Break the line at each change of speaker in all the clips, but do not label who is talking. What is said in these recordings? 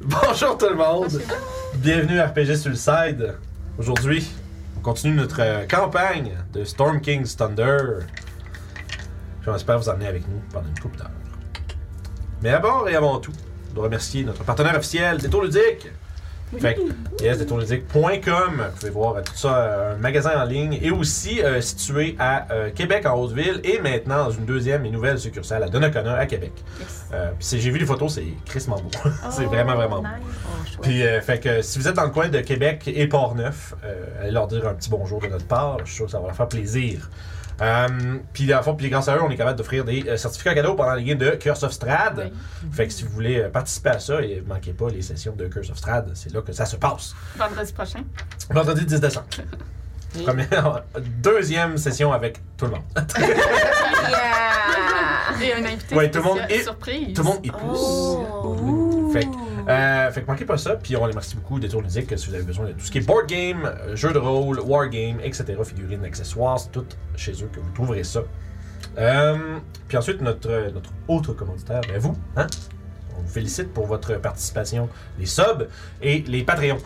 Bonjour tout le monde! Bienvenue à RPG sur le side. Aujourd'hui, on continue notre euh, campagne de Storm King's Thunder. Puis on espère vous emmener avec nous pendant une couple d'heures. Mais d'abord et avant tout, on doit remercier notre partenaire officiel, Détour Ludique. Fait que, yes, détourludique.com. Vous pouvez voir euh, tout ça, euh, un magasin en ligne. Et aussi euh, situé à euh, Québec, en Haute-Ville. Et maintenant, dans une deuxième et nouvelle succursale à Donnacona, à Québec. Euh, puis c'est- j'ai vu les photos, c'est crissement beau.
Oh,
c'est vraiment, vraiment beau. Puis, euh, fait que si vous êtes dans le coin de Québec et Port-Neuf, euh, allez leur dire un petit bonjour de notre part. Je suis sûr que ça va leur faire plaisir. Euh, puis, dans le fond, puis grâce à eux, on est capable d'offrir des euh, certificats cadeaux pendant les games de Curse of Strad. Fait que si vous voulez euh, participer à ça, et manquez pas les sessions de Curse of Strad, c'est là que ça se passe.
Vendredi prochain.
Vendredi 10 décembre. Première- deuxième session avec tout le monde.
Yeah!
Et un invité
Ouais, tout le monde
spécial,
est-
surprise.
Tout le monde est pousse. Fait, que, euh, fait que manquez pas ça, puis on les remercie beaucoup, Détour Ludique, que si vous avez besoin de tout ce qui est board game, euh, jeux de rôle, war game, etc., figurines, accessoires, c'est tout chez eux que vous trouverez ça. Euh, puis ensuite, notre, euh, notre autre commanditaire, ben vous, hein? on vous félicite pour votre participation, les subs et les Patreons.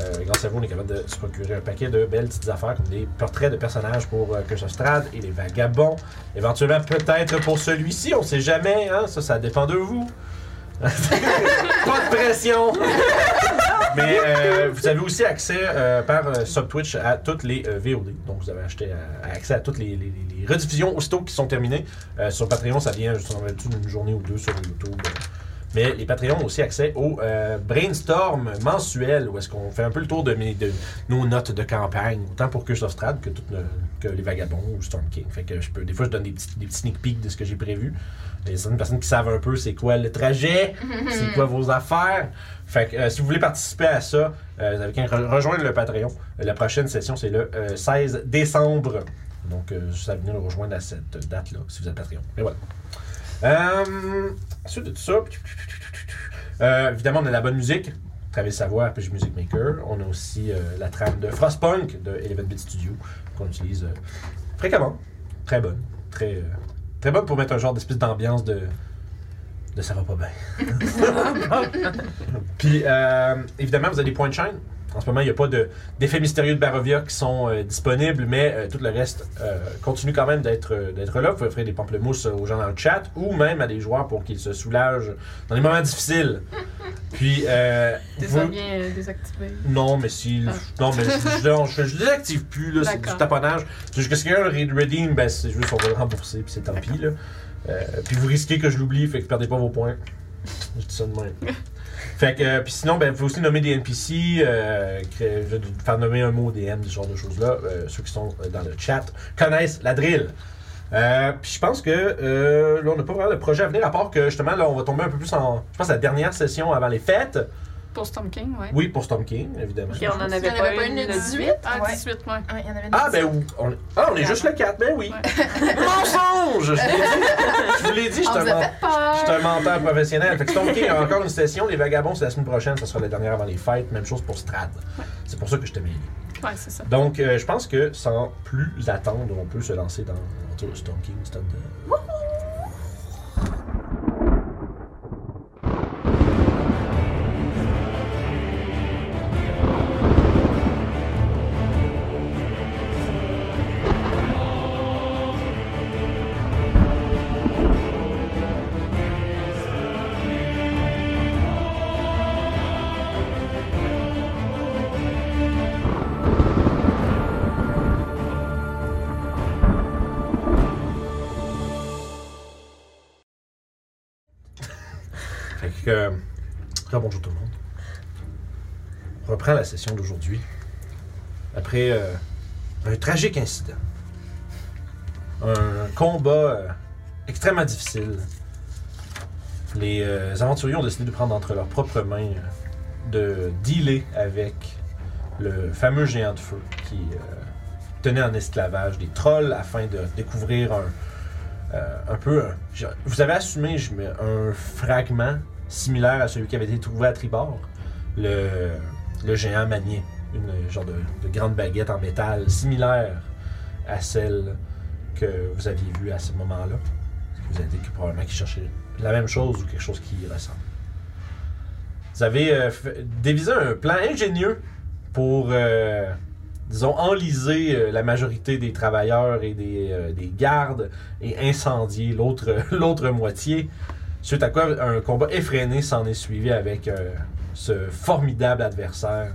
Euh, grâce à vous, on est capable de se procurer un paquet de belles petites affaires, comme des portraits de personnages pour euh, Que ce Strade et les Vagabonds. Éventuellement, peut-être pour celui-ci, on sait jamais, hein? ça, ça dépend de vous. Pas de pression! Mais euh, vous avez aussi accès euh, par euh, SubTwitch à toutes les euh, VOD. Donc vous avez acheté à- à accès à toutes les, les- les- les rediffusions aussitôt qui sont terminées. Euh, sur Patreon, ça vient juste en dessous d'une journée ou deux sur YouTube. Mais les Patreons ont aussi accès au euh, brainstorm mensuel où est-ce qu'on fait un peu le tour de, mes- de nos notes de campagne, autant pour Curse of Strahd que, toutes nos- que les Vagabonds ou Storm King. Fait que je peux, des fois, je donne des petits, des petits sneak peeks de ce que j'ai prévu. Il y a certaines personnes qui savent un peu c'est quoi le trajet, c'est quoi vos affaires. Fait que euh, si vous voulez participer à ça, euh, vous avez qu'à re- rejoindre le Patreon. Euh, La prochaine session, c'est le euh, 16 décembre. Donc, euh, juste à venir le rejoindre à cette date-là, si vous êtes Patreon. Mais voilà. Euh, ensuite de tout ça, euh, évidemment, on a la bonne musique. Travis Savoie, RPG Music Maker. On a aussi euh, la trame de Frostpunk de Eleven Bit Studio, qu'on utilise euh, fréquemment. Très bonne. Très, euh, très bonne pour mettre un genre d'espèce d'ambiance de. de ça va pas bien. Puis, euh, évidemment, vous avez des points de chaîne. En ce moment, il n'y a pas de- d'effets mystérieux de Barovia qui sont euh, disponibles, mais euh, tout le reste euh, continue quand même d'être euh, d'être là. Vous pouvez offrir des pamplemousses aux gens dans le chat ou même à des joueurs pour qu'ils se soulagent dans les moments difficiles. Puis, euh,
T'es
vous-
ça bien euh, désactivé.
non, mais si.
Ah.
Non, mais je, non, je, je désactive plus, là, c'est du
D'accord.
taponnage. C'est juste que si quelqu'un le redeem, ben c'est juste qu'on va le rembourser, puis c'est tant pis, là. Euh, puis vous risquez que je l'oublie, fait que perdez pas vos points. Je dis ça de même. fait que, euh, puis sinon, ben, vous pouvez aussi nommer des NPC, euh, créer- je vais faire nommer un mot DM, ce genre de choses-là. Euh, ceux qui sont euh, dans le chat connaissent la drill. Euh, puis je pense que euh, là, on n'a pas vraiment de projet à venir, à part que justement, là, on va tomber un peu plus en. Je pense à la dernière session avant les fêtes.
Pour Storm King, ouais.
Oui, pour Storm King, évidemment.
Ok, on en avait
Il y en
pas
avait pas
une le
une le
18?
Ah,
Ouais.
18, ouais.
Ouais, il y en avait une
Ah,
petite.
ben, ou- on, ah, on est juste le 4, ben oui. Mensonge! Je vous l'ai dit. Je vous l'ai dit, je
On
suis un,
vous a
men-
fait peur!
je suis un menteur professionnel. Fait que Storm King a encore une session. Les Vagabonds, c'est la semaine prochaine. Ça sera la dernière avant les fêtes. Même chose pour Strad. C'est pour ça que je te mêlé.
Ouais, c'est ça.
Donc, euh, je pense que sans plus attendre, on peut se lancer dans l'aventure de Storm King, euh, Storm de- Fait que. euh, là, bonjour tout le monde. On reprend la session d'aujourd'hui. Après euh, un tragique incident. Un combat euh, extrêmement difficile. Les euh, aventuriers ont décidé de prendre entre leurs propres mains euh, de dealer avec le fameux géant de feu qui euh, tenait en esclavage des trolls afin de découvrir un, euh, un peu. un- je- vous avez assumé je mets, un fragment similaire à celui qui avait été trouvé à Tribord. Le, le géant maniait une genre de, de grande baguette en métal similaire à celle que vous aviez vue à ce moment-là. Vous avez dit que probablement qu'il cherchait la même chose ou quelque chose qui y ressemble. Vous avez euh, fait- dévisé un plan ingénieux pour, euh, disons, enliser euh, la majorité des travailleurs et des, euh, des gardes et incendier l'autre l'autre moitié. Suite à quoi, un combat effréné s'en est suivi avec euh, ce formidable adversaire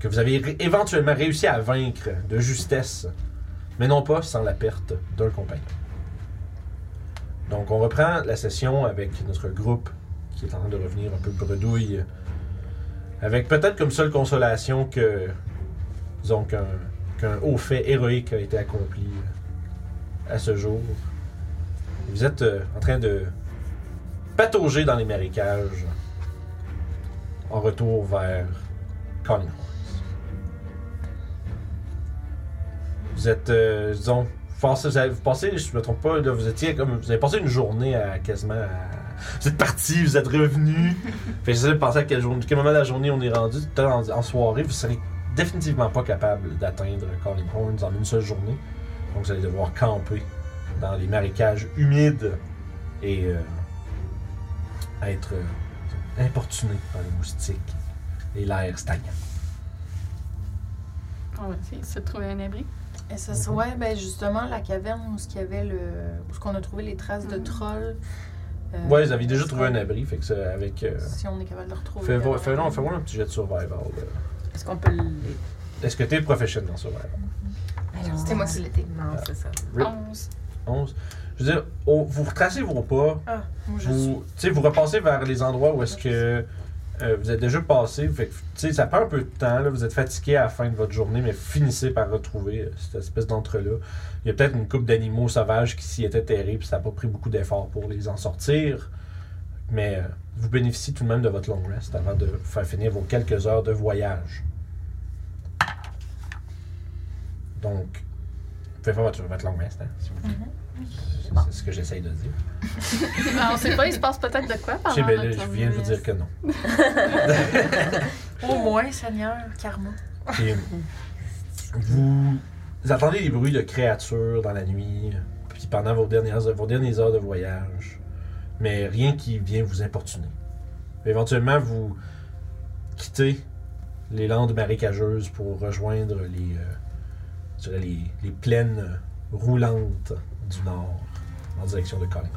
que vous avez ré- éventuellement réussi à vaincre de justesse, mais non pas sans la perte d'un compagnon. Donc, on reprend la session avec notre groupe qui est en train de revenir un peu bredouille. Avec peut-être comme seule consolation que, disons, qu'un qu'un haut fait héroïque a été accompli à ce jour. Vous êtes euh, en train de patauger dans les marécages en retour vers Colin Horns. Vous êtes, euh, disons, vous passez, vous avez- vous passez, je me trompe pas, là, vous étiez comme, vous avez passé une journée à quasiment à vous êtes parti, vous êtes revenu. fait que j'essaie de penser à quel, jour, quel moment de la journée on est rendu. Peut-être en, en soirée, vous serez définitivement pas capable d'atteindre Calling Horns en une seule journée. Donc vous allez devoir camper dans les marécages humides et euh, être euh, importuné par les moustiques et l'air stagnant.
On va essayer de trouver un abri.
Et ça, c'est- ouais, ben justement, la caverne où ce qu'il y avait le. où ce qu'on a trouvé les traces de
Mhm.
trolls. euh,
Ouais, vous avez déjà trouvé un
si-
abri, fait que ça, avec. euh,
Si on est capable de le retrouver.
fais-
évidemment.
fais- non, Fais-moi un petit jet de survival. là.
Est-ce qu'on peut les.
Ben
Est-ce que t'es professionnel dans survival?
C'était moi qui l'étais.
Non, c'est ça.
Rip.
11.
11. Je veux dire, on- vous retracez vos pas,
Ah, moi je suis.
vous, tu sais, vous repassez vers les endroits où est-ce que euh, vous êtes déjà passé. Fait que, tu sais, ça prend un peu de temps. Là, vous êtes fatigué à la fin de votre journée, mais finissez par retrouver euh, cette espèce d'entre-là. Il y a peut-être une coupe d'animaux sauvages qui s'y étaient terrés, puis ça n'a pas pris beaucoup d'efforts pour les en sortir. Mais euh, vous bénéficiez tout de même de votre long rest avant de faire finir vos quelques heures de voyage. Donc, vous pouvez faire votre, votre long rest, hein, si vous voulez.
Mhm.
C'est- C'est ce que j'essaye de dire.
Ben, on sait pas, il se passe peut-être de quoi
Je sais,
pendant
ben là,
notre
je viens de vous dire
rest.
que non.
Au moins, Seigneur, karma.
Et vous entendez des bruits de créatures dans la nuit, puis pendant vos dernières, vos dernières heures de voyage, mais rien qui vient vous importuner. Éventuellement, vous quittez les landes marécageuses pour rejoindre les, euh, je dirais les, les plaines roulantes du nord en direction de Collingwood.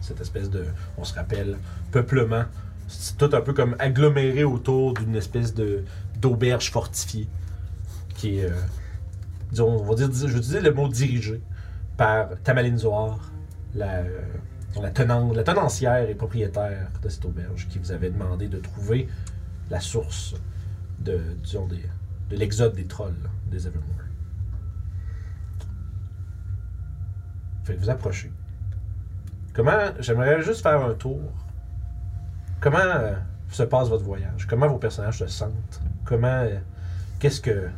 Cette espèce de, on se rappelle, peuplement. C'est tout un peu comme aggloméré autour d'une espèce de, d'auberge fortifiée qui est, euh, disons, on va dire, je vais utiliser le mot dirigé par Tamaline Zohar, la, euh, la, tenan- la tenancière et propriétaire de cette auberge qui vous avait demandé de trouver la source de, disons, des- de l'exode des trolls des Evermore. Fait que vous approchez. Comment, j'aimerais juste faire un tour. Comment euh, se passe votre voyage? Comment vos personnages se sentent? Comment, euh, qu'est-ce que,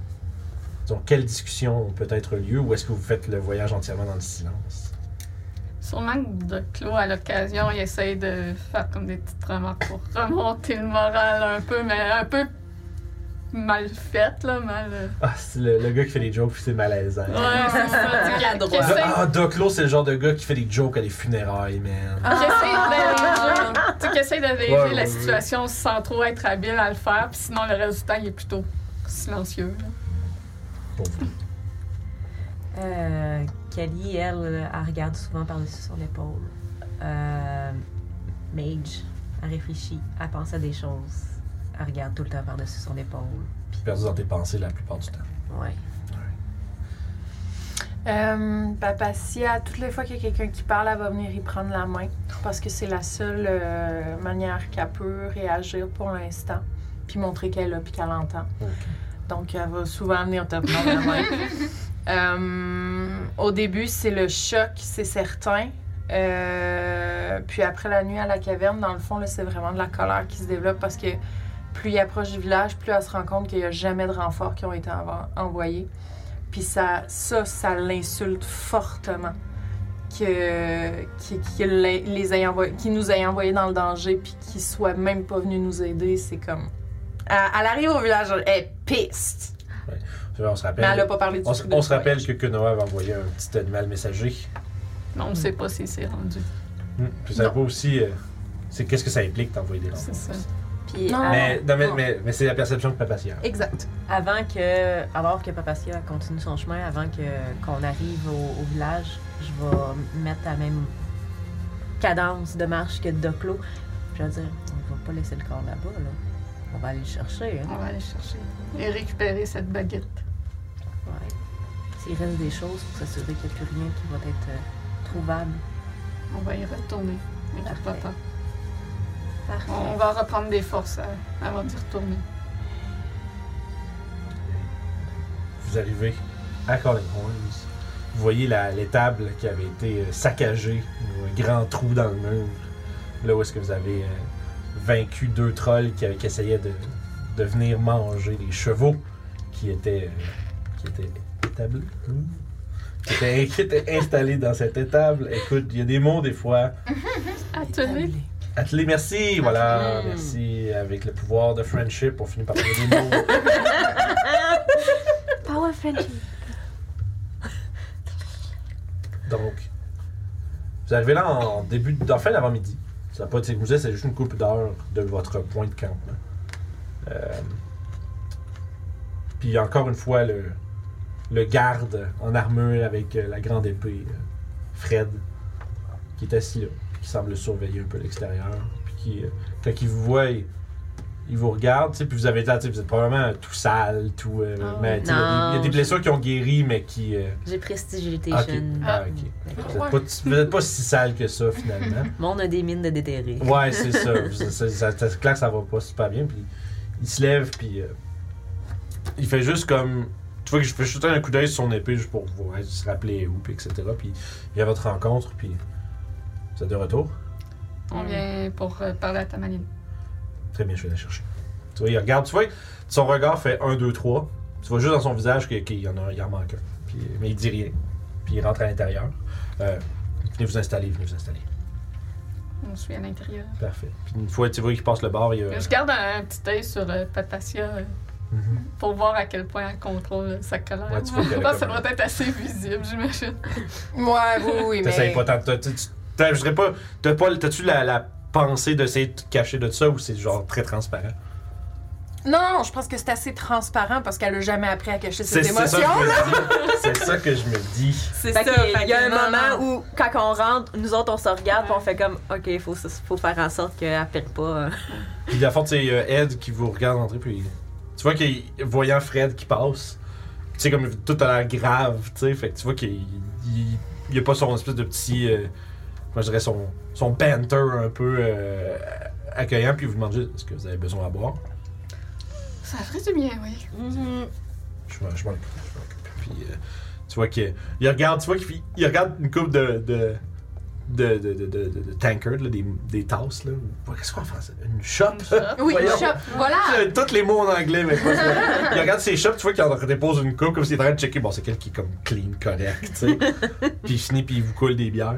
disons, quelle discussion peut être lieu ou est-ce que vous faites le voyage entièrement dans le silence?
Sûrement que de Clos, à l'occasion, il essaye de faire comme des petites remarques pour remonter le moral un peu, mais un peu mal faite, là, mal. euh,
Ah, c'est le, le gars qui fait des jokes, puis c'est malaisant.
Ouais, c'est ça. tu sais,
La
qu'il-
droite.
qu'il essaye-
Ah, Doc Lowe, c'est le genre de gars qui fait des jokes à des funérailles, man.
qu'il essaye d'alléger- tu sais, qu'il essaye d'alléger
Ouais, ouais,
la
ouais.
situation sans trop être habile à le faire, puis sinon, le reste du temps, il est plutôt silencieux. là.
Pour vous.
Euh, Kelly, elle, euh, elle regarde souvent par-dessus son épaule. Euh, Mage, elle réfléchit, elle pense à des choses. Elle regarde tout le temps par-dessus son épaule.
Perdu dans tes pensées la plupart du temps.
Ouais.
Euh, Papa Sia, toutes les fois qu'il y a quelqu'un qui parle, elle va venir y prendre la main parce que c'est la seule euh, manière qu'elle peut réagir pour l'instant, puis montrer qu'elle est là, puis qu'elle entend.
Ok.
Donc, elle va souvent venir te prendre la main. Euh, au début, c'est le choc, c'est certain. Euh, puis après la nuit à la caverne, dans le fond, là, c'est vraiment de la colère qui se développe parce que plus il approche du village, plus elle se rend compte qu'il n'y a jamais de renforts qui ont été envo- envoyés. Puis ça, ça, ça l'insulte fortement que, qu'il- qu'il l'ait- les ait envoy- qu'il nous ait envoyés dans le danger puis qu'il soit même pas venu nous aider. C'est comme... Elle, elle arrive au village, elle est piste.
On se rappelle,
Mais elle n'a pas parlé du
Euh, on, se-
truc de
on se
voyage.
rappelle que Konoha avait envoyé un petit animal messager.
Mais on ne sait pas si c'est rendu.
Hmm. Puis ça va aussi, euh, c'est qu'est-ce que ça implique d'envoyer des renforts.
C'est ça.
Puis
Non.
avant-
Mais, non, mais,
non.
mais, mais c'est la perception que Papa Sierra.
Exact.
Avant que, alors que Papacia continue son chemin, avant que qu'on arrive au, au village, je vais mettre la même cadence de marche que Doclo. Je vais dire, on va pas laisser le corps là-bas, là. On va aller le chercher, hein.
On va aller chercher et récupérer cette baguette.
Ouais. S'il reste des choses pour s'assurer qu'il n'y a plus rien qui va être euh, trouvable.
On va y retourner. Mais t'as pas
Parfait.
peur.
Parfait.
On va reprendre des forces euh, avant d'y retourner.
Vous arrivez à Calling Horns. Vous voyez la- l'étable qui avait été euh, saccagée, ou un grand trou dans le mur, là où est-ce que vous avez euh, vaincu deux trolls qui, qui essayaient de, de venir manger les chevaux qui étaient, euh, qui étaient établis, hein, qui étaient, qui étaient installés dans cette étable. Écoute, il y a des mots des fois.
Attelé.
Attelé, merci, voilà,
Mm.
merci. Avec le pouvoir de friendship, on finit par trouver des mots.
Power Friendship.
Donc, vous arrivez là en début, de- en fin d'avant-midi. Ça n'a pas été vous êtes- c'est juste une coupe d'heure de votre point de campement. Euh, puis encore une fois, le, le garde en armure avec euh, la grande épée, euh, Fred, qui est assis là, qui semble surveiller un peu l'extérieur, puis qui, euh, quand il vous voit, il, il vous regarde, tu sais, puis vous avez là, tu sais, vous êtes probablement tout sale, tout. euh,
Ah,
mais, tu sais, il y a des- il y a
non,
des
je-
blessures qui ont guéri, mais qui. euh,
J'ai Prestigitation.
ah, ok. Ah, ok.
D'accord.
Vous êtes, pas, vous êtes pas si sale que ça, finalement.
Bon, on a des mines de déterré.
Ouais, c'est ça. Vous- ça, ça- ça- C'est clair que ça va pas super bien. Puis il se lève, puis euh, il fait juste comme. Tu vois que je fais jeter un coup d'œil sur son épée juste pour vous, hein, se rappeler où, puis etc. Puis il vient à votre rencontre, puis vous êtes de retour.
On vient pour euh, parler à Tamaline.
Très bien, je vais la chercher. Tu vois, il regarde, tu vois, son regard fait 1, 2, 3. Tu vois juste dans son visage que- qu'il y en a, il en manque un. Puis, mais il dit rien. Puis il rentre à l'intérieur. Euh, venez vous installer, venez vous installer.
On suit à l'intérieur.
Parfait. Puis une fois, tu vois qu'il passe le bar, il y a.
Je garde un, un petit œil sur euh, Papacia euh,
Mhm.
pour voir à quel point elle contrôle euh, sa colère.
Ouais, tu vois qu'elle a
Je pense que ça
comme-
doit être assez visible, j'imagine.
Ouais, oui, oui,
T'essayes
mais.
pas tant. t'as- tu- tu- t'as- Je dirais pas. T'as pas. T'as-tu la, la pensée d'essayer de te cacher de ça ou c'est genre très transparent?
Non, non, je pense que c'est assez transparent parce qu'elle a jamais appris à cacher ses
ça, que je
émotions.
me dis. c'est ça que je me dis.
C'est
ça, fait
Il y a un
que non,
moment
non.
où, quand on rentre, nous autres, on se regarde
Ouais.
puis on fait comme, OK, il faut, s- faut faire en sorte qu'elle ne perde pas. hein.
Puis la force, c'est euh, Ed qui vous regarde entrer, puis. Tu vois qu'il. Voyant Fred qui passe, tu sais, comme tout a l'air grave, tu sais. Fait que tu vois qu'il. Il, il a pas son espèce de petit. euh, moi, je dirais son, son banter un peu euh, accueillant, puis il vous demande juste est-ce que vous avez besoin à boire?
Ça ferait du bien, oui.
Mm-hmm.
Je m'en je m'en occupe, je m'en occupe. Puis, euh, tu vois qu'il il regarde, tu vois qu'il il regarde une coupe de. de de, de, de, de, de- de tankards, là, des, des tasses, là. ou- Qu'est-ce qu'on en français? Une chope?
Une chope.
Oui,
Voyons.
shop,
Ah!
voilà.
Tous les mots en anglais, mais pas ça. Il regarde ses chopes, tu vois qu'il en dépose une coupe comme s'il était en train de checker. Bon, c'est quelqu'un qui est comme clean, correct, tu sais. puis il finit, puis il vous coule des bières.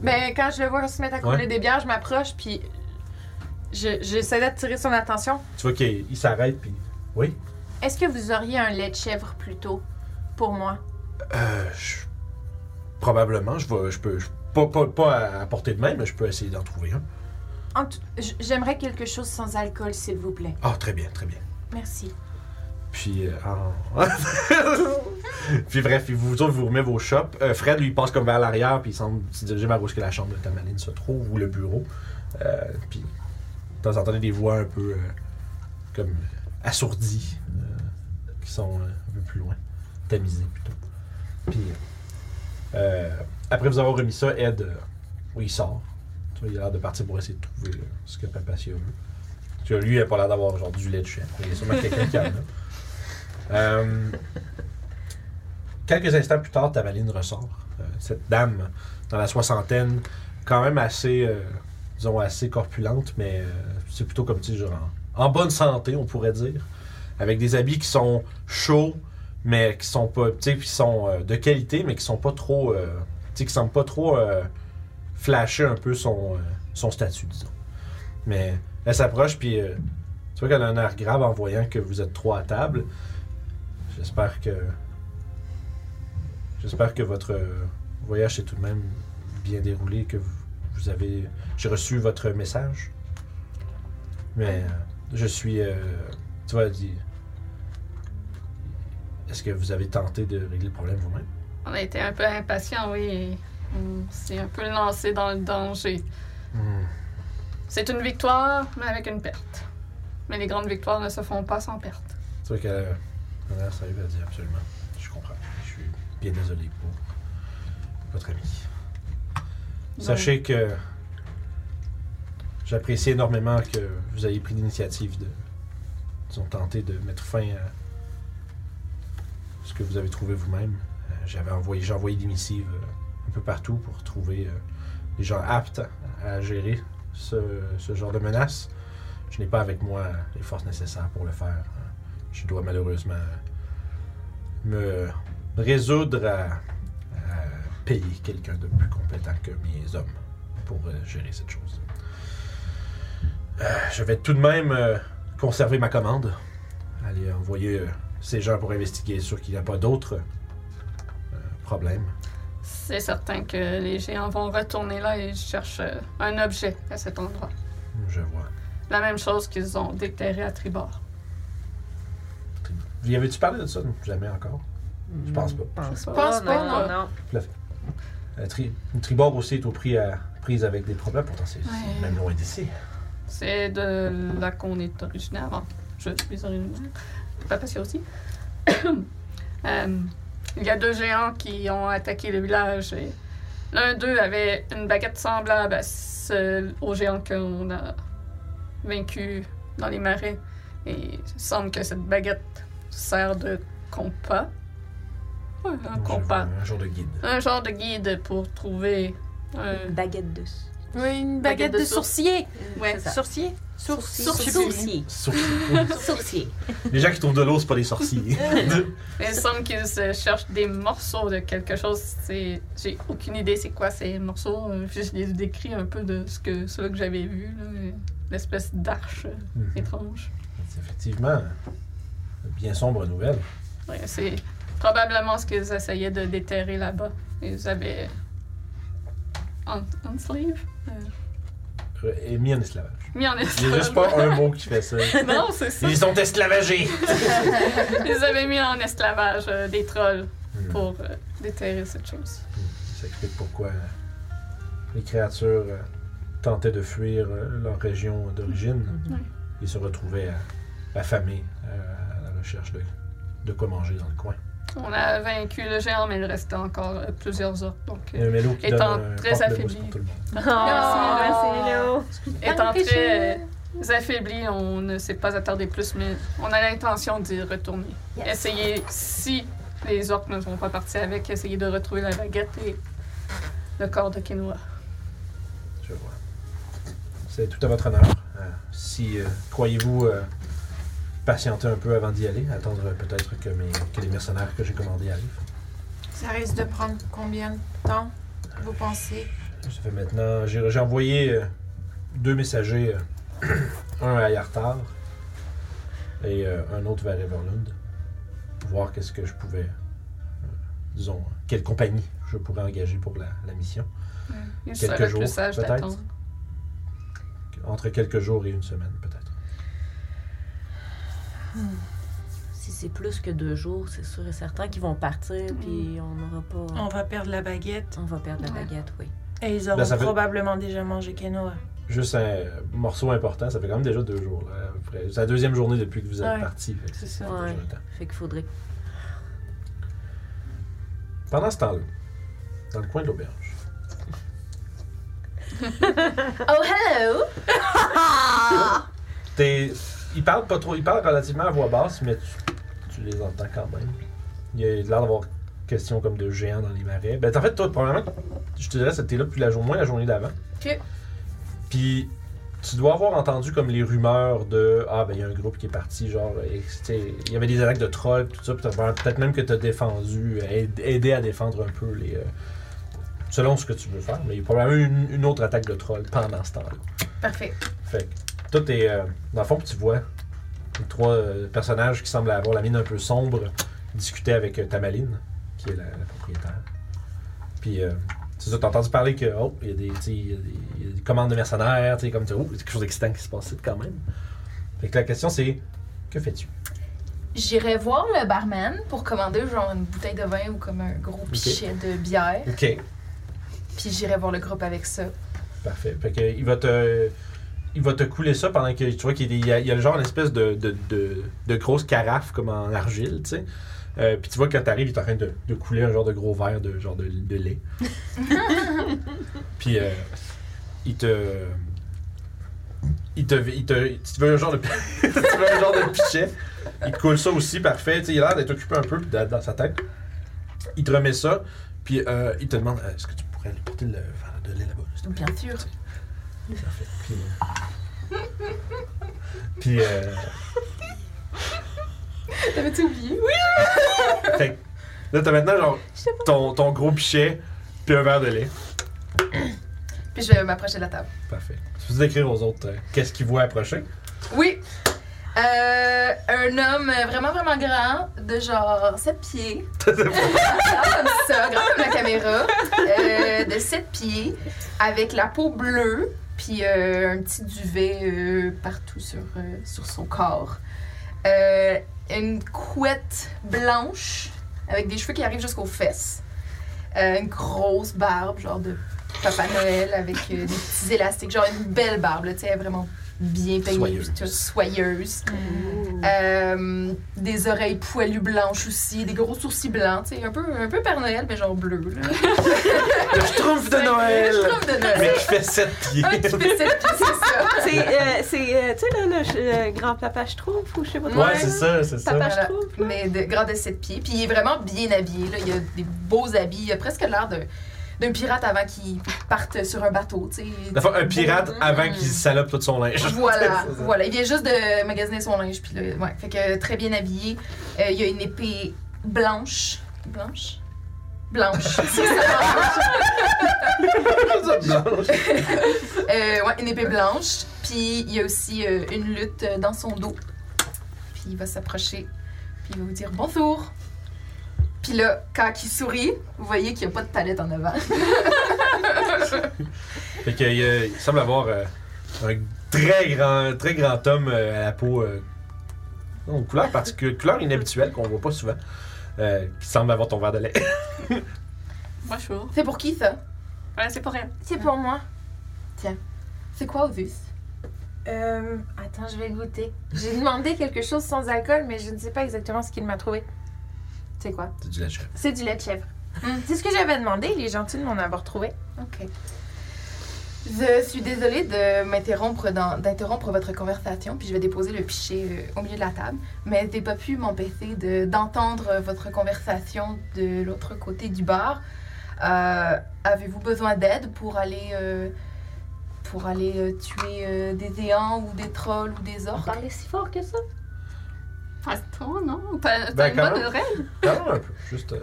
Ben, quand je le vois se mettre à couler
Ouais.
des bières, je m'approche, puis. je- J'essaie d'attirer son attention.
Tu vois qu'il il s'arrête, puis. Oui?
Est-ce que vous auriez un lait de chèvre plutôt pour moi?
Euh, je- Probablement, je, vais, je peux. je- pas, pas, pas à- à portée de main, mais je peux essayer d'en trouver un.
En tout- j- J'aimerais quelque chose sans alcool, s'il vous plaît.
Ah, très bien, très bien.
Merci.
Puis, euh, en- puis bref, il vous, autres, vous remet vos shops. Euh, Fred, lui, il passe comme vers l'arrière, puis il semble se diriger vers où est-ce que la chambre de Tamaline se trouve, ou le bureau. Euh, puis, de temps en temps, il y a des voix un peu euh, comme assourdies, euh, qui sont euh, un peu plus loin, tamisées plutôt. Puis, euh, après vous avoir remis ça, Ed, euh, oui, il sort. Tu vois, il a l'air de partir pour essayer de trouver euh, ce que Papa Sia veut. Parce que lui, il a pas l'air d'avoir genre du lait de chèvre. Il y a sûrement quelqu'un qui en a. Euh, quelques instants plus tard, Tamaline ressort. Euh, cette dame, dans la soixantaine, quand même assez, euh, disons, assez corpulente, mais euh, c'est plutôt comme, tu sais, genre en, en bonne santé, on pourrait dire. Avec des habits qui sont chauds, mais qui sont pas, tu sais, qui sont euh, de qualité, mais qui sont pas trop, euh, tu sais, qui semblent pas trop euh, flasher un peu son, euh, son statut, disons. Mais elle s'approche, puis euh, tu vois qu'elle a un air grave en voyant que vous êtes trois à table. J'espère que. J'espère que votre euh, voyage s'est tout de même bien déroulé, que vous, vous avez. J'ai reçu votre message. Mais euh, je suis. euh, tu vois, elle dit. Est-ce que vous avez tenté de régler le problème vous-même?
On a été un peu impatients, oui. et on s'est un peu lancé dans le danger. C'est une victoire, mais avec une perte. Mais les grandes victoires ne se font pas sans perte.
C'est vrai euh, qu'elle a- elle a l'air sérieuse, elle dit absolument. Je comprends. Je suis bien désolé pour votre ami.
Donc,
Sachez que j'apprécie énormément que vous ayez pris l'initiative de. Ils ont tenté de mettre fin à ce que vous avez trouvé vous-même. Euh, J'avais envoyé, j'ai envoyé des missives euh, un peu partout pour trouver euh, des gens aptes à gérer ce, ce genre de menace. Je n'ai pas avec moi les forces nécessaires pour le faire. Je dois malheureusement me résoudre à, à payer quelqu'un de plus compétent que mes hommes pour euh, gérer cette chose. Euh, je vais tout de même euh, conserver ma commande. Aller envoyer euh, ces gens pour investiguer, sûr qu'il n'y a pas d'autres euh, problèmes.
C'est certain que les géants vont retourner là et cherchent euh, un objet à cet endroit.
Je vois.
La même chose qu'ils ont déterré à Tribord.
Y avais-tu parlé de ça? Non, Jamais encore. Je pense pas.
Je pense
pense pas,
non,
non.
non.
Euh, tri- Tribord aussi est au prix à prise avec des problèmes, pourtant c'est c'est
Ouais.
même loin d'ici.
C'est de là qu'on est originaire. Bon, je suis originaire. Pas parce qu'il y a aussi. Euh, il y a deux géants qui ont attaqué le village. et L'un d'eux avait une baguette semblable à celle au géant qu'on a vaincu dans les marais. Et il semble que cette baguette sert de compas. Ouais, un
Je
compas.
vois Un jour de guide.
Un genre de guide pour trouver
Euh.
un
Baguette douce.
Oui, une
Baguette
baguette,
de
de sourcier. Ben,
Ouais,
C'est ça.
Sourcier.
Sourcier.
Sourcier.
Sourcier.
Sourcier.
Sourcier.
Les gens qui trouvent de l'eau, c'est pas des sorciers.
Il semble qu'ils se cherchent des morceaux de quelque chose. C'est... J'ai aucune idée c'est quoi ces morceaux. Euh, Je les décris un peu de ce que, ceux que j'avais vu, là, mais l'espèce d'arche euh,
Mhm.
étrange.
C'est effectivement une bien sombre nouvelle.
Ouais, c'est probablement ce qu'ils essayaient de déterrer là-bas. Ils avaient en, en sleeve Euh,
Euh, Et mis en esclavage.
mis en
Il n'y a juste
esclavage.
pas un mot qui fait ça.
non, c'est ça.
Ils sont esclavagés!
Ils avaient mis en esclavage euh, des trolls
Hmm.
pour euh, déterrer cette chose.
Ça explique pourquoi les créatures euh, tentaient de fuir euh, leur région d'origine
Mm-hmm.
Ouais.
et se retrouvaient euh, affamés euh, à la recherche de, de quoi manger dans le coin.
On a vaincu le géant, mais il restait encore euh, plusieurs autres. Donc, euh,
Il y a un mélo qui donne
Étant
un
très
porte-le-mousse
affaibli.
pour tout le monde.
Étant très euh, affaibli, on ne s'est pas attardé plus, mais on a l'intention d'y retourner.
Yes.
Essayer, si les orques ne sont pas partis avec, essayer de retrouver la baguette et le corps de Quinoa.
Je vois. C'est tout à votre honneur. Euh, si euh, croyez-vous euh, patienter un peu avant d'y aller, attendre euh, peut-être que, mes- que les mercenaires que j'ai commandés arrivent.
Ça risque de prendre combien de temps, vous pensez?
Ça fait maintenant. J'ai j'ai envoyé euh, deux messagers, euh, un à Yartar et euh, un autre vers Everlund, pour voir qu'est-ce que je pouvais, euh, disons, quelle compagnie je pourrais engager pour la, la mission.
Il
Quelques
serait
jours,
plus sage
peut-être.
d'attendre.
Entre quelques jours et une semaine, peut-être.
Si c'est plus que deux jours, c'est sûr et certain qu'ils vont partir, puis on n'aura
Mm. On
pas.
va perdre la baguette.
On va perdre la
Ouais.
baguette, oui.
Et ils
Ben,
auront
ça fait-
probablement déjà mangé quinoa.
Juste un morceau important, ça fait quand même déjà deux jours. là, à peu près. C'est la deuxième journée depuis que vous êtes
Ouais.
parti. fait que
C'est ça.
c'est
Ouais.
déjà le temps.
Fait qu'il faudrait.
Pendant ce temps-là, dans le coin de l'auberge,
Oh, hello!
T'es... Ils parlent pas trop, ils parlent relativement à voix basse, mais tu, tu les entends quand même. Il y a l'air d'avoir question comme de géants dans les marais. Ben, en fait, toi, probablement, je te dirais, c'était là depuis la journée, moins la journée d'avant.
Ok.
Puis, tu dois avoir entendu comme les rumeurs de Ah, ben, il y a un groupe qui est parti, genre, et c'était- il y avait des attaques de trolls, tout ça, puis t'as- peut-être même que t'as défendu, aid- aidé à défendre un peu les. euh, selon ce que tu veux faire, mais il y a probablement eu une, une autre attaque de trolls pendant ce temps-là.
Parfait.
Fait que toi, t'es. euh, dans le fond, tu vois les trois euh, personnages qui semblent avoir la mine un peu sombre discuter avec euh, Tamaline, qui est la, la propriétaire. Puis euh, C'est ça, t'as entendu parler que, oh, il y a des, tu sais, il y a des- il y a des commandes de mercenaires, tu sais, comme tu oh, il y a quelque chose d'excitant qui se passe ici, quand même. Fait que la question c'est, que fais-tu?
J'irai voir le barman pour commander genre une bouteille de vin ou comme un gros pichet de bière.
Ok,
Puis j'irai voir le groupe avec ça.
parfait. Fait que euh, il va te. Il va te couler ça pendant que tu vois qu'il y a des- il y a, il y a le genre une espèce de, de, de, de grosse carafe comme en argile, tu sais. Euh, Puis tu vois que quand t'arrives, il est en train de, de couler un genre de gros verre de genre de, de lait. Puis euh, il te. Il te, il te. Tu veux un genre de. tu veux un genre de pichet. Il te coule ça aussi, parfait. Tu sais, il a l'air d'être occupé un peu puis dans dans sa tête. Il te remet ça. Puis euh, il te demande euh, est-ce que tu pourrais aller porter le verre de lait là-bas, là, s'il te plaît?
Bien sûr.
Parfait. Puis. euh, Puis. euh,
T'avais-tu oublié? Oui!
Fait que, là, t'as maintenant genre ton, ton gros pichet, puis un verre de lait.
Puis je vais m'approcher de la table.
Parfait. Tu peux décrire aux autres euh, qu'est-ce qu'ils voient approcher.
Oui! Euh, un homme vraiment, vraiment grand, de genre 7 pieds. Ah, comme ça, grand comme la caméra. Euh, de 7 pieds, avec la peau bleue, puis euh, un petit duvet euh, partout sur, euh, sur son corps. Euh, une couette blanche, avec des cheveux qui arrivent jusqu'aux fesses. Euh, une grosse barbe, genre de Papa Noël, avec euh, des petits élastiques, genre une belle barbe, là, tu sais, elle est vraiment bien peignée,
Soyeuse.
puis tout, soyeuse. Euh, des oreilles poilues blanches aussi, des gros sourcils blancs, tu sais, un peu, un peu Père Noël, mais genre bleu. Là.
Le trompe de Noël!
Je trouve de
Mais
Noël.
qui fait 7 pieds.
Un petit peu cette c'est ça.
C'est, euh, c'est, euh, tu sais, là, le, le grand papa Schtroumpf ou je sais pas quoi.
Ouais, c'est ça, c'est ça.
Papa
Voilà.
Schtroumpf. là.
Mais de, grand de 7 pieds. Puis il est vraiment bien habillé. Là. Il a des beaux habits. Il a presque l'air d'un, d'un pirate avant qu'il parte sur un bateau. tu sais.
Dans le fond, un pirate avant qu'il salope tout son linge.
Voilà,
C'est ça.
voilà. Il vient juste de magasiner son linge. Puis là, ouais. Fait que très bien habillé. Euh, il a une épée blanche. Blanche? Blanche. C'est ça.
Blanche.
Euh, ouais, une épée blanche. Puis il y a aussi euh, une lutte euh, dans son dos. Puis il va s'approcher. Puis il va vous dire bonjour. Puis là, quand il sourit, vous voyez qu'il n'y a pas de palette en avant.
Fait que, euh, il semble avoir euh, un très grand, très grand homme euh, à la peau. euh, non, couleur particulière, couleur inhabituelle qu'on voit pas souvent. euh, qui semble avoir ton verre de lait.
Moi, je suis ouf.
C'est pour qui ça
Ouais, c'est pour elle.
C'est pour moi.
C'est quoi Ozus
Euh, attends, je vais goûter. J'ai demandé quelque chose sans alcool, mais je ne sais pas exactement ce qu'il m'a trouvé. C'est quoi?
C'est du lait de chèvre.
C'est du lait de chèvre.
Mm.
C'est ce que j'avais demandé. Il est gentil de m'en avoir trouvé.
Ok. Je suis désolée de m'interrompre dans- d'interrompre votre conversation, puis je vais déposer le pichet euh, au milieu de la table. Mais j'ai pas pu m'empêcher de- d'entendre votre conversation de l'autre côté du bar. Euh, Avez-vous besoin d'aide pour aller euh, pour aller euh, tuer euh, des éants ou des trolls ou des
On
orques
parlait si fort que ça.
Attends, non. T'as t'as
Ben,
une
quand
bonne
même.
oreille.
Non, un peu. Juste. euh,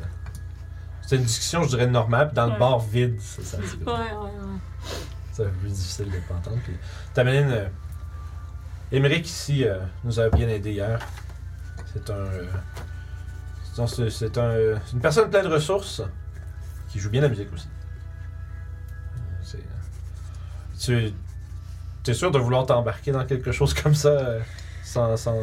C'était une discussion, je dirais, normale, puis dans le
Ouais.
bar vide, ça, ça,
Ouais, ouais, ouais.
c'est un peu plus difficile de pas entendre. Puis, Tameline, euh, Émeric ici euh, nous a bien aidé hier. C'est un. euh, c'est un- c'est- c'est un, euh, c'est une personne pleine de ressources qui joue bien la musique aussi. C'est. euh, Tu. T'es sûr de vouloir t'embarquer dans quelque chose comme ça euh, sans. sans...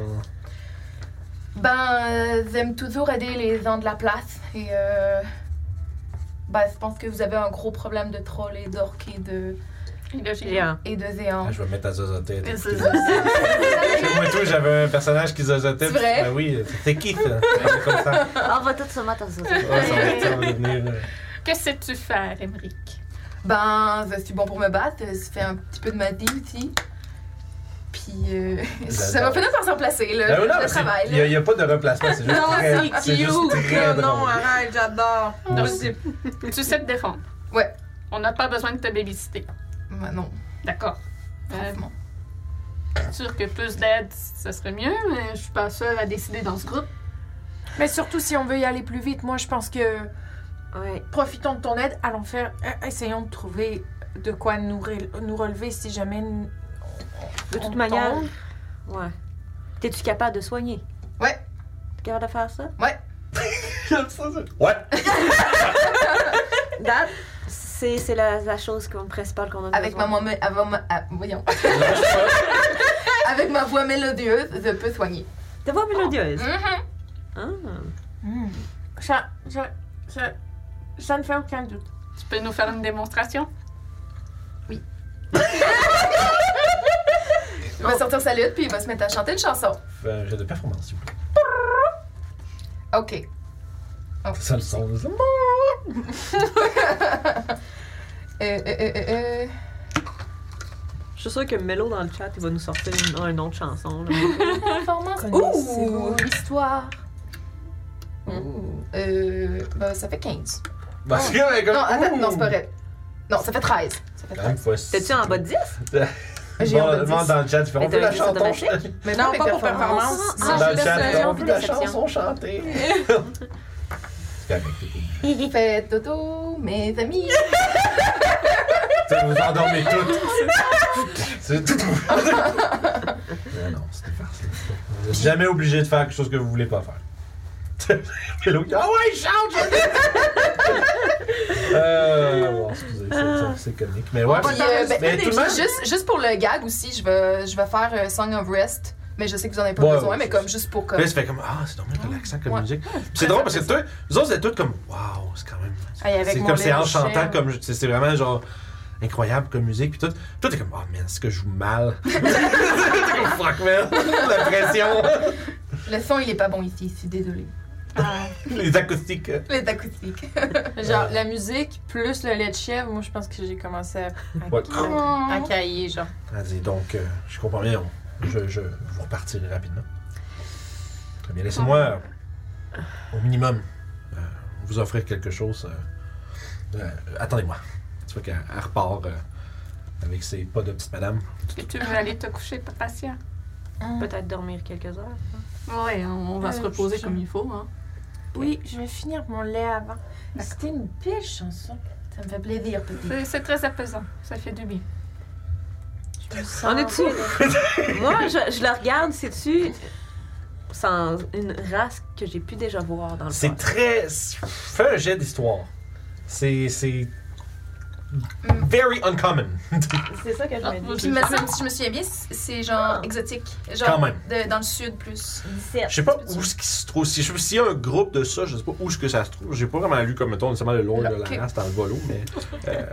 Ben, euh, j'aime toujours aider les gens de la place. Et euh, ben, je pense que vous avez un gros problème de trolls et d'orques et de,
Et là, j'ai-
Géant.
et de zéans.
Ah, je vais mettre à zozoter.
Et c'est-
C'est moi tout, j'avais un personnage qui zozotait.
C'est vrai?
Ben oui, c'était Keith. hein. C'est comme ça.
Ah, On va tout se mettre à ça.
Ouais, ça va- ça va devenir, euh,
Qu'est-ce que tu fais, Emmerich?
Ben, je suis bon pour me battre. Je fais un petit peu de ma vie aussi. Puis, euh, ça va finir par se remplacer, là.
Ben oui, non,
le
mais c'est-
travail,
Il n'y a,
là.
il y a pas de remplacement, c'est juste
Non,
très,
c'est
c'est juste
cute.
très drôle.
hein.
arrête, j'adore.
Moi
Non,
aussi.
Tu sais te défendre.
Ouais.
On n'a pas besoin de te babysitter.
Ben, non,
D'accord. Euh,
franchement.
Ah.
c'est sûr que plus d'aide, ça serait mieux, mais je suis pas seule à décider dans ce groupe.
Mais surtout, si on veut y aller plus vite, moi, je pense que
Ouais.
profitons de ton aide. Allons faire. euh, Essayons de trouver de quoi nous, re- nous relever si jamais. n-
De
on
toute manière.
tombe.
Ouais. T'es-tu capable de soigner?
Ouais.
T'es capable de faire ça?
Ouais!
That, C'est c'est la, la chose qu'on- principale qu'on a
Avec ma,
besoin.
voix, mé- avant ma- ah, voyons. Avec ma voix mélodieuse, je peux soigner.
De voix mélodieuse.
Mhm.
Ah.
Ça, ça, ça, ça ne fait aucun doute.
Tu peux nous faire une démonstration?
Il va sortir sa lutte, puis il va se mettre à chanter une chanson.
Fais un jet de performance, s'il vous plaît.
OK.
C'est ça le son. là.
Euh, euh, euh, euh, euh.
Je suis sûre que Melo dans le chat, il va nous sortir une, une autre chanson. là.
Performance.
Connaissez-vous
Histoire. Euh, bah, ça fait 15.
Parce que, ben, comme-
Non, attends, non, c'est pas
Ouh!
vrai. Non, ça fait 13. Ça fait
Quand même
13.
pas si-
T'es-tu en bas de 10?
J'ai
Bon,
un peu
demande
dix.
dans le chat, tu fais, on
Mais
veut la
t'as un
chanson.
jeu de
chantée.
Mais
Non, pas pour performance.
Ah,
Dans
je
le
laisse,
chat,
euh,
tu fais, on
j'ai
veut
envie
la
de la
chanson chantée. C'est correct, t'es cool.
Fait dodo, mes amis.
Tu sais, vous endormez toutes. C'est tout. Mais non, c'était farce. Vous êtes jamais obligé de faire quelque chose que vous voulez pas faire. Et l'autre, ah ouais, chante! je- euh, bon, excusez, c'est- c'est- c'est comique. Mais ouais,
Puis, euh, ben,
Mais tout le monde-
juste, juste pour le gag aussi, je vais, je vais faire euh, Song of Rest. Mais je sais que vous en avez pas
Ouais,
besoin,
ouais,
mais
c'est
comme juste pour comme.
Là, ça fait comme ah, c'est normal relaxant comme
Ouais.
musique. Puis c'est drôle parce que toi, vous autres, vous êtes toutes comme waouh, c'est quand même.
Hey, avec
c'est
mon
comme c'est
lait
en
de
chantant,
chèvre.
comme je- c'est c'est vraiment genre incroyable comme musique puis tout. Toi, t'es comme oh man, est-ce que je joue mal T'es comme fuck man, la pression,
Le son, il est pas bon ici, je suis désolée.
les acoustiques. Euh,
Les acoustiques.
Genre, la musique plus le lait de chèvre, moi, je pense que j'ai commencé à, à,
Ouais.
Oh.
Oh.
à- à cailler, genre.
Allez, donc euh, je comprends bien. on- Je, je vous repartirez rapidement. Très bien, laissez-moi euh, au minimum euh, vous offrir quelque chose. euh, euh, Attendez-moi. Tu vois qu'elle elle repart euh, avec ses pas de petite madame.
Et tu veux aller te coucher, patient?
Peut-être dormir quelques heures.
Oui, on, on va
Euh,
se reposer
je-
comme il faut. Hein.
Oui, je vais finir mon lait avant. C'était une belle chanson.
Ça me fait plaisir, petit.
C'est- C'est très apaisant, ça fait du bien. Eh,
On est-tu? Moi, je, je la regarde, c'est-tu sans une race que j'ai pu déjà voir dans le
C'est
passé.
très. Fais un jet d'histoire. C'est. C'est. Very uncommon.
C'est ça que je
Ah,
me dis.
Puis, mais ça, si je me souviens bien, c'est c'est genre exotique. Genre
Quand même.
de- dans le sud plus.
17.
Je sais pas où ce qui se trouve. Si je- S'il y a un groupe de ça, je sais pas où ce que ça se trouve. J'ai pas vraiment lu comme mettons nécessairement le long de
Ok.
la race dans le volo, mais euh,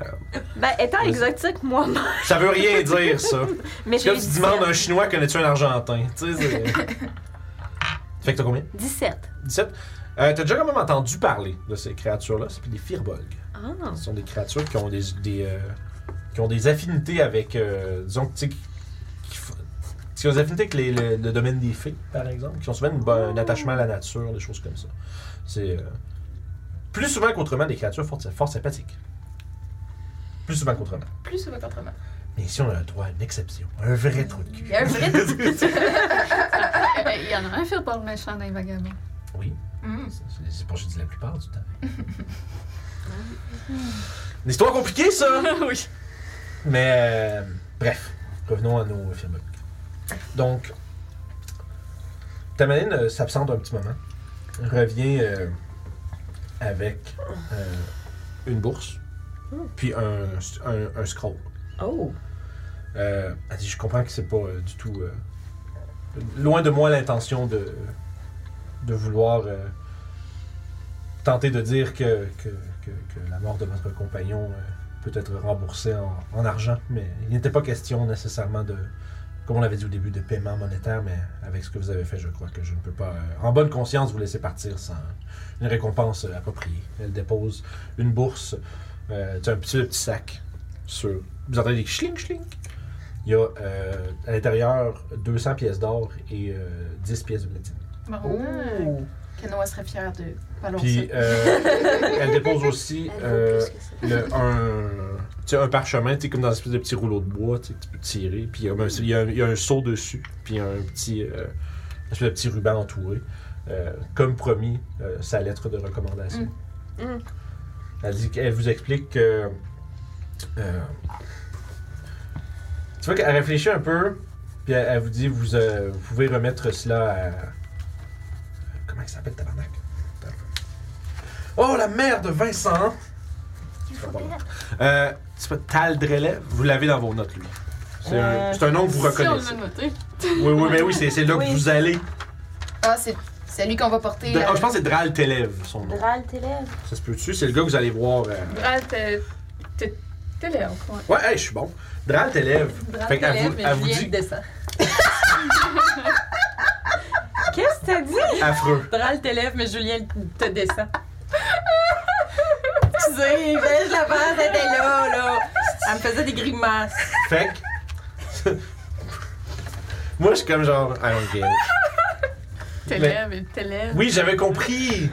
Ben, étant
Vas-y.
exotique, moi,
ça veut rien dire ça.
mais
C'est
j'ai eu
comme si tu
17.
demandes à un Chinois connais-tu un Argentin. Tu sais, c'est. fait que t'as combien
17.
17 euh, T'as déjà quand même entendu parler de ces créatures-là. C'est des firbolgs.
Ah.
Ce sont des créatures qui ont des, des, euh, qui ont des affinités avec, euh, disons, tu sais, qui, qui f- qui ont des affinités avec les- le, le domaine des fées, par exemple, qui ont souvent une bo- un attachement à la nature, des choses comme ça. C'est euh, plus souvent qu'autrement des créatures fort, fort sympathiques. Plus souvent qu'autrement.
Plus souvent qu'autrement.
Mais ici, on a droit à une exception. Un vrai trou de cul.
Il y a un vrai.
Eh ben, Il y en a un firball méchant dans les vagabonds.
oui.
Mm.
C'est- C'est pour que je dis la plupart du temps. Une histoire compliquée, ça!
oui.
Mais euh, bref, revenons à nos films. Donc, Tamanine euh, s'absente un petit moment, revient euh, avec euh, une bourse, puis un, un, un scroll.
Oh.
Euh, elle dit, je comprends que c'est pas euh, du tout... euh, loin de moi l'intention de, de vouloir euh, tenter de dire que, que, que- que la mort de votre compagnon euh, peut être remboursée en, en argent, mais il n'était pas question nécessairement de, comme on l'avait dit au début, de paiement monétaire, mais avec ce que vous avez fait, je crois que je ne peux pas, euh, en bonne conscience, vous laisser partir sans une récompense euh, appropriée. Elle dépose une bourse, euh, tu as un petit, petit sac sur... Vous entendez des schling schling il y a euh, à l'intérieur 200 pièces d'or et euh, 10 pièces de platine.
Marron.
Ah,
Kenoa serait fière de
Oh. Puis
balancer.
euh, elle dépose aussi euh, le, un, tu sais, un parchemin, tu sais, comme dans une espèce de petit rouleau de bois tu sais, que tu peux tirer. Puis il y a comme un- il y, a un- il y a un seau dessus, puis un petit, euh, une espèce de petit ruban entouré. Euh, comme promis, euh, sa lettre de recommandation.
Mm. Mm.
Elle, dit, qu'elle vous explique que. euh, tu vois qu'elle réfléchit un peu, puis elle, elle vous dit vous, euh, vous pouvez remettre cela à. Comment il s'appelle, tabarnak Attends. Oh la mère de Vincent Ça sera pas long. Euh, tu peux- Taldrelet, vous l'avez dans vos notes, lui. C'est un,
Euh,
c'est un nom que vous
Si on l'a
reconnaissez.
noté.
Oui, oui, mais oui, c'est c'est là que
Oui.
vous allez.
Ah, c'est celui qu'on va porter.
Ah,
euh,
je pense que c'est Dral Telève, son nom.
Dral tes lèvres.
Ça se peut-tu? C'est le gars que vous allez voir. euh,
Ah, t'es. T'es. T'es l'air, ouais.
Ouais, hey, je suis bon. Dral Telève. Fait qu'elle vous, elle vous dit
Qu'est-ce que t'as dit?
affreux.
Dral tes lèvres, mais Julien te descend. Excusez, je la pense, elle était Ah, ben, là, là. Elle me faisait des grimaces.
Fait que. Moi, je suis comme genre. I don't get it. Mais-
T'es l'air, mais t'es l'air.
Oui, j'avais compris.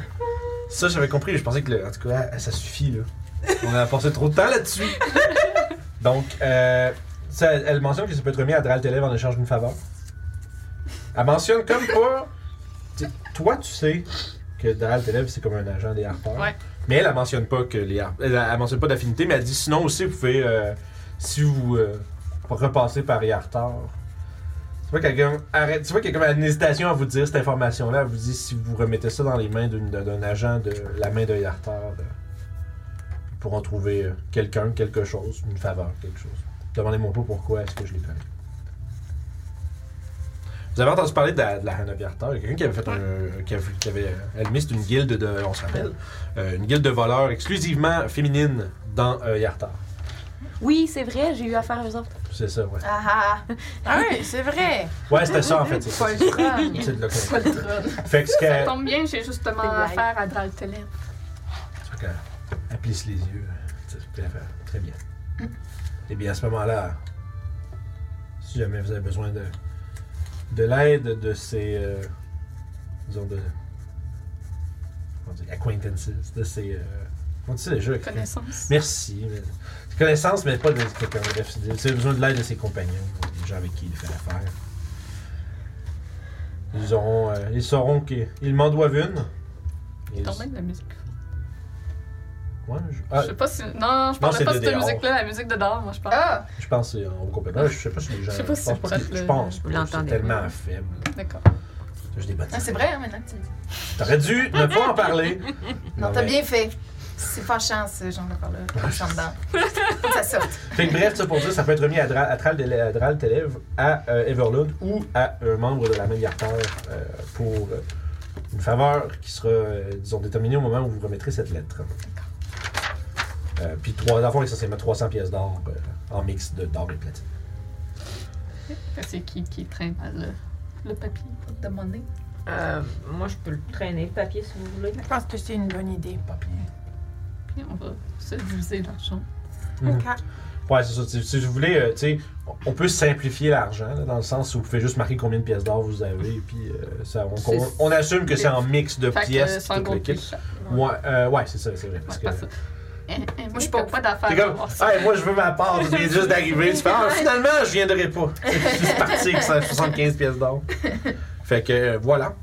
Ça, j'avais compris. Je pensais que, le- en tout cas, ça suffit, là. On a passé trop de temps là-dessus. Donc, euh, ça- elle mentionne que ça peut être remis à Dral Telève en échange d'une faveur. Elle mentionne comme pas. tu- Toi, tu sais que Dral Telève, c'est comme un agent des harpeurs.
Ouais.
Mais elle, elle mentionne pas que les harpeurs. Elle, elle mentionne pas d'affinité, mais elle dit sinon aussi, vous pouvez. euh, si vous euh, repassez par Yartar. Tu vois quelqu'un arrête. Tu vois qu'il y a comme une hésitation à vous dire cette information-là. Elle vous dit si vous remettez ça dans les mains d'une- d'un d'un agent de la main de Yartar, euh, ils pourront trouver euh, quelqu'un, quelque chose, une faveur, quelque chose. Demandez-moi pas pourquoi est-ce que je les connais. Vous avez entendu parler de la, de la Hanna Yartar. Il y a quelqu'un qui avait fait un. qui avait, qui avait euh, admis, c'est une guilde de. on se rappelle. euh, une guilde de voleurs exclusivement féminine dans euh, Yartar.
Oui, c'est vrai, j'ai eu affaire à eux autres.
C'est ça, ouais.
Ah ah.
Ah oui, c'est vrai.
Ouais, c'était ça en fait. C'est ça, c'est ça.
drone.
C'est de la-
Pas le drone.
Fait que ce qu'elle-
Tombe bien, j'ai justement
C'est vrai.
affaire à Dral Telem.
Fait qu'elle- Elle plisse les yeux. Tu sais, puis elle fait, Très bien. Eh bien, à ce moment-là, si jamais vous avez besoin de, de l'aide de ces. euh, disons, de. Comment dire Acquaintances. De ces. euh, comment on dit ça déjà
Connaissance.
Merci. mais- Connaissance, mais pas de quelqu'un. Bref, c'est- vous avez besoin de l'aide de ses compagnons, des gens avec qui il fait affaire. Ils auront. euh, ils sauront qu'ils ils m'en doivent une. Ils-
T'entends de la musique.
Ouais, je... ah,
Je sais pas si. Non, je parlais
c'est
pas
de
de cette
dehors.
musique-là, la musique de dehors, moi je parle.
Ah,
Je pense euh, on complètement. Je sais pas si les gens.
Je sais pas
pense
si ça
qu'ils-
peut être
Je
le-
pense.
vous
pas,
l'entendez,
C'est tellement
ouais.
faible.
D'accord.
Je débat.
Ah, c'est vrai, hein, maintenant que tu le dis.
T'aurais dû ne pas en parler.
Non,
Non,
t'as
mais-
bien fait. C'est fâchant, ce genre de parle là dedans. Faut que ça sorte.
Fait que bref, ça pour dire, ça peut être remis à, Dra- à Tral, à Dral Telève, à euh, Everlund ou à un membre de la même Yartar, euh, pour euh, une faveur qui sera, euh, disons, déterminée au moment où vous remettrez cette lettre. Euh, puis trois, dans le fond, essentiellement 300 pièces d'or euh, en mix de d'or et platine.
C'est qui qui traîne mal le, le papier?
Demander.
Euh, moi, je peux le traîner, le papier, si vous voulez.
Je pense que c'est une bonne idée.
Papier.
Puis on va se diviser l'argent.
Mhm.
Ok.
Ouais, c'est ça. Si- Si vous voulez, euh, tu sais, on- on peut simplifier l'argent, là, dans le sens où vous pouvez juste marquer combien de pièces d'or vous avez, et puis euh, ça, on,
C'est-
on- on assume que c'est en mix de
Fait que euh,
pièces.
sans
tout le
gros
kit.
pichage.
Ouais, euh, ouais c'est ça, c'est vrai. Parce
Ouais,
que...
parce que- Hein, hein, Moi, je
suis
peux
pas-
pas d'affaires.
T'es
à
comme,
voir ça.
hey, moi je veux ma part, je viens juste d'arriver. Tu fais, ah, finalement, je viendrai pas. C'est parti avec 175 pièces d'or. Fait que euh, voilà.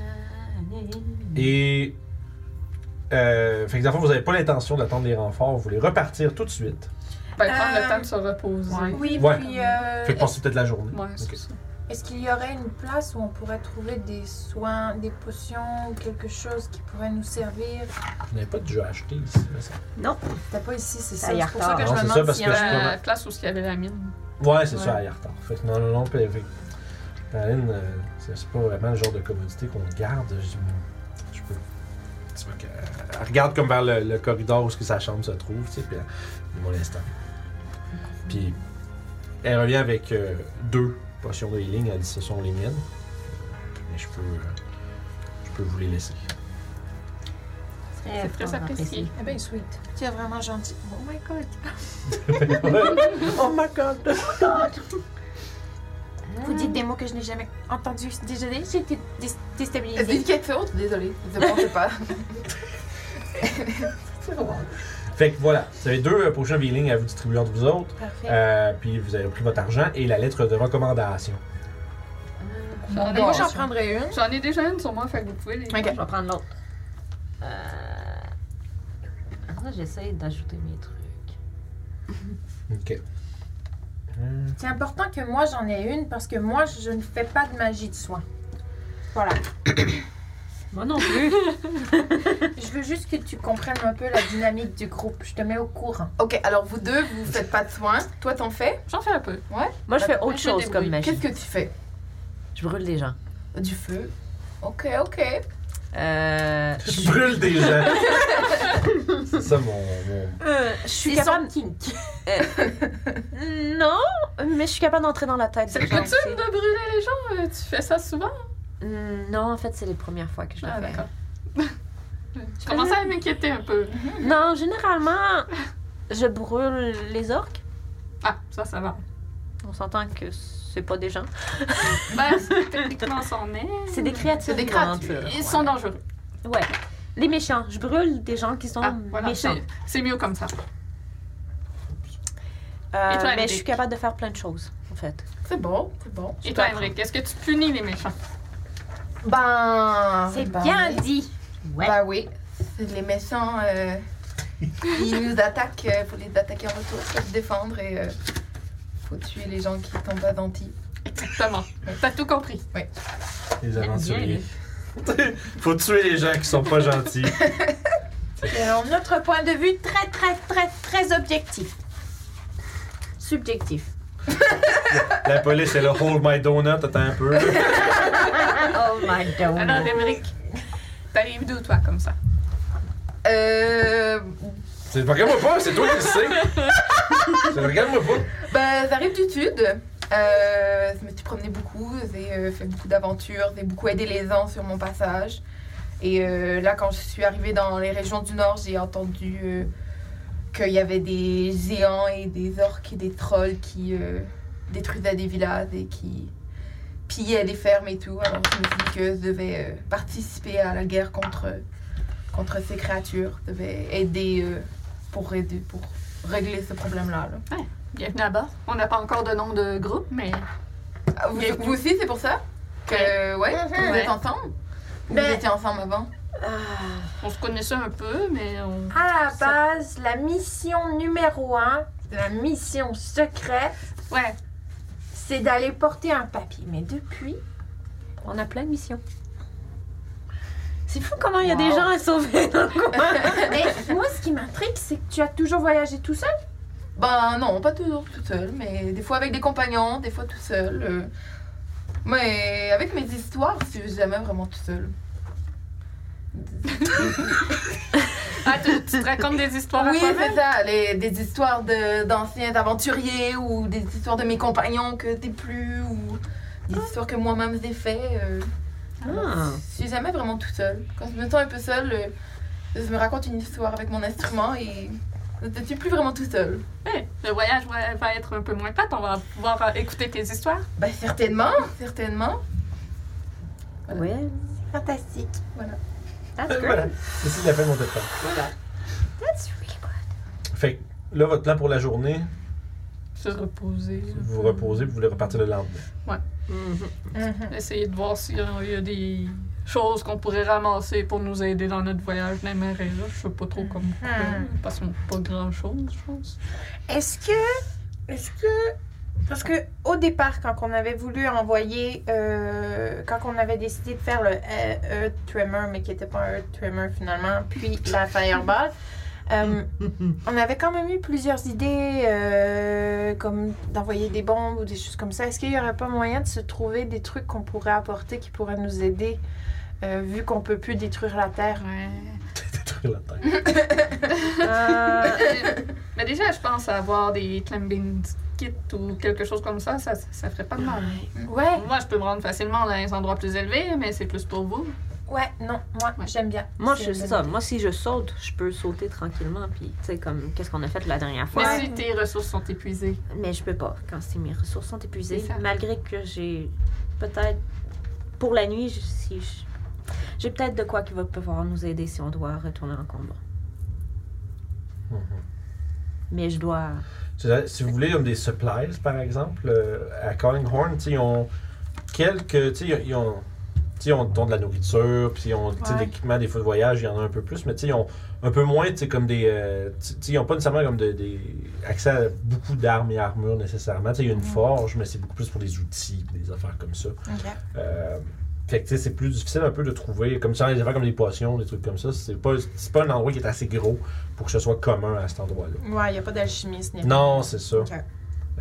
Euh,
Et. Euh, fait que dans le fond, vous avez pas l'intention d'attendre les renforts, vous voulez repartir tout de suite.
Fait prendre
Euh,
le temps de se reposer.
ouais.
Ouais,
Oui,
Ouais.
puis euh,
Fait que pensez peut-être la journée.
c'est
Ok.
ça.
est-ce qu'il y aurait une place où on pourrait trouver des soins, des potions ou quelque chose qui pourrait nous servir?
Vous n'avez pas déjà acheté ici, mais ça.
Non.
T'as pas ici, c'est
Ça
ça.
y
C'est
est
pour ça que
retard.
je me
Non, c'est ça,
demande
parce
s'il y a
que je
Euh,
comment-
la place où il y avait la mine.
Ouais, c'est
Ouais.
ça, à Yartar. Fait que non, non, non, puis, fait que Taline, euh, c'est c'est pas vraiment le genre de commodité qu'on garde. Je, je peux. Tu vois qu'elle elle regarde comme vers le, le corridor où est-ce que sa chambre se trouve, tu sais, puis elle- mon instant. Puis elle revient avec euh, deux potions de healing. Elle dit ce sont les miennes. Mais je peux, euh, je peux vous les laisser.
C'est très apprécié.
Eh
ben,
bien, sweet. Tu es vraiment gentil. Oh my god.
oh my god!
Vous dites
des mots que je n'ai jamais entendus. Désolée, j'ai été
T'as dit
déstabilisée.
quelque chose? Désolée. Je ne pensais pas.
Fait que voilà, vous avez deux euh, potions de healing à vous distribuer entre vous autres.
Parfait.
Euh, puis vous avez pris votre argent et la lettre de recommandation.
J'en ai,
Moi,
bon,
j'en
ça.
prendrais une.
j'en ai déjà une sur moi, fait que vous pouvez les.
Ok, je vais prendre l'autre. Euh... Là, j'essaie d'ajouter mes trucs.
Ok. Hmm.
C'est important que moi, j'en ai une parce que moi, je ne fais pas de magie de soins. Voilà.
Moi non plus.
Je veux juste que tu comprennes un peu la dynamique du groupe. Je te mets au courant.
Ok, alors vous deux, vous faites pas de soins. Toi, t'en fais.
J'en fais un peu.
Moi, je fais
Bah,
autre
je
chose comme magie.
Qu'est-ce que tu fais
Je brûle des gens.
Du feu. Ok, ok.
Euh,
Je brûle des gens. C'est ça mon. mon...
euh, je suis capable. Non, mais je suis capable d'entrer dans la tête.
C'est
des
une
gens,
coutume de brûler les gens. euh, Tu fais ça souvent?
tu sais. Mm, Non, en fait, c'est les premières fois que je le
Ah,
fais.
d'accord. Je commençais à m'inquiéter un peu.
Non, généralement, je brûle les orques.
Ah, ça, ça va.
On s'entend que c'est pas des gens.
Ben, c'est techniquement, c'en est.
C'est des créatures.
C'est des
généralement,
créatures.
tu-
Ils sont dangereux.
Ouais. Les méchants. Je brûle des gens qui sont
Ah, voilà.
méchants.
c'est- C'est mieux comme ça.
Euh,
Et toi,
mais je
Eric?
suis capable de faire plein de choses, en fait.
C'est bon, c'est bon.
Et toi, Emmerich, est-ce que tu punis les méchants?
Ben.
C'est
ben
bien
oui.
dit. Hein, bah, Ouais. Bah,
Ben oui. C'est Les méchants, euh, ils nous attaquent. Il faut les attaquer en retour, faut se défendre et euh, faut tuer les gens qui sont pas gentils.
Exactement. T'as tout compris.
Les
aventuriers.
aventuriers. Faut tuer les gens qui sont pas gentils.
euh, notre point de vue très, très, très, très objectif. Subjectif.
La police, elle a hold my donut, attends un peu.
oh my
Alors,
god.
Emmerich, t'arrives d'où, toi, comme ça?
Euh.
C'est regarde-moi pas, c'est toi qui le sais. C'est- Regarde-moi pas.
Ben, j'arrive du sud. Euh, je me suis promenée beaucoup, j'ai euh, fait beaucoup d'aventures, j'ai beaucoup aidé les gens sur mon passage. Et euh, là, quand je suis arrivée dans les régions du nord, j'ai entendu euh, qu'il y avait des géants et des orques et des trolls qui euh, détruisaient des villages et qui pillaient des fermes et tout. Alors je me suis dit que je devais euh, participer à la guerre contre, contre ces créatures, je devais aider euh, pour aider, pour régler ce problème-là. là
Bienvenue à bord. On n'a pas encore de nom de groupe, mais
Ah, Vous,
Bienvenue.
vous aussi, c'est pour ça que euh, ouais, vous
Ouais.
êtes ensemble Ou Vous
Ben-
étiez ensemble avant
on se connaissait un peu, mais on...
À la base, la mission numéro un, la mission secrète,
Ouais.
c'est d'aller porter un papier. Mais depuis,
On a plein de missions. C'est fou comment il y a des
Wow.
gens à sauver dans le coin.
mais moi, ce qui m'intrigue, c'est que tu as toujours voyagé tout seul.
Ben non, pas toujours tout seul, mais des fois avec des compagnons, des fois tout seul. euh. Mais avec mes histoires, je suis jamais vraiment tout seul.
Ah, tu, tu te racontes des histoires à
oui,
toi-même?
c'est ça, les- des histoires de- d'anciens aventuriers ou des histoires de mes compagnons que t'es plus ou des histoires que moi-même j'ai fait. euh.
Ah.
Je suis jamais vraiment tout seul. Quand je me sens un peu seule, euh, je me raconte une histoire avec mon instrument et je ne suis plus vraiment tout seul.
Eh, le voyage va, va être un peu moins plate. On va pouvoir euh, écouter tes histoires.
Bah certainement, certainement.
Ouais.
Fantastique.
That's
Voilà.
great.
C'est la fin de mon téléphone.
That's really good.
Fait que là, votre plan pour la journée,
Se reposer.
vous vous reposez puis vous voulez repartir le lendemain.
Mhm.
Mm-hmm.
Essayer de voir s'il y a- il y a des choses qu'on pourrait ramasser pour nous aider dans notre voyage d'Amérique. Je sais pas trop comme quoi. Parce qu'on n'a pas grand-chose, je pense.
Est-ce que, est-ce que, parce que au départ, quand on avait voulu envoyer, euh, quand on avait décidé de faire le euh, Earth Tremor, mais qui n'était pas un Earth Tremor finalement, puis la Fireball. euh, on avait quand même eu plusieurs idées, euh, comme d'envoyer des bombes ou des choses comme ça. Est-ce qu'il n'y aurait pas moyen de se trouver des trucs qu'on pourrait apporter qui pourraient nous aider, euh, vu qu'on peut plus détruire la Terre?
Détruire la terre.
Euh,
Mais déjà, je pense à avoir des climbing kits ou quelque chose comme ça, ça, ça ferait pas de mal.
Ouais,
Moi, je peux me rendre facilement dans les endroits plus élevés, mais c'est plus pour vous.
ouais, non, moi,
Ouais.
j'aime bien.
Moi, je-
une
c'est
bonne
ça. Moi, si je saute, je peux sauter tranquillement. Puis, tu sais, comme, qu'est-ce qu'on a fait la dernière fois.
Mais
Ouais.
si tes ressources sont épuisées.
Mais je peux pas quand c'est mes ressources sont épuisées.
C'est ça.
Malgré que j'ai peut-être pour la nuit, je- si je- j'ai peut-être de quoi qui va pouvoir nous aider si on doit retourner en combat.
Mhm.
Mais je dois.
C'est- Si vous voulez, comme des supplies, par exemple, euh, à Callinghorn, tu sais, ils ont quelques. Tu sais, ils ont. Tu sais, ils ont, mettons, de la nourriture, puis ils ont tu sais, de
Ouais.
l'équipement, des fois de voyage, il y en a un peu plus, mais tu sais, ils ont un peu moins, tu sais, comme des. euh, tu sais, ils n'ont pas nécessairement comme de- des accès à beaucoup d'armes et armures nécessairement. Tu sais, il y a une forge, mais c'est beaucoup plus pour des outils, des affaires comme ça.
idée. Ok.
Euh, Fait que tu sais, c'est plus difficile un peu de trouver, comme ça, les affaires comme des potions, des trucs comme ça, c'est pas, c'est pas un endroit qui est assez gros pour que ce soit commun à cet endroit-là.
Ouais, il n'y a pas d'alchimie, ce n'est
Non, c'est ça.
Ok.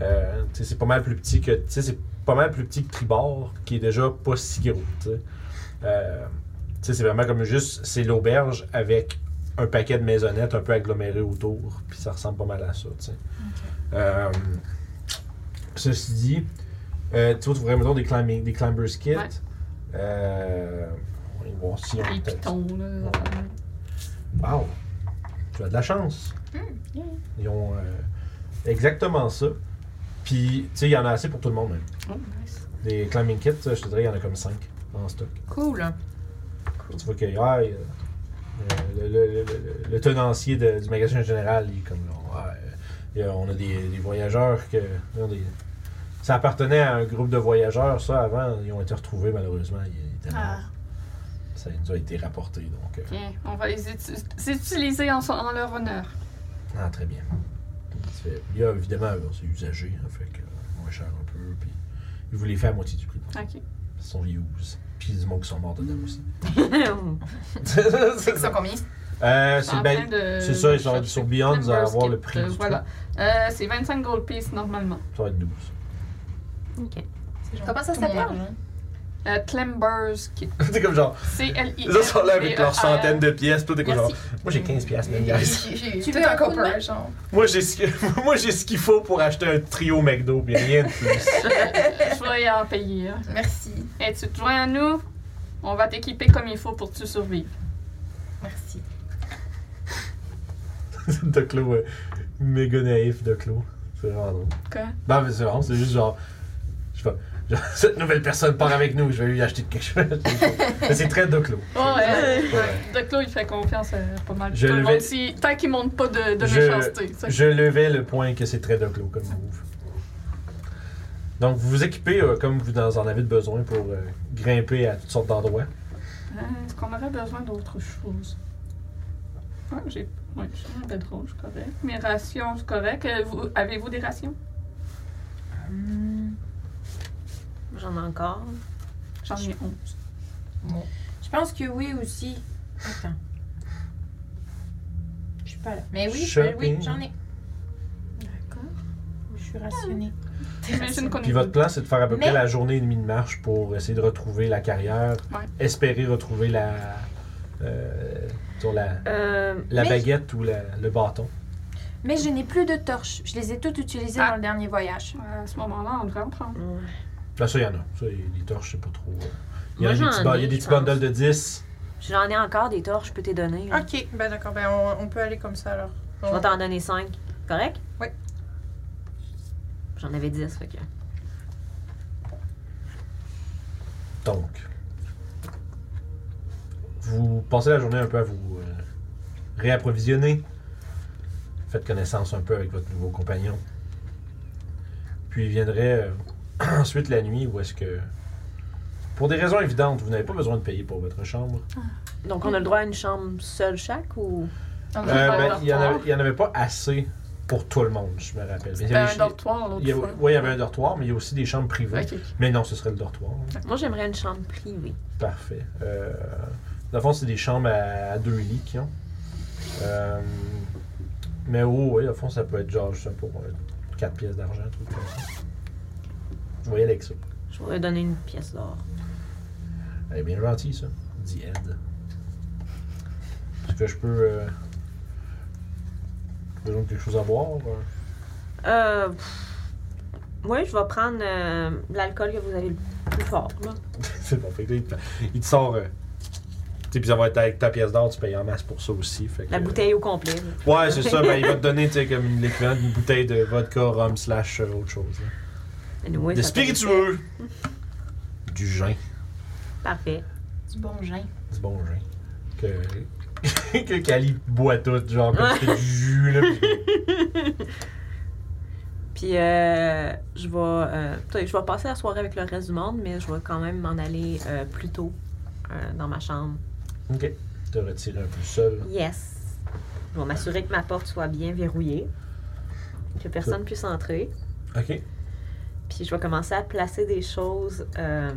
Euh, tu sais, c'est pas mal plus petit que, tu sais, c'est pas mal plus petit que Tribord, qui est déjà pas si gros. tu sais. Euh, tu sais, c'est vraiment comme juste, c'est l'auberge avec un paquet de maisonnettes un peu agglomérées autour, puis ça ressemble pas mal à ça. tu sais. Euh, ceci dit, euh, tu vas trouver mettons, des, climbing, des climbers kits.
Ouais.
Euh, on va voir si on
Les
peut-
pitons, là.
Ouais. Wow! Tu as de la chance. Ils ont euh, exactement ça. Puis, tu sais, il y en a assez pour tout le monde. Même.
Oh, nice.
Des climbing kits, je te dirais, il y en a comme 5 en stock.
Cool.
Tu vois que ah, il y a- euh, le, le- le- le- le tenancier de- du magasin général, il est comme on, on a des, des voyageurs que. ils ont des- ça appartenait à un groupe de voyageurs, ça, avant. Ils ont été retrouvés, malheureusement. Ils étaient
Ah,
morts. Ça nous a été rapporté, donc. euh,
bien. On va les uti- les utiliser en, son- en leur honneur.
Ah, très bien. Ça fait- Il y a évidemment, c'est usagé, hein, fait que euh, moins cher un peu, puis ils voulaient faire à moitié du prix.
Ok.
Ils sont vieux, puis ils mondes qui sont morts dedans aussi.
Ils sont combien?
Euh,
Ils sont
c'est
en
ben-
train de-
c'est ça, ils sont
chercher
sur Beyond, vous allez
Climbers
avoir le
Kit,
prix
euh,
du
Voilà. Euh, c'est 25 gold piece normalement.
ça va être 12.
ok.
Comment ça s'appelle?
Euh, Climbers Kit.
C'est comme genre,
c l i E
ils autres sont là avec leurs centaines de pièces, tout est comme genre,
euh, Merci.
moi j'ai 15 pièces, même, guys.
J'ai
Tu
tout
veux
un
un coup de
copper,
main?
genre.
Moi j'ai ce que- moi, j'ai ce qu'il faut pour acheter un trio McDo, puis rien de plus.
Je vais en payer. hein.
Merci.
Et tu te joins à nous, on va t'équiper comme il faut pour que tu survives.
Merci.
Doclo, euh, méga naïf Doclo. C'est vraiment drôle.
Quoi?
Non, mais c'est vraiment, c'est juste genre. Je sais pas. genre, cette nouvelle personne part avec nous, je vais lui acheter quelque chose. Mais c'est très Doclo.
Oh, ouais.
Ouais.
Doclo, il fait confiance à pas mal
Je
tout le
le
monde.
vais-
si- tant qu'il monte pas de, de
Je-
méchanceté. tu sais.
Je levais le point que c'est très Doclo comme move. Donc, vous vous équipez euh, comme vous en en avez besoin pour euh, grimper à toutes sortes d'endroits.
Euh, Est-ce qu'on aurait besoin d'autre chose? Ouais, j'ai. Ouais, j'ai un bedroll, c'est correct. Mes rations, c'est correct. Euh, vous- Avez-vous des rations?
J'en ai encore.
J'en ai 11.
Je pense que oui aussi. Attends. Je suis pas là. Mais oui, je- oui,
Shopping.
j'en ai.
D'accord.
Je suis rationnée.
J'imagine qu'on
Puis
est.
votre plan, c'est de faire à peu près
Mais-
la journée et demie de marche pour essayer de retrouver la carrière,
Ouais.
espérer retrouver la, euh, disons, la,
Euh,
la
Mais-
baguette ou la- le bâton.
Mais je n'ai plus de torches. Je les ai toutes utilisées
Ah.
dans le dernier voyage.
À ce moment-là, on devrait en prendre.
ouais.
Là, ça, il y en a. Ça, y- les torches, c'est pas trop. euh, Il y,
Moi,
en a des
j'en
petits, ba- il y a
ai,
des
je
petits bundles
pense.
de 10.
J'en ai encore des torches, je peux t'es donner. là.
Ok, ben d'accord, ben on, on peut aller comme ça alors.
Je vais t'en donner 5. Correct?
Oui.
J'en avais 10, fait que.
Donc, vous passez la journée un peu à vous euh, réapprovisionner. Faites connaissance un peu avec votre nouveau compagnon. Puis viendrait euh, ensuite la nuit où est-ce que, pour des raisons évidentes, vous n'avez pas besoin de payer pour votre chambre.
Donc, on a le droit à une chambre seule chaque ou.
On
Euh,
va
pas
ben,
leur
il n'y en,
part.
avait- il y en avait pas assez pour tout le monde, je me rappelle. Mais il y
C'était
avait-
Euh, un dortoir l'autre
il y avait-
fois.
ouais, il y avait un dortoir, mais il y a aussi des chambres privées.
Ok.
Mais non, ce serait le dortoir.
Moi, j'aimerais une chambre privée.
Parfait. Euh, dans le fond, c'est des chambres à, à deux lits qu'ils ont. Euh, mais oh, oui, dans le fond, ça peut être genre, je sais pas, euh, quatre pièces d'argent, un truc comme ça. Vous voyez avec ça.
Je vais donner une pièce d'or.
Elle est bien gentille, ça, dit Ed. Est-ce que je peux. Euh, besoin de quelque chose à boire euh?
Euh. Oui, je vais prendre euh, l'alcool que vous avez le plus fort, là.
C'est bon, fait que là, il te, il te sort. euh, tu sais, puis ça va être avec ta pièce d'or, tu payes en masse pour ça aussi. Fait que,
La bouteille au complet. là.
Ouais, c'est ça. Ben, il va te donner tu sais, comme une- l'équivalent d'une bouteille de vodka, rhum, slash euh, autre chose. là.
Anyway,
Des
ça fait-
spiritueux. Du gin.
Parfait.
du bon gin.
Du bon gin. Que, que Cali boit tout, genre comme si c'était du jus. Là, puis-
Puis, euh, je vais. euh, peut-être je vais passer la soirée avec le reste du monde, mais je vais quand même m'en aller euh, plus tôt euh, dans ma chambre.
ok. Te retirer un peu seul.
Yes. Je vais m'assurer que ma porte soit bien verrouillée, que personne puisse entrer.
Ok.
Puis je vais commencer à placer des choses euh,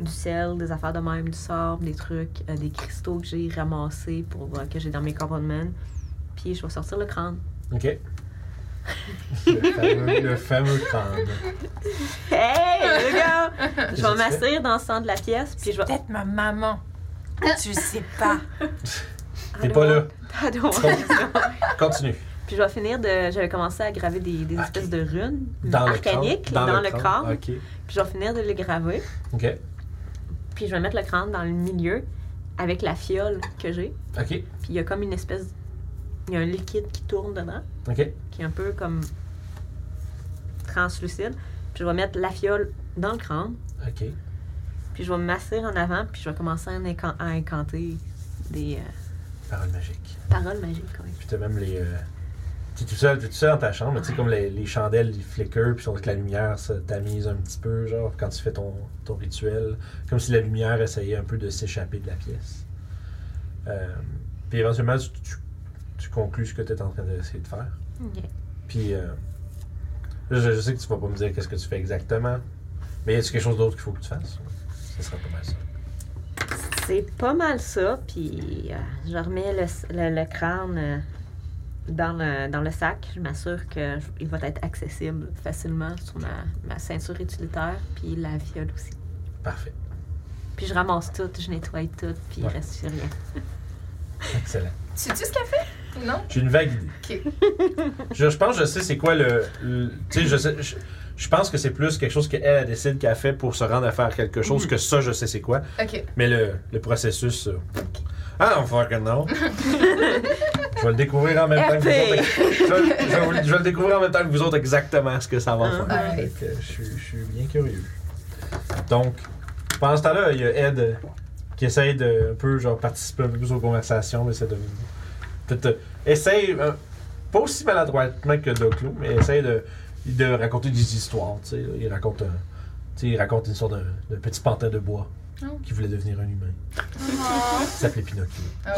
du sel, des affaires de même, du sable, des trucs, euh, des cristaux que j'ai ramassés pour euh, que j'ai dans mes components. Puis je vais sortir le crâne.
Ok. le, fameux, le fameux crâne.
Hey, le gars! Je
Qu'est-ce que
vais
tu
m'asseoir dans le centre de la pièce, puis je vais.
Peut-être ma maman.
Ah.
Tu sais pas.
T'es pas là.
Pardon.
Continue.
puis je vais finir de. J'avais commencé à graver des, des
Ok.
espèces de runes
Dans le crâne.
arcaniques dans, le, crâne.
Ok.
Puis je vais finir de les graver.
Ok.
Puis je vais mettre le crâne dans le milieu avec la fiole que j'ai.
Ok.
Puis il y a comme une espèce. Il y a un liquide qui tourne dedans,
Ok.
qui est un peu comme translucide. Puis je vais mettre la fiole dans le crâne,
Ok.
puis je vais m'asseoir en avant, puis je vais commencer à, incan- à incanter des euh,
Parole magique.
paroles magiques. oui.
Puis t'as même les. euh, T'es tout seul, t'es tout seul dans ta chambre, mais tu sais, comme les, les chandelles, ils flicker, puis on dirait que la lumière se tamise un petit peu, genre, quand tu fais ton, ton rituel. Comme si la lumière essayait un peu de s'échapper de la pièce. Euh, puis éventuellement, tu, tu, tu conclus ce que t'es en train d'essayer de faire.
Ok.
Puis, euh, je, je sais que tu vas pas me dire qu'est-ce que tu fais exactement, mais y a-tu quelque chose d'autre qu'il faut que tu fasses? Ce serait pas mal ça.
C'est pas mal ça, puis euh, je remets le, s- le- le crâne euh, dans, le, dans le sac. Je m'assure qu'il va être accessible facilement sur ma, ma ceinture utilitaire, puis la fiole aussi.
Parfait.
Puis je ramasse tout, je nettoie tout, puis il
Ouais.
reste plus rien.
Excellent.
Sais-tu ce qu'elle fait? Non?
J'ai une vague idée. je, je pense que je sais c'est quoi le. le- tu sais, je, sais- je, je pense que c'est plus quelque chose qu'elle elle décide qu'elle fait pour se rendre à faire quelque chose que ça, je sais c'est quoi.
Ok.
Mais le, le processus. euh, Ah, on va que non. je vais le découvrir en même temps que vous
RP.
autres. Je vais, je vais vous- je vais le découvrir en même temps que vous autres exactement ce que ça va
Ah,
faire.
ouais.
Fait que je, suis- je suis bien curieux. Donc, pendant ce temps-là, il y a Ed euh, qui essaye de un peu genre, participer un peu plus aux conversations, mais c'est de. Peut-être. euh, essaye, euh, pas aussi maladroitement que Doclo, mais essaye de, de raconter des histoires. tu sais. Il raconte, un- tu sais, il raconte une histoire d'un d'un petit pantin de bois
Oh.
qui voulait devenir un humain.
Ah.
Il s'appelait Pinocchio.
Oh.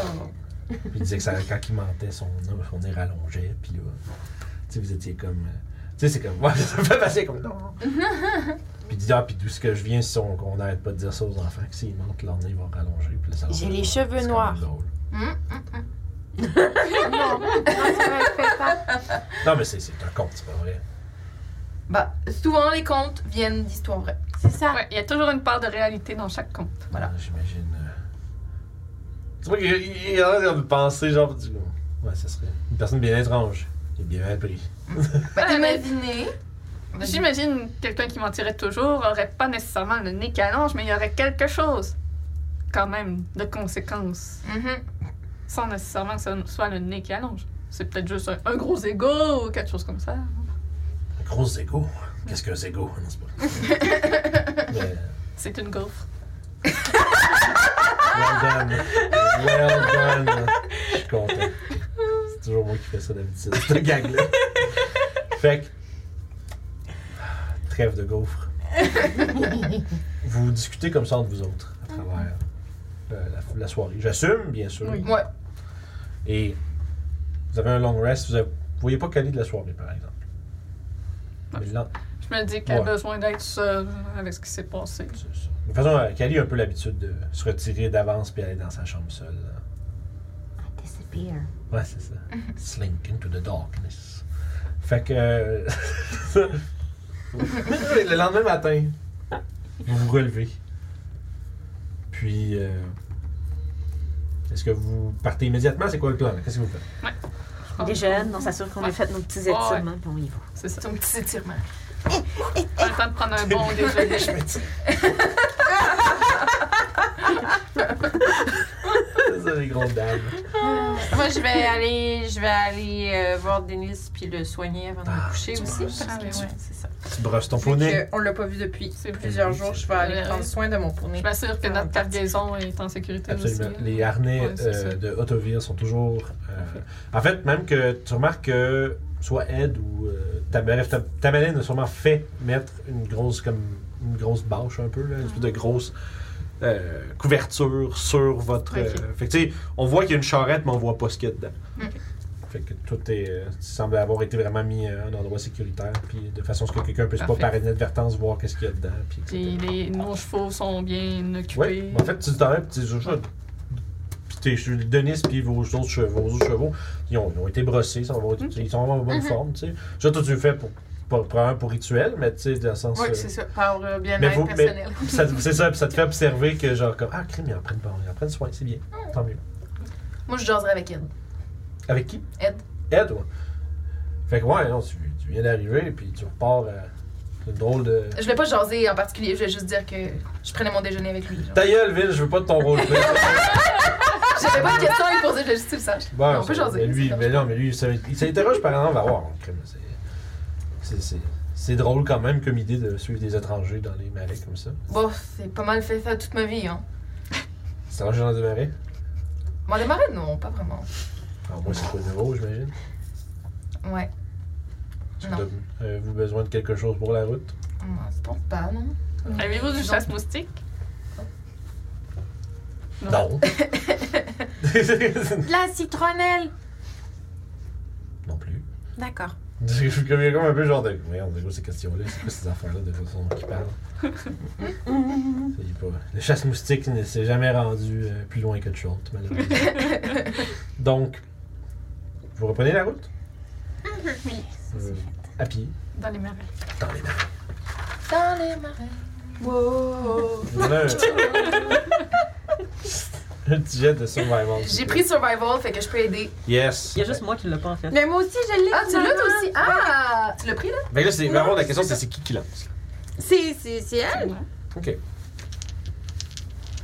Puis il disait que ça, quand il mentait, son, son nez rallongeait. Puis là, tu sais, vous étiez comme. euh, Tu sais, c'est comme. Ouais, ça me fait passer comme. Non. puis il dit, ah, puis d'où ce que je viens, si on qu'on n'arrête pas de dire ça aux enfants, que s'ils mentent, leur nez va rallonger. Puis là, ça leur
J'ai
fait
les
mal.
cheveux
C'est quand
noirs.
même drôle.
Hum,
Non, non, ça me fait pas.
Non, mais c'est c'est un conte, c'est pas vrai.
Bah, souvent les contes viennent d'histoires vraies.
C'est ça.
Ouais, il y a toujours une part de réalité dans chaque conte.
Voilà. J'imagine. euh, C'est moi qui il a l'air de penser, genre, du Ouais, ça serait une personne bien étrange. et bien appris.
Bah,
Ah,
Ouais,
imaginez.
J'imagine quelqu'un qui mentirait toujours aurait pas nécessairement le nez calange, mais il y aurait quelque chose, quand même, de conséquence,
Mhm.
sans nécessairement que ce soit le nez calange. C'est peut-être juste un, un gros ego ou quelque chose comme ça.
Un gros zégo. Qu'est-ce qu'un zégo? Non, c'est pas. mais,
C'est une gaufre.
Well done. Well done. Je suis content. C'est toujours moi qui fais ça d'habitude, cette gag-là. Fait que. ah, Trêve de gaufre. vous discutez comme ça entre vous autres à travers euh, la, la soirée. J'assume, bien sûr.
Oui.
Ouais.
Et vous avez un long rest. Vous ne voyez pas Cali de la soirée, par exemple. Mais le lend-
Je me dis qu'elle
Ouais.
a besoin d'être seule avec ce qui s'est passé.
c'est ça. De toute façon, euh, Cali a un peu l'habitude de se retirer d'avance puis aller dans sa chambre seule. là.
Disappear.
Ouais, c'est ça. Slink into the darkness. Fait que. euh, le lendemain matin, vous vous relevez. Puis. euh, Est-ce que vous partez immédiatement C'est quoi le plan là? Qu'est-ce que vous faites
Je pense
Les jeunes, on s'assure qu'on
Ouais.
a fait nos petits
Ouais.
étirements, puis on y va.
C'est ça.
C'est un petit étirement.
On a le temps de prendre un bon déjeuner.
Je me tire. c'est ça, les grosses dames.
Moi, je vais aller, je vais aller euh, voir Denis puis le soigner avant de
Ah,
me coucher
tu
aussi.
brosses.
parce que,
Ah,
ouais, c'est ça.
Tu brosses ton
Vu
poney.
que on l'a pas vu depuis
C'est vrai.
plusieurs jours. Je vais aller prendre soin de mon poney.
Je m'assure que notre cargaison est en sécurité
Absolument.
aussi.
Les harnais
Ouais, c'est
euh,
ça.
de Autovir sont toujours. euh, en fait, même que tu remarques que soit Ed ou euh, ta, bref, ta, ta Madeleine a sûrement fait mettre une grosse comme une grosse bâche un peu, là, une espèce
Mm-hmm.
de grosse euh, couverture sur votre.
Ok.
euh, fait que, tu sais, on voit qu'il y a une charrette, mais on voit pas ce qu'il y a dedans. Fait que tout est, euh, semble avoir été vraiment mis euh, à un endroit sécuritaire, puis de façon à ce que quelqu'un puisse
Parfait.
pas par inadvertance voir qu'est-ce qu'il y a dedans. Puis etc.
Puis les, nos chevaux sont bien
Ouais,
occupés.
en fait, tu t'en puis tu juste. Puis tes cheveux- Denis, puis vos autres chevaux, vos autres chevaux ils ont, ils ont été brossés, ils sont, ils sont en bonne
Mhm.
forme, tu sais. Ça, toi, tu le fais pour, pour, probablement pour rituel, mais tu sais, dans le sens.
Oui,
euh,
c'est ça, par euh,
mais vous-
bien-être
mais-
personnel.
pis ça- c'est ça, puis ça te fait observer que, genre, comme, ah, crime, ils en prennent, ils en prennent soin, c'est bien,
Ah.
tant mieux.
Moi, je jaserais avec elle.
Avec qui
Ed.
Ed, ouais. Fait que, ouais, non, tu, tu viens d'arriver, puis tu repars à une drôle de.
Je vais pas jaser en particulier, je vais juste dire que je prenais mon déjeuner avec lui. genre.
Ta gueule, Ville, je veux pas de ton rôle.
J'avais pas de questions à lui poser, je voulais juste que tu le saches.
Bon,
Mais on peut
ça-
jaser,
Mais lui,
c'est
mais non, mais lui, ça- il s'interroge par exemple à voir. mon crime, c'est- c'est- c'est- C'est drôle quand même comme idée de suivre des étrangers dans les marais comme ça.
Bon, c'est pas mal fait ça toute ma vie, hein.
Étrangers dans des marais?
Bon, les marais, non, pas vraiment.
Alors moi, c'est pas nouveau, j'imagine.
Ouais.
Est-ce que
Non,
t'as- Avez-vous euh, besoin de quelque chose pour la route?
Non, je pense pas, non.
Avez-vous du chasse moustique?
Non.
De la citronnelle.
non plus.
D'accord.
Je suis comme il y a comme un peu genre de. Merde, c'est quoi ces questions-là? C'est quoi ces affaires-là de façon qui parle? C'est pas- Le chasse-moustique ne s'est jamais rendu euh, plus loin que chose, malheureusement. Donc, vous reprenez la route?
Oui.
Euh, à pied,
Dans les marais.
dans les marais.
Dans les marais. Wow.
Vous avez un- un petit jet de survival.
J'ai pris survival, fait que je peux aider.
Yes.
Il y a juste moi qui l'ai pas en fait.
Mais moi aussi, je l'ai.
Ah, tu l'as toi
finalement.
aussi? Ah! Tu l'as pris, là?
Fait que Ben là, c'est vraiment la
Non,
question,
c'est
c'est
ça.
c'est qui qui lance.
C'est, c'est, c'est elle.
Ouais.
Ok.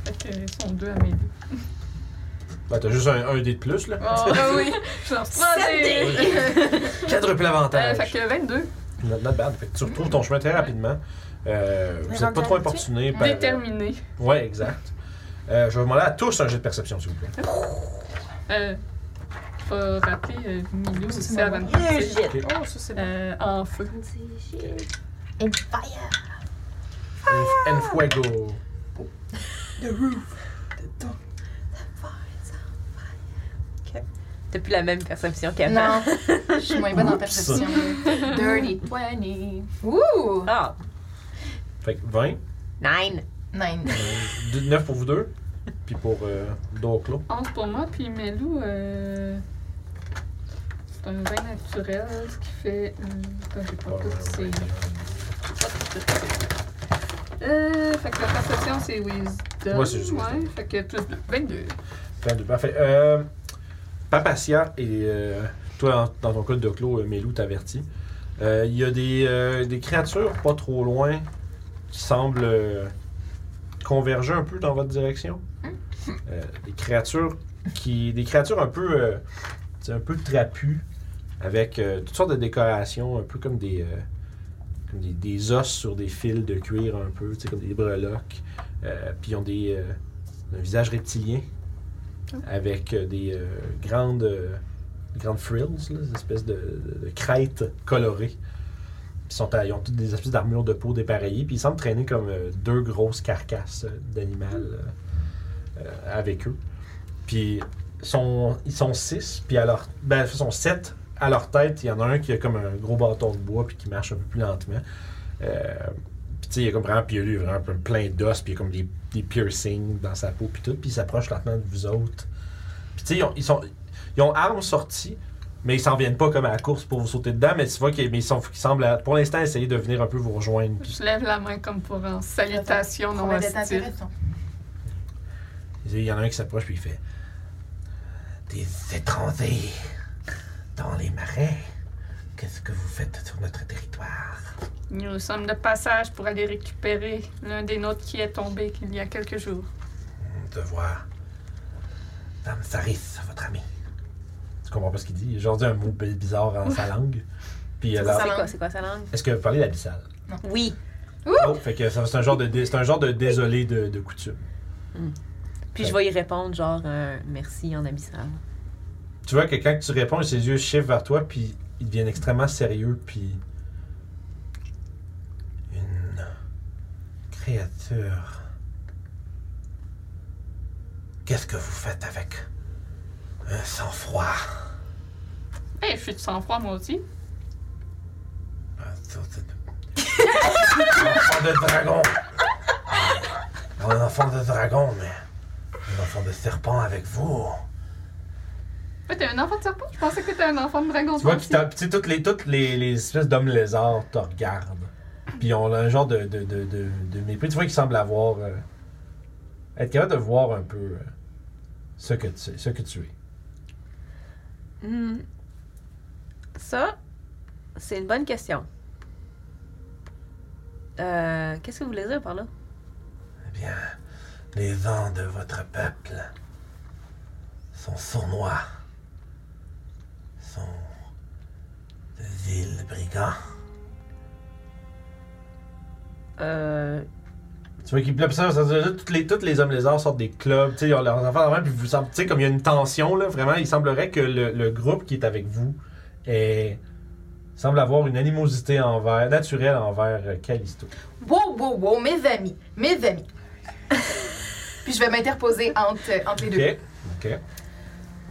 Fait que ils sont deux à m'aider.
Bah, t'as juste un, un dé de plus, là.
Ah oui! Je leur prends des...
Quadruple
Euh,
avantage.
fait que 22.
Not, not bad. Fait que tu retrouves ton chemin très rapidement. Euh, vous n'êtes pas trop importuné
Euh,
par.
Déterminé.
Ouais, exact. Euh, je vais vous demander à tous un jet de perception, s'il vous plaît.
Euh, je vais rappeler euh, Milou aussi avant de
Le
partir.
jet.
Ok.
Oh, ça, c'est bon.
Euh, en feu.
En- En fuego.
T'as plus la même perception qu'avant.
Non. Je suis moins bonne en perception. Dirty 20. Ouh!
Ah,
Fait que 20.
nine.
Nine.
9 pour vous deux. Puis pour euh, Dorclo.
11 pour moi, puis Melou, euh, c'est un vin naturel, ce qui fait... Euh, attends, j'ai pas
ben,
tout, c'est... Euh, fait que la perception, c'est wisdom.
Ouais, c'est juste
Ouais, fait que plus 2. 22.
Plein de- Parfait. Euh, Papatia et euh, toi, en- dans ton code de clos, euh, Mélou t'avertit. Euh, Il y a des, euh, des créatures pas trop loin qui semblent euh, converger un peu dans votre direction. Euh, des créatures qui. Des créatures un peu. euh, tu sais, un peu trapues, avec euh, toutes sortes de décorations, un peu comme des. euh, comme des, des os sur des fils de cuir un peu, tu sais, comme des breloques. Euh, Puis ils ont des, euh, un visage reptilien avec euh, des euh, grandes, euh, grandes frills, là, des espèces de, de- de crêtes colorées. Ils, sont à- ils ont toutes des espèces d'armures de peau dépareillées, puis ils semblent traîner comme euh, deux grosses carcasses euh, d'animal euh, euh, avec eux. Puis ils sont, ils sont six, puis à leur, ben, ils sont sept à leur tête. Il y en a un qui a comme un gros bâton de bois, puis qui marche un peu plus lentement. Euh, puis tu sais, il y a comme vraiment, puis lui, il a vraiment plein d'os, puis il y a comme des, des piercings dans sa peau, puis tout, puis il s'approche lentement de vous autres. Puis tu sais, ils ont, ils, sont, ils ont armes sorties, mais ils s'en viennent pas comme à la course pour vous sauter dedans, mais tu vois qu'ils mais ils sont- qu'ils semblent, à- pour l'instant, essayer de venir un peu vous rejoindre. puis
Je lève la main comme pour en salutation non
Combien de temps
hostile.
t'as
Il y en a un qui s'approche puis il fait Des étrangers dans les marais. Qu'est-ce que vous faites sur notre territoire?
Nous sommes de passage pour aller récupérer l'un des nôtres qui est tombé il y a quelques jours.
De voir Dame Saris, votre ami. Tu comprends pas ce qu'il dit? Il a genre dit un mot bi- bizarre en sa langue. Puis
C'est
alors,
quoi, c'est quoi sa langue?
est-ce que vous parlez l'abyssal?
Oui.
Oh, fait que ça, c'est un genre de dé- c'est un genre de désolé de, de coutume.
Puis je vais y répondre genre un merci en abyssal.
Tu vois que quand tu réponds, ses yeux chiffrent vers toi, puis ils deviennent extrêmement sérieux, puis. Une. créature. Qu'est-ce que vous faites avec. un sang-froid
Hey, je suis de sang-froid, moi aussi.
enfant de dragon. Un enfant de dragon, mais un enfant de serpent avec vous.
Ouais, t'es un enfant de serpent? Je pensais que t'étais un enfant de dragon.
Tu vois
toi
qu'ils
aussi.
t'en- tu sais, toutes les, toutes les, les espèces d'hommes lézards te regardent. Puis ils ont un genre de, de, de, de, de mépris. Tu vois qu'ils semblent avoir. euh, être capable de voir un peu euh, ce, que tu, ce que tu es.
Hmm. Ça, c'est une bonne question. Euh, Qu'est-ce que vous voulez dire par là?
Eh bien, les gens de votre peuple sont sournois, sont de villes brigands.
Euh,
Tu vois qu'ils là, puis ça, ça, ça, toutes les, tous les hommes lézards sortent des clubs, tu sais, ils ont leurs enfants avant, puis vous sentez, tu sais, comme il y a une tension, là, vraiment, il semblerait que le, le groupe qui est avec vous est- semble avoir une animosité envers, naturelle envers euh, Callisto.
Wow, wow, wow, mes amis, mes amis. Puis je vais m'interposer entre, entre les deux.
Ok, ok.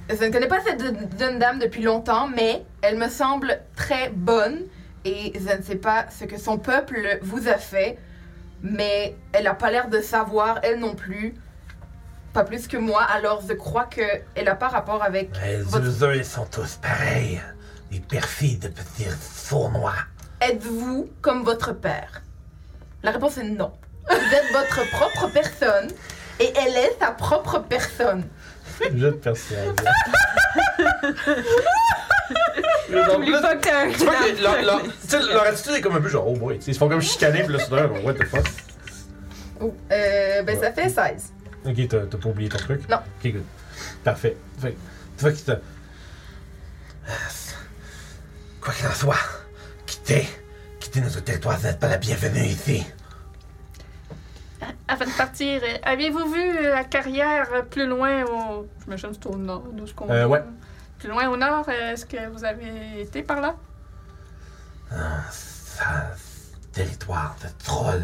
Je ne connais pas cette d- jeune dame depuis longtemps, mais elle me semble très bonne et je ne sais pas ce que son peuple vous a fait, mais elle n'a pas l'air de savoir, elle non plus, pas plus que moi, alors je crois qu'elle n'a pas rapport avec... Votre-
eux, ils sont tous pareils, des perfides petits sournois.
Êtes-vous comme votre père La réponse est non. Vous êtes votre propre personne et elle est sa propre personne.
Jeu de persuasion.
Oublie pas que t'es un-
Tu vois que leur, leur- tu sais, leur attitude est comme un peu genre, oh boy, tu sais, ils se font comme chicaner, puis là, soudain, comme, what the fuck.
Ouh, euh, ben ça fait 16.
Ok, t'as t'as pas oublié ton truc?
Non.
Ok, good. Parfait. Fait que- tu vois qu'il te. Quoi qu'il en soit, quittez, quittez notre territoire, vous n'êtes pas la bienvenue ici.
Avant de partir, euh, aviez-vous vu la carrière euh, plus loin au. Je me c'est au nord, d'où ce qu'on.
Euh,
vient.
ouais.
Plus loin au nord, euh, est-ce que vous avez été par là?
territoire de troll.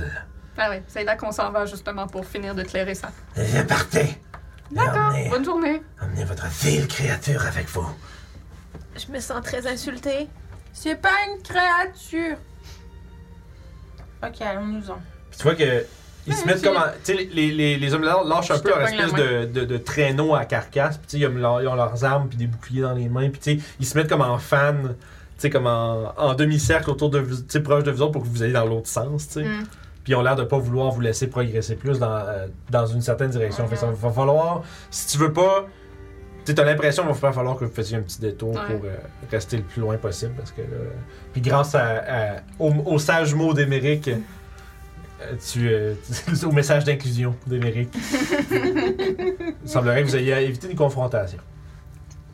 Ah oui, c'est là qu'on s'en va justement pour finir d'éclairer ça.
Eh bien, partez! Et
D'accord,
Emmenez,
bonne journée.
emmenez votre vile créature avec vous.
Je me sens très insultée.
C'est pas une créature. Ok, allons-nous-en.
Puis tu vois que. Ils se mettent comme. en- Tu sais, les- les, les, les hommes là lâchent un
Je
peu
te
leur
pogne la
espèce de, de, de traîneau à carcasse. Puis tu sais, ils, ont leur- ils ont leurs armes puis des boucliers dans les mains. Puis tu sais, ils se mettent comme en fan. Tu sais, comme en, en demi-cercle autour de vous, tu sais, proche de vous autres pour que vous ayez dans l'autre sens, tu sais.
Mm.
Puis ils ont l'air de pas vouloir vous laisser progresser plus dans, euh, dans une certaine direction. Fait que ça va falloir, si tu veux pas, tu as l'impression qu'il va falloir que vous fassiez un petit détour
Ouais.
pour euh, rester le plus loin possible. Parce que là, puis grâce à, à- au, au sage mot d'Émeric, euh, tu, euh, au message d'inclusion d'Émeric, il semblerait que vous ayez évité une confrontation.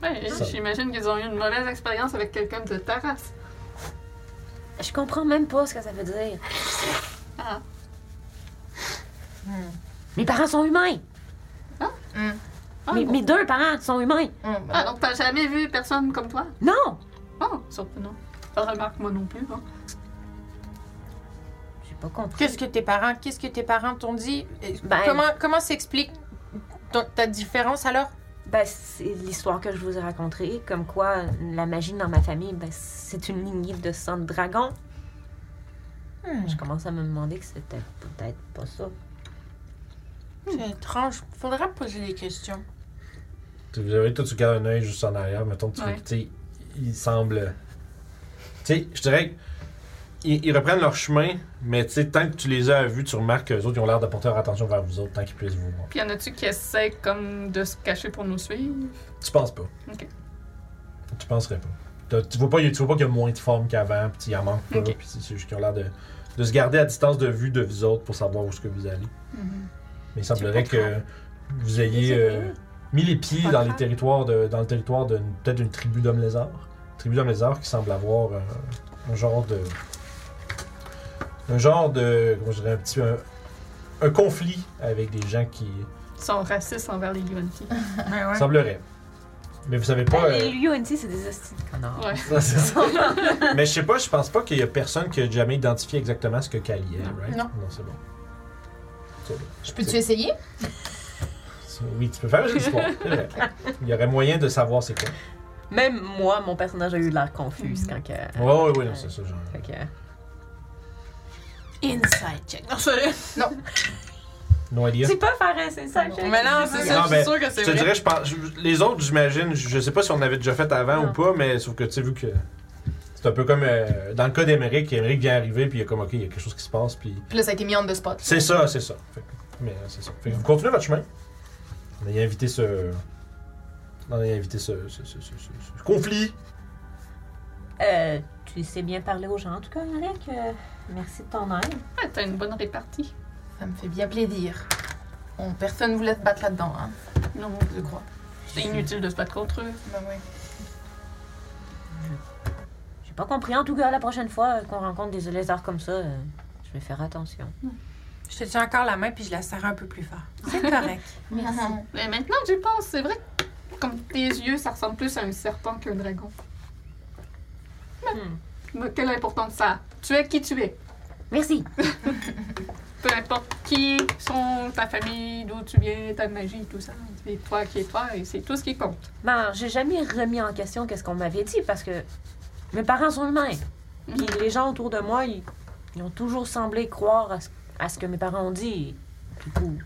Ouais,
Ça.
J'imagine qu'ils ont eu une mauvaise expérience avec quelqu'un de terrasse.
Je comprends même pas ce que ça veut dire.
Ah.
Mes parents sont humains.
Ah,
mes,
bon.
mes deux parents sont humains.
Hum,
Ah, donc t'as jamais vu personne comme toi?
Non!
Oh, surtout non. Remarque, moi non plus. hein.
J'ai pas compris.
Qu'est-ce que tes parents, qu'est-ce que tes parents t'ont dit Et
Ben-
Comment comment s'explique ton- ta différence alors
Ben, c'est l'histoire que je vous ai racontée, comme quoi la magie dans ma famille, ben, c'est une lignée de sang de dragon.
Hmm,
Je commence à me demander que c'était peut-être pas ça.
Hmm.
C'est étrange. Faudra poser des questions.
Tu- Vous avez tout tu gardes un œil juste en arrière, mettons, tu
Ouais.
tu sais, ils semblent. Tu sais, je dirais qu'ils ils reprennent leur chemin, mais tu sais, tant que tu les as vus, tu remarques qu'eux autres, ils ont l'air de porter leur attention vers vous autres, tant qu'ils puissent vous voir.
Puis y en a-tu qui essaient comme de se cacher pour nous suivre?
Tu penses pas.
Ok.
Tu penserais pas. T'as- Tu vois pas, il y a- tu vois pas qu'il y a moins de forme qu'avant, puis il en manque pas,
Ok.
puis c'est c'est juste qu'ils ont l'air de, de se garder à distance de vue de vous autres pour savoir où est-ce que vous allez.
Hmm.
Mais il semblerait que vous ayez euh, mis les pieds
Pas
dans, les
grave.
territoires de, dans le territoire d'une- peut-être d'une tribu d'hommes lézards. Tribu d'hommes lézards qui semble avoir euh, un genre de. Un genre de. Comment je dirais, un petit. Un, un conflit avec des gens qui.
Ils sont racistes envers les Yuan-Ti.
Semblerait. Mais vous savez pas. euh,
Ah Ben, Les UNT, c'est des hostiles de connards.
Ouais.
Non, c'est ça. Mais je sais pas, je pense pas qu'il y a personne qui a jamais identifié exactement ce que Kali est, right?
Non.
Non, c'est bon.
Je peux-tu essayer?
Ça, Oui, tu peux faire une histoire. c'est vrai. Il y aurait moyen de savoir c'est quoi.
Même moi, mon personnage a eu l'air confus quand que.
Ouais, ouais, ouais, non, c'est ça. Genre. euh.
Fait que-
Inside check. Non, je
No idea.
C'est pas faire c'est ça.
Non.
j'ai-
Mais non, c'est ça,
Non,
je suis
ben,
sûre que c'est
Je te
vrai.
dirais, je pense, je- les autres, j'imagine, je, je sais pas si on avait déjà fait avant
Non.
ou pas, mais sauf que tu sais, vu que c'est un peu comme euh, dans le cas d'Emeric, Emeric vient arriver, puis il est comme, ok, il y a quelque chose qui se passe, puis.
Puis là, ça a été mis on the spot.
C'est ça, c'est ça. Fait que- mais euh, c'est ça. Fait que vous continuez votre chemin. On a invité ce. On a invité ce, ce, ce, ce- ce- ce conflit.
Euh, tu sais bien parler aux gens, en tout cas, Eric. euh, merci de ton aide.
Ouais, Ah, t'as une bonne répartie.
Ça me fait bien plaisir. On, personne ne voulait se battre là-dedans, hein,
Non,
je crois.
c'est inutile de se battre contre eux.
Ben oui.
J'ai pas compris. En tout cas, la prochaine fois euh, qu'on rencontre des lézards comme ça, euh, je vais faire attention.
Je te tiens encore la main puis je la serre un peu plus fort. C'est correct.
Merci.
Mais maintenant que j'y pense, c'est vrai que comme tes yeux, ça ressemble plus à un serpent qu'un dragon.
Hmm.
Mais quelle importance ça a? Tu es qui tu es.
Merci.
Peu importe qui sont ta famille, d'où tu viens, ta magie, tout ça. Et toi qui es toi, et c'est tout ce qui compte.
Ben, j'ai jamais remis en question qu'est-ce qu'on m'avait dit parce que mes parents sont humains. Puis les gens autour de moi, ils, ils ont toujours semblé croire à ce, à ce que mes parents ont dit. Du coup,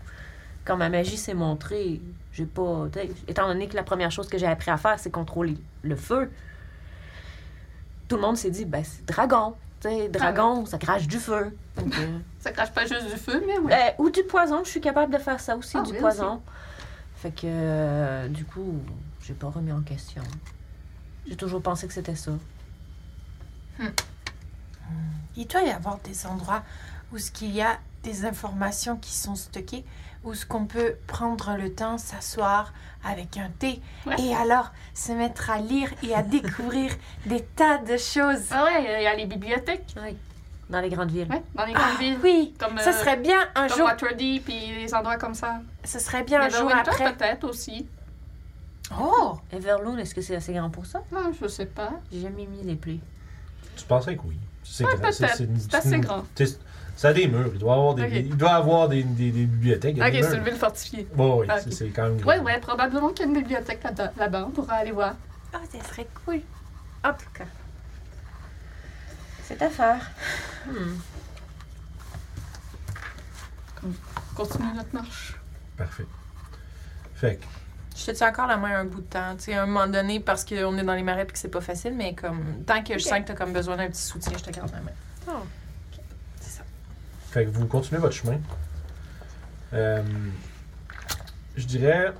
quand ma magie s'est montrée, j'ai pas. tu sais, Étant donné que la première chose que j'ai appris à faire, c'est contrôler le feu, tout le monde s'est dit, ben, c'est dragon. Tu sais, dragon, ça crache du feu. Donc, euh,
Ça crache pas juste du feu, mais oui.
euh, ou du poison, je suis capable de faire ça aussi,
Ah,
du
oui,
poison. Fait que, euh, du coup, j'ai pas remis en question. J'ai toujours pensé que c'était ça.
Il doit y avoir des endroits où ce qu'il y a des informations qui sont stockées, où ce qu'on peut prendre le temps, s'asseoir avec un thé
Ouais.
et alors se mettre à lire et à découvrir des tas de choses.
Ah ouais, il y a les bibliothèques.
Dans les grandes villes.
Ouais, dans les
Ah,
grandes villes.
oui,
Comme,
ce
euh,
serait bien un
Comme
jour.
Waterdeep, puis les endroits comme ça.
Ce serait bien un
Mais
jour
Winter,
après.
peut-être aussi.
Oh,
Everloon, est-ce que c'est assez grand pour ça?
Ah, je sais pas.
J'ai jamais mis les plis.
Tu penserais que oui. C'est
Ouais,
grand,
peut-être.
une-
C'est assez
une-
grand.
tu sais, Ça a des murs. Il doit y avoir des,
Ok.
il doit y avoir des, des- des bibliothèques. il y a
Ok,
des
c'est une
murs.
ville fortifiée.
Bon, oui,
Ah,
c'est-
ok.
c'est quand même
Ouais,
grand.
ouais, probablement qu'il y a une bibliothèque là- là-bas. On pourra aller voir.
oh, ça serait cool. En tout cas.
C'est à faire.
Continue notre marche.
Parfait. Fait que,
Je te tiens encore la main un bout de temps, tu sais, à un moment donné, parce qu'on est dans les marais et que c'est pas facile, mais comme, tant que je sens que t'as comme besoin d'un petit soutien, je te garde la main.
fait que vous continuez votre chemin. Euh, je dirais.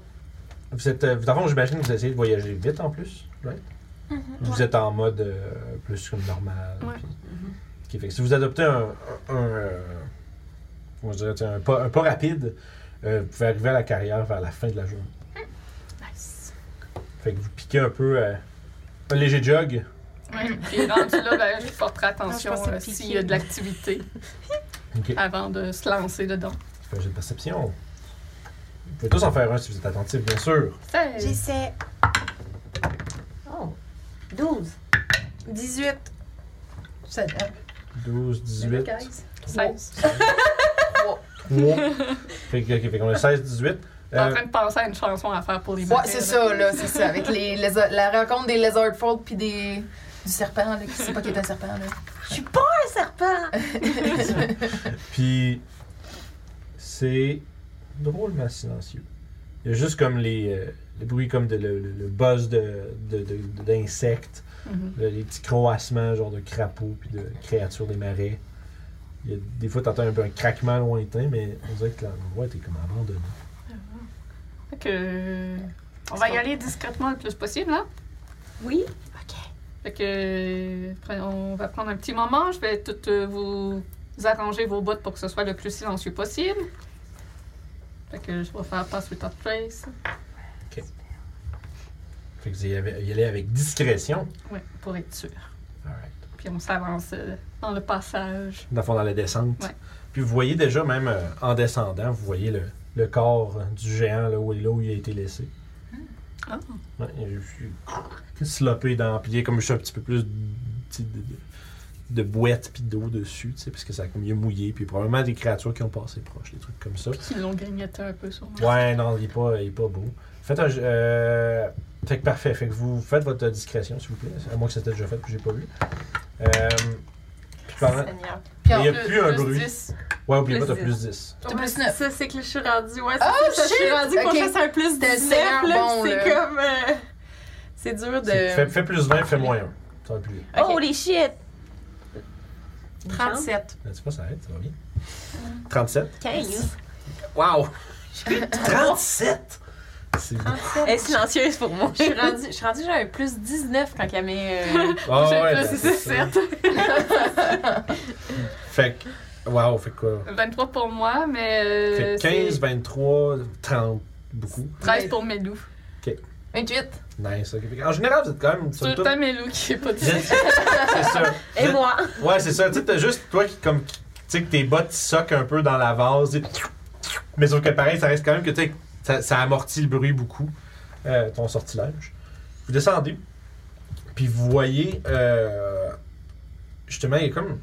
Vous êtes. euh, Dans le fond, j'imagine que vous essayez de voyager vite en plus, right? Vous êtes en mode euh, plus comme normal.
Mm-hmm. Ouais.
puis- Ok, fait que si vous adoptez un. un, un, euh, comment je dirais, tu sais, un, pas, un pas rapide, euh, vous pouvez arriver à la carrière vers la fin de la journée.
Mm. Nice.
Fait que vous piquez un peu euh, un léger jog.
Ouais. Puis rendu là, ben, je porterai attention
Ah, je pense que
euh,
c'est
s'il y a de l'activité
Ok.
avant de se lancer dedans.
Fais un jet de perception. Vous pouvez tous en faire un si vous êtes attentif, bien sûr.
C'est
J'essaie
Oh! 12.
18.
Ça
12, 18.
16.
Euh, 3. fait que- ok, fait qu'on a Euh, 16, 18.
T'es en train de penser à une chanson à faire pour les
Ouais,
matins,
c'est
là.
ça, là, c'est ça. Avec les, les- la rencontre des Lizardfolk puis des, du serpent, là, qui sait pas qui est un serpent, là.
Je suis pas un serpent!
Puis c'est drôlement silencieux. Il y a juste comme les, euh, les bruits comme de, le, le- le buzz de- de- de- d'insectes,
Mhm.
le- les petits croassements genre de crapauds puis de créatures des marais. Il y a, des fois, t'entends un peu un craquement lointain, mais on dirait que l'endroit était comme abandonné.
Fait que. euh, On va y aller discrètement le plus possible, là.
Oui?
Fait que. pre- On va prendre un petit moment. Je vais tout euh, vous arranger vos bottes pour que ce soit le plus silencieux possible. Fait que je vais faire pass without trace.
Fait que vous y avez- y allez avec discrétion.
Ouais, pour être sûr.
Alright.
Puis on s'avance euh, dans le passage.
Dans, le fond, dans la descente.
Ouais.
Puis vous voyez déjà, même euh, en descendant, vous voyez le, le corps euh, du géant là où, là où il a été laissé.
Ah.
Ouais, il est slopé dans. Puis il y a comme juste un petit peu plus de, de, de- de boîte puis d'eau dessus, tu sais, parce que ça a comme il est mouillé. Puis probablement des créatures qui ont passé proche, des trucs comme ça.
Puis ils l'ont grignoté un peu sur moi.
Ouais, non, il est pas, il est pas beau. Faites un. j- euh, Fait que parfait. Fait que vous faites votre discrétion, s'il vous plaît. À moins que c'était déjà fait, que j'ai pas vu. Euh, puis parlant-
Seigneur.
Mais
en
il y a plus un bruit.
10.
Ouais, oublie
plus
pas, t'as
dix.
plus 10.
T'as plus neuf.
Ça, c'est que je suis rendue. Ouais, c'est ça, je suis
shit!
rendue qu'on
Ok.
fasse un plus
C'était le
19,
Seigneur
là,
bon,
puis c'est
là.
comme... euh, c'est dur de...
Fais, fais plus 20, fais moins 1. Ça va plus vite.
Ok.
Holy shit!
37.
Je sais pas, ça arrête, ça va bien. 37.
15.
Wow! 37! C'est bon.
Elle est silencieuse pour moi.
Je suis rendue, je suis rendue, j'avais plus 19 quand qu'elle met.
Ah
J'ai
ouais,
plus
t'as-
dix,
c'est- Fait que. Wow, fait que quoi?
23 pour moi, mais. euh,
Fait que
c'est
15, 23, 30. Beaucoup.
13 pour Melou.
28.
Nice. ok. Fait que En général, vous êtes quand même.
C'est
somme
tout le
toute-
temps Melou qui est pas
Vous êtes- C'est ça. Vous
Et
êtes-
moi.
Ouais, c'est ça. Tu sais, t'as juste toi qui, comme. Tu sais, que tes bottes soquent un peu dans la vase. et- Mais sauf que pareil, ça reste quand même que tu sais, ça, ça amortit le bruit beaucoup, euh, ton sortilège. Vous descendez, puis vous voyez. euh, justement, il y a comme.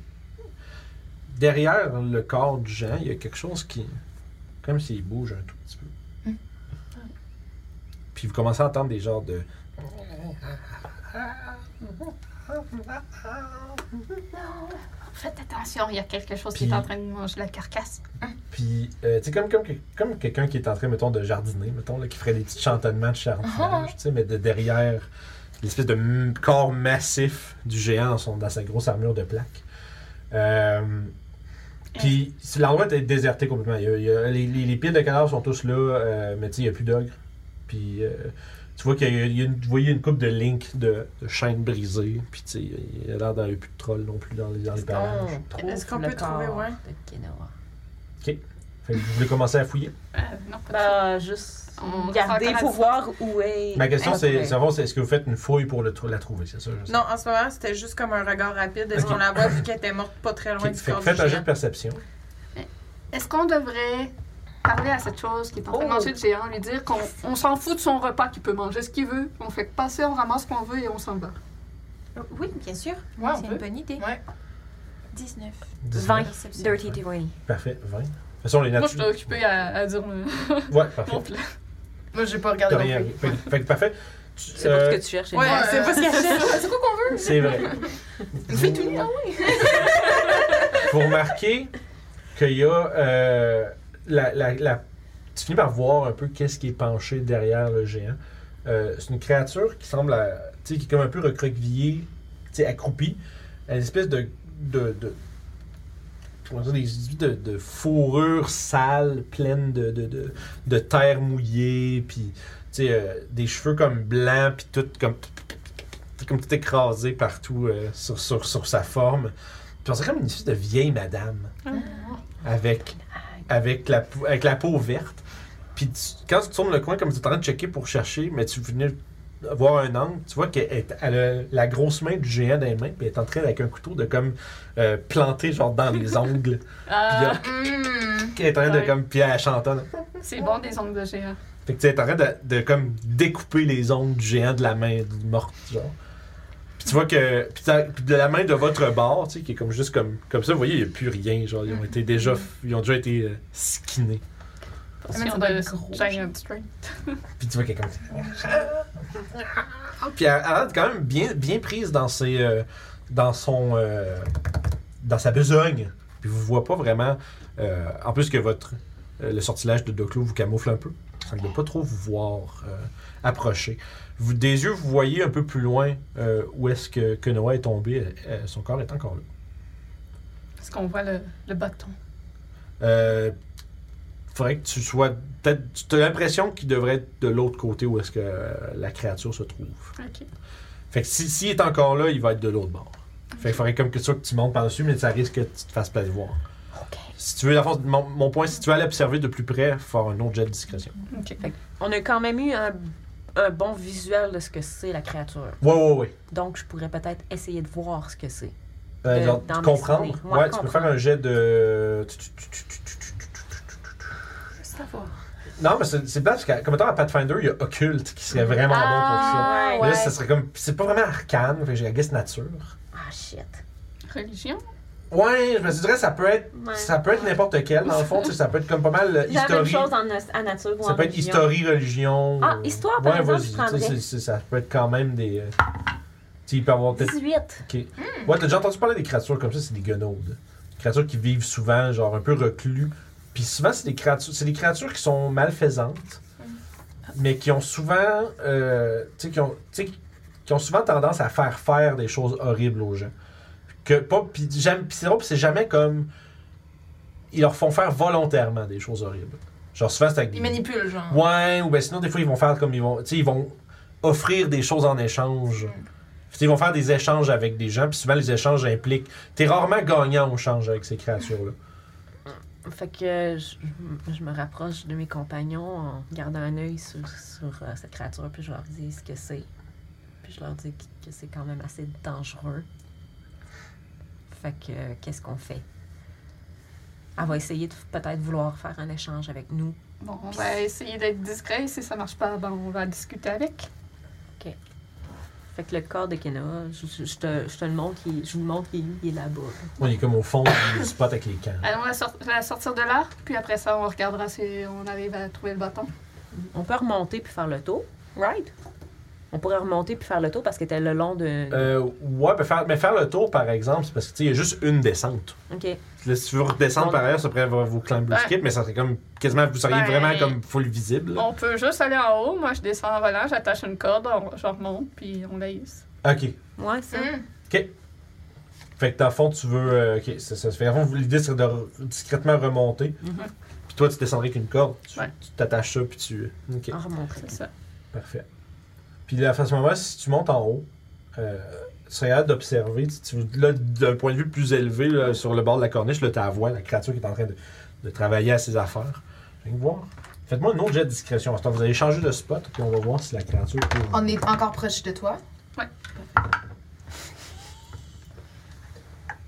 Derrière le corps du Jean, il y a quelque chose qui. Comme s'il bouge un tout petit peu. Puis vous commencez à entendre des genres de.
Faites attention, il y a quelque chose
Puis-
qui est en train de manger la carcasse.
Puis, euh, tu sais, comme, comme, comme quelqu'un qui est en train, mettons, de jardiner, mettons, là, qui ferait des petits chantonnements de jardinage, tu sais, mais de derrière l'espèce de m- corps massif du géant dans, son- dans sa grosse armure de plaque. Euh, puis, c'est- l'endroit est déserté complètement. Il y a- il y a- les, les- les piles de cadavres sont tous là, euh, mais tu sais, il n'y a plus d'ogre. Puis, euh, tu vois qu'il y a, il y a une, vous voyez une coupe de link de, de chaînes brisées. Puis, tu sais, il y a l'air d'en plus de trolls non plus dans les, dans les parages.
trouve
Est-ce qu'on
le
peut trouver,
corps
ouais?
de Kenoa.
Fait que vous voulez commencer à fouiller?
Euh, non, pas de
Ben, juste
On
garder
rentre
pour
à-
voir où est.
Ma question,
Ah,
c'est
ouais.
savoir si- est-ce que vous faites une fouille pour le trou- la trouver, c'est ça? je sais.
Non, en ce moment, c'était juste comme un regard rapide. Est-ce
Ok.
qu'on la voit vu qu'elle était morte pas très loin
Ok,
du
fait que
corps
faites
du
un jeu
géant?
de perception.
Est-ce qu'on devrait parler à cette chose qui est en train de manger le géant, lui dire qu'on on s'en fout de son repas, qu'il peut manger ce qu'il veut, on fait passer, on ramasse ce qu'on veut et on s'en va.
Oui, bien sûr.
Ouais, on
C'est
peut.
une bonne idée.
Ouais.
19.
19.
20. Dirty 20.
Parfait, 20. De toute façon, les
Moi, je suis
natu-
occupée à, à dire mon
Ouais,
mon
parfait.
plan.
Moi, j'ai pas
T'as
regardé.
rien.
non plus.
Fait, que- fait que parfait. Tu-
C'est pas
euh,
ce que tu cherches.
Ouais,
Emma.
c'est pas ce qu'elle cherche.
C'est quoi qu'on veut?
C'est vrai.
Fais tout le
Vous remarquez qu'il y a. euh, la, la- la- Tu finis par voir un peu qu'est-ce qui est penché derrière le géant. Euh, c'est une créature qui semble. à- Tu sais, qui est comme un peu recroquevillée, tu sais, accroupie. Une espèce de. de, de comment dire, des espèces de, de fourrures sales, pleines de, de, de, de terre mouillée, puis tu sais, euh, des cheveux comme blancs, puis tout comme, comme tout écrasé partout euh, sur, sur, sur sa forme. Puis on dirait comme une espèce de vieille madame avec, avec, la, pou- avec la peau verte. Puis tu- quand tu tournes le coin, comme tu es en train de checker pour chercher, mais tu venais voir un angle, tu vois qu'elle est- elle a la grosse main du géant dans les mains, puis elle est en train avec un couteau de comme euh, planter genre dans les ongles. Puis
Ah,
elle- elle est en train de comme, puis elle hein. chantonne.
c'est bon des ongles de géant.
Fait que tu sais, elle est en train de, de comme découper les ongles du géant de la main morte, genre. Puis tu vois que. Puis t'as- puis de la main de votre bord, tu sais, qui est comme juste comme, comme ça, vous voyez, il n'y a plus rien, genre. Ils ont, été déjà, ils ont déjà été euh, skinés.
Si on
doit
de
être gros,
giant strength.
Puis tu vois quelqu'un. Puis elle, elle a l'air quand même bien, bien prise dans ses. euh, dans son. euh, dans sa besogne. Puis vous voit pas vraiment. euh, en plus que votre. euh, le sortilège de Doclo vous camoufle un peu. Ça ne doit pas trop vous voir euh, approcher. Vous, des yeux, vous voyez un peu plus loin euh, où est-ce que, que Noah est tombé. Euh, son corps est encore là.
Est-ce qu'on voit le, le bâton?
Euh, faudrait que tu sois. peut-être- Tu as l'impression qu'il devrait être de l'autre côté où est-ce que euh, la créature se trouve.
Ok.
Fait que si- s'il est encore là, il va être de l'autre bord. Fait qu'il faudrait comme que ça que tu montes par-dessus, mais ça risque que tu te fasses pas le voir. Si tu veux, la force, mon, mon point, si tu veux aller observer de plus près, faut faire un autre jet de discrétion.
Ok.
On a quand même eu un, un bon visuel de ce que c'est la créature.
Ouais, ouais, ouais.
Donc, je pourrais peut-être essayer de voir ce que c'est.
Euh,
Euh,
genre,
dans mes
comprendre.
souvenirs.
Ouais,
Ouais,
tu peux
comprendre.
faire un jet de. Non, mais c'est c'est bête parce que, comme étant à Pathfinder, il y a occulte qui serait vraiment
Ah,
bon pour ça. Mais Là, ça serait comme. C'est pas vraiment arcane, fait que j'ai la guess nature.
Ah, shit.
Religion?
Ouais, je me suis dirais ça peut être
Ouais.
ça peut être n'importe quel dans le fond, tu sais, ça peut être comme pas mal euh,
La même
historique.
chose en, nas- en nature ou en
Ça peut être
religion.
historie, religion.
Ah,
euh,
histoire, par
vas-y,
exemple, je
tu sais,
prendrais.
c'est- c'est- Ça peut être quand même des. euh, Tu sais, il peut y avoir peut-être.
18.
ok. Ouais, t'as déjà entendu parler des créatures comme ça, c'est des guenaudes. Des créatures qui vivent souvent, genre un peu reclus. Puis souvent, c'est des créatures, c'est des créatures qui sont malfaisantes, mais qui ont souvent. euh, tu sais, qui ont. tu sais, qui ont souvent tendance à faire faire des choses horribles aux gens. Que, pas, puis jamais- puis c'est drôle, puis c'est jamais comme. Ils leur font faire volontairement des choses horribles. Genre souvent, c'est avec
Ils
des-
manipulent, genre.
Ouais, ou ben sinon, des fois, ils vont faire comme ils vont. Tu sais, ils vont offrir des choses en échange. Tu sais, Ils vont faire des échanges avec des gens, puis souvent les échanges impliquent. T'es rarement gagnant au change avec ces créatures-là.
Fait que je, je me rapproche de mes compagnons en gardant un œil sur, sur euh, cette créature, puis je leur dis ce que c'est. Puis je leur dis que- que c'est quand même assez dangereux. Fait que euh, qu'est-ce qu'on fait? Elle va essayer de f- peut-être vouloir faire un échange avec nous.
Bon, on va essayer d'être discret. Si ça marche pas, ben, on va discuter avec.
Fait que le corps de Kena, je, je- je te, je te le montre, il- je vous le montre, il, est où? il est là-bas.
On est comme au fond du spot avec les camps.
Allons la, sor- la sortir de là, puis après ça, on regardera si on arrive à trouver le bâton.
On peut remonter puis faire le tour. Right? On pourrait remonter puis faire le tour parce qu'elle était le long de...
Euh, ouais, mais faire, mais faire le tour, par exemple, c'est parce que tu sais, il y a juste une descente.
OK.
Là, si tu veux redescendre par ailleurs, ça pourrait avoir vos climb
Ouais.
skip, mais ça serait comme quasiment, vous seriez
Ben-
vraiment comme full visible. là.
On peut juste aller en haut. Moi, je descends en volant, j'attache une corde, on- je remonte, puis on la hisse.
Ok.
Ouais, ça.
Hum.
Fait que dans le fond, tu veux. euh, ok, ça, ça se fait. Dans le fond, l'idée serait de re- discrètement remonter. Puis toi, tu descendrais qu'une corde. Tu
Ouais.
tu t'attaches ça, puis tu. Ok,
On remonterait.
C'est ça.
parfait. Puis là, à ce moment si tu montes en haut, euh, tu serais hâte d'observer. Tu- tu- Là, d'un point de vue plus élevé, là, sur le bord de la corniche, là, t'as la voix, la créature qui est en train de, de travailler à ses affaires. Viens voir. Faites-moi un autre jet de discrétion. Attends, vous allez changer de spot, puis on va voir si la créature peut.
On est encore proche de toi?
Ouais.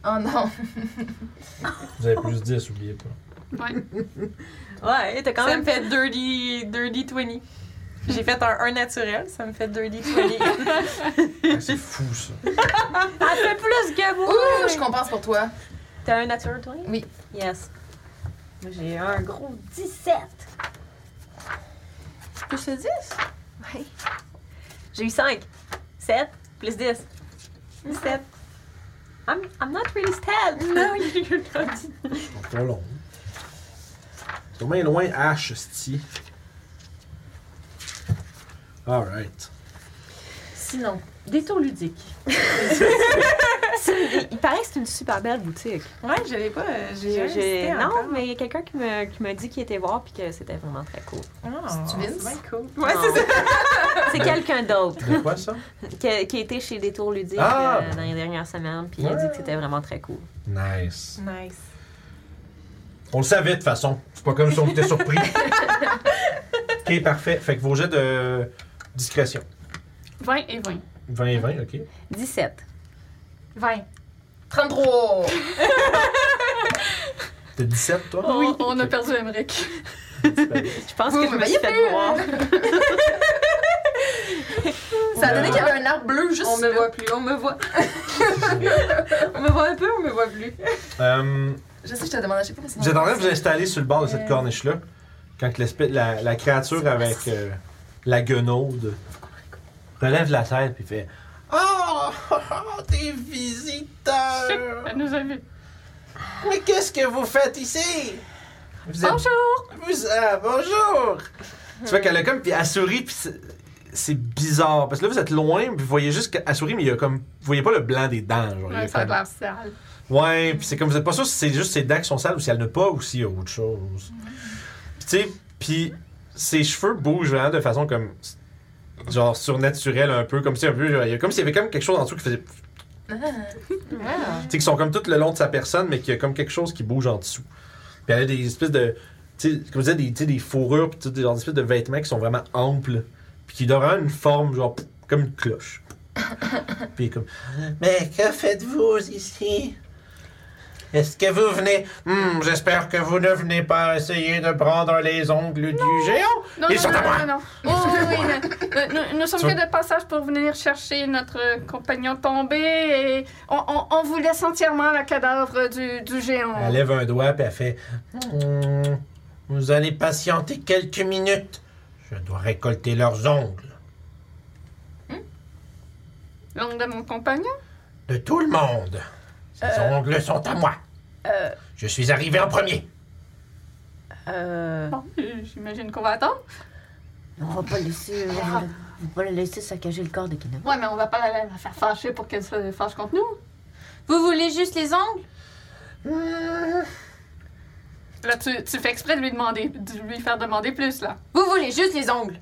Oh non,
Vous avez plus 10, oubliez pas.
Ouais.
Ouais, t'as
Ça me fait dirty, dirty 20. J'ai fait un 1 naturel, ça me fait dirty 20.
Ah, C'est fou, ça.
Elle fait plus que vous!
Ouh, je compense pour toi.
T'as un nature, toi?
Oui.
Yes. Moi, j'ai un gros 17.
Plus le 10?
Ouais. J'ai eu 5. 7 plus 10. 17. I'm, I'm not really scared. No, you're not.
C'est pas long. C'est moins loin, H, sti. Alright.
Sinon, détour ludique. il paraît que c'est une super belle boutique.
Ouais, j'avais pas. euh, J'ai
Je-
hésité
je-
encore.
non, mais il y a quelqu'un qui me, qui m'a dit qu'il était voir puis que c'était vraiment très cool.
Ah,
C'est du Vince?
bien cool.
Ouais, c'est ça. c'est quelqu'un d'autre.
De quoi ça?
qui, a, qui a été chez Détour Ludique
Ah!
euh, dans les dernières semaines, puis il a
Ouais.
dit que c'était vraiment très cool.
Nice.
Nice.
On le savait de toute façon. C'est pas comme si on était surpris. ok, parfait. Fait que vos jets de discrétion.
20 et 20.
20 et 20, ok.
17.
20.
33!
T'es 17, toi?
On, Oh, on a perdu Emmerich.
Je pense
Oui,
que je me
mais
suis
il y a plus,
fait voir.
Ça a donné qu'il y avait un arbre bleu juste
On me
là.
voit plus, on me voit. on me voit un peu, on me voit plus.
Euh,
Je sais, je te demandais, je sais pas mais c'est
vous êtes en train de
normal.
vous installer sur le bord de cette corniche-là. Quand que l'espèce- la, la créature avec euh, la guenaude relève la tête puis fait Oh, des visiteurs!
Elle nous a vus.
Mais qu'est-ce que vous faites ici? Vous êtes-
Bonjour!
vous- ah, bonjour! tu vois qu'elle a comme. Puis elle sourit, puis c'est- c'est bizarre. Parce que là, vous êtes loin, puis vous voyez juste qu'elle sourit, mais il y a comme. Vous voyez pas le blanc des dents. Genre, il y a
Ouais, ça a
comme-
l'air sale.
Ouais, puis c'est comme vous êtes pas sûr si c'est juste ses dents qui sont sales ou si elle n'a pas aussi il y a autre chose. Puis tu sais, puis ses cheveux bougent vraiment de façon comme genre surnaturelle un peu, comme si un peu genre, il y a- comme s'il y avait comme quelque chose en dessous qui faisait tu sais qui sont comme tout le long de sa personne mais qu'il y a comme quelque chose qui bouge en dessous. Puis elle a des espèces de tu sais comme je disais des, tu sais, des fourrures puis tout, des genre d'espèces de vêtements qui sont vraiment amples puis qui donnent vraiment une forme genre comme une cloche. puis elle est comme mais que faites-vous ici Est-ce que vous venez Hmm, J'espère que vous ne venez pas essayer de prendre les ongles du géant.
Non,
Ils
non,
sont
non,
à moi.
non, non. Oh, oui, oui, mais, euh, nous, nous sommes
Tu-
que de passage pour venir chercher notre euh, compagnon tombé et on, on- on vous laisse entièrement le cadavre du, du géant.
Elle lève un doigt puis elle fait Hmm, Vous allez patienter quelques minutes. Je dois récolter leurs ongles.
L'oncle de mon compagnon?
De tout le monde. Ces
Euh.
ongles sont à moi.
Euh.
Je suis arrivé en premier.
Euh,
Bon, euh, j'imagine qu'on va attendre.
on va pas laisser, on va, on va pas la laisser saccager le corps de Kinama.
Ouais, mais on va pas la, la faire fâcher pour qu'elle se fâche contre nous.
Vous voulez juste les ongles?
Hmm,
Là, tu, tu fais exprès de lui demander, de lui faire demander plus, là.
Vous voulez juste les ongles?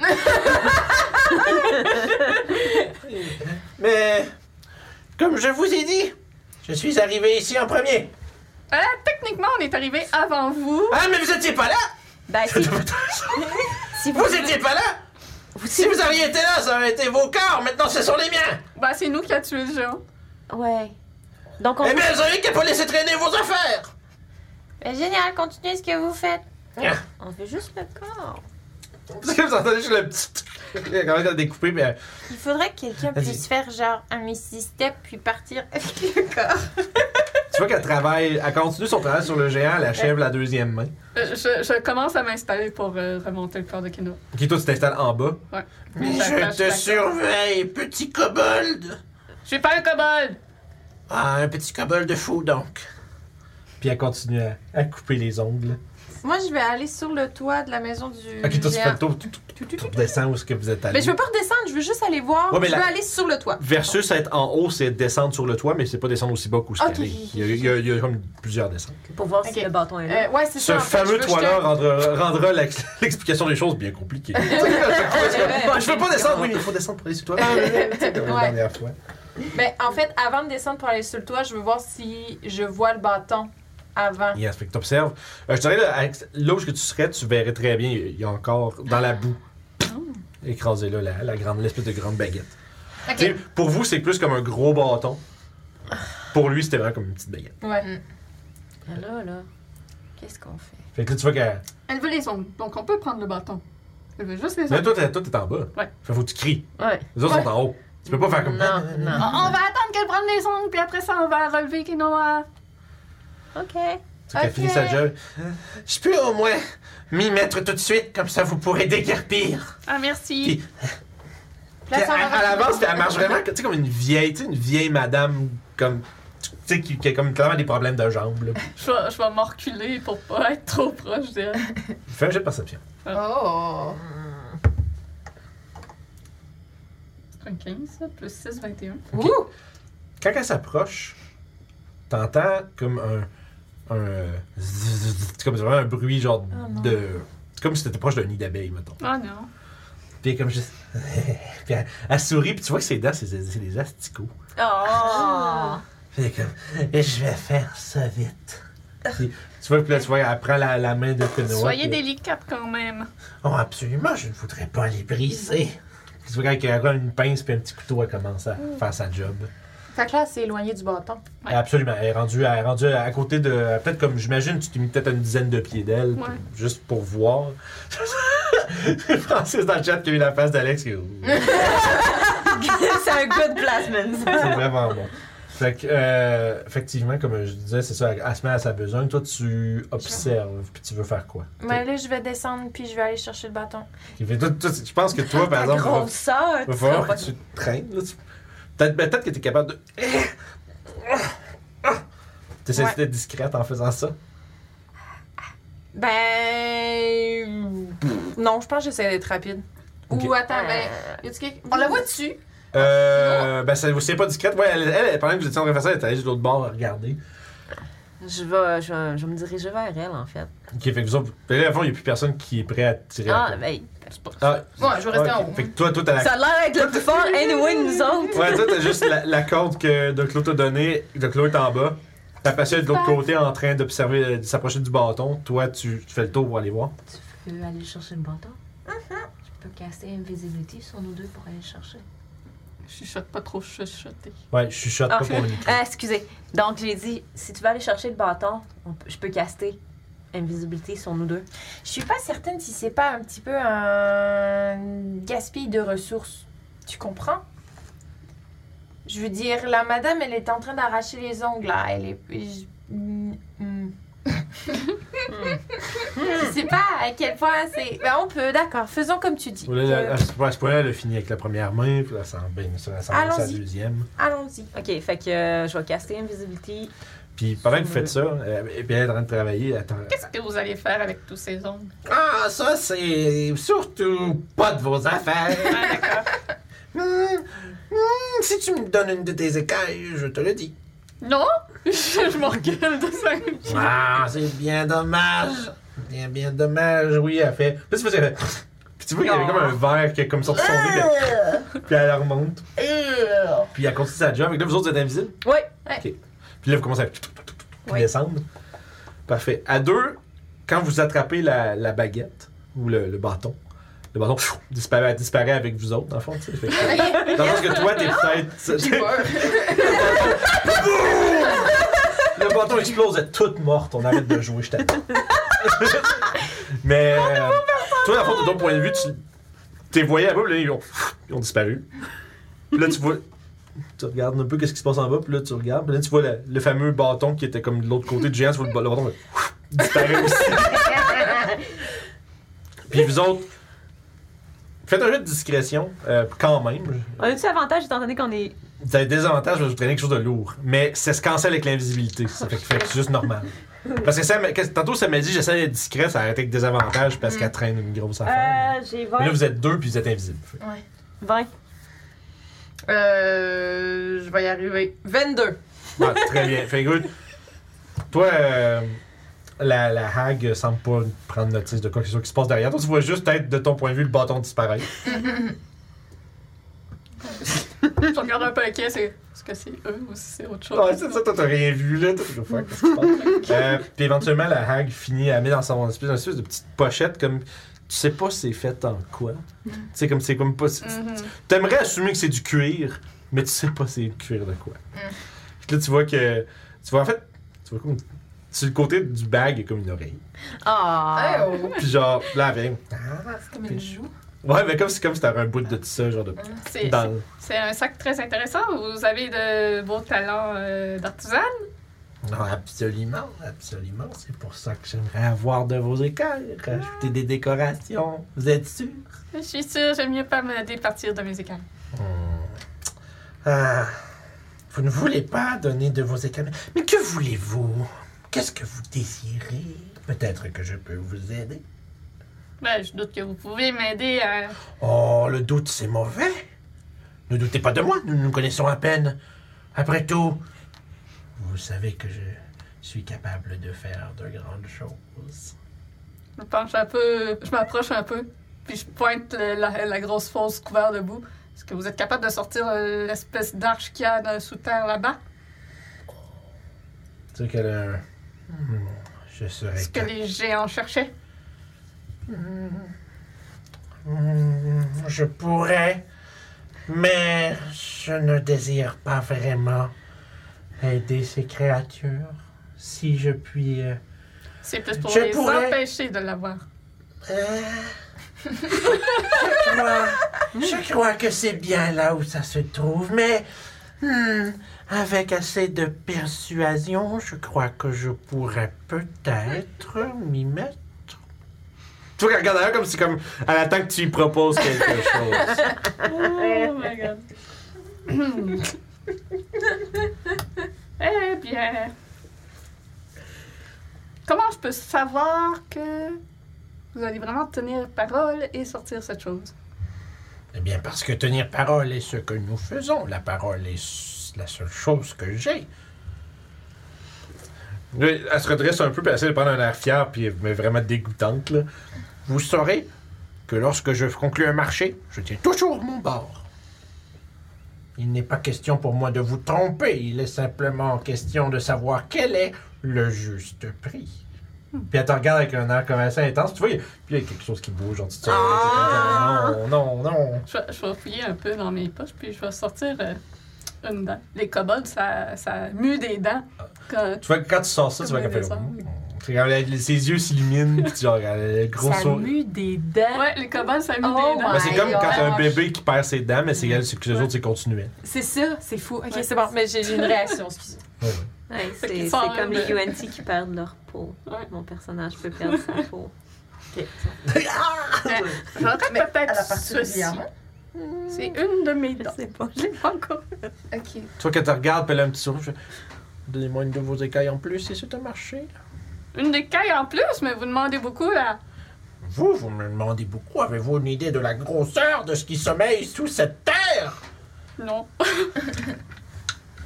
Mais, comme je vous ai dit, je suis arrivé ici en premier.
Euh, techniquement, on est arrivé avant vous.
Ah, mais vous étiez pas là
Ben, si, si vous,
Vous étiez pas là Si vous auriez été là, ça aurait été vos corps. Maintenant, ce sont les miens.
Bah, c'est nous qui a tué le géant.
Ouais. Donc, on.
Eh bien, vous auriez qu'à pas laisser traîner vos affaires. Eh.
Ben, génial, continuez ce que vous faites.
On fait juste le corps.
Parce que vous entendez juste le petit... Quand même, découpé, mais... euh,
Il faudrait que quelqu'un
Vas-y.
puisse faire genre un Missy Step puis partir avec le corps.
Tu vois qu'elle travaille, elle continue son travail sur le géant, elle achève la deuxième main.
Euh, je, je commence à m'installer pour euh, remonter le corps de Kino.
Ok, toi, tu t'installes en bas.
Ouais.
je te surveille, petit kobold.
Je suis pas un kobold!
Ah, un petit kobold de fou, donc. Puis elle continue à, à couper les ongles.
Moi, je vais aller sur le toit de la maison du.
Ok, toi, tu fais
géant.
le tour, tu, tu- tu- tu redescends où est-ce que vous êtes allé.
Ben,
Mais je veux pas redescendre, je veux juste aller voir.
Ouais, mais
je
la-
veux aller sur le toit.
Versus être en haut, c'est descendre sur le toit, mais c'est pas descendre aussi bas qu'où c'est
Ok.
allé. Il y, a, il y a- il y a comme plusieurs descentes.
Pour voir si
Ok.
le bâton est là.
Euh, ouais, c'est
Ce
ça. en fait, je
fameux
veux
toit-là
jeter
rendra, rendra l'ex- l'explication des choses bien compliquée. je veux pas descendre, oui, mais il faut descendre pour aller sur le toit. Ah, oui, oui, oui, comme la
Ouais.
dernière fois.
un-
Ben,
Mais en fait, avant de descendre pour aller sur le toit, je veux voir si je vois le bâton avant.
Yes, fait que t'observes. Euh, je te dirais, là, avec- là où est-ce que tu serais, tu verrais très bien, il y a encore dans la boue.
Ah.
Écrasé là, la, la grande, l'espèce de grande baguette.
Ok.
Tu sais, Pour vous, c'est plus comme un gros bâton. Pour lui, c'était vraiment comme une petite baguette.
Mm.
Ouais.
Là, là. Qu'est-ce qu'on fait?
Fait que là, tu vois que.
Elle veut les ongles, donc on peut prendre le bâton. Elle veut juste les
Là,
ongles.
toi, t'es, toi, t'es en bas.
Ouais.
Fait faut que tu cries.
Ouais.
Les autres sont en haut. Tu peux pas faire comme.
Non, non.
On, on va attendre qu'elle prenne les ongles, puis après ça, on va relever Kinoa.
Ok.
Tu vois qu'elle
Ok.
finit sa job. Je peux au moins m'y mettre tout de suite, comme ça vous pourrez déguerpir.
Ah, merci.
Là, ça
Puis
va
elle, elle avance, puis elle marche vraiment tu sais, comme une vieille, tu sais, une vieille madame, comme, tu sais, qui, qui a comme clairement des problèmes de jambes. là.
Je vais, je vais m'en reculer pour pas être trop proche d'elle.
Fais un jet de perception.
Oh.
C'est un 15, ça, plus 6, 21.
Ouh.
Quand elle s'approche, t'entends comme un. un. euh, zzz, zzz, zzz, comme vraiment un bruit genre de. c'est Comme si t'étais proche d'un nid d'abeille, mettons.
Ah non.
Puis elle est comme juste. puis elle, elle sourit, puis tu vois que ses dents, c'est c'est des asticots.
Oh.
Puis elle est comme. Je vais faire ça vite. Puis tu vois, puis là, tu vois, elle prend la, la main de Kenoa.
Soyez
puis-
délicate quand même.
Oh, absolument, je ne voudrais pas les briser. Tu vois, quand elle a une pince puis un petit couteau, elle commence à faire sa job.
Fait que là, c'est éloigné du bâton.
Ouais.
Absolument, elle est rendue, elle est rendue à côté de. Peut-être comme, j'imagine, tu t'es mis peut-être à une dizaine de pieds d'elle,
Ouais.
pour- juste pour voir. Francis dans le chat qui a eu la face d'Alex. qui-
c'est un good placement. ça.
C'est vraiment bon. Fait que, euh, effectivement, comme je disais, c'est ça, elle elle se met à sa besogne. Toi, tu observes, puis tu veux faire quoi?
Mais là, je vais descendre puis je vais aller chercher le bâton.
T'es- fait- toi- toi, je pense que toi, par
Ta
exemple, va-
grosseur,
Il va
tu
falloir
seras
que tu te traînes. là. Tu- Peut-être ben, peut-être que tu es capable de. Tu essaies
Ouais.
d'être discrète en faisant ça.
Ben. Non, je pense que j'essaie d'être rapide. Euh,
Ok.
Ou attends, ben.
Y a-tu quelqu'un-
On la voit dessus.
Euh, ben, ça- c'est pas discrète. Ouais, elle, elle, elle, pendant que vous étiez en train de faire ça, elle est allée de l'autre bord à regarder.
Je vais, je, vais, je vais me diriger vers elle, en fait.
Ok, fait que vous autres. Fait que là, à fond, il n'y a plus personne qui est prêt à tirer.
Ah,
encore.
ben,
Ah,
Ouais, je vais rester
ah,
en
ok.
haut.
Fait que toi, toi, t'as la.
ça a l'air d'être le plus fort, anyway, nous autres.
Ouais, toi, t'as juste la, la corde que Doclo t'a donnée. Doclo est en bas. T'as passé de l'autre côté en train d'observer, euh, de s'approcher du bâton. Toi, tu, tu fais le tour pour aller voir.
Tu peux Uh-huh. aller chercher le bâton? Je peux casser Invisibility sur nous deux pour aller le chercher.
chuchote pas trop chuchoter.
Ouais, je chuchote
Ah.
pas pour le micro.
Ah, excusez. Donc, j'ai dit, si tu veux aller chercher le bâton, on peut- je peux caster invisibilité sur nous deux.
Je suis pas certaine si c'est pas un petit peu un gaspille de ressources. Tu comprends? Je veux dire, la madame, elle est en train d'arracher les ongles, là. Elle est... je- Mm, mm. Je sais pas à quel point c'est... Ben, on peut, d'accord. Faisons comme tu dis.
Vous voulez,
Euh,
à, à ce à ce point-là, elle a fini avec la première main, puis là, ça en baigne, ça ça en la
Allons-y.
deuxième.
Allons-y.
Ok, fait que euh, je vais caster invisibilité.
Puis pendant que vous faites ça, euh, et puis elle est en train de travailler, elle est en-
Qu'est-ce que vous allez faire avec tous ces ongles?
Ah, ça, c'est surtout pas de vos affaires.
Ah, d'accord.
Hmm, hmm, si tu me donnes une de tes écailles, je te le dis.
Non? je m'en recule de ça.
Ah, c'est bien dommage. Bien, bien dommage. Oui, elle fait. Puis tu vois, elle fait- Puis tu vois qu'il y avait comme un verre qui est comme sorti de son nez, puis- puis elle remonte.
Ah.
Eh, oh.
Puis elle continue sa job. Et là, vous autres, vous êtes invisibles.
Oui.
Puis là, vous commencez à puis
Oui.
descendre. Parfait. À deux, quand vous attrapez la, la baguette ou le, le bâton, le bâton pfiou, disparaît, disparaît avec vous autres, dans le fond. tu sais. Fait que- dans le sens que toi, t'es
J'ai
peut-être.
peur.
le bâton explose, elle est toute morte. On arrête de jouer, je t'attends. Mais. euh, toi, dans le fond, de ton point de vue, tu. T'es voyé à peu, puis là, ils ont, ils ont disparu. Puis là, tu vois. Tu regardes un peu qu'est-ce qui se passe en bas, puis là, tu regardes. Puis là, tu vois le, le fameux bâton qui était comme de l'autre côté du géant. Tu vois le, ba- le bâton il disparaît aussi. puis vous autres. Faites un jeu de discrétion, euh, quand même.
On a-tu avantage étant donné qu'on est.
Vous avez des avantages, mais vous traînez quelque chose de lourd. Mais ça se cancelle avec l'invisibilité. Ça fait que, fait que c'est juste normal. Parce que, ça, m'a- que- tantôt, ça m'a dit j'essaie d'être discret, ça arrête avec des avantages parce qu'elle traîne une grosse affaire.
Euh, j'ai
Mais là,
20.
vous êtes deux puis vous êtes invisible. Fait que
20.
Euh, je vais y arriver. 22.
Ah, très bien. Fait que, toi, euh, la, la hag semble pas prendre notice de quoi que ce soit qui se passe derrière. Toi, tu vois juste peut-être de ton point de vue le bâton disparaître.
Je regarde un peu inquiet, c'est... Est-ce que c'est eux ou si c'est autre chose?
Ouais, c'est ça, toi, t'as rien vu, là. T'as fait, Fuck, qu'est-ce qui se passe? Euh, Puis éventuellement, la hag finit à mettre dans son espèce, une espèce de petite pochette, comme. Tu sais pas c'est fait en quoi. Tu sais, comme c'est comme pas. c'est-
Mhm.
T'aimerais assumer que c'est du cuir, mais tu sais pas c'est du cuir de quoi. Puis là, tu vois que. Tu vois, en fait, tu vois comme. Sur le côté du bag, il y a comme une oreille.
Ah.
Oh.
Puis genre, là, elle fait, ah,
C'est comme une joue.
Ouais, mais comme si comme si t'avais un bout de tout ça, genre de.
C'est,
Dans le-
c'est un sac très intéressant. Vous avez de beaux talents euh, d'artisan.
Non, absolument, absolument. C'est pour ça que j'aimerais avoir de vos écailles. Rajouter des décorations. Vous êtes sûr?
Je suis sûre, j'aime mieux pas me départir de mes écailles.
Ah, vous ne voulez pas donner de vos écailles. Mais que voulez-vous? Qu'est-ce que vous désirez? Peut-être que je peux vous aider.
Ben, je doute que vous pouvez m'aider à...
Oh, le doute, c'est mauvais. Ne doutez pas de moi, nous nous connaissons à peine. Après tout, vous savez que je suis capable de faire de grandes choses.
Je me penche un peu, je m'approche un peu, puis je pointe le- la, la grosse fosse couverte de boue. Est-ce que vous êtes capable de sortir euh, l'espèce d'arche qu'il y a dans- sous terre là-bas?
Tu sais qu'elle a un... Hmm, Je serais
Ce que les géants cherchaient?
Hmm, Je pourrais, mais je ne désire pas vraiment aider ces créatures. Si je puis... euh,
C'est plus pour
Je
les
pourrais.
empêcher de l'avoir.
euh, je, crois, je crois que c'est bien là où ça se trouve, mais hmm, avec assez de persuasion, je crois que je pourrais peut-être m'y mettre. Tu vois qu'elle regarde comme si comme elle attend que tu lui proposes quelque chose.
Oh my god. eh bien. Comment je peux savoir que vous allez vraiment tenir parole et sortir cette chose?
Eh bien, parce que tenir parole est ce que nous faisons. La parole est s- la seule chose que j'ai. elle se redresse un peu, puis elle essaie de prendre un air fier, puis mais vraiment dégoûtante. Là. Vous saurez que lorsque je conclue un marché, je tiens toujours mon bord. Il n'est pas question pour moi de vous tromper, il est simplement question de savoir quel est le juste prix. Puis elle te regarde avec un air comme assez intense. Tu vois, il y a- puis il y a quelque chose qui bouge en dessous de toi. C'est comme, non, non, non, non.
Je, vais- je vais fouiller un peu dans mes poches, puis je vais sortir euh, une dent. Les kobolds, ça, ça mue des dents. Quand-
Tu vois, que quand tu sors ça, tu vois qu'elle fait.
Comme
C'est quand elle- ses yeux s'illuminent, puis tu genre, elle a le gros
Ça
sourire.
mue des dents.
Ouais, les kobolds, ça mue
Oh
des dents.
Ben, c'est
my
comme quand t'as un
gosh.
bébé qui perd ses dents, mais c'est elle, c'est que les autres, c'est continuel.
C'est ça, c'est fou. Ok,
Ouais.
c'est bon, mais j'ai j'ai une réaction, excusez.
Ouais, ouais.
Ouais,
Fait qu'ils
c'est c'est
sont un
comme les
peu-
UNT qui perdent leur peau.
Ouais.
Mon personnage peut perdre sa peau.
J'aurais
Mais à la
peut-être
partie de
ceci.
diamant.
C'est une de mes
Je
dents.
sais pas.
Je l'ai pas encore.
Ok.
Tu vois qu'elle te regarde, puis elle a un petit sourire. puis je- Donnez-moi une de vos écailles en plus, c'est ça t'as marché.
Une écaille en plus, mais vous demandez beaucoup, là.
Vous, vous me demandez beaucoup. Avez-vous une idée de la grosseur de ce qui sommeille sous cette terre?
Non.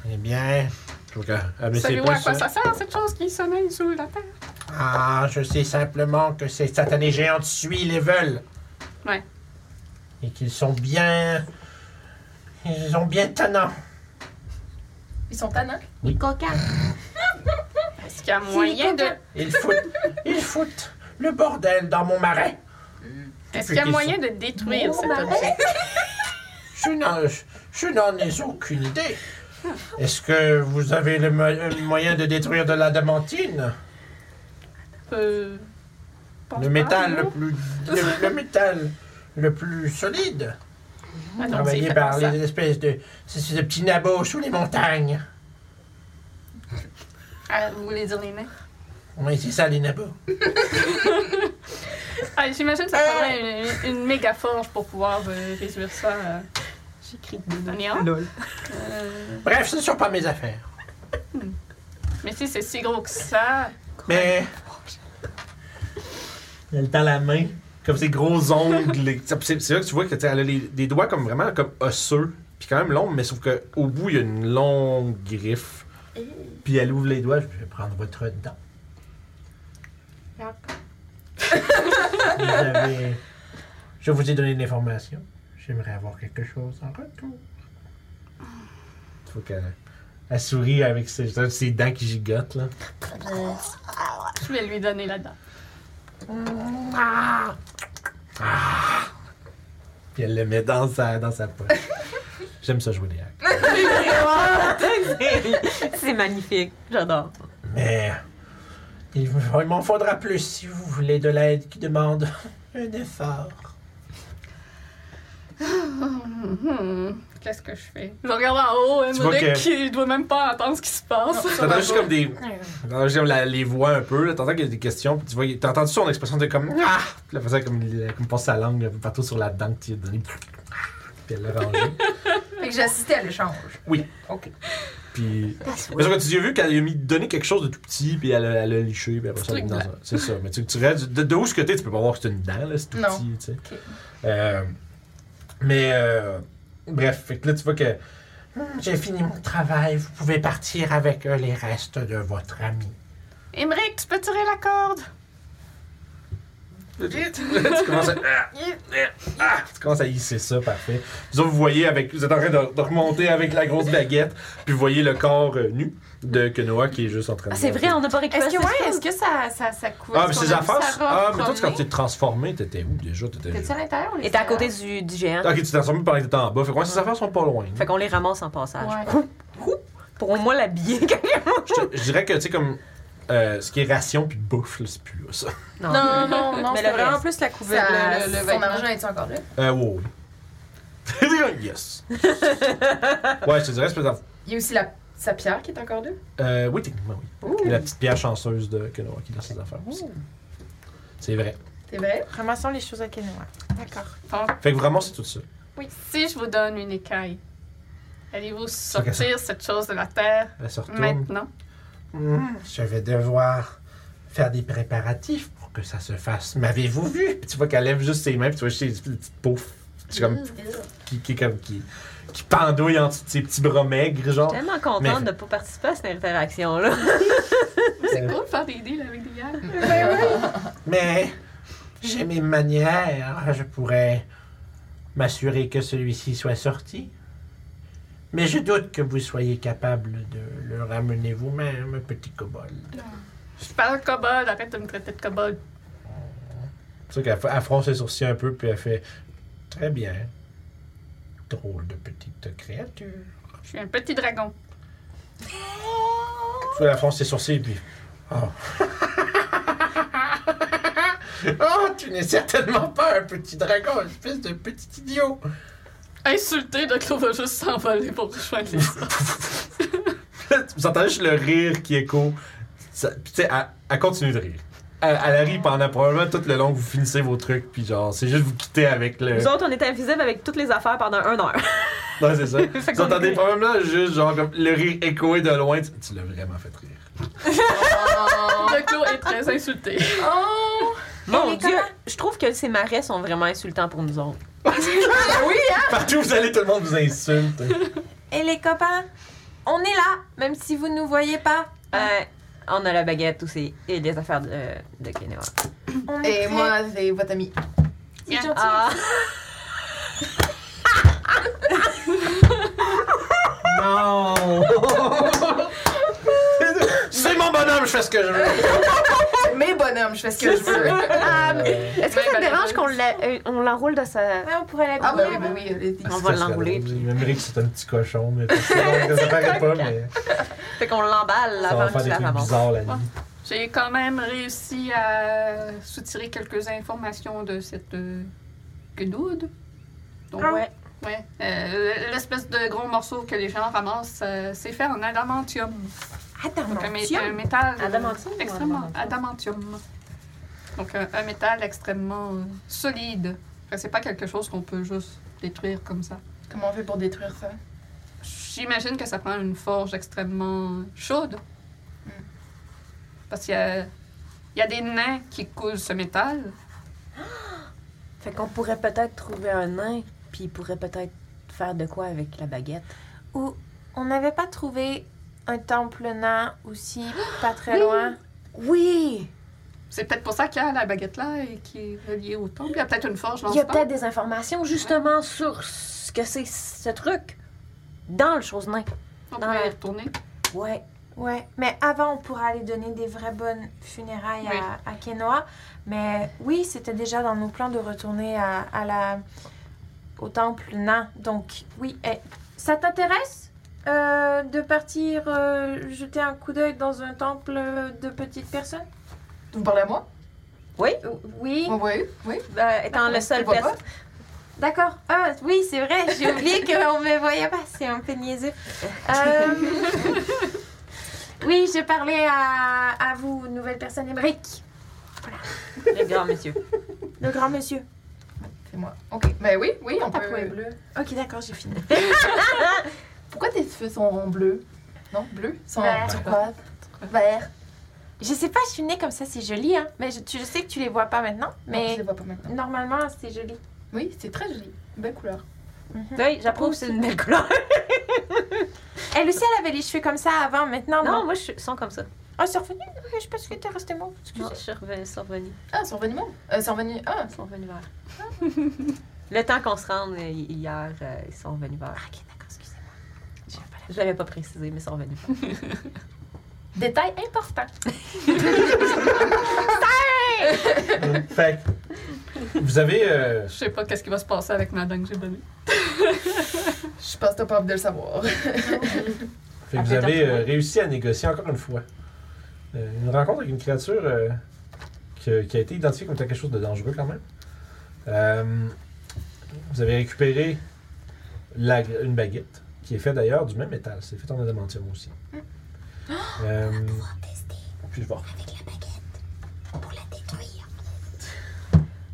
Eh bien. Tu vois qu'elle- elle met ses
Savez-vous
poings
à quoi
sur-
ça sert, cette chose qui sommeille sous la terre?
Ah, je sais simplement que ces satanés géantes suivent les veulent.
Ouais.
Et qu'ils sont bien. Ils sont bien tannants.
Ils sont tannants.
Est-ce qu'il y a moyen de...
Ils foutent. ils foutent le bordel dans mon marais.
Est-ce qu'il y a moyen de détruire cet objet?
Je n'en, je- je n'en ai aucune idée.
Ah.
Est-ce que vous avez le mo- euh, moyen de détruire de l'adamantine?
Euh, pense
Le
pas,
métal
non?
le plus. Le, le métal le plus solide.
Ah non, c'est
Travaillé
fait
par
comme ça.
les espèces de. Ces, ces petits nabots sous les montagnes.
Ah, vous voulez dire les nains?
Oui, c'est ça, les nabots.
Ah, J'imagine que
Euh.
ça prendrait une, une méga forge pour pouvoir euh, réduire ça. euh,
J'écris
en néant. Euh,
Bref, ce ne sont pas mes affaires.
mais si c'est si gros que ça,
Mais. Elle tend la main, comme ses gros ongles. c'est c'est là que tu vois que tu sais, elle a les, des doigts comme vraiment comme osseux, puis quand même longs, mais sauf qu'au bout, il y a une longue griffe. Puis elle ouvre les doigts, je vais prendre votre dent. Vous avez- Je vous ai donné une information. J'aimerais avoir quelque chose en retour. Faut qu'elle elle sourit avec ses, ses dents qui gigotent, là.
je vais lui donner la dent.
Puis elle le met dans sa, dans sa poche. J'aime ça jouer des hacks.
C'est magnifique. J'adore.
Mais il, vous- il m'en faudra plus si vous voulez de l'aide qui demande un effort.
Hum, Qu'est-ce que je fais? Je regarde en haut,
Mm-hmm.
hein,
Tu vois
mon mec
que-
qui doit même pas entendre ce qui se passe.
T'entends juste comme des. T'entends juste comme la- les voix un peu. là. T'entends qu'il y a des questions. Puis tu vois, t'as entendu son expression de comme. Ah! Puis elle faisait comme, il- comme passe sa langue un peu partout sur la dent que tu lui as donnée. Puis elle l'a rangée.
Fait que j'ai assisté à l'échange.
Puis. Mais sauf que tu as vu qu'elle lui a mis donné quelque chose de tout petit. Puis elle, a- elle l'a liché. Puis après ça, elle l'a mis dans
Truc
ça. C'est ça. Mais tu, tu regardes, de, de où ce que t'es, tu peux pas voir que c'est une dent, là. C'est tout
Non.
petit, tu sais. Euh, mais euh, bref, fait que là tu vois que Hmm, j'ai fini mon travail, vous pouvez partir avec euh, les restes de votre ami.
Émeric, tu peux tirer la corde?
tu commences à Ah, tu commences à hisser ça, parfait. Vous autres, vous voyez avec vous êtes en train de, de remonter avec la grosse baguette, puis vous voyez le corps euh, nu de Kenoa qui est juste en train de
Ah, c'est vrai, on n'a pas récupéré
Est-ce que,
cette
ouais,
chose.
est-ce que ça, ça, ça coule?
Ah, mais
Est-ce
ses
qu'on a vu
affaires.
sa robe
Ah, mais toi, tu- quand
promener?
tu t'es transformé, t'étais où déjà T'étais. Ah,
T'es-tu à l'intérieur ou
Et t'es à côté du, du géant.
Ok, tu t'es transformé pendant que t'étais en bas. Fait que ouais, ses affaires sont pas loin.
Fait qu'on les ramasse en passage.
Ouais.
Pour moi, l'habiller.
Je, te- je dirais que, tu sais, comme euh, ce qui est ration puis bouffe, là, c'est plus là, ça.
Non, non, non,
Mais
c'est
le
vraiment
reste.
plus la couverture,
Ça,
le, le, le
son
vêtement.
argent est-tu encore là?
Euh, wow. yes. ouais, je te dirais, c'est peut-être.
Il y a aussi la, sa pierre qui est encore là.
Euh, oui, techniquement, oui. La petite pierre chanceuse de Kenoa qui est dans ses affaires aussi. C'est vrai.
C'est vrai?
Ramassons les choses à Kenoa. D'accord.
Donc,
Fait que vraiment, c'est tout ça.
si je vous donne une écaille, allez-vous
Ok,
sortir cette chose de la terre
Elle se retourne.
maintenant? Mhm.
Hmm, je vais devoir faire des préparatifs pour que ça se fasse. M'avez-vous vu? Puis tu vois qu'elle lève juste ses mains, puis tu vois juste les petites peaux tu sais,
Mhm.
comme,
Mm.
qui, qui, comme, qui, qui pendouillent en dessous de ses petits bras maigres, genre.
tellement
Mais- Euh.
contente de ne pas participer à cette interaction-là.
C'est cool Ben de faire des deals avec des gars.
Mais j'ai mes manières. Je pourrais m'assurer que celui-ci soit sorti. Mais je doute que vous soyez capable de le ramener vous-même, petit kobold.
Je suis pas un kobold, arrête de me traiter de kobold.
C'est sûr qu'elle fr- elle fronce les sourcils un peu, puis elle fait Très bien. Drôle de petite créature.
Je suis un petit dragon.
Sous la fronce ses sourcils, puis. Oh. oh, tu n'es certainement pas un petit dragon, espèce de petit idiot.
Insulté, Doclo va juste s'envoler pour rejoindre les autres.
Vous entendez juste le rire qui écho. Ça- puis Tu sais, elle, elle continue de rire. Elle, elle rit pendant probablement tout le long que vous finissez vos trucs, puis genre, c'est juste vous quitter avec le.
Nous autres, on était invisibles avec toutes les affaires pendant un heure.
Ouais, c'est ça.
Fait
Vous
qu'on
entendez
est-
probablement juste genre comme le rire échoé de loin. Tu, tu l'as vraiment fait rire.
Doclo est très insulté.
Oh!
Mon Dieu, je trouve que ces marais sont vraiment insultants pour nous autres.
Partout où vous allez, tout le monde vous insulte.
Et les copains, on est là, même si vous ne nous voyez pas. Euh, on a la baguette aussi et les affaires de, euh, de Kenewa.
On est
Et
prêts.
moi, c'est votre ami.
Yeah.
Ah,
Non! c'est mon bonhomme, je fais ce que je veux.
Mes bonhommes, je fais ce que je veux.
Ah,
Est-ce
Ben,
que ça te dérange qu'on
l'enroule de sa...
Ouais, on pourrait l'habiller.
Ah, bah oui, bah oui, allez-y.
On va l'enrouler.
Il m'aimerait que c'est un petit cochon, mais c'est bon, que ça paraît pas, mais
Fait qu'on l'emballe
ça va
avant
faire
qu'il
des
la
trucs
ramasse.
bizarres la nuit.
J'ai quand même réussi à soutirer quelques informations de cette euh, gnoude. Donc,
Ah.
ouais. Ouais. Euh, L'espèce de gros morceau que les gens ramassent, euh, c'est fait en adamantium. Donc, un, mé- un métal. euh,
Adamantium ou
Extrêmement. Adamantium. Donc, un, un métal extrêmement euh, solide. Fait que C'est pas quelque chose qu'on peut juste détruire comme ça.
Comment on fait pour détruire ça?
J'imagine que ça prend une forge extrêmement chaude. Parce qu'il y a, il y a des nains qui coulent ce métal.
Fait qu'on pourrait peut-être trouver un nain, puis il pourrait peut-être faire de quoi avec la baguette.
Ou on n'avait pas trouvé un temple nain aussi, pas très loin.
Oui!
C'est peut-être pour ça qu'il y a la baguette là et qui est reliée au temple. Il y a peut-être une forge dans
Il y a
ce temple.
peut-être des informations justement sur ce que c'est ce truc dans le chose nain.
On
dans
pourrait
la-
y retourner.
Ouais.
Ouais, mais avant, on pourra aller donner des vraies bonnes funérailles
Oui.
à, à Kenoa. Mais oui, c'était déjà dans nos plans de retourner à, à la, au temple nain. Donc, oui. Eh, ça t'intéresse euh, de partir euh, jeter un coup d'œil dans un temple euh, de petites personnes
Vous me parlez à moi?
Euh, Oui. Bah,
Oui, oui, oui.
Euh, étant le
Tu
seul
vois
pers-
D'accord. Ah, oui, c'est vrai. J'ai oublié qu'on ne me voyait pas. C'est un peu niaiseux. Euh, oui, j'ai parlé à, à vous, nouvelle personne, Émeric,
le grand monsieur.
le grand monsieur.
C'est moi. Ok, ben oui, oui, on
Pourquoi ta peau est
peut.
bleue? Ok, d'accord, j'ai fini.
Pourquoi tes feux sont bleus? Non, bleus? Ils Sont
Vert.
turquoise. Vert.
Je sais pas, je suis née comme ça, c'est joli, hein. Mais je, tu, je sais que tu les vois pas maintenant,
Mais je
mais
les vois pas maintenant.
normalement, c'est joli. Euh,
Oui, c'est très joli. Belle couleur.
Mhm.
Oui, j'approuve, c'est une belle couleur.
Elle aussi, elle avait les cheveux comme ça avant, maintenant, non.
Non, moi, je sens comme ça.
Oh, c'est revenu? Ouais, Je pense que t'es resté mauve.
Non,
Excusez.
je suis revenue- suis revenue.
Ah, surveniment. Euh, survenu. Ah,
Ils sont venus vers. Le temps qu'on se rende euh, hi- hier, euh, ils sont venus vers.
Ah, ok, d'accord, excusez-moi.
Je l'avais pas précisé, mais ils sont venus vers.
détail important.
Fait que vous avez. euh,
Je sais pas qu'est-ce qui va se passer avec ma dingue que j'ai donnée.
Je pense que t'as pas envie de le savoir.
Fait que vous avez euh, réussi à négocier encore une fois. Euh, une rencontre avec une créature euh, que- qui a été identifiée comme étant quelque chose de dangereux quand même. Euh, vous avez récupéré la- une baguette qui est faite d'ailleurs du même métal. C'est fait en adamantium aussi. Euh, puis je vais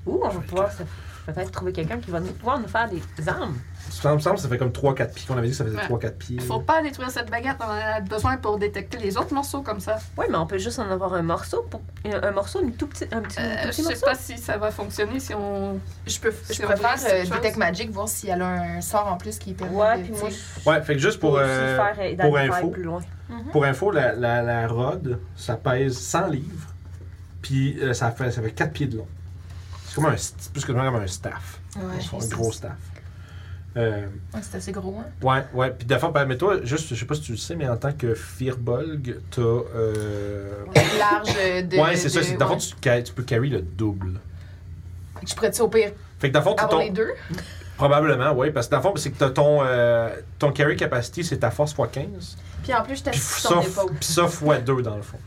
Ouh, on va pouvoir se- peut-être trouver quelqu'un qui va nous, pouvoir nous faire des armes.
Ça me semble, ça fait comme 3-4 pieds. On avait dit que ça faisait
Ouais.
3-4 pieds.
Faut pas détruire cette baguette. On en a besoin pour détecter les autres morceaux comme ça.
Ouais, mais on peut juste en avoir un morceau. Pour, un, un morceau, une tout petit, un petit,
Euh,
tout
je
petit
sais
morceau.
pas si ça va fonctionner si on.
Je peux, je
Si on
préfère
brise
euh,
quelque
Detect
chose.
Magic, voir si elle a un sort en plus qui permet
Ouais,
de-
puis moi,
tu sais.
je
Ouais, fait que juste pour,
peux aussi
euh,
faire euh,
pour
d'aller faire
info,
plus loin.
Pour info, la, la, la rod, ça pèse 100 livres, puis euh, ça, fait, ça fait 4 pieds de long. C'est comme un, st- plus que comme un staff.
Ouais,
C'est un
c'est-
gros staff. Euh,
Ouais, c'est assez gros, hein.
ouais, ouais. Puis de fois, ben, mais toi, juste, je sais pas si tu le sais, mais en tant que Firbolg, t'as. Euh...
Large euh, de.
Ouais, c'est ça.
de-
c'est- Dans le
ouais.
fond, tu, ca- tu peux carry le double.
Je pourrais-tu au pire
Fait que dans le fond, t'as
Avoir
ton-
les Ah, deux.
Probablement, oui, parce que dans le fond, c'est que t'as ton, euh, ton carry capacity, c'est ta force x 15.
Puis en plus, je
Puis
t'assiste sur
ça,
ton
f-
épaule.
puis ça x 2 dans le fond.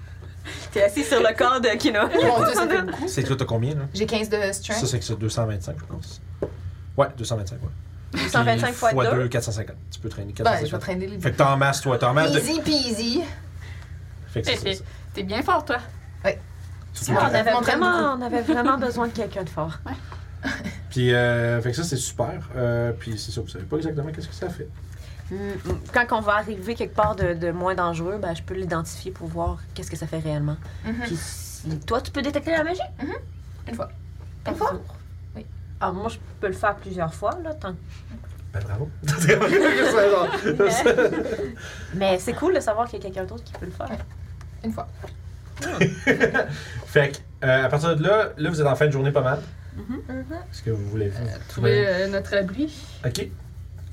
T'es assis sur le corps de Kino.
Mon Dieu, ça fait beaucoup.
C'est que là, t'as combien, là?
J'ai 15 de
Ça,
strength.
c'est que c'est 225, je pense. Ouais, 225, ouais.
225
Puis
fois
fois
deux.
2, 450. Tu peux traîner
Ben, je vais
450.
traîner les
fait que t'en masses, toi, t'en masses de...
Easy peasy.
Fait que c'est ça,
Fait-
ça.
T'es bien fort, toi.
Surtout
Ah,
que-
on avait
Vraiment, on avait vraiment besoin de quelqu'un de fort.
Puis, euh, fait que ça, c'est super. Euh, puis, c'est ça, vous savez pas exactement qu'est-ce que ça fait.
Mm, mm. Quand on va arriver quelque part de, de moins dangereux, ben, je peux l'identifier pour voir qu'est-ce que ça fait réellement.
Mhm.
Puis si- toi, tu peux détecter la magie? Mm-hmm.
T'es fort?
Ah, moi, je peux le faire plusieurs fois, là, tant
Ben, bravo. C'est genre-
Mais c'est cool de savoir qu'il y a quelqu'un d'autre qui peut le faire.
Une fois.
fait que, euh, à partir de là, là, vous êtes en fin de journée pas mal. Est-ce que vous voulez...
Trouver euh, notre abri.
OK.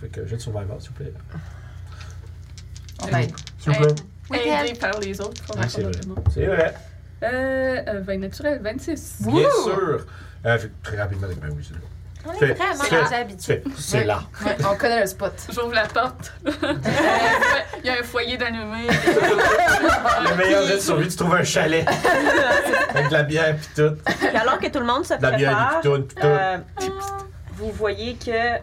Fait que j'ai de survival, s'il vous plaît.
On va être-
S'il vous plaît.
Oui,
Aidé Euh, par les autres.
Oui, c'est vrai. C'est vrai.
Euh, euh, vingt naturel, 26.
Bien sûr. Euh, fait que très rapidement, ben oui, c'est là.
On
Fait-
est vraiment
fait-
rendu habitués.
Fait, c'est là.
Ouais, on connaît le spot.
J'ouvre la porte. Il y a un foyer Ah, d'allumé.
Le meilleur jet de survie, tu trouves un chalet. Avec de la bière pis tout. De
Puis alors que tout le monde se
la bière,
prépare,
des pitounes pis tout.
Ah. euh, vous voyez que,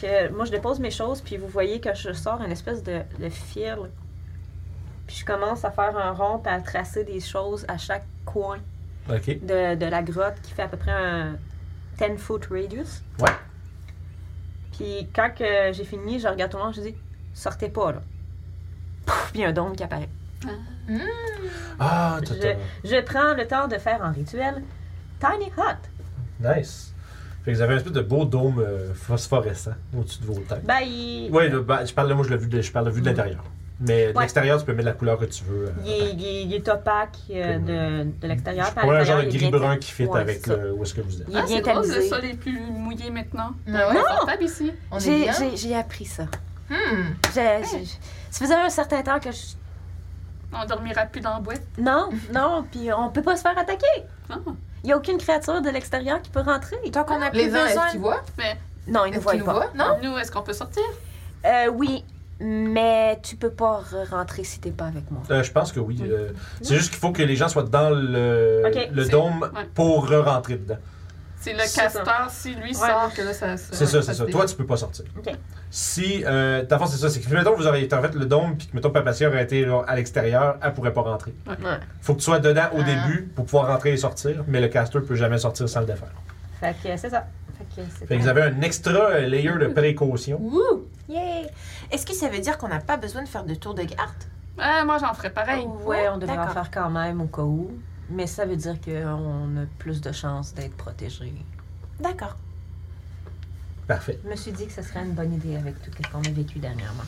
que moi je dépose mes choses, puis vous voyez que je sors une espèce de, de fil. Puis je commence à faire un rond puis à tracer des choses à chaque coin
OK.
de, de la grotte qui fait à peu près un 10 foot radius.
Ouais.
Puis quand que j'ai fini, je regarde tout le monde, je dis sortez pas là. Pouf, puis il y a un dôme qui apparaît.
Ah, t'as
Je, je prends le temps de faire un rituel Tiny Hut.
t'as- Nice. Fait que vous avez un espèce de beau dôme euh, phosphorescent au-dessus de vos têtes.
Ben, il,
Oui, le- ben, je parle, là, moi, je l'ai vu de, je parle de vue de l'intérieur. Mais de
Mm. Ouais.
l'extérieur, tu peux mettre la couleur que tu veux. euh,
il est, il est- il est opaque euh, de, de l'extérieur.
je
par
prends un genre de
l'intérieur, il est
gris
bien-
brun qui fit
Ouais,
avec
c'est ça.
le- où est-ce que vous êtes.
Il est
Ah,
bien
c'est drôle, le
tamisé.
sol est plus mouillé maintenant.
Ah ouais?
C'est confortable ici.
On est
J'ai-
bien.
j'ai- J'ai appris ça.
Hmm.
J'ai- j'ai- Ça faisait un certain temps que je.
On dormira plus dans la boîte.
Non, non, puis on peut pas se faire attaquer.
Ah.
Il n'y a aucune créature de l'extérieur qui peut rentrer.
Tant qu'on a plus
Les uns, est-ce
besoin.
qu'ils voient?
Non, ils ne
Est-ce qu'ils
voient
nous
pas.
voient? Non?
Nous, est-ce qu'on peut sortir?
Euh, oui, mais tu peux pas re- rentrer si t'es pas avec moi.
Euh, je pense que oui. euh, c'est juste qu'il faut que les gens soient dans le,
Ok.
le
C'est-
dôme
ouais.
pour re-rentrer dedans.
C'est le
C'est ça.
castor, si lui sort, que là, ça.
C'est ça, c'est ça. Toi, tu peux pas sortir.
Ok.
Si, euh, dans le fond, c'est ça. C'est que, mettons, vous auriez été en fait le dôme, puis que, mettons, Papatia aurait été genre, à l'extérieur, elle pourrait pas rentrer.
Ouais.
Faut que tu sois dedans au
Ah.
début pour pouvoir rentrer et sortir, mais le caster peut jamais sortir sans le défaire.
Fait que euh, c'est ça. Fait que c'est
Fait que vous avez un extra euh, layer de précaution.
Ouh!
Yay! Est-ce que ça veut dire qu'on n'a pas besoin de faire de tour de garde?
Ah, moi, j'en ferais pareil.
Ouais, on devrait en
D'accord.
faire quand même au cas où. Mais ça veut dire qu'on a plus de chances d'être protégé.
D'accord.
Parfait.
Je me suis dit que ce serait une bonne idée avec tout ce qu'on a vécu dernièrement.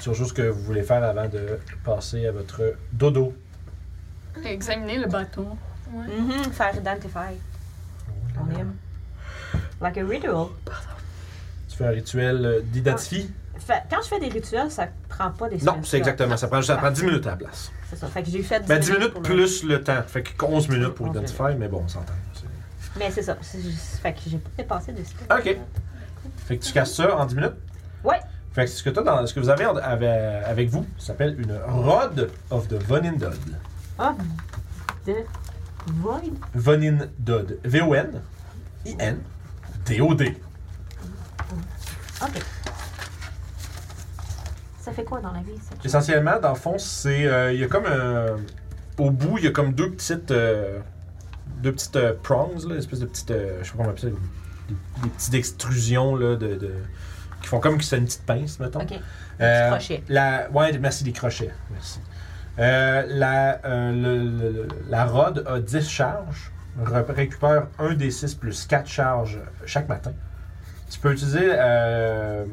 C'est juste ce que vous voulez faire avant de passer à votre dodo.
Examiner le bâton.
Mm-hmm, Faire identify. On aime. Like a ritual.
Tu fais un rituel euh, d'identifie.
Fait- quand je fais des rituels, ça prend pas des
Non,
semaines.
c'est exactement. Ça prend, ça prend 10 minutes à la place.
C'est ça. Fait que j'ai fait
Ben, 10 minutes
pour le-
plus le temps. Fait que 11 minutes pour
11 minutes.
identifier, mais bon, on s'entend. c'est-
Mais c'est ça. C'est juste- Fait que j'ai pas dépassé de ça.
OK. Fait que tu casses ça en 10 minutes?
Ouais.
Fait que ce que, t'as dans, ce que vous avez en- ave- avec vous ça s'appelle une Rod of the Vonindod.
Ah! De. Void.
Vonindod. V-O-N. I-N. D-O-D.
Ok. Ça fait quoi dans la vie, ça?
Essentiellement, dans le fond, c'est. euh, Il y a comme un. Au bout, il y a comme deux petites. euh, deux petites euh, prongs, là, espèce de petites. euh, je sais pas comment on appelle ça. Des, des petites extrusions, là, de, de- qui font comme que c'est une petite pince, mettons.
Ok.
Euh,
crochets.
La, ouais, merci, des crochets. Merci. Euh, la, euh, le- le- le- la rod a 10 charges, Re- récupère 1 des 6 plus 4 charges chaque matin. Tu peux utiliser. Euh,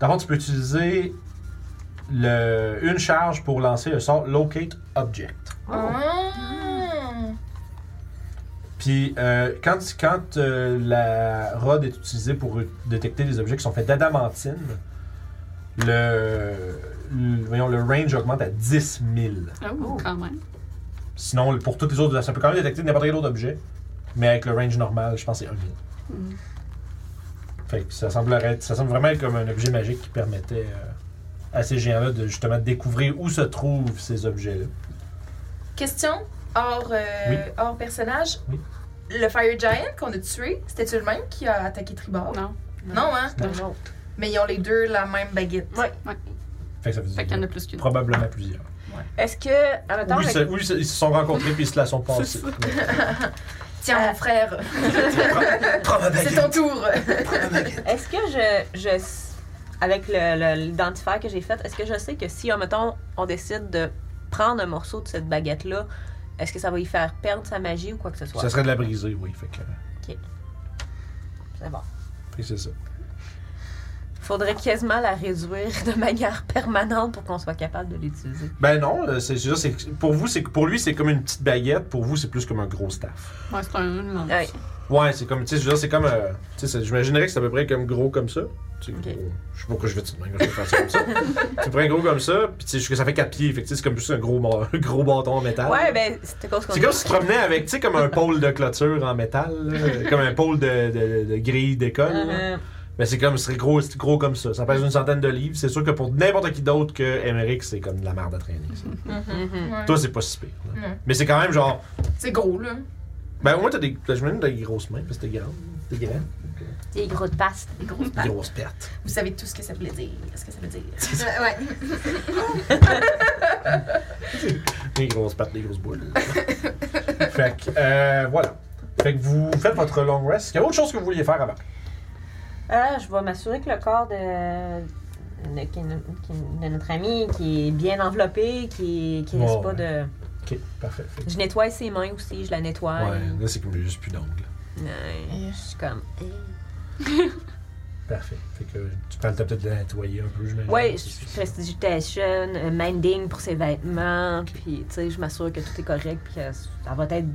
d'abord, tu peux utiliser le, une charge pour lancer le sort Locate Object.
Oh.
Hmm.
Puis, euh, quand, quand euh, la rod est utilisée pour détecter des objets qui sont faits d'adamantine, le, le- voyons, le range augmente à 10 000.
Ah, oui, quand même.
Sinon, le- pour tous les autres, ça peut quand même détecter n'importe quel autre objet. Mais avec le range normal, je pense que c'est 1000.
Mm.
Fait que ça semble, être, ça semble vraiment être comme un objet magique qui permettait euh, à ces géants-là de justement découvrir où se trouvent ces objets-là.
Question hors, euh,
Oui.
hors personnage.
Oui.
Le Fire Giant qu'on a tué, c'était-tu le même qui a attaqué Tribord?
Non.
Non,
Ah.
hein?
C'est un autre.
Mais ils ont les deux la même baguette.
Ouais.
Ouais.
Fait que ça veut
Fait
dire
qu'il y en a plus qu'une.
probablement plusieurs.
Est-ce que. En même temps,
Ou ils,
avec-
se, ou ils se- ils se sont rencontrés puis ils se la sont passés.
Tiens,
Euh,
mon frère, c'est ton tour.
Est-ce que je, je s- avec le- le- l'identifier que j'ai fait, est-ce que je sais que si, en mettons, on décide de prendre un morceau de cette baguette-là, est-ce que ça va lui faire perdre sa magie ou quoi que ce soit?
Ça serait de la briser, oui. Fait que,
C'est bon.
fait que c'est ça.
Faudrait quasiment la réduire de manière permanente pour qu'on soit capable de l'utiliser.
Ben non, euh, c'est c'est juste, c'est- pour vous, c'est pour lui, c'est comme une petite baguette. Pour vous, c'est plus comme un gros staff.
Ouais, c'est un une lance.
Ouais.
Ouais, c'est comme, tu sais, je veux dire, c'est comme, euh, tu sais, c'est- j'imaginerais que c'est à peu près comme gros comme ça. Tu sais,
Ok.
gros. Je sais pas pourquoi je vais te demander de faire ça comme ça. c'est à peu près gros comme ça, puis tu sais, que ça fait 4 pieds, fait que tu sais, c'est comme juste un gros, mor- un gros bâton en métal.
Ouais, ben, c'était quoi ce qu'on
Ah C'est comme si tu te promenais avec, tu sais, comme un pôle de clôture en métal, là, comme un pôle de, de- de grille d'école. là.
Euh,
Mais c'est comme, c'est gros, c'est gros comme ça. Ça pèse une centaine de livres. C'est sûr que pour n'importe qui d'autre que Emmerich, c'est comme de la merde à traîner. ça.
mhm.
Toi, c'est pas si pire. là.
Non.
Mais c'est quand même genre,
C'est gros, là.
ben au moins t'as des, j'imagine que t'as des grosses mains parce que t'es grand, t'es grand,
Des gros de passe.
Des grosses
des
pattes.
grosses pertes.
Vous savez tout ce que ça voulait dire. Ce que ça veut dire. Euh, ouais.
Des grosses pattes, des grosses boules. fait que, euh, voilà. Fait que vous faites votre long rest. Est-ce qu'il y a autre chose que vous vouliez faire avant?
Ah, je vais m'assurer que le corps de, de, qui- qui- de notre ami qui est bien enveloppé, qui, qui risque
Ouais,
pas de.
Ok, parfait. Fait que-
Je nettoie ses mains aussi, je la nettoie.
ouais, là c'est comme juste plus d'ongles.
Ouais, Je suis comme.
Parfait. Fait que tu parles t'as peut-être de la nettoyer un peu, j'imagine.
Ouais, je fais prestidigitation, euh, minding pour ses vêtements, puis tu sais, je m'assure que tout est correct, puis que ça va être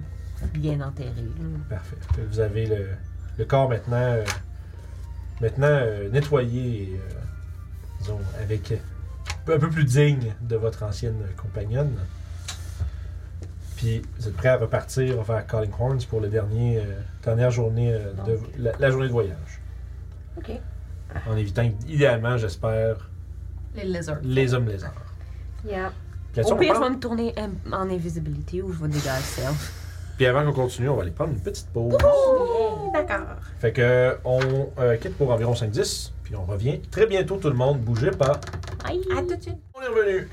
bien enterré. là.
Parfait. Fait que Vous avez le, le corps maintenant, euh, maintenant euh, nettoyé, et, euh, disons, avec euh, un peu plus digne de votre ancienne compagnonne. Puis vous êtes prêt à repartir vers Calling Horns pour la dernier, euh, dernière journée euh, de la, la journée de voyage.
Ok.
En évitant idéalement, j'espère,
Les lézards.
les hommes lézards.
Yeah.
Puis là-dessus,
Au
on
pire,
prend-
je vais me tourner euh, en invisibilité ou je vais dégager self.
Puis avant qu'on continue, on va aller prendre une petite pause.
D'accord.
Fait que on euh, quitte pour environ 5-10, puis on revient très bientôt tout le monde, bougez pas.
Bye!
On est revenu.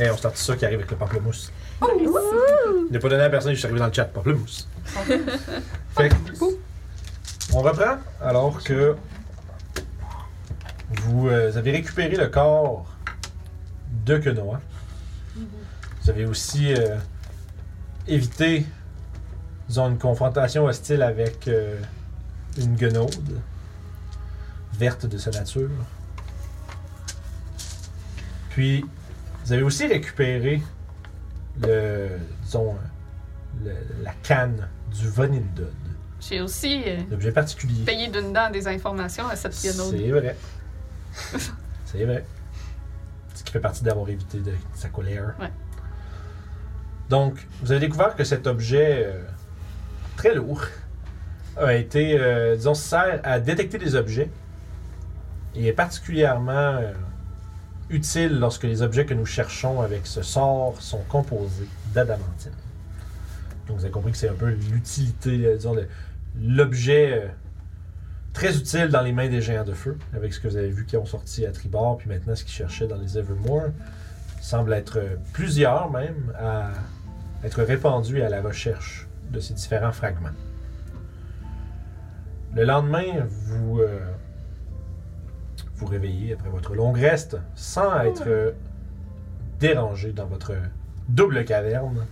Et on start ça qui arrive avec le pamplemousse. Il n'a pas donné à personne, je suis arrivé dans le chat, pamplemousse. fait que, on reprend alors que vous euh, avez récupéré le corps de Quenoa. Vous avez aussi euh, évité, disons, une confrontation hostile avec euh, une guenaude verte de sa nature. Puis, vous avez aussi récupéré le, disons, euh, le- la canne du Vonindod,
J'ai aussi euh,
l'objet particulier.
payé d'une dent des informations à cette piano.
C'est vrai. C'est vrai. Ce qui fait partie d'avoir évité de, sa colère.
Ouais.
Donc, vous avez découvert que cet objet euh, très lourd a été, euh, disons, sert à détecter des objets et est particulièrement euh, utile lorsque les objets que nous cherchons avec ce sort sont composés d'adamantine. Donc, vous avez compris que c'est un peu l'utilité, euh, disons, le- l'objet. euh, très utile dans les mains des géants de feu, avec ce que vous avez vu qui ont sorti à Tribord, puis maintenant ce qu'ils cherchaient dans les Evermore. Il semble être euh, plusieurs même à être répandus à la recherche de ces différents fragments. Le lendemain, vous euh, vous réveillez après votre longue reste sans être euh, dérangé dans votre double caverne,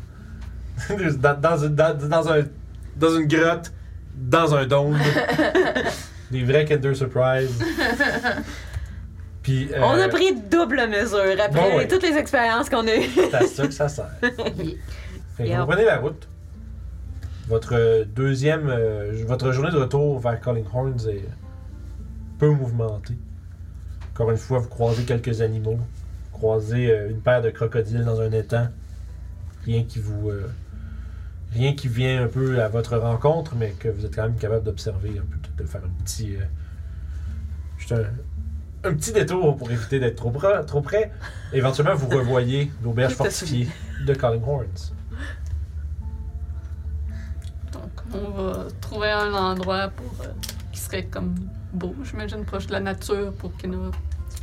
dans, dans- dans- dans un- dans une grotte, dans un dôme. Des vrais Kinder Surprise. Puis. euh,
On a pris double mesure après
bon, ouais.
toutes les expériences qu'on a eues.
C'est à ça que ça sert. Fait que
Yeah.
vous prenez la route. Votre euh, deuxième. euh, votre journée de retour vers Calling Horns est peu mouvementée. Encore une fois, vous croisez quelques animaux. Vous croisez euh, une paire de crocodiles dans un étang. Rien qui vous. euh, rien qui vient un peu à votre rencontre, mais que vous êtes quand même capable d'observer, un peu, de- de faire un petit. euh, juste un, un petit détour pour éviter d'être trop, pro- trop près. Éventuellement, vous revoyez l'auberge
Tout à fait.
fortifiée de Callinghorns.
Donc, on va trouver un endroit pour, euh, qui serait comme beau, j'imagine, proche de la nature pour qu'il nous.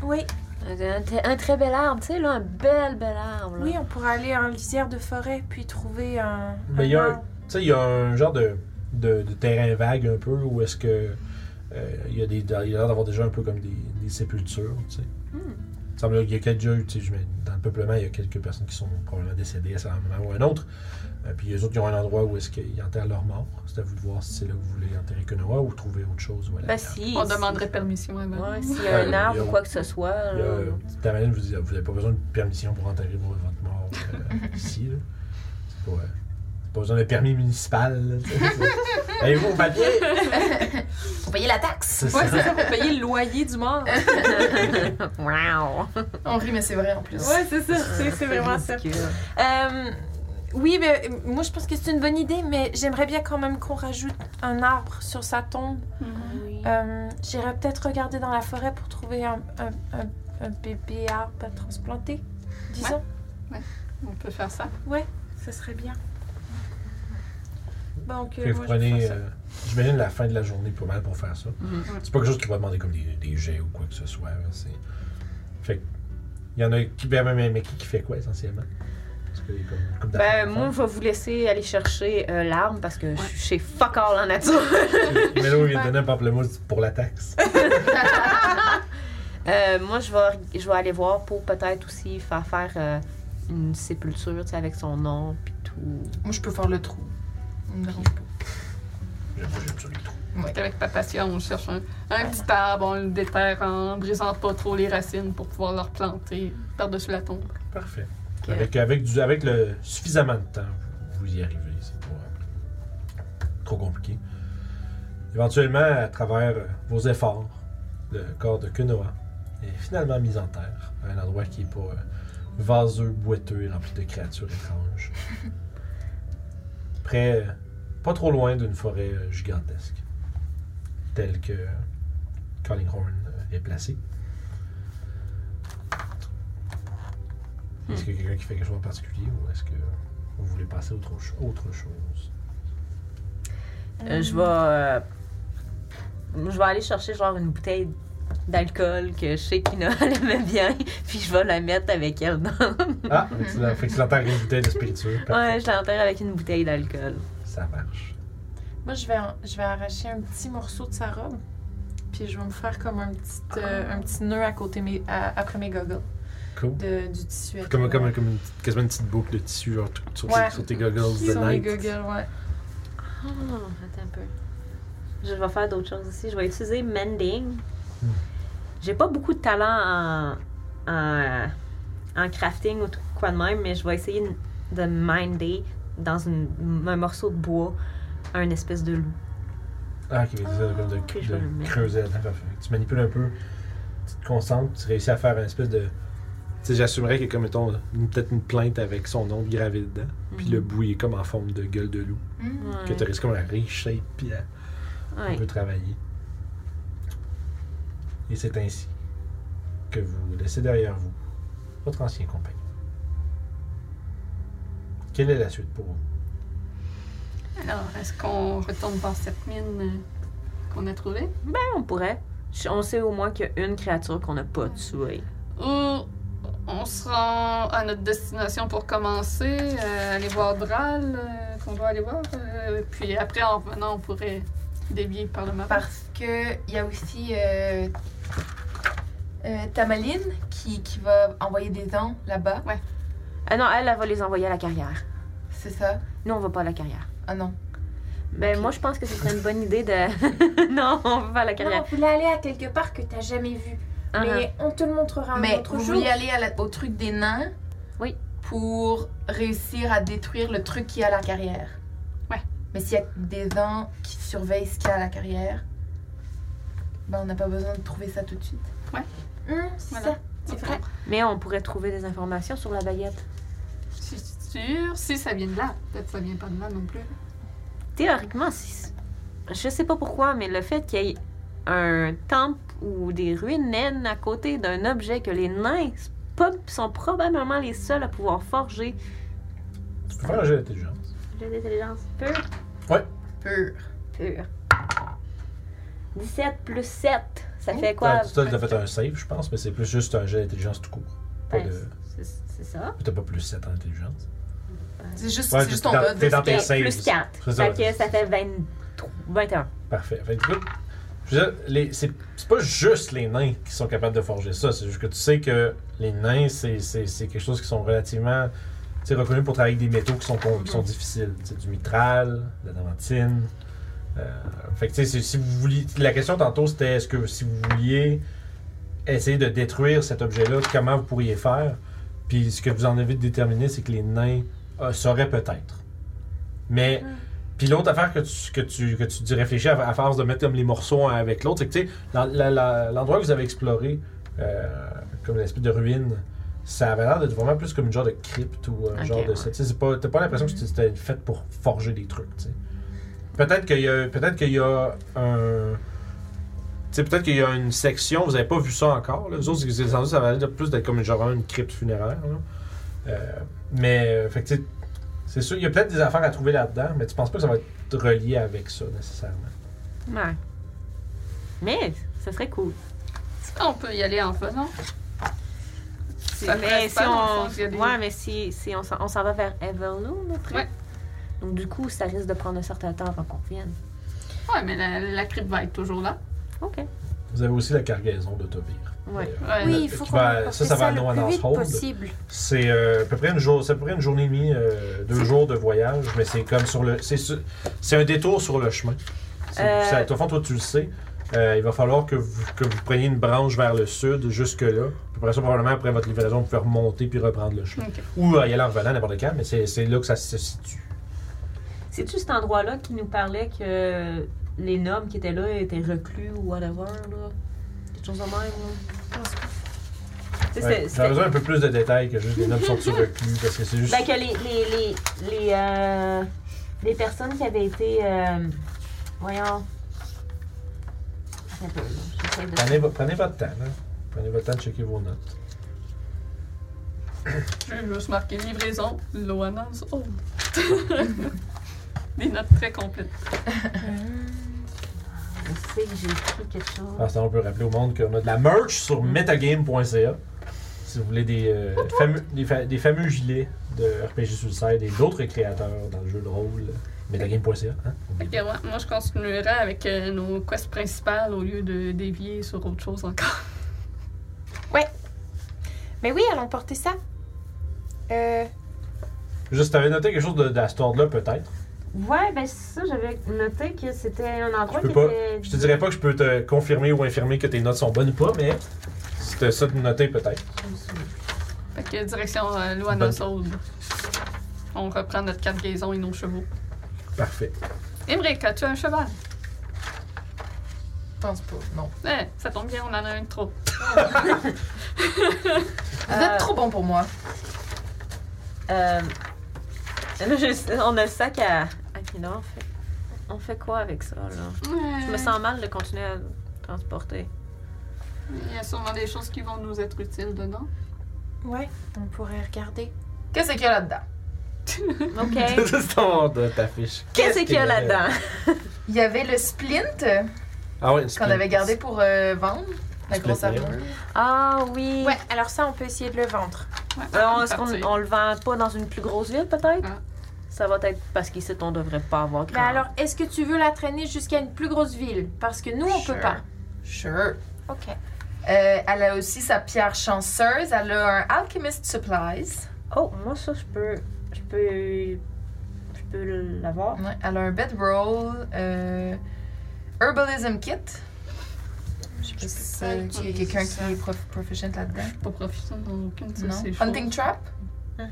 Oui,
Un, t- un très bel arbre, tu sais, là, un bel, bel arbre. là.
oui, on pourrait aller en lisière de forêt puis trouver un.
Mais il y a un-
arbre.
Tu sais, il y a un genre de, de- de terrain vague un peu où est-ce que. euh, il y a des- il y a l'air d'avoir déjà un peu comme des, des sépultures, tu sais. Il semble qu'il y a quelques tu sais, je mets- dans le peuplement, il y a quelques personnes qui sont probablement décédées à un moment ou à un autre. Euh, puis les autres, ils ont un endroit où est-ce qu'ils enterrent leurs morts. C'est à vous de voir si c'est là que vous voulez enterrer Konoha ou trouver autre chose. Voilà.
Ben, si.
On
si-
demanderait permission avant.
Ouais, s'il y a un
Ouais, il y
arbre
a-
ou quoi que ce soit.
Il y a,
là.
euh, Tamarine vous dit, vous n'avez pas besoin de permission pour enterrer vos- votre mort euh, ici. là. C'est pas, euh, c'est pas besoin de permis municipal. là, tu sais, c'est- Avez-vous vos papiers?
Faut payer la taxe.
C'est ça.
Pour payer le loyer du mort.
wow.
On rit, mais c'est vrai en plus.
Ouais, c'est ça. C'est c'est vraiment ça. Euh, oui, mais euh, moi je pense que c'est une bonne idée, mais j'aimerais bien quand même qu'on rajoute un arbre sur sa tombe. Euh, J'irais peut-être regarder dans la forêt pour trouver un, un, un- un bébé arbre à transplanter, disons.
On peut faire ça.
Ce serait bien. Donc, euh,
Fait que vous
moi, je vais
prenez,
faire ça.
euh, j'imagine, la fin de la journée pas mal pour faire ça.
Mm-hmm.
C'est pas quelque chose qui va demander comme des, des jets ou quoi que ce soit. là, c'est- Fait que, il y en a qui, ben, mais, mais qui, qui fait quoi essentiellement? Parce que, comme, comme
Ben, moi, je vais vous laisser aller chercher euh, l'arme parce que je suis chez fuck all en nature.
Mais là, il vient de donner un pamplemousse pour la taxe.
Euh, moi, je vais, je vais aller voir pour peut-être aussi faire faire euh, une sépulture, tu sais, avec son nom, puis tout.
Moi, je peux faire le trou. Il me dérange pas.
J'aime pas, j'aime ça, les trous.
Avec Papatia, on cherche un, un petit arbre, on le déterre en brisant pas trop les racines pour pouvoir le replanter par-dessus la tombe.
Parfait. Avec, avec, du, avec le suffisamment de temps, vous, vous y arrivez. C'est pas euh, trop compliqué. Éventuellement, à travers euh, vos efforts, le corps de Kunoa est finalement mis en terre, à un endroit qui est pas euh, vaseux, boiteux et rempli de créatures étranges. Près, euh, pas trop loin d'une forêt euh, gigantesque, telle que Collinghorn euh, est placée. Est-ce qu'il y a quelqu'un qui fait quelque chose en particulier ou est-ce que vous voulez passer à autre, cho- autre chose?
Euh, je vais. euh, je vais aller chercher genre une bouteille d'alcool que je sais qu'Ina elle aimait bien, puis je vais la mettre avec elle dans.
Ah, excellent. Fait que tu l'entends avec une bouteille de spiritueux. Parfait.
Ouais, je l'enterre avec une bouteille d'alcool.
Ça marche.
Moi, je vais, en- je vais arracher un petit morceau de sa robe, puis je vais me faire comme un petit, euh, un petit nœud à côté mes, à- après mes goggles
Cool.
de, du tissu. à
Comme,
travers.
comme, comme une, petite- quasiment une petite boucle de tissu genre, tout- sur,
Ouais.
tes, sur tes goggles de
Sur mes
night.
goggles, ouais.
Oh, attends un peu. Je vais faire d'autres choses ici. Je vais utiliser mending.
Hmm.
J'ai pas beaucoup de talent en, en, en crafting ou tout quoi de même, mais je vais essayer de minder dans une- un morceau de bois un espèce de loup.
Ah, ok, mais c'est ça, comme de,
Ok, je vais
de
le mettre.
creuser la parfait. Tu manipules un peu, tu te concentres, tu réussis à faire une espèce de. Tu sais, j'assumerais que comme mettons, une- peut-être une plainte avec son nom gravé dedans, puis
Mm-hmm.
le bout il est comme en forme de gueule de loup,
Hum.
que tu risques comme à reshape puis euh, à
Ouais.
On peut travailler. Et c'est ainsi que vous laissez derrière vous votre ancien compagnon. Quelle est la suite pour vous?
Alors, est-ce qu'on retourne dans cette mine euh, qu'on a trouvée?
On pourrait. Je- On sait au moins qu'il y a une créature qu'on n'a pas tuée.
Ou on se rend à notre destination pour commencer, euh, aller voir Dral, euh, qu'on doit aller voir. euh, puis après, en revenant, on pourrait dévier par le map.
Parce qu'il y a aussi euh, euh, Tamaline qui, qui va envoyer des dons là-bas.
Ah non, elle, elle va les envoyer à la carrière.
C'est ça?
Nous, on va pas à la carrière.
Ah non.
Ben, moi, je pense que ce serait une bonne idée de. non, on va pas à la
Non,
carrière.
on voulait aller à quelque part que t'as jamais vu.
Ah, ah.
Mais on te le montrera un
Mais
autre
vous
jour.
voulez aller à la- au truc des nains?
Oui.
Pour réussir à détruire le truc qui a la carrière.
Ouais.
Mais s'il y a des gens qui surveillent ce qu'il y a à la carrière, ben on n'a pas besoin de trouver ça tout de suite.
Hum, c'est
Voilà.
ça, c'est vrai.
Mais on pourrait trouver des informations sur la baguette.
Si, si sûr si ça vient de là. Peut-être que ça vient pas de là non plus.
Théoriquement, si- je sais pas pourquoi, mais le fait qu'il y ait un temple ou des ruines naines à côté d'un objet que les nains s- po- sont probablement les seuls à pouvoir forger.
Tu peux faire un jeu d'intelligence.
J'ai d'intelligence pure.
Pur.
Pure. 17 plus 7, ça fait
Toi,
quoi?
tu as fait un save, je pense, mais c'est plus juste un jeu d'intelligence tout court. Pas
Ben,
de...
c'est- C'est ça.
T'as pas plus 7 en intelligence.
C'est juste,
Ouais,
c'est juste
t'es
ton
dans-
code.
t'es dans tes
Et
saves.
Ben, plus 4.
C'est
Fait
ça.
que ça fait 23, 21.
Parfait. Fait que, écoute, je veux dire, les- c'est c'est pas juste les nains qui sont capables de forger ça. C'est juste que tu sais que les nains, c'est c'est- c'est quelque chose qui sont relativement tu sais, reconnus pour travailler avec des métaux qui sont, con- qui sont difficiles. Tu sais, du mitral, de l'adamantine. Euh, fait que, tu sais, c'est- si vous vouliez. La question tantôt, c'était est-ce que si vous vouliez essayer de détruire cet objet-là, comment vous pourriez faire Puis ce que vous en avez déterminé, c'est que les nains euh, sauraient peut-être. Mais. Puis l'autre affaire que tu, que tu, que tu dis réfléchir à, à force de mettre comme les morceaux un avec l'autre, c'est que tu sais, dans la- la- l'endroit que vous avez exploré, euh, comme une espèce de ruine, ça avait l'air d'être vraiment plus comme une genre de crypte ou un
Ok,
genre de.
ouais.
ça. Tu sais, c'est pas- t'as pas l'impression que c'était fait pour forger des trucs, tu sais. Peut-être qu'il y a, peut-être qu'il y a un. Tu sais, peut-être qu'il y a une section, vous n'avez pas vu ça encore. Là. Vous autres, vous êtes censés, ça va être plus d'être comme genre une crypte funéraire. là. Euh, mais, euh, fait que, tu sais, c'est sûr, il y a peut-être des affaires à trouver là-dedans, mais tu penses pas que ça va être relié avec ça nécessairement.
Ouais. Mais, ça serait cool.
On peut y aller en faisant. Ça te
mais
reste
si
pas dans le
on,
sens, il y a des-
ouais, mais si, si on s'en on s'en va vers Everloon après.
Ouais.
Donc du coup, ça risque de prendre un certain temps avant qu'on revienne.
Ouais, mais la, la crypte va être toujours là.
Ok.
Vous avez aussi la cargaison de Tobir.
Ouais.
Ouais.
Oui,
Oui,
il
il
Qui faut
faut
qu'on
qu'on
va- apporte ça, ça va ça le à plus
le
Noir's
plus
vite
vite
Hold.
possible.
C'est euh, à peu près une jour, c'est à peu près une journée et demie, euh, deux jours de voyage, mais c'est comme sur le, c'est sur- c'est un détour sur le chemin. C'est-
Euh.
ça- Au fond, toi tu le sais. Euh, il va falloir que vous, que vous preniez une branche vers le sud jusque là. Puis après ça, probablement après votre livraison, vous pouvez remonter puis reprendre le chemin.
Ok.
Ou euh, y aller en revenant n'importe quand, mais c'est c'est là que ça se situe.
C'est-tu cet endroit-là qui nous parlait que les nobles qui étaient là étaient reclus ou whatever, là? Quelque chose de même, là? Tu sais,
Ouais,
c'était-
J'aurais
c'était-
besoin un peu plus de détails que juste les noms sont sur le cul, parce que c'est juste.
Ben, que les, les, les, les, euh, les personnes qui avaient été. euh, voyons. Attends un peu, là, j'essaie de-
Prenez, vo- prenez votre temps, là. Prenez votre temps de checker vos notes.
Je vais juste marquer livraison, Loana's Home. Des notes très complètes.
Je sais que j'ai écrit quelque chose.
Parce que on peut rappeler au monde qu'on a de la merch sur metagame.ca. Si vous voulez des, euh, fameux, des, fa- des fameux gilets de RPG Suicide et d'autres créateurs dans le jeu de rôle, metagame.ca. Hein?
Ok, ouais, moi je continuerai avec euh, nos quests principales au lieu de dévier sur autre chose encore.
Mais oui, allons porter ça. Euh,
Juste, t'avais noté quelque chose de, de cet ordre-là, peut-être.
Ouais, ben c'est ça, j'avais noté que c'était un endroit
Je peux
qui
pas.
était.
Je te dirais pas que je peux te confirmer ou infirmer que tes notes sont bonnes ou pas, mais c'était ça de noter, peut-être.
Fait que direction euh, Loana's Home. On reprend notre cargaison et nos chevaux.
Parfait.
Emmerich, as-tu un cheval?
Je pense pas, non.
Eh, ça tombe bien, on en a un de trop.
Vous êtes trop bon pour moi.
Euh, là, je- on a le sac à. à qui là, on fait, on fait quoi avec ça, là? Je me sens mal de continuer à le transporter.
Il y a sûrement des choses qui vont nous être utiles dedans.
ouais, on pourrait regarder.
Qu'est-ce qu'il y a là-dedans?
Ok.
C'est ton de ta fiche.
Qu'est-ce qu'il y a là-dedans?
Il y avait le splint euh,
Ah ouais,
qu'on avait gardé pour euh, vendre. La
Splint,
grosse
oui.
armure.
Ah oui!
Ouais, alors ça, on peut essayer de le vendre.
Ouais,
Alors,
avant de
Est-ce qu'on
partir.
on le vend pas dans une plus grosse ville, peut-être?
Ah.
Ça va être parce qu'ici, on devrait pas avoir
Ben
grand.
Mais alors, est-ce que tu veux la traîner jusqu'à une plus grosse ville? Parce que nous, on
Sure.
peut pas.
Sure.
OK.
Euh, elle a aussi sa pierre chanceuse. Elle a un Alchemist Supplies.
Oh, moi, ça, je peux. Je peux. Je peux l'avoir.
Ouais, elle a un bedroll. Euh, Herbalism Kit. Je
pas
sais pas si c'est- il y a
utiliser
quelqu'un
ça.
qui est prof- proficient là-dedans.
Pas profiter dans aucune de
Non.
ces choses.
Hunting Trap. Hein,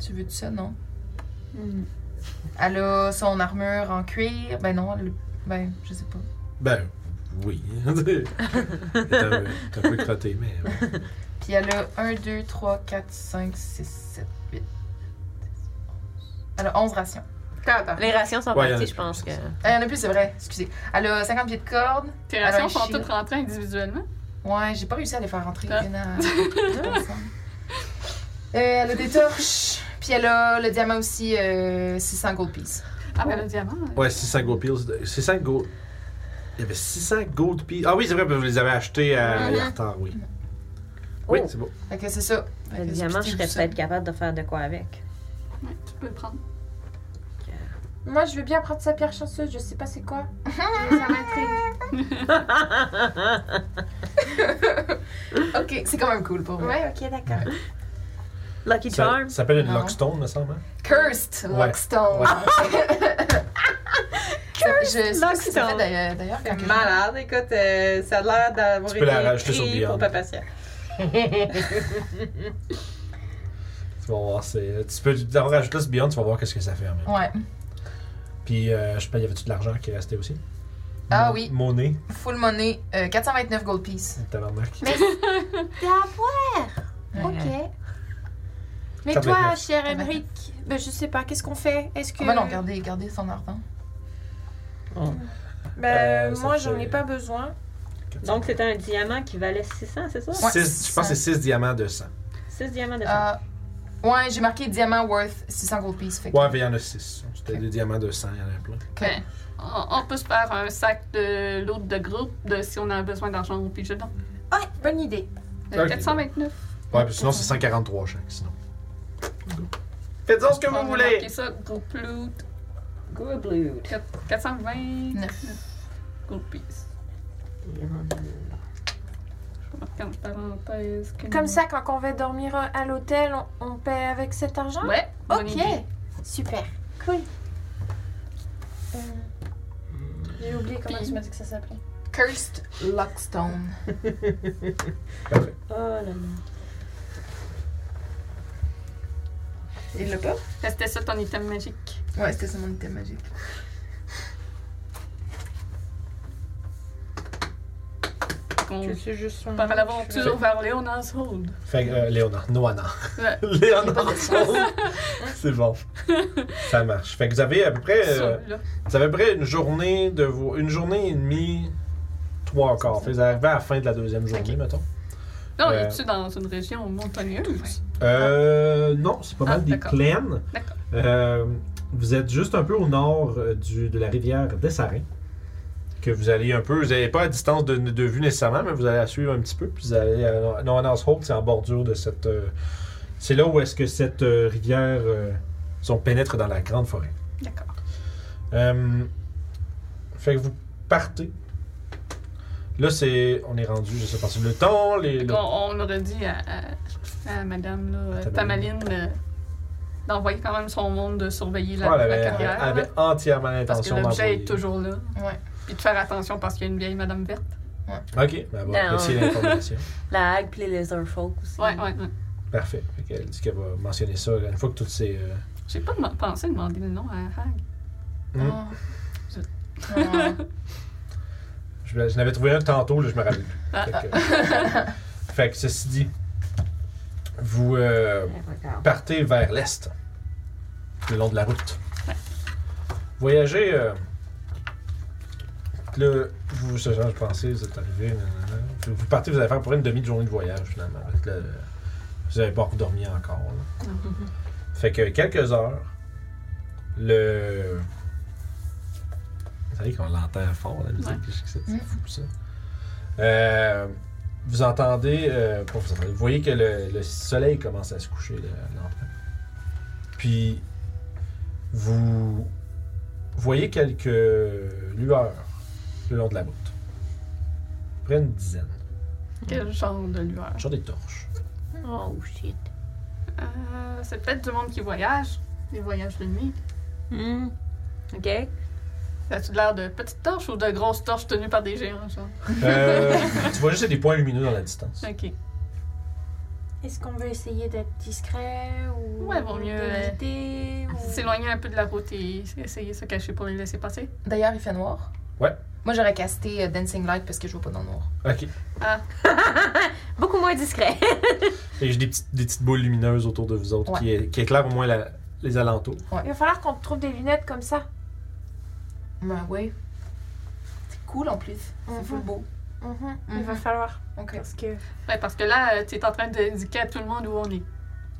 Tu veux de ça, non?
Hmm.
Elle a son armure en cuir. Ben non, elle- ben, je sais pas.
Ben, oui. T'es un, t'es un peu crotté, mais. euh,
Puis elle a 1, 2, 3, 4, 5, 6, 7, 8, Elle a 11 rations.
Attends.
Les rations sont
Ouais, y en a
parties,
plus,
je pense que.
Euh, Il y en a plus, c'est vrai, excusez. Elle a 50 pieds de corde.
Tes
Alors,
rations
un
sont
shield.
toutes rentrées individuellement.
Ouais, j'ai pas réussi à les faire rentrer.
Ah.
une à- ensemble. Euh, elle a des torches. Puis elle a le diamant aussi, euh, 600 gold piece.
Ah, ben le diamant.
Ouais, 600 gold pills. 600 gold. Il y avait 600 gold pills. Ah oui, c'est vrai, parce que vous les avez achetés à
Mhm.
Yartar, oui. Oui,
Oh.
c'est beau.
Fait que c'est ça. Fait
Le
que c'est
diamant, je
plutôt
serais
ça.
peut-être capable de faire de quoi avec.
Ouais, tu peux le prendre.
Moi, je veux bien prendre sa pierre chanceuse, je sais pas c'est quoi. Mais ça m'intrigue.
Ok, c'est quand même cool pour moi.
Ouais, ok, d'accord.
Lucky
Ça,
Charms.
ça s'appelle une
Non.
Lockstone, me semble. hein?
Cursed
Ouais.
Lockstone.
Ouais.
Je sais pas ce que ça fait
Lockstone.
d'ailleurs- d'ailleurs quand que-
Malade, écoute, euh, ça a l'air d'avoir
Tu peux la
été
rajouter sur
écrit
Beyond.
pour Papacia.
Tu vas voir, c'est. Tu peux d'abord rajouter ce Beyond, tu vas voir qu'est-ce que ça fait en même.
Ouais.
Puis, euh, je sais pas, il y avait-tu de l'argent qui restait aussi
Ah
Mon-
oui.
Monnaie,
Full money, euh, 429 gold piece.
tabarnak.
T'es à boire!
Ouais.
Ok.
Mais
Ça peut être
toi,
neuf.
cher Emric, ben, je sais pas, qu'est-ce qu'on fait Est-ce que.
Ah ben non, gardez, gardez son argent.
Ben,
Euh, ça
moi, j'en
fait-
ai pas besoin.
Donc, c'était un diamant qui valait 600, c'est ça?
Ouais,
Six- je pense que c'est 6 diamants de 100.
6 diamants de 100.
Euh, ouais, j'ai marqué diamant worth 600 gold piece. Fait que-
Ouais, mais il y en a 6. C'était des diamants de 100, il y en a plein.
Ben, on, on peut se faire un sac de l'autre de groupe de si on a besoin d'argent au pigeon.
Ouais, bonne idée.
De
Ok.
429.
Ouais, puis sinon, c'est 143 chaque, sinon. Faites-en ce que
On
vous
va
voulez.
marquer ça, groupe loot,
Good blue.
4- 429 gold piece. Je vais marquer en parenthèse que-
Comme ça, quand on va dormir à l'hôtel, on, on paie avec cet argent
Ouais, bonne
Ok,
idée.
super, cool. Euh, J'ai oublié comment
Puis-
tu m'as dit que ça s'appelait.
Cursed Lockstone.
Parfait.
Oh là là.
Il l'a pas?
Fait que C'était ça ton item magique.
Ouais, c'était ça mon item magique.
On
Je suis juste
part à l'aventure vers Léonard's Hold.
Fait que, euh, Léonard, Noana.
Ouais.
Léonard. c'est bon. Ça marche. Fait que vous avez à peu près. euh,
Ça, là.
Ça fait à peu près une journée de vos- une journée et demie, trois encore. Fait que Vous arrivez à la fin de la deuxième journée, mettons.
Là, on
euh,
est-tu dans une région montagneuse?
Euh, non, c'est pas
Ah,
mal des
d'accord.
plaines.
D'accord.
Euh, vous êtes juste un peu au nord euh, du, de la rivière Dessarin. Que vous allez un peu, vous n'avez pas à distance de, de vue nécessairement, mais vous allez la suivre un petit peu. Puis vous allez à No Hold, c'est en bordure de cette. euh, c'est là où est-ce que cette euh, rivière. euh, on pénètre dans la grande forêt.
D'accord.
Euh, fait que vous partez. Là, c'est. On est rendu, je sais pas, c'est le temps, les.
Fait
le-
qu'on- On, aurait dit à, à- à madame là, euh,
Tamaline.
Tamaline euh, d'envoyer quand même son monde de surveiller
Ouais,
la,
elle
la
avait,
carrière.
elle
là,
avait entièrement
parce que
l'intention
l'objet
d'envoyer.
est toujours là.
Ouais.
Puis de faire attention parce qu'il y a une vieille madame verte.
Ok, ben, elle va
Non.
apprécier l'information.
La hague puis les Leather Folk aussi.
Ouais, ouais, ouais.
Parfait. Fait qu'elle dit qu'elle va mentionner ça une fois que toutes ces. euh,
J'ai pas dem- pensé demander le nom à Hag.
Hmm.
Ah.
Zut.
Ah.
Je, je n'avais trouvé un tantôt, là, je me rappelle plus.
Ah,
Fait que, Fait que ceci dit, vous euh, partez vers l'est, le long de la route. Voyagez. euh, le, vous, ce genre, je pensais, vous êtes arrivé. nanana. Vous vous partez, vous allez faire pour une demi-journée de voyage, finalement. avec le- vous n'avez pas redormi encore. là. fait que quelques heures, le. Vous savez qu'on l'entend fort, la musique.
Ouais.
C'est fou, ça. Euh, vous entendez, euh, pas vous entendez, vous voyez que le, le soleil commence à se coucher là, à l'entrée. Puis vous voyez quelques lueurs le long de la route. Près une dizaine.
Quel genre de lueur?
Genre des torches.
Oh shit.
Euh, c'est peut-être du monde qui voyage. Des voyages de nuit.
Hmm. Ok.
Ça a-tu l'air de petites torches ou de grosses torches tenues par des géants, genre?
Euh, tu vois juste des points lumineux dans la distance.
Ok.
Est-ce qu'on veut essayer d'être discret ou
Ouais, vaut mieux, euh,
d'éviter ou...
S'éloigner un peu de la route et essayer de se cacher pour les laisser passer.
D'ailleurs, il fait noir.
Ouais.
Moi, j'aurais casté euh, Dancing Light parce que je vois pas dans le noir.
Ok.
Beaucoup moins discret.
Et j'ai des petites, des petites boules lumineuses autour de vous autres qui, qui éclairent au moins la, les alentours.
Il va falloir qu'on te trouve des lunettes comme ça.
Ben oui. C'est cool en plus. C'est
Mhm.
full beau.
Il va
Mhm.
falloir.
Ok.
Parce que.
Ouais, parce que là, euh, tu es en train d'indiquer à tout le monde où on est.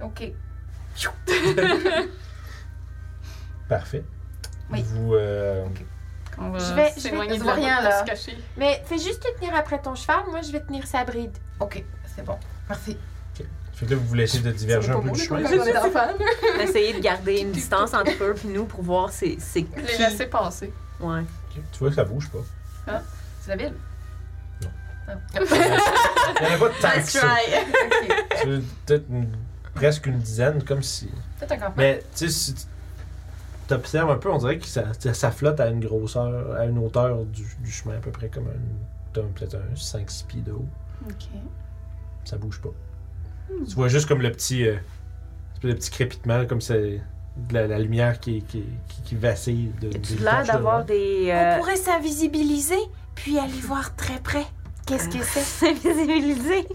Ok.
Parfait.
Oui.
Vous, euh,
On va
Je vais- je vais-
s'éloigner
je
de
vois
la route
rien,
pour
là.
se cacher.
Mais fais juste te tenir après ton cheval, moi je vais tenir sa bride.
Ok. C'est bon. Merci.
fait que là, vous vous laissez de diverger un peu du chemin.
Comme des enfants.
Essayer de garder une distance entre eux et nous pour voir c'est c'est qui.
Les laisser passer.
Ouais.
Ok. Tu vois que ça bouge pas.
C'est la ville. Ah.
Il n'y en a pas tant que ça.
ok.
Tu- Peut-être une- presque une dizaine, comme si.
Peut-être un campement.
Mais tu sais, si tu observes un peu, on dirait que ça, ça flotte à une grosseur, à une hauteur du, du chemin, à peu près comme un. t'as Peut-être un 5-6 pieds de haut.
Ok.
Ça bouge pas. Tu vois juste comme le petit. euh, espèce de petit crépitement, comme c'est de la, la lumière qui, qui, qui, qui vacille. De,
Tu
des
l'air
taches de
d'avoir
loin.
des.
Euh.
euh,
On pourrait s'invisibiliser, puis aller voir très près. Qu'est-ce que c'est?
S'invisibiliser.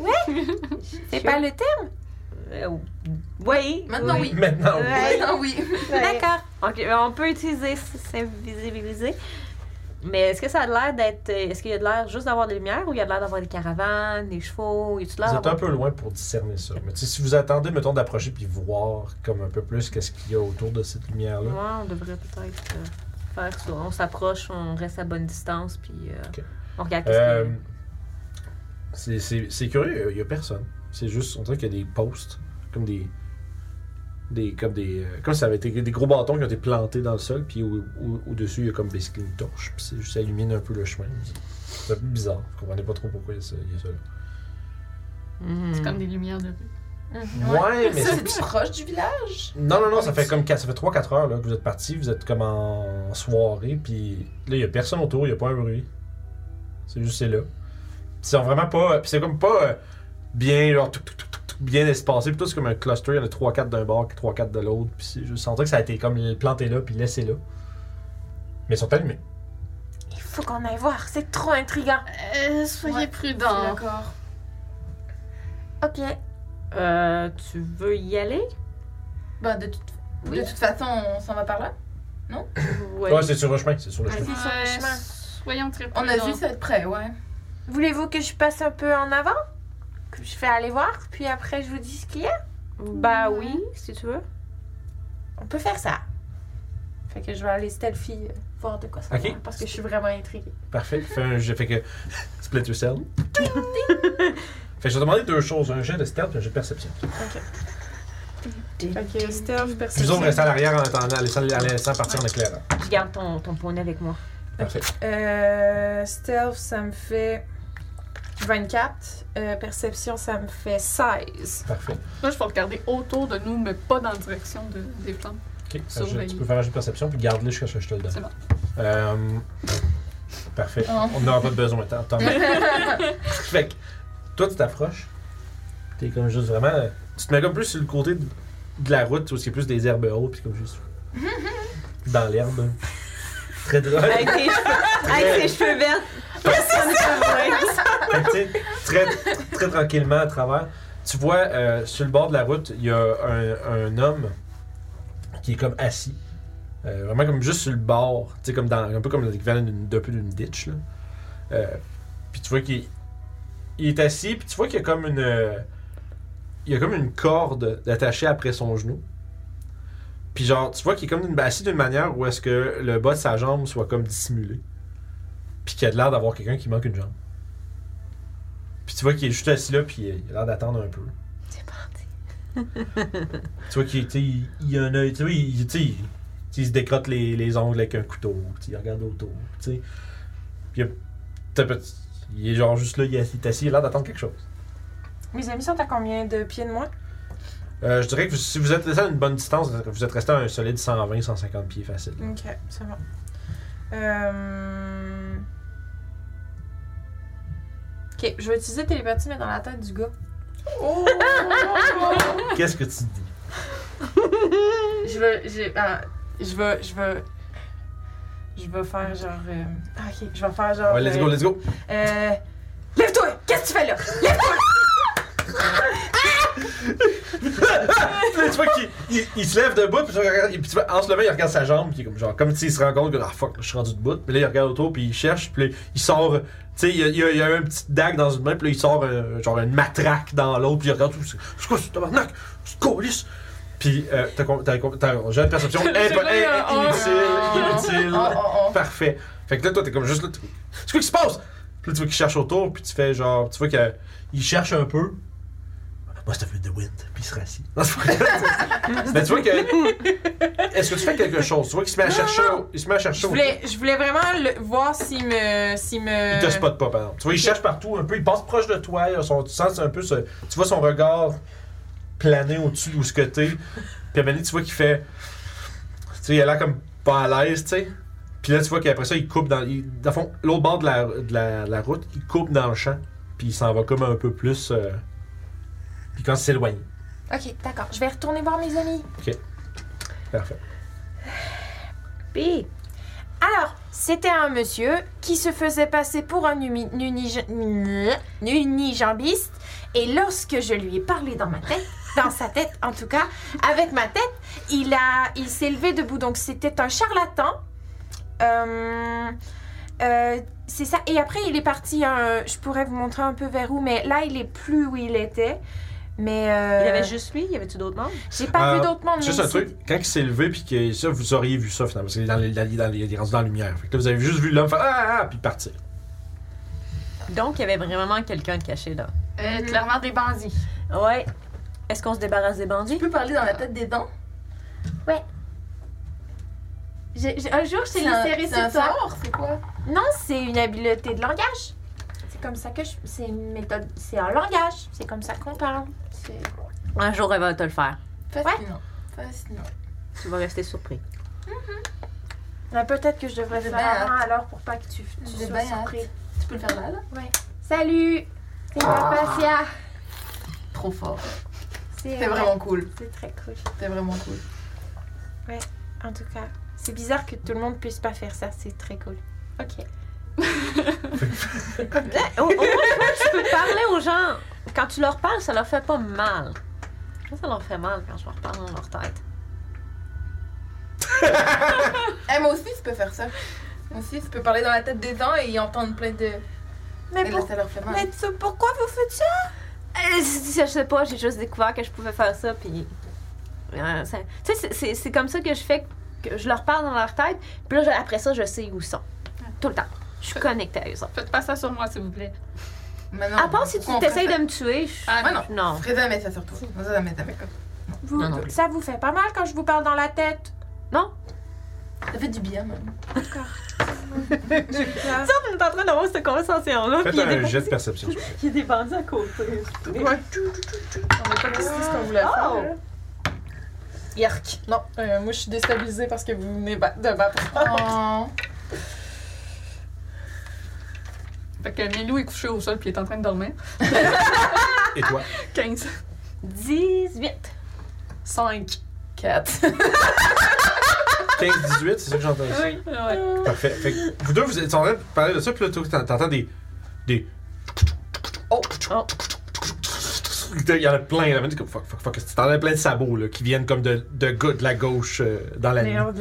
C'est pas le thème.
Euh, oui.
Maintenant, Ah oui.
Maintenant, oui.
Ouais.
Maintenant, oui.
D'accord.
Ok, on peut utiliser s- s'invisibiliser. Mais est-ce que ça a l'air d'être. euh, Est-ce qu'il y a de l'air juste d'avoir des lumières ou il y a de l'air d'avoir des caravanes, des chevaux? Y a-tu de l'air
Vous êtes un
d'avoir-
peu loin pour discerner ça. Mais tu sais, si vous attendez, mettons, d'approcher puis voir comme un peu plus qu'est-ce qu'il y a autour de cette lumière-là.
Ouais, on devrait peut-être euh, faire ça. On s'approche, on reste à bonne distance, puis euh,
Ok.
on regarde qu'est-ce
Euh,
qu'il y a.
c'est- C'est c'est curieux, il n'y a personne. C'est juste, on dirait qu'il y a des posts, comme des. Des, comme des euh, comme ça avait été des gros bâtons qui ont été plantés dans le sol puis au- au- au-dessus il y a comme basically une torche puis c'est- ça illumine un peu le chemin c'est un peu bizarre vous comprenez pas trop pourquoi il y a ça, il y a ça là.
Mhm.
C'est comme des lumières de rue.
ouais, mais c'est-
C'est proche du village.
Non, non, non, ça fait comme quatre- ça fait 3-4 heures là, que vous êtes partis, vous êtes comme en soirée, puis là, il y a personne autour, il n'y a pas un bruit. C'est juste, c'est là. Puis ils sont vraiment pas. Puis c'est comme pas euh, bien, genre, tout, tout, tout, tout, tout, bien espacé, plutôt c'est comme un cluster, il y en a 3-4 d'un bord, 3-4 de l'autre, puis c'est juste, on dirait que ça a été comme planté là, puis laissé là. Mais ils sont allumés.
Il faut qu'on aille voir, c'est trop intriguant.
Euh, soyez
Ouais,
prudents.
D'accord.
Ok.
Euh, tu veux y aller?
Bah, de toute de toute façon, on s'en va par là.
Ouais, c'est sur le chemin, c'est sur le chemin.
Vas-y, sur le
Ouais,
chemin.
Soyons très prudents.
On a juste à être prêt, ouais.
Voulez-vous que je passe un peu en avant Que je fais aller voir, puis après je vous dis ce qu'il y a
Bah oui, si tu veux.
On peut faire ça. Fait que je vais aller stealthy euh, voir de quoi ça
Ok.
parle, parce que je suis vraiment intriguée.
Parfait. Fais un jet. Fait que. Split yourself. fait que je vais te demander deux choses un jet de stealth et un jet de perception.
Fait que stealth,
Plus autres
perception.
restez à l'arrière en attendant, en laissant, en laissant partir en éclairant.
Je garde ton, ton poney avec moi.
Parfait.
Euh, stealth, ça me fait 24. Euh, perception, ça me fait 16.
Parfait.
Là, je vais regarder autour de nous, mais pas dans la direction de- des plantes.
Ok,
Surveiller.
je- tu peux faire un jeu de perception, puis garde-le jusqu'à ce que je te le donne.
C'est bon. Ah
Euh, parfait.
Oh.
On n'aura pas de besoin. Tant, tant mieux. fait que, toi, tu t'approches. T'es comme juste vraiment. Tu te mets comme plus sur le côté de, de la route, où c'est plus des herbes hautes, puis comme juste. dans l'herbe. Très drôle.
Avec tes cheveux, avec tes cheveux verts. Personne ne te voit.
Fait que, tu sais, très, très tranquillement à travers. Tu vois, euh, sur le bord de la route, il y a un, un homme qui est comme assis. Euh, vraiment comme juste sur le bord. Tu sais, comme dans, un peu comme l'équivalent d'une, d'un peu d'une ditch. Là. Euh, puis tu vois qu'il il est assis, puis tu vois qu'il y a comme une. euh, il y a comme une corde attachée après son genou. Puis genre, tu vois qu'il est comme d'une- assis d'une manière où est-ce que le bas de sa jambe soit comme dissimulé. Puis qu'il a de l'air d'avoir quelqu'un qui manque une jambe. Puis tu vois qu'il est juste assis là, puis il a l'air d'attendre un peu. C'est parti. tu vois qu'il tu sais, il, il a un œil, tu vois, il, il- tu sais, il- tu sais, il se décrotte les, les ongles avec un couteau, tu sais, il regarde autour, tu sais. Puis il, a- t'as pas- il est genre juste là, il est assis, il est assis, il a l'air d'attendre quelque chose.
Mes amis sont à combien de pieds de moi
Euh, je dirais que vous- si vous êtes resté à une bonne distance, vous êtes resté à un solide 120-150 pieds facile.
Ok, c'est bon. Euh... Ok, je vais utiliser télépathie, mais dans la tête du gars. Oh!
Qu'est-ce que tu dis?
je veux. j'ai- ah, je veux. Je veux. Je veux faire genre. euh, ah, Ok, je vais faire genre.
Ouais, let's go,
euh,
let's go!
euh, Lève-toi! Qu'est-ce que tu fais là? Lève-toi!
Puis là, tu vois qu'il il- il se lève debout, puis tu, regardes- puis tu vois, en se levant, il regarde sa jambe, puis il est comme genre, comme s'il se rend compte que, ah fuck, je suis rendu debout. Puis là, il regarde autour, puis il cherche, puis là, il sort, tu sais, il y a, il y a- il y a un petit dague dans une main, puis là, il sort euh, genre une matraque dans l'autre, puis il regarde, c'est c'est quoi ce tabarnak? C'est coulisse! Puis, euh, t'as con- t'as con- t'as j'ai une perception impo-
J'ai pas eu un
in- inutile, inutile.
Oh, oh, oh.
Parfait. Fait que là, toi, t'es comme juste là. t'es- C'est quoi qui se passe? Puis là, tu vois qu'il cherche autour, puis tu fais genre. Tu vois qu'il cherche un peu. Must have been the wind, puis il se rassit. Non, c'est pas vrai. Mais tu vois que. Est-ce que tu fais quelque chose? Tu vois qu'il se met à chercher. Il se met à chercher.
Je voulais, je voulais vraiment le- voir s'il me, s'il me.
Il te spot pas, par exemple. Tu vois, il cherche partout un peu. Il passe proche de toi. il a son- tu sens un peu. ce- tu vois son regard planer au-dessus d'où ce que t'es. Puis à un moment donné, tu vois qu'il fait. Tu sais, il a l'air comme pas à l'aise, tu sais. Puis là, tu vois qu'après ça, il coupe dans. il- dans le fond, l'autre bord de la, de la- de la route, il coupe dans le champ. Puis il s'en va comme un peu plus. euh, puis quand il s'éloigne.
Ok, d'accord. Je vais retourner voir mes amis.
Parfait.
Puis,
Alors, c'était un monsieur qui se faisait passer pour un umi- nunige- nunige- unijambiste. Et lorsque je lui ai parlé dans ma tête, dans sa tête en tout cas, avec ma tête, il, a, il s'est levé debout. Donc c'était un charlatan. Euh, euh, c'est ça. Et après, il est parti. hein, je pourrais vous montrer un peu vers où, mais là, il est plus où il était. Mais euh,
il y avait juste lui, il y avait-tu d'autres membres?
j'ai pas
Euh,
vu d'autres membres.
Juste
mais
un truc, quand il s'est levé, puis que ça, vous auriez vu ça finalement, parce qu'il est dans, les- dans, les- dans, les- il est rendu dans la lumière. Fait que là, vous avez juste vu l'homme faire Ah ah, ah puis partir.
Donc, il y avait vraiment quelqu'un de caché là.
Euh,
Mm-hmm.
clairement des bandits.
Ouais. Est-ce qu'on se débarrasse des bandits?
Tu peux parler dans la tête des dents?
J'ai- j'ai- un jour, je t'ai
C'est un-
laissé
c'est un
réciproque.
sort, c'est quoi?
Non, c'est une habileté de langage. C'est comme ça que je. C'est une méthode. C'est un langage. C'est comme ça qu'on parle.
C'est
Un jour, elle va te le faire.
fascinant. Fascinant.
Tu vas rester surpris.
Mais Ben, peut-être que je devrais
J'ai
faire
bien
avant alors pour pas que tu, tu
J'ai
sois
bien
surpris.
Tu peux le faire là, là?
Salut! C'est Papacia!
Ah. Trop fort.
C'est
C'est vraiment cool.
C'est très cool.
C'est vraiment cool.
En tout cas, c'est bizarre que tout le monde puisse pas faire ça. C'est très cool. Ok.
Au, au moins, tu peux parler aux gens. Quand tu leur parles, ça leur fait pas mal. Moi, Ça leur fait mal quand je leur parle dans leur tête.
Eh, moi aussi, tu peux faire ça. Moi aussi, tu peux parler dans la tête des dents et entendre plein de.
Mais,
Et là,
pour-
ça leur fait mal.
mais ça, pourquoi vous faites ça?
Euh, Je sais pas, j'ai juste découvert que je pouvais faire ça, puis. Euh, ça- Tu sais, c'est- c'est- c'est comme ça que je fais que je leur parle dans leur tête, puis là, je- après ça, je sais où ils sont. Tout le temps. Je suis connectée à eux autres.
Faites pas ça sur moi, s'il vous plaît.
Mais non,
À part si tu
on
t'essayes
ferait-
de me tuer, je.
Ah,
Ouais, non.
Non.
On ferait jamais ça sur toi. On ferait jamais ça avec toi.
Vous-
Non, non plus.
ça vous fait pas mal quand je vous parle dans la tête?
Ça fait du bien, même.
On est en train d'avoir cette conversation-là,
Faites un jet de perception.
il y a des bandits à côté.
On n'a pas décidé ce qu'on voulait faire. là. Yark. Non, euh, moi je suis déstabilisée parce que vous venez ba- de battre.
Oh.
Fait que Milou est couché au sol puis il est en train de dormir.
Et toi?
15.
18.
5, 4.
15-18, c'est ça que j'entends.
Oui. Ouais. Euh,
Parfait. Fait que vous deux, vous êtes en train de parler de ça, puis là, toi, t'en- t'entends des. des. Oh! Il y en a plein, là, même, comme fuck, fuck, fuck. T'entends plein de sabots, là, qui viennent comme de, de, gars de la gauche euh, dans la nuit.
Euh,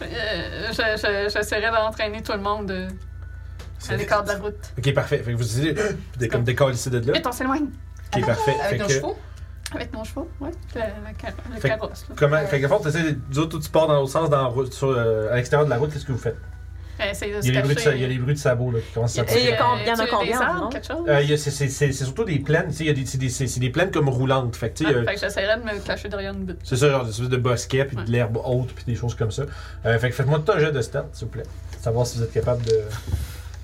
je- je- J'essaierai d'entraîner tout le monde euh, à l'écart de la route.
Ok, parfait. Fait que vous essayez de, comme décalisser de là.
Vite, on s'éloigne.
Ok, parfait. Fait
Avec nos
que,
chevaux?
Avec nos chevaux, ouais. La, la car- le
Fait-
carrosse. là.
comment, fait que, fond, t'essayes, vous autres, tout tu pars dans l'autre sens, dans, la route, sur, euh, à l'extérieur de la route, qu'est-ce que vous faites?
Elle essaie de se
Il y a les bruits de, sa-
cacher.
il y a les bruits de sabots, là, qui commencent à
Y a-
Et il y
sortir.
a combien- il y en a
tu des
combien
arbres,
environ?
quelque chose?
Euh, il y a- c'est- c'est c'est- c'est surtout des plaines, tu sais, il y a des- c'est des, c'est- c'est des plaines comme roulantes. Fait que, tu sais, il y a- euh,
Ah, fait que j'essaierai de me cacher derrière une butte.
C'est ça, genre des espèces de bosquets, puis
Ouais.
de l'herbe haute, puis des choses comme ça. Euh, fait que faites-moi tout un jet de stats, s'il vous plaît. Savoir si vous êtes capable de.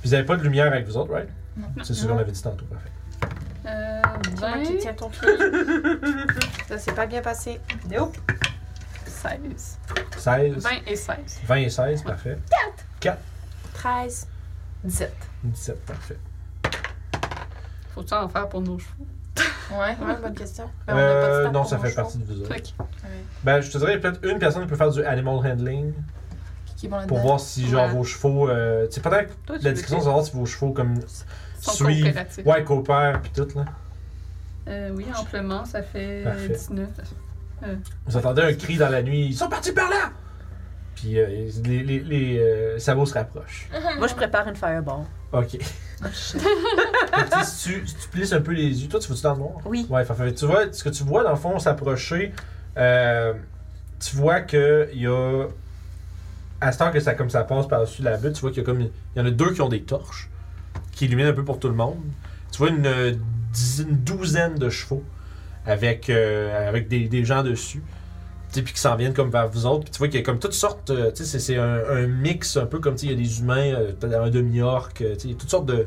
Vous avez pas de lumière avec vous autres, right?
Non.
C'est ce qu'on avait dit tantôt, parfait.
Euh,
C'est moi
20,
qui tiens ton pied. ça s'est pas bien passé.
16.
16,
20 et 16.
20 et 16, parfait.
13.
17.
17, parfait.
Faut-tu en faire pour nos chevaux?
Ouais.
Ouais, bonne question.
Ben, on a pas de stats
Euh, non,
pour
ça
nos
fait
chevaux.
partie de vous autres.
Fait que-
Ben, je te dirais, peut-être une personne peut faire du animal handling
Qui est bon
pour
là-dedans?
voir si, genre,
Ouais.
vos chevaux. Euh, tu sais, peut-être
Toi, tu
la
veux
discussion, savoir si vos chevaux, comme.
Sont
suivent.
coopératifs.
Ouais, coopèrent, puis tout, là.
Euh, oui, amplement, ça fait
Parfait.
19.
Vous entendez un cri dans la nuit. Ils sont partis par là! Puis euh, les, les- les, euh, sabots se rapprochent.
Moi, je prépare une fireball. Oh,
Ok. Fait que si, tu, si tu plisses un peu les yeux, toi, tu vas-tu dans le noir?
Oui.
Ouais, fait- fait- tu vois, ce que tu vois, dans le fond, s'approcher, euh, tu vois qu'il y a. À ce temps que ça, comme ça passe par-dessus la butte, tu vois qu'il y a comme. Il y en a deux qui ont des torches, qui illuminent un peu pour tout le monde. Tu vois une, euh, dizaine- une douzaine de chevaux avec, euh, avec des, des gens dessus. Tu sais, Puis qui s'en viennent comme vers vous autres. Puis tu vois qu'il y a comme toutes sortes. euh, tu sais, c'est- c'est un, un mix un peu comme tu sais, il y a des humains, euh, peut-être un demi-orc, euh, tu sais, toutes sortes de.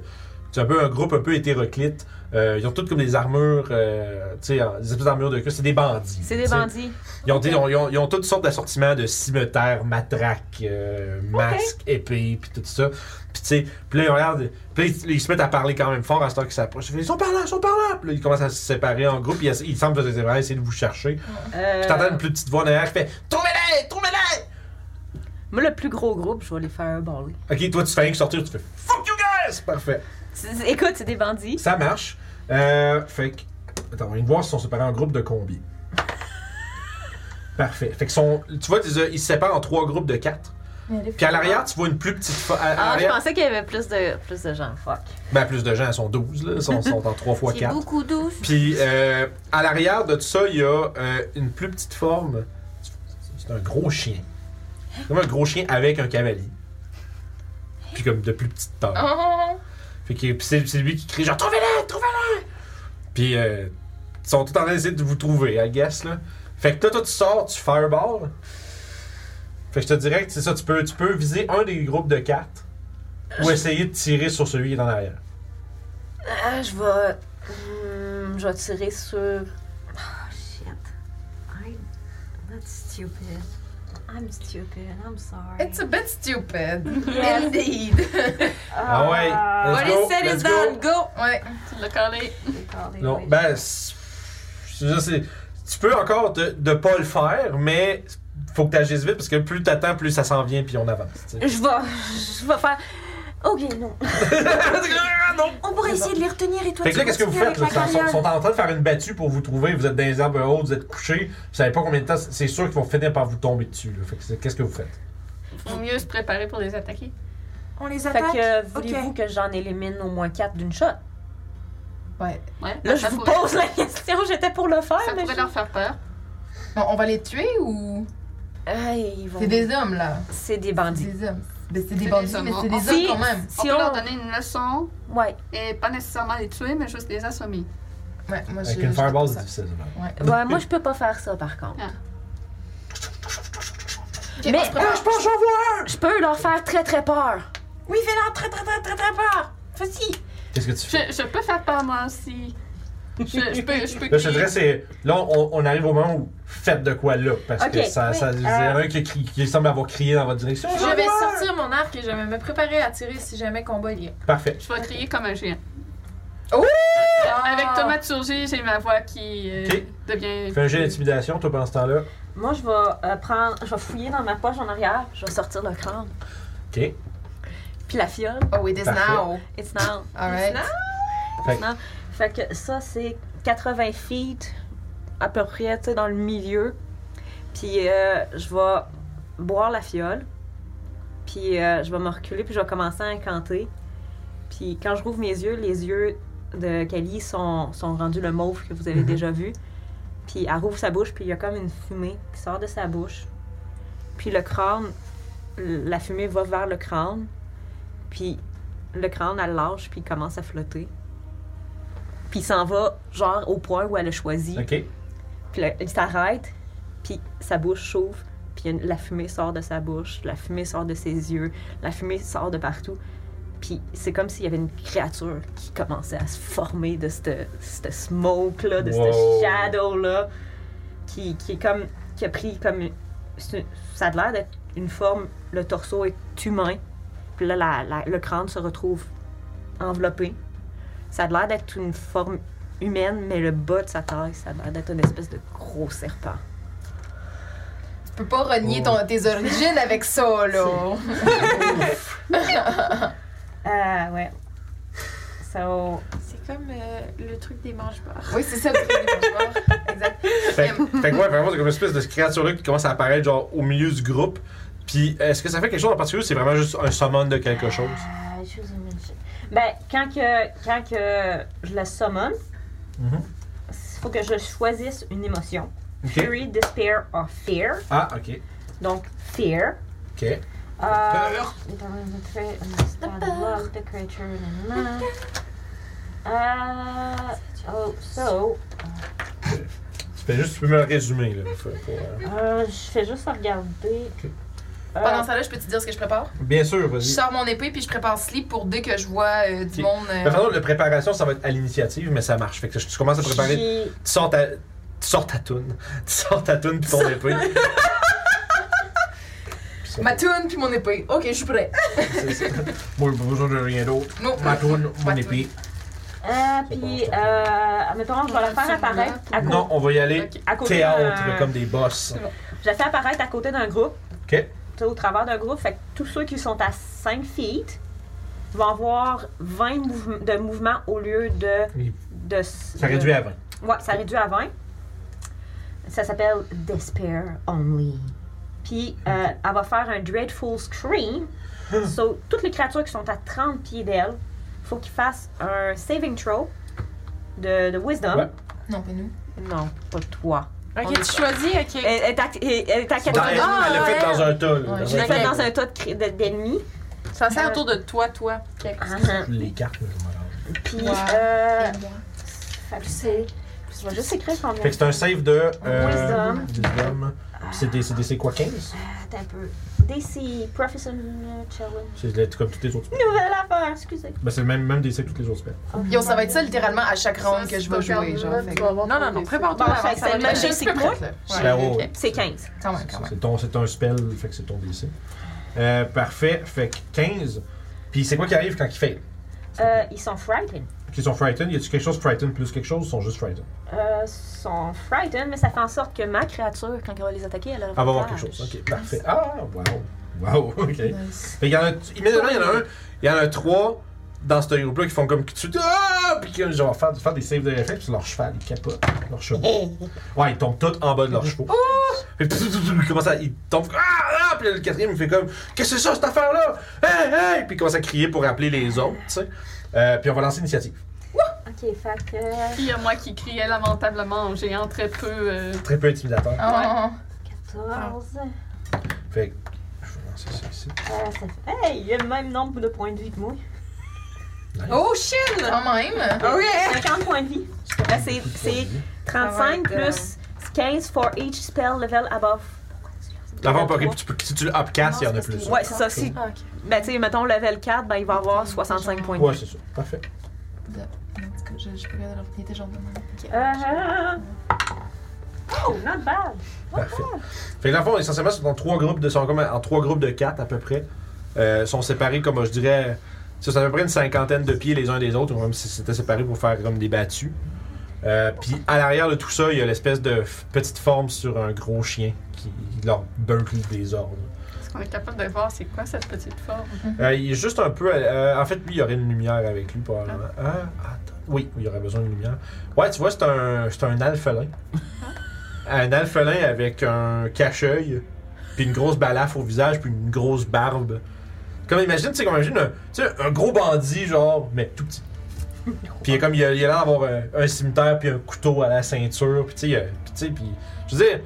C'est un peu un groupe un peu hétéroclite. Euh, ils ont toutes comme des armures, euh, tu sais, en- des espèces d'armures de queue. C'est des bandits.
C'est des
tu sais.
bandits.
Ils ont, des- ils ont- ils ont- ils ont toutes sortes d'assortiments de cimetières, matraques, euh, masques, épées, puis tout ça. Puis tu sais, puis là, ils regardent, puis là, ils, ils se mettent à parler quand même fort à ce temps qu'ils s'approchent. Ils sont par là, ils sont par là! Puis là, ils commencent à se séparer en groupe, puis ils, ils semblent vraiment essayer de vous chercher.
Euh.
Puis t'entends une plus petite voix derrière qui fait Trouvez-les! Trouvez-les!
Moi, le plus gros groupe, je vais les fireballer.
Ok, toi, tu fais rien que sortir, tu fais Fuck you guys! Parfait.
C'est- c'est- Écoute, c'est des bandits.
Ça marche. Euh, fait que. Attends, on va voir s'ils sont séparés en groupe de combien. Parfait. Fait que sont, tu vois, ils, ils se séparent en trois groupes de quatre. Puis à l'arrière, tu vois une plus petite. fa- à- à
Ah, je
l'arrière-
pensais qu'il y avait plus de, plus de
Euh,
gens. Fuck.
ben, plus de gens, ils sont 12, là. Ils sont, sont en 3 x
C'est
4.
beaucoup douce.
Puis euh, à l'arrière de tout ça, il y a euh, une plus petite forme. C'est un gros chien. C'est Comme un gros chien avec un cavalier. Puis comme de plus petite taille.
Oh,
Fait que puis c'est c'est lui qui crie genre trouvez-le, trouvez-le. Puis euh, ils sont tout en train d'essayer de vous trouver, I guess là. Fait que là toi tu sors, tu fireball. Fait que je te dirais que c'est ça, tu peux, tu peux viser un des groupes de quatre ou essayer de tirer sur celui qui est en arrière.
Ah, je vais.
hum,
hmm, je vais tirer sur.
Oh shit. I'm not stupid. I'm stupid. I'm sorry.
it's a bit stupid. Indeed.
Ah ouais,
What
let's
is
go,
said is
let's go.
done. Go.
Ouais.
Tu l'as collé.
Non, ben c'est- je veux dire, c'est- tu peux encore de, de pas le faire, mais faut que tu agisses vite parce que plus t'attends, plus ça s'en vient puis on avance. tu sais.
Je vais. Je vais faire. Ok, non.
Ah, non.
On pourrait essayer de les retenir et toi
Fait
tu
que là, qu'est-ce que vous
continues
faites? Là,
avec la
ils sont,
carrière.
sont en train de faire une battue pour vous trouver. Vous êtes dans les arbres hautes, vous êtes couchés. Vous savez pas combien de temps. C'est sûr qu'ils vont finir par vous tomber dessus. là. Fait que c'est- qu'est-ce que vous faites?
Faut mieux se préparer pour les attaquer.
On les
Fait
attaque.
que euh, voulez-vous que j'en élimine au moins 4 d'une shot?
Ouais,
Là, je
ça
vous
pourrait-
pose la question, j'étais pour le faire,
Ça
mais.
pourrait
je-
leur faire peur.
Bon, on va les tuer ou.
Ah, ils vont-
C'est des hommes, là.
C'est des
C'est
bandits.
des hommes. Ben, c'est des
des
bandits,
hommes,
mais
hein.
c'est des
Si-
hommes quand même.
on
Si
peut
on.
leur donner une leçon
Ouais.
et pas nécessairement les tuer, mais juste les assommer.
Ouais, moi,
Avec
je-
une
je-
fireball,
ça.
c'est difficile. vraiment.
Ouais.
Ouais, moi, je peux pas faire ça par contre.
Ok,
Mais
on se prépare.
Ah, je pense que j'en vois un! Je peux leur faire très très peur.
Oui, fais-leur très très très très très peur. Vas-y.
Qu'est-ce que tu
Je,
fais?
je peux faire peur, moi aussi. Je, je peux, je peux
Là, je te
crier.
dirais, c'est. Là, on, on arrive au moment où faites de quoi là. Parce
Ok,
que ça. ça il y en
Euh,
a un qui, crie- qui semble avoir crié dans votre direction.
Je vais sortir mon arc et je vais me préparer à tirer si jamais combat il y a.
Parfait.
Je vais crier comme un géant.
Oh!
Avec Thaumaturgie, j'ai ma voix qui euh,
Ok.
devient.
Fais un jet d'intimidation, toi, pendant ce temps-là.
Moi, je vais euh, prendre. Je vais fouiller dans ma poche en arrière. Je vais sortir le crâne.
Ok.
Puis la fiole.
Oh, it is
Ah! Parfait.
now.
It's now.
Alright.
Fait que-
Non. Fait que ça, c'est 80 feet à peu près, tu sais, dans le milieu. Puis euh, je vais boire la fiole. Puis euh, je vais me reculer, puis je vais commencer à incanter. Puis quand je rouvre mes yeux, les yeux de Kali sont, sont rendus le mauve que vous avez
Mhm.
déjà vu. Puis elle rouvre sa bouche, puis il y a comme une fumée qui sort de sa bouche. Puis le crâne, la fumée va vers le crâne. Puis le crâne, elle lâche, puis il commence à flotter. Puis il s'en va, genre, au point où elle a choisi.
Ok.
Puis là, il s'arrête, puis sa bouche s'ouvre, puis il y a une- la fumée sort de sa bouche, la fumée sort de ses yeux, la fumée sort de partout. Puis c'est comme s'il y avait une créature qui commençait à se former de cette, cette smoke-là, de
Wow.
ce shadow-là, qui, qui est comme. qui a pris comme. c'est- Ça a l'air d'être une forme, le torso est humain, puis là, la- la- le crâne se retrouve enveloppé. Ça a l'air d'être une forme humaine, mais le bas de sa taille, ça a l'air d'être une espèce de gros serpent.
Tu peux pas renier
Oh.
ton- tes origines avec ça, là.
Ah, ouais. Euh, So,
C'est comme euh, le truc des manges-barres.
Oui, c'est ça le truc des mangeoires. Exact.
Fait, fait que ouais, vraiment, c'est comme une espèce de créature-là qui commence à apparaître genre au milieu du groupe. Puis est-ce que ça fait quelque chose en particulier ou c'est vraiment juste un summon de quelque chose?
Euh, je vous imagine. Ben, quand que, quand que je la summon, il
Mhm.
faut que je choisisse une émotion.
Ok.
Fury, despair or fear.
Ah, ok.
Donc, fear.
Ok.
Euh,
Peur.
Love the creature. na, na, na. Euh, oh, so,
Tu peux juste tu peux me le résumer, là. pour- pour, euh,
euh, je fais juste regarder.
Ok.
Euh,
Pendant ça là, je peux te dire ce que je prépare?
Bien sûr,
Je
vas-y.
sors mon épée puis je prépare sleep pour dès que je vois euh, du
Ok.
monde. euh,
De toute façon, la préparation, ça va être à l'initiative, mais ça marche. Fait que tu commences à préparer. Tu
j'ai-
sors ta, tu sors ta toune. Tu sors ta toune pis ton épée. Pis ça-
Ma toune puis mon épée. Ok, je suis prêt.
c'est ça. Moi, j'ai pas besoin de rien d'autre.
Non.
Ma toune, mon
Ma
épée.
Euh, puis, euh, mettons, je vais la faire apparaître à, co-
Non, on va y aller
Ok.
à côté d'un-
théâtre, comme des boss.
Je la fais apparaître à côté d'un groupe.
Ok.
Tu sais, Au travers d'un groupe. Fait que tous ceux qui sont à 5 feet vont avoir 20 mouve- de mouvements au lieu de.
Oui.
de s-
Ça
de-
réduit à 20.
Ouais, ça réduit à 20. Ça s'appelle Despair Only. Puis, euh, elle va faire un Dreadful Scream. so, toutes les créatures qui sont à 30 pieds d'elle, faut qu'ils fassent un saving throw de, de Wisdom.
Ouais.
Non, pas nous.
Non, pas toi.
Ok, tu choisis, ok.
Elle, elle est à, elle- elle est à
Dans- elle
14.
elle l'a fait dans un tas, là,
Ouais,
dans
je
un
l'ai
tas.
dans un tas de cré- de- d'ennemis.
Ça sert autour de toi, toi. Ok.
Les cartes, là, je m'en rends.
Ah, Puis,
Wow.
euh,
Et moi.
fait que c'est- Je vais juste écrire combien.
Fait que c'est un save de. Euh,
Wisdom.
Wisdom. Pis c'est des- c'est des- c'est quoi, 15
Attends un peu. euh, DC Professional Challenge.
C'est le- comme toutes les autres.
Nouvelle affaire, excusez.
Ben, c'est le même, même DC que toutes les autres spells.
Yo, ça va être ça littéralement à chaque round que je vais jouer. Genre, fait que-
Non, non, non, prépare-toi.
Bon,
avant,
fait que
ça
c'est
va
le
bien.
même
Juste
DC que
prête,
moi.
là.
C'est
Ouais.
la haut.
C'est 15.
Quand même, quand même.
C'est ton, c'est un spell, fait que c'est ton DC. Euh, parfait, fait que 15. Puis c'est quoi qui arrive quand ils fail?
Euh, ils sont frightened.
Quand ils sont frightened, y a-tu quelque chose frightened plus quelque chose? Ils sont juste frightened.
Euh, ils sont frightened, mais ça fait en sorte que ma créature, quand elle va les attaquer, elle a
Ah, va voir quelque
avantage.
chose. Ok, parfait. Ah, wow. Wow, ok. Fait qu'il y en a, immédiatement, il y en a un, il y en a trois dans ce groupe-là qui font comme que tu. Ah! Puis qui genre faire, faire des saves de réflexe, puis leur cheval, ils capotent. Leur cheval. Ouais, ils tombent tous en bas de leurs chevaux.
Oh!
Puis pff, pff, pff, ils commencent à. Ils tombent. Ah, ah! Puis là, le quatrième, il fait comme. Qu'est-ce que c'est ça, cette affaire-là? Hey, hey! Puis il commence à crier pour appeler les autres, tu sais. Euh, puis on va lancer l'initiative.
Ok, fait que. euh,
Puis il y a moi qui criais lamentablement en géant très peu. euh,
Très peu intimidateur.
Ah,
14.
Fait que. Je vais lancer ça ici.
Euh, ça fait... Hey, il y a le même nombre de points de vie que moi.
Oh shit!
Quand même.
Oh yeah!
50 points de vie. Ben, Ah c'est- c'est 35 plus 15 for each spell level above.
L'avant, ok, puis tu peux, si tu le upcast, il y en a plus.
Ouais, c'est ça. Si, ben, tu sais, mettons level 4, ben, il va avoir 65 points de
Ouais,
vie.
c'est ça. Parfait.
En tout cas, je, je peux regarder leur il était genre de même. Ok.
Euh, Oh, not bad.
Parfait. Fait que dans le fond, essentiellement, c'est dans trois groupes de, sont comme en trois groupes de quatre à peu près. Euh, sont séparés comme je dirais. ça, C'est à peu près une cinquantaine de pieds les uns des autres, ou même si c'était séparé pour faire comme des battues. Euh, Puis à l'arrière de tout ça, il y a l'espèce de f- petite forme sur un gros chien qui leur beugle des ordres.
Est-ce qu'on est capable de voir c'est quoi cette petite forme?
Euh, il est juste un peu. euh, en fait, lui, il y aurait une lumière avec lui, probablement. Ah, attends. Oui, il y aurait besoin d'une lumière. Ouais, tu vois, c'est un, c'est un alphelin. Un alphelin avec un cache-œil, puis une grosse balafre au visage, puis une grosse barbe. Comme imagine, tu sais, comme imagine un, tu sais, un gros bandit, genre, mais tout petit. Puis comme il a il a l'air d'avoir euh, un, cimetière, puis un couteau à la ceinture, puis tu sais, il a- puis tu sais, puis. Je veux dire,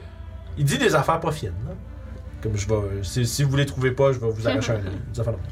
il dit des affaires pas fines, là. Comme je vais. Si, si vous les trouvez pas, je vais vous arracher un livre. Des affaires de même.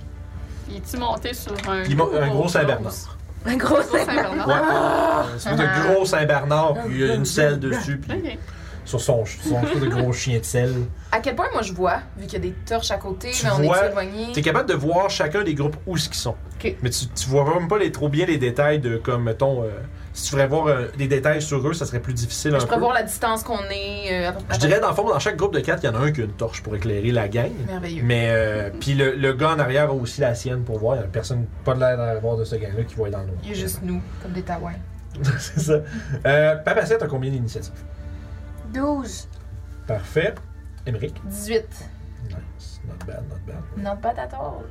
Il est-tu monté sur un.
Il mo- un
gros
gros Saint-Bernard.
os?
Un gros
Gros Saint-Bernard.
Ouais. C'est un gros Saint-Bernard, puis il y a une selle dessus, puis
Ok.
sur son, ch- son espèce de gros chien de selle.
À quel point moi je vois, vu qu'il y a des torches à côté,
Tu
mais on
vois-
est éloigné.
T'es capable de voir chacun des groupes où ce qu'ils sont.
Ok.
Mais tu, tu vois même pas les, trop bien les détails de, comme, mettons, euh, si tu voudrais voir euh, des détails sur eux, ça serait plus difficile un
Je
peu.
pourrais voir la distance qu'on est. euh, à peu-
Je dirais, dans le fond, dans chaque groupe de quatre, il y en a un qui a une torche pour éclairer la gang.
Merveilleux.
Mais, euh, puis le, le gars en arrière a aussi la sienne pour voir. Il y a personne, pas de l'air d'avoir de ce gang-là qui voit dans le noir.
Il y a juste nous, comme des taouins.
C'est ça. Euh, Papa 7 a combien d'initiatives
12.
Parfait. Émeric.
18.
Nice. Not bad, not bad.
Non, pas d'atome.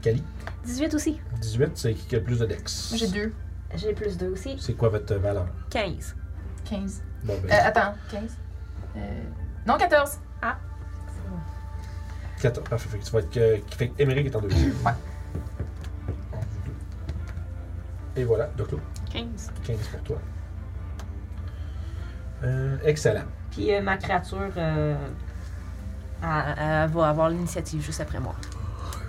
Cali.
18 aussi.
18, c'est qui qui a le plus de dex
J'ai deux.
J'ai plus 2 aussi.
C'est quoi votre valeur?
15.
15.
Bon,
Euh,
ben,
attends, 15. Euh, non, 14.
14. Parfait. Fait que tu vas être. que- Fait que Émeric est en deuxième.
Ouais.
Et voilà, Doclo,
15.
15 pour toi. Euh, excellent.
Puis euh, ma créature, euh, elle, elle va avoir l'initiative juste après moi.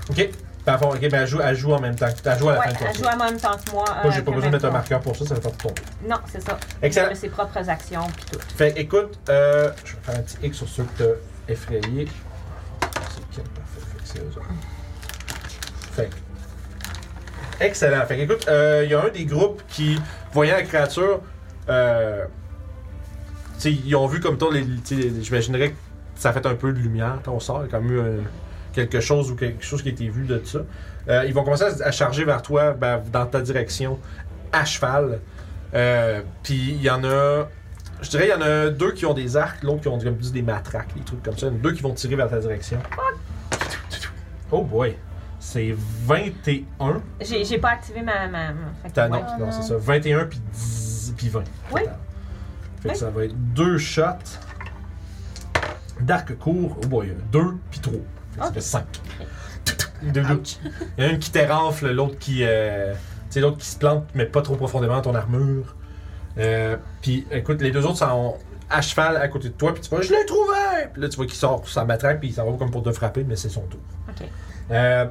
Ok. Parfait. Ok, ben elle joue, elle joue en même temps. que- Elle joue à la
ouais,
fin de
elle
ton
joue
tour.
en même temps que moi.
Moi,
euh,
j'ai pas
que
besoin de mettre un
maintenant.
marqueur pour ça, ça va faire tout ton tour.
Non, c'est ça.
Excellent.
Elle a ses propres actions, puis tout.
Fait écoute, euh, je vais faire un petit X sur ceux que t'as effrayé. C'est quel parfait, fait que c'est eux autres. Fait que- Excellent. Fait que, écoute, euh, il y a un des groupes qui, voyant la créature, euh, tu sais, ils ont vu comme toi, les- tu sais, j'imaginerais que ça a fait un peu de lumière quand on sort, il y a quand même eu euh, quelque chose ou quelque chose qui a été vu de ça. Euh, ils vont commencer à, à charger vers toi, ben, dans ta direction, à cheval. Euh, Puis il y en a je dirais, il y en a deux qui ont des arcs, l'autre qui ont comme plus des matraques, des trucs comme ça. Il y en a deux qui vont tirer vers ta direction. Oh boy! C'est 21.
J'ai j'ai pas activé ma. ma, ma- fait que
T'as-
ouais.
non, non, c'est ça. 21 puis 10 puis 20.
Ah, Oui.
total. Fait que
Oui.
ça va être deux shots d'arc court. Oh boy, 2 puis 3. Fait que ça fait 5. Deux, deux. Il y en a une qui t'érafle, l'autre qui. euh, tu sais, l'autre qui se plante, mais pas trop profondément dans ton armure. Euh, puis écoute, les deux autres sont à cheval à côté de toi, puis tu vois, je l'ai trouvé! Puis là, tu vois qu'il sort sa matraque, puis il s'en va comme pour te frapper, mais c'est son tour.
Ok.
Euh,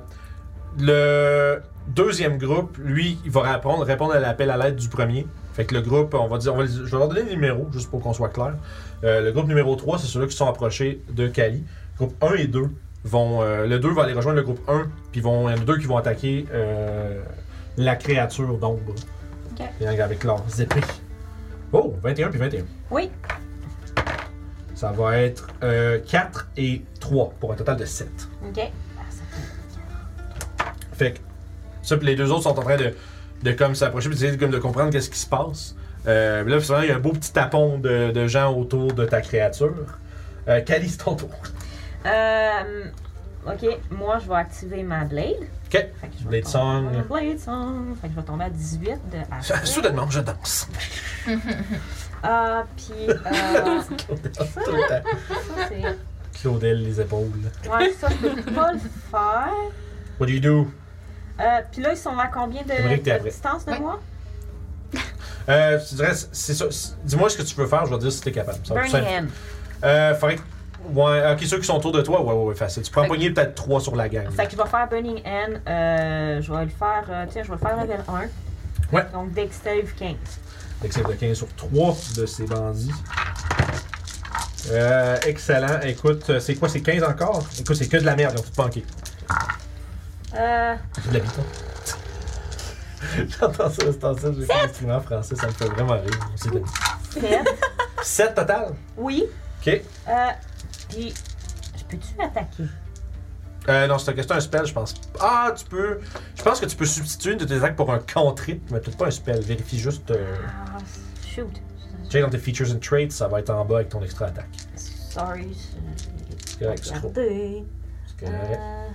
le deuxième groupe, lui, il va répondre, répondre à l'appel à l'aide du premier. Fait que le groupe, on va dire, on va les- je vais leur donner les numéros, juste pour qu'on soit clair. Euh, le groupe numéro 3, c'est ceux-là qui sont approchés de Kali. Groupe 1 et 2 vont. euh, le 2 va aller rejoindre le groupe 1, puis vont, il y en a deux qui vont attaquer euh, la créature d'ombre.
Ok.
Et Avec leurs épées. Oh, 21 puis 21.
Oui.
Ça va être 4 et 3 pour un total de 7.
Ok.
Fait que ça, puis les deux autres sont en train de, de comme s'approcher, puis d'essayer de, comme de comprendre qu'est-ce qui se passe. Euh, mais là, finalement, il y a un beau petit tapon de, de gens autour de ta créature. Euh, Cali, c'est ton tour.
Euh, ok, moi je vais activer ma blade.
Ok.
Fait que je vais
Blade
tomber-
Song.
Blade Song. Fait que je vais tomber à 18 de HP.
Soudainement, je danse.
Ah, puis. Euh,
Claudel, tout le temps.
ça, c'est.
Claudel, les épaules.
Ouais, ça, je peux pas le faire.
What do you do?
Euh, puis là, ils sont à combien de,
J'aimerais que t'aies
de
après.
distance de
Oui.
moi?
Euh, je te dirais, c'est ça. c'est- Dis-moi ce que tu veux faire, je vais te dire si t'es capable. Ça va être
Burning
simple.
Hand.
Euh, faudrait que. Ouais, ok, ceux qui sont autour de toi, ouais, ouais, ouais, facile. Tu peux
Fait-
empoigner peut-être 3 sur la gang.
Fait que je vais faire Burning Hand. Euh, je vais le faire. euh, tiens, je vais le faire level 1.
Ouais.
Donc, Dex Save 15.
Fait que c'est de 15 sur 3 de ces bandits. Euh, excellent. Écoute, euh, c'est quoi, c'est 15 encore? Écoute, c'est que de la merde, ils ont tout panqué.
Euh,
C'est de l'habitant. J'entends ça, c'est ça, j'ai un instrument français, ça me fait vraiment rire. C'est de...
7.
7 total?
oui.
Ok.
Euh, puis, je peux-tu attaquer?
Euh, non, c'est un, c'est un spell, je pense. Ah, tu peux. Je pense que tu peux substituer une de tes attaques pour un contrip, mais peut-être pas un spell. Vérifie juste. euh,
Ah, shoot.
check dans tes features and traits, ça va être en bas avec ton extra attaque.
Sorry. je-
C'est correct, c'est trop.
Regardez.
C'est correct.
Euh,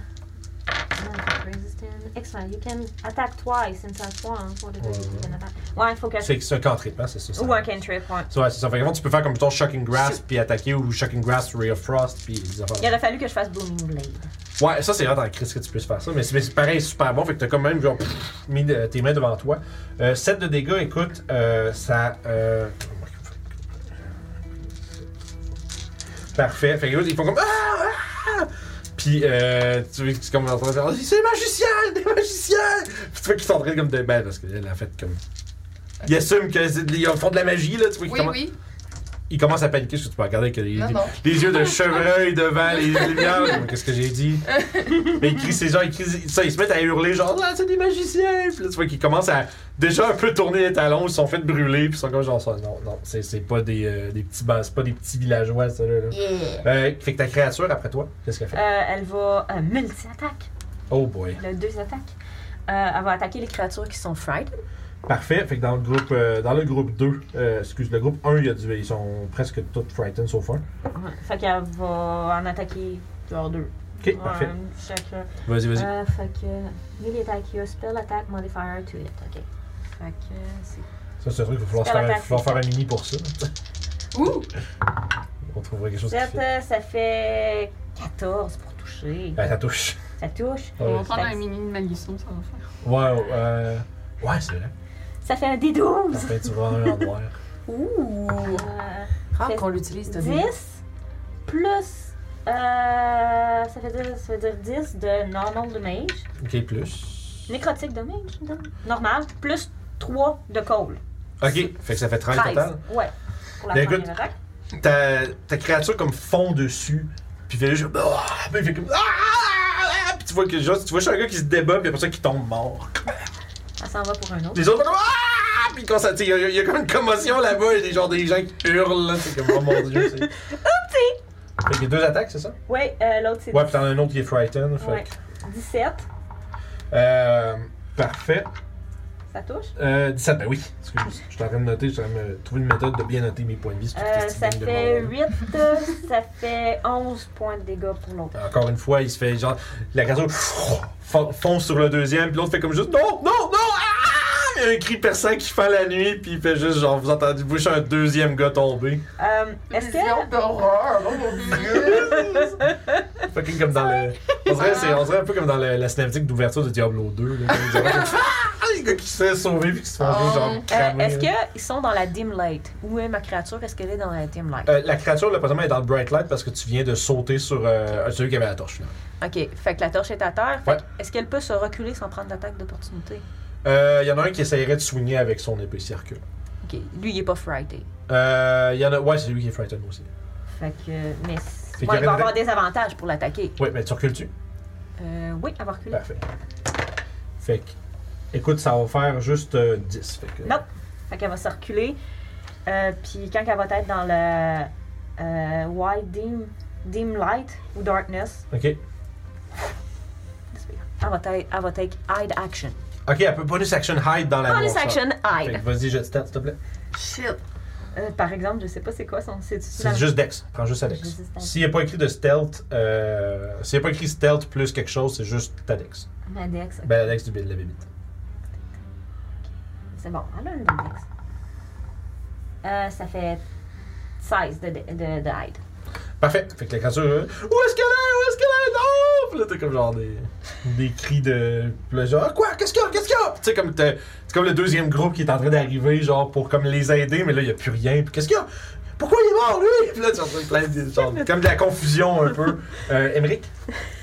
resistant. Excellent. You can attack twice inside one. for the
Ouais,
you
ouais.
can attack. Ouais, il faut que.
C'est c'est un cantrip, hein, c'est ça. ça.
Ou un cantrip, ouais.
Ouais, c'est ça. Fait que, en fait, tu peux faire comme ton Shocking Grass puis attaquer ou Shocking Grass, Ray of Frost puis des affaires.
Il aurait fallu que je fasse Booming Blade.
Ouais, ça c'est rare dans le Christ que tu puisses faire ça, mais c'est mais c'est pareil, c'est super bon. Fait que t'as quand même genre, pff, mis de- tes mains devant toi. Euh, 7 de dégâts, écoute, euh, ça. euh, Parfait. Fait que, ils font comme. Ah! Ah! Puis, euh, tu vois qu'ils sont comme en train de faire C'est magicien! Des magiciens! Puis tu vois qu'ils sont en train comme de. Ben, parce qu'elle a fait comme. Ils assument qu'ils font de la magie, là. Tu vois qu'ils
Oui,
commencent-
oui.
ils commencent à paniquer parce que tu peux regarder avec les,
Non, non.
les yeux de chevreuil devant les lumières. Mais Qu'est-ce que j'ai dit? Mais ils crient, ces gens, ils crient, ça, ils se mettent à hurler genre, ah, c'est des magiciens! Puis là, tu vois qu'ils commencent à déjà un peu tourner les talons, ils se sont fait brûler, puis ils sont comme genre, ça, non, non, c'est c'est pas des, euh, des petits bas- c'est pas des petits villageois, ça, là. là. Euh, fait que ta créature, après toi, qu'est-ce qu'elle fait?
Euh, elle va euh, multi-attaque.
Oh boy.
Elle a deux attaques. Euh, elle va attaquer les créatures qui sont fried.
Parfait. Fait que dans le groupe, euh, dans le groupe 2, euh, excuse, le groupe 1, il y a du- ils sont presque tous frightened sauf un.
Fait qu'elle va en attaquer genre deux.
Ok, parfait.
Un, chacun.
Euh,
Vas-y, vas-y.
Euh, fait que. Melee attack, your spell attack modifier to it. Ok. Fait que c'est
Ça, c'est un truc qu'il va falloir,
Ça va
faire,
passer.
il va falloir faire un mini pour ça.
Ouh!
On trouvera quelque chose qui
Sept,
fait.
euh, ça fait 14 pour toucher.
Ah, ça touche.
Ça touche.
On va
Ouais,
prendre un mini de malisson, ça va faire.
ouais, euh, ouais c'est vrai.
Ça fait un D12.
Parfait, tu vas en un en noir.
Ouh. Euh,
Rare qu'on l'utilise, t'as vu.
10 plus. Euh, ça, veut dire, ça veut dire 10 de normal damage.
Ok, plus.
Nécrotique damage, non? normal, plus 3 de cold.
Ok, fait que ça fait 30 total.
Ouais. Pour la
Ben,
première
écoute,
attaque.
Ta, ta créature comme fond dessus, puis fait juste. Ah, puis il fait comme. Ah, ah, ah, puis tu vois que genre, tu vois juste un gars qui se débat, puis après ça qui tombe mort.
Elle s'en va pour un autre.
Les autres font comme. Ah, puis quand ça. tu sais, Il y, a- il y a comme une commotion là-bas, il y a des, genre, des gens qui hurlent, là. C'est comme, oh mon dieu. Oupsie! Fait qu'il y a deux attaques, c'est ça?
Ouais, euh, l'autre c'est
Ouais, puis t'en as un autre qui est frightened. Fait
Ouais.
que.
17.
Euh, parfait.
Ça touche.
Euh, 17, ben oui. Excuse-moi. Je suis en train de noter, je suis en train de me trouver une méthode de bien noter mes points de vie. c'est tout
Euh,
ce
ça
petit
fait
monde.
8, ça fait 11 points de dégâts pour l'autre.
Encore une fois, il se fait genre. La créature pff, fon- fonce sur le deuxième, puis l'autre fait comme juste non, non, non, ah! Il y a un cri perçant qui fait la nuit, puis il fait juste genre, vous entendez, vous voyez un deuxième gars tomber.
Euh, Est-ce que.
Vision d'horreur, oh mon dieu!
Fucking comme dans le. On dirait, c'est- on dirait un peu comme dans le- la cinématique d'ouverture de Diablo 2. Là, comme genre, Ah! Les gars qui se fait sauver, puis qui se font juste genre.
Euh,
cramer,
Est-ce
là.
qu'ils sont dans la dim light? Où est ma créature? Est-ce qu'elle est dans la dim light?
Euh, la créature, là, présentement, est dans le bright light parce que tu viens de sauter sur euh, celui qui avait la torche. finalement.
Ok, fait que la torche est à terre. Fait
Ouais.
que Est-ce qu'elle peut se reculer sans prendre d'attaque d'opportunité?
Euh, Il y en a un qui essayerait de soigner avec son épée circule.
Ok, lui il est pas frighté.
Euh, Il y en a. Ouais, c'est lui qui est frightened aussi.
Fait que.
qu'il y
Mais. Ouais,
aurait
il va
une-
avoir des avantages pour l'attaquer.
Ouais, mais tu recules-tu?
Euh, oui, avoir reculé.
Parfait. Fait que. Écoute, ça va faire juste euh, 10. Fait que.
Non. Fait qu'elle va se reculer. Euh, puis quand elle va être dans le euh, wide dim, dim light ou darkness,
Ok.
elle va, ta- elle va take hide action.
Ok, elle peut bonus action hide dans la
Bonus
noirceur.
action
Fait que
hide.
vas-y, jette stat, s'il te plaît.
Shit!
Euh, par exemple, je sais pas c'est quoi son. C'est
C'est juste Dex. Prends juste ta Dex.
Juste Dex.
S'il n'y a pas écrit de stealth, euh, s'il n'y a pas écrit stealth plus quelque chose, c'est juste ta Dex.
Ma dex.
Ben, la Dex du de la bébite.
C'est bon, elle a un dex. Euh, ça fait 16 de, de, de, de hide.
Parfait. Fait que la créature, euh, où est-ce qu'elle est? Où est-ce qu'elle est? Non! Puis là, t'as comme genre des, des cris de. Puis là, genre, Ah, quoi? Qu'est-ce qu'il y a? Qu'est-ce qu'il y a? Puis tu sais, comme t'as- c'est comme le deuxième groupe qui est en train d'arriver, genre, pour comme les aider, mais là, il a plus rien. Puis qu'est-ce qu'il y a? Pourquoi il est mort, lui? Puis là, tu entends plein de. Genre, comme de la confusion un peu. Euh, Emmerich?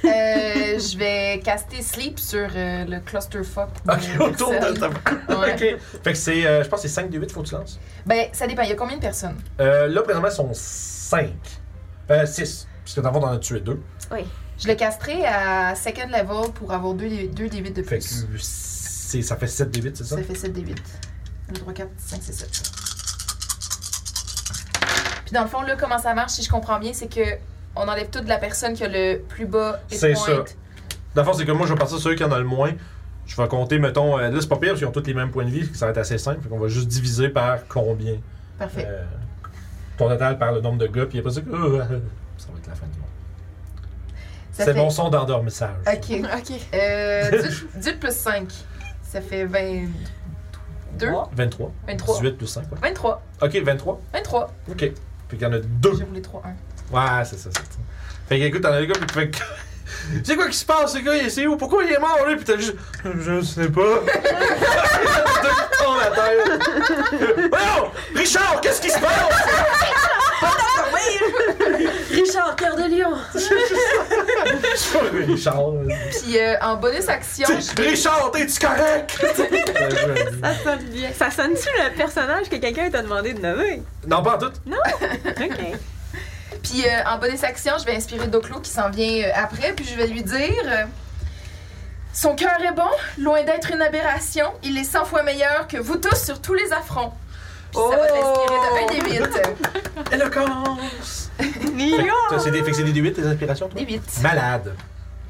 Euh, je vais caster Sleep sur euh, le clusterfuck. de
Ok, autour de
personnes.
ta.
Ouais.
Ok. Fait que c'est, euh, je pense que c'est 5 de 8, faut que tu lances.
Ben, ça dépend, il y a combien de personnes?
Euh, là, présentement, ils sont 5. Euh, 6. Puisque d'avant, on en a tué 2.
Je le casterai à second level pour avoir 2 deux, d 8 de
Fait
plus.
que c'est- ça fait 7 de 8, c'est ça?
Ça fait 7 des 8. 1, 3, 4, 5, 6, 7. Puis dans le fond, là, comment ça marche, si je comprends bien, c'est que on enlève tout de la personne qui a le plus bas hit
C'est
point.
ça. Dans le fond, c'est que moi, je vais partir sur ceux qui en ont le moins. Je vais compter, mettons, euh, là, c'est pas pire, parce qu'ils ont tous les mêmes points de vie, ça va être assez simple. Fait qu'on va juste diviser par combien.
Parfait.
euh, ton total par le nombre de gars, puis après ça, euh, euh, ça va être la fin du monde. C'est
Ça fait-
mon son d'endormissage.
Ok.
Ok.
Euh, 18 18 plus 5, ça fait 22.
23.
23.
18 plus 5, ouais.
23.
Ok, 23.
23.
Ok. Fait qu'il y en a deux.
J'ai roulé 3, 1.
Ouais, c'est ça, c'est ça. Fait que écoute, t'en as le gars, puis fait que. C'est quoi qui se passe, ce gars? Il est- C'est où? Pourquoi il est mort, là? Puis t'as juste. Je sais pas. Deux tons à terre. Voyons! Richard, qu'est-ce qui se passe?
Richard, cœur de lion!
Je suis pas Richard.
Puis euh, en bonus action, je vais-
Richard, t'es-tu correct?
Ça sonne bien. Ça sonne-tu le personnage que quelqu'un t'a demandé de nommer?
non, pas en tout.
OK.
Puis euh, en bonus action, je vais inspirer Doclo qui s'en vient euh, après, puis je vais lui dire euh, Son cœur est bon, loin d'être une aberration, il est 100 fois meilleur que vous tous sur tous les affronts. Puis ça va t'inspirer de 1 des Euh, 8.
Éloquence! Fait que t'as- c'est des, fait que c'est des D8 tes inspirations, toi?
Des 8.
Malade.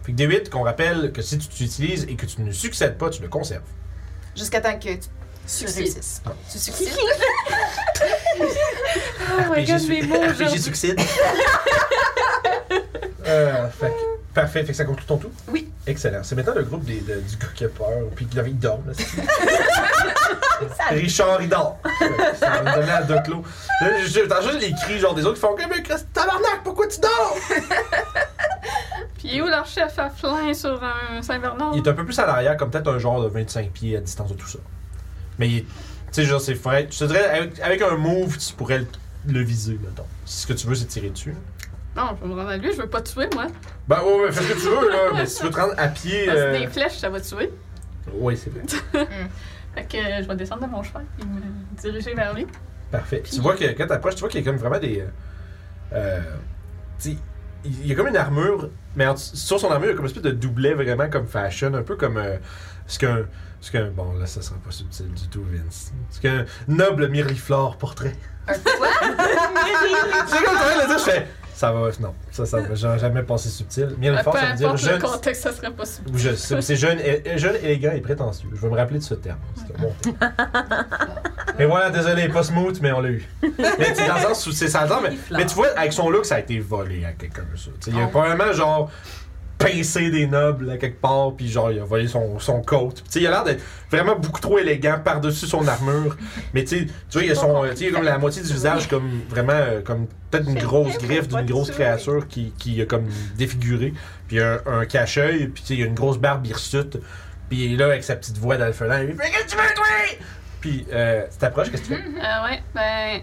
Fait que D8, qu'on rappelle que si tu t'utilises et que tu ne succèdes pas, tu le conserves.
Jusqu'à temps que tu tu réussisses.
Ah.
Tu succèdes.
Oh
my God, mes mots
RPG
aujourd'hui.
succide. euh, fait que- parfait, fait que ça conclut ton tout?
Oui.
Excellent. C'est maintenant le groupe des, de- du gars qui a peur, puis qui il dort. là, c'est- Richard, il dort. Ça me donnait à deux clos. Là, je- je- J'entends juste les cris genre des autres qui font Comme mais Christ, tabarnak, pourquoi tu dors
Puis il est où leur chef à flanc sur un Saint-Bernard?
Il est un peu plus à l'arrière, comme peut-être un genre de 25 pieds à distance de tout ça. Mais il est. Tu sais, genre, c'est frais. Je te dirais, avec, avec un move, tu pourrais le, le viser, mettons. Si ce que tu veux, c'est tirer dessus.
Non, je vais me rendre à lui, je veux pas tuer, moi.
Ben ouais, ouais, fais ce que tu veux, là. Mais si tu veux te rendre à pied.
Parce que
euh,
des flèches, ça va tuer.
Oui, c'est vrai.
Fait que euh, je vais descendre de mon cheval et me diriger vers lui.
Parfait. Tu vois que quand t'approches, tu vois qu'il y a comme vraiment des. euh, Euh, tu sais, il y a comme une armure, mais en- sur son armure, il y a comme une espèce de doublet vraiment comme fashion, un peu comme euh, ce qu'un. Ce qu'un. Bon, là, ça sera pas subtil du tout, Vince. Ce qu'un noble mirliflore portrait. C'est comme ça, là, je fais. Ça va, non. Ça, ça va j'aurais jamais pensé subtil.
Euh, peu
Mirliflore, ça veut dire
importe le
jeune.
contexte, ça serait pas super.
ou je- C'est c'est jeune, é- jeune, élégant et prétentieux. Je veux me rappeler de ce terme. C'est un bon terme. Mais voilà, désolé, pas smooth, mais on l'a eu. Mais tu sais, dans le sens où c'est ça, mais, mais tu vois, avec son look, ça a été volé à quelqu'un, ça. Tu sais, Il a probablement, genre, pincé des nobles à quelque part, puis genre, il a volé son, son coat. Tu sais, il a l'air d'être vraiment beaucoup trop élégant par-dessus son armure. Mais tu sais, tu vois, il a son, tu sais, il a comme la moitié du visage, comme vraiment, euh, comme peut-être une grosse griffe d'une grosse créature qui, qui a comme défiguré. Puis il a un, un cache-œil, puis tu sais, il a une grosse barbe hirsute. Puis il est là avec sa petite voix d'alphelin. Il fait Qu'est-ce que tu veux, toi Puis, euh, tu t'approches, qu'est-ce que tu fais
Euh, ouais, ben,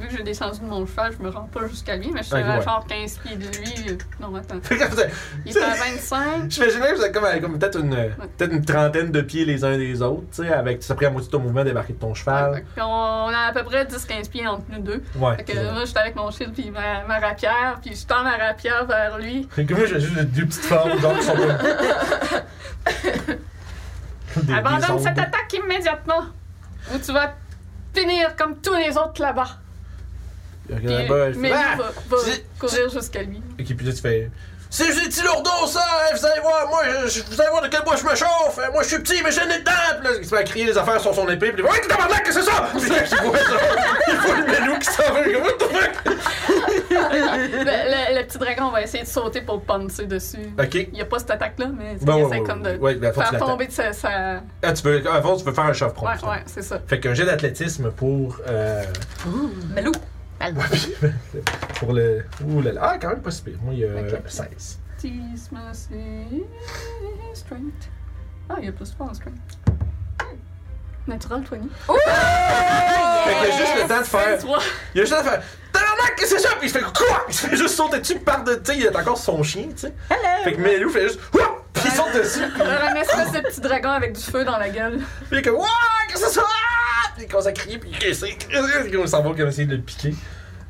vu que j'ai descendu de mon cheval, je me rends pas jusqu'à lui, mais je suis
Ok,
à
ouais.
genre 15 pieds de lui. euh, Non, attends.
Fait que vous êtes-
Il est à 25.
J'imaginais que vous êtes comme, à- comme peut-être une, peut-être une trentaine de pieds les uns des autres, tu sais, avec ça pris à moitié de ton mouvement débarquer de ton
Fait
cheval.
qu'on- on a à peu près 10-15 pieds entre nous deux.
Ouais.
Fait que euh,
c'est ça.
moi, j'étais avec mon shield puis ma, ma rapière, puis je tends ma rapière vers lui.
Fait que moi, j'ai juste deux petites formes, donc qui sont comme. Des- des
Abandonne
ondes.
cette attaque immédiatement, ou tu vas finir comme tous les autres là-bas.
Il regarde
Puis,
là-bas, il fait,
mais lui
Ah!
va, va
c'est-
courir jusqu'à lui.
Et puis là, tu fais. C'est juste des petits lourdeaux, ça! hein, Vous allez voir, moi, je- je- vous allez voir de quel bois je me chauffe! hein, Moi, je suis petit, mais j'ai une dedans! Puis là, il se met à crier les affaires sur son épée, puis il dit Ouais, t'es tabarnak, qu'est-ce que c'est ça? Puis là, il voit ça. Il voit le melou qui s'en va, il dit, What the fuck?
le, le- le petit dragon va essayer de sauter pour poncer dessus.
Ok.
Il n'y a pas cette attaque-là, mais
Bon,
il
ouais,
essaie
ouais,
comme de
ouais, ouais, ben, faut que tu
faire
l'attaques.
tomber de sa. sa-
Ah, tu peux, avant, tu peux faire un shove prompt.
Ouais, ouais, c'est ça.
Fait qu'un jet d'athlétisme pour. Euh... Malou! pour le. Ouh là là. Ah, quand même pas si pire. Moi, il y a
Ok.
16.
Athlétisme, c'est. Strength. Ah, il y a plus fort en strength. Natural 20.
Fait que juste le temps de faire.
23.
Il a juste le temps de faire. Tabarnak, qu'est-ce que c'est ça? Puis il se fait quoi? Il se fait juste sauter dessus par de. Tu sais, il est encore sur son chien, tu sais. Fait que Melou fait juste. Ouah! Puis il saute dessus.
Alors, un espèce de petit dragon avec du feu dans la gueule.
Puis il est comme. Ouah! Qu'est-ce que c'est ça? Puis il commence à crier. Puis il crie. c'est- c'est- Il s'en va comme essayer de le piquer.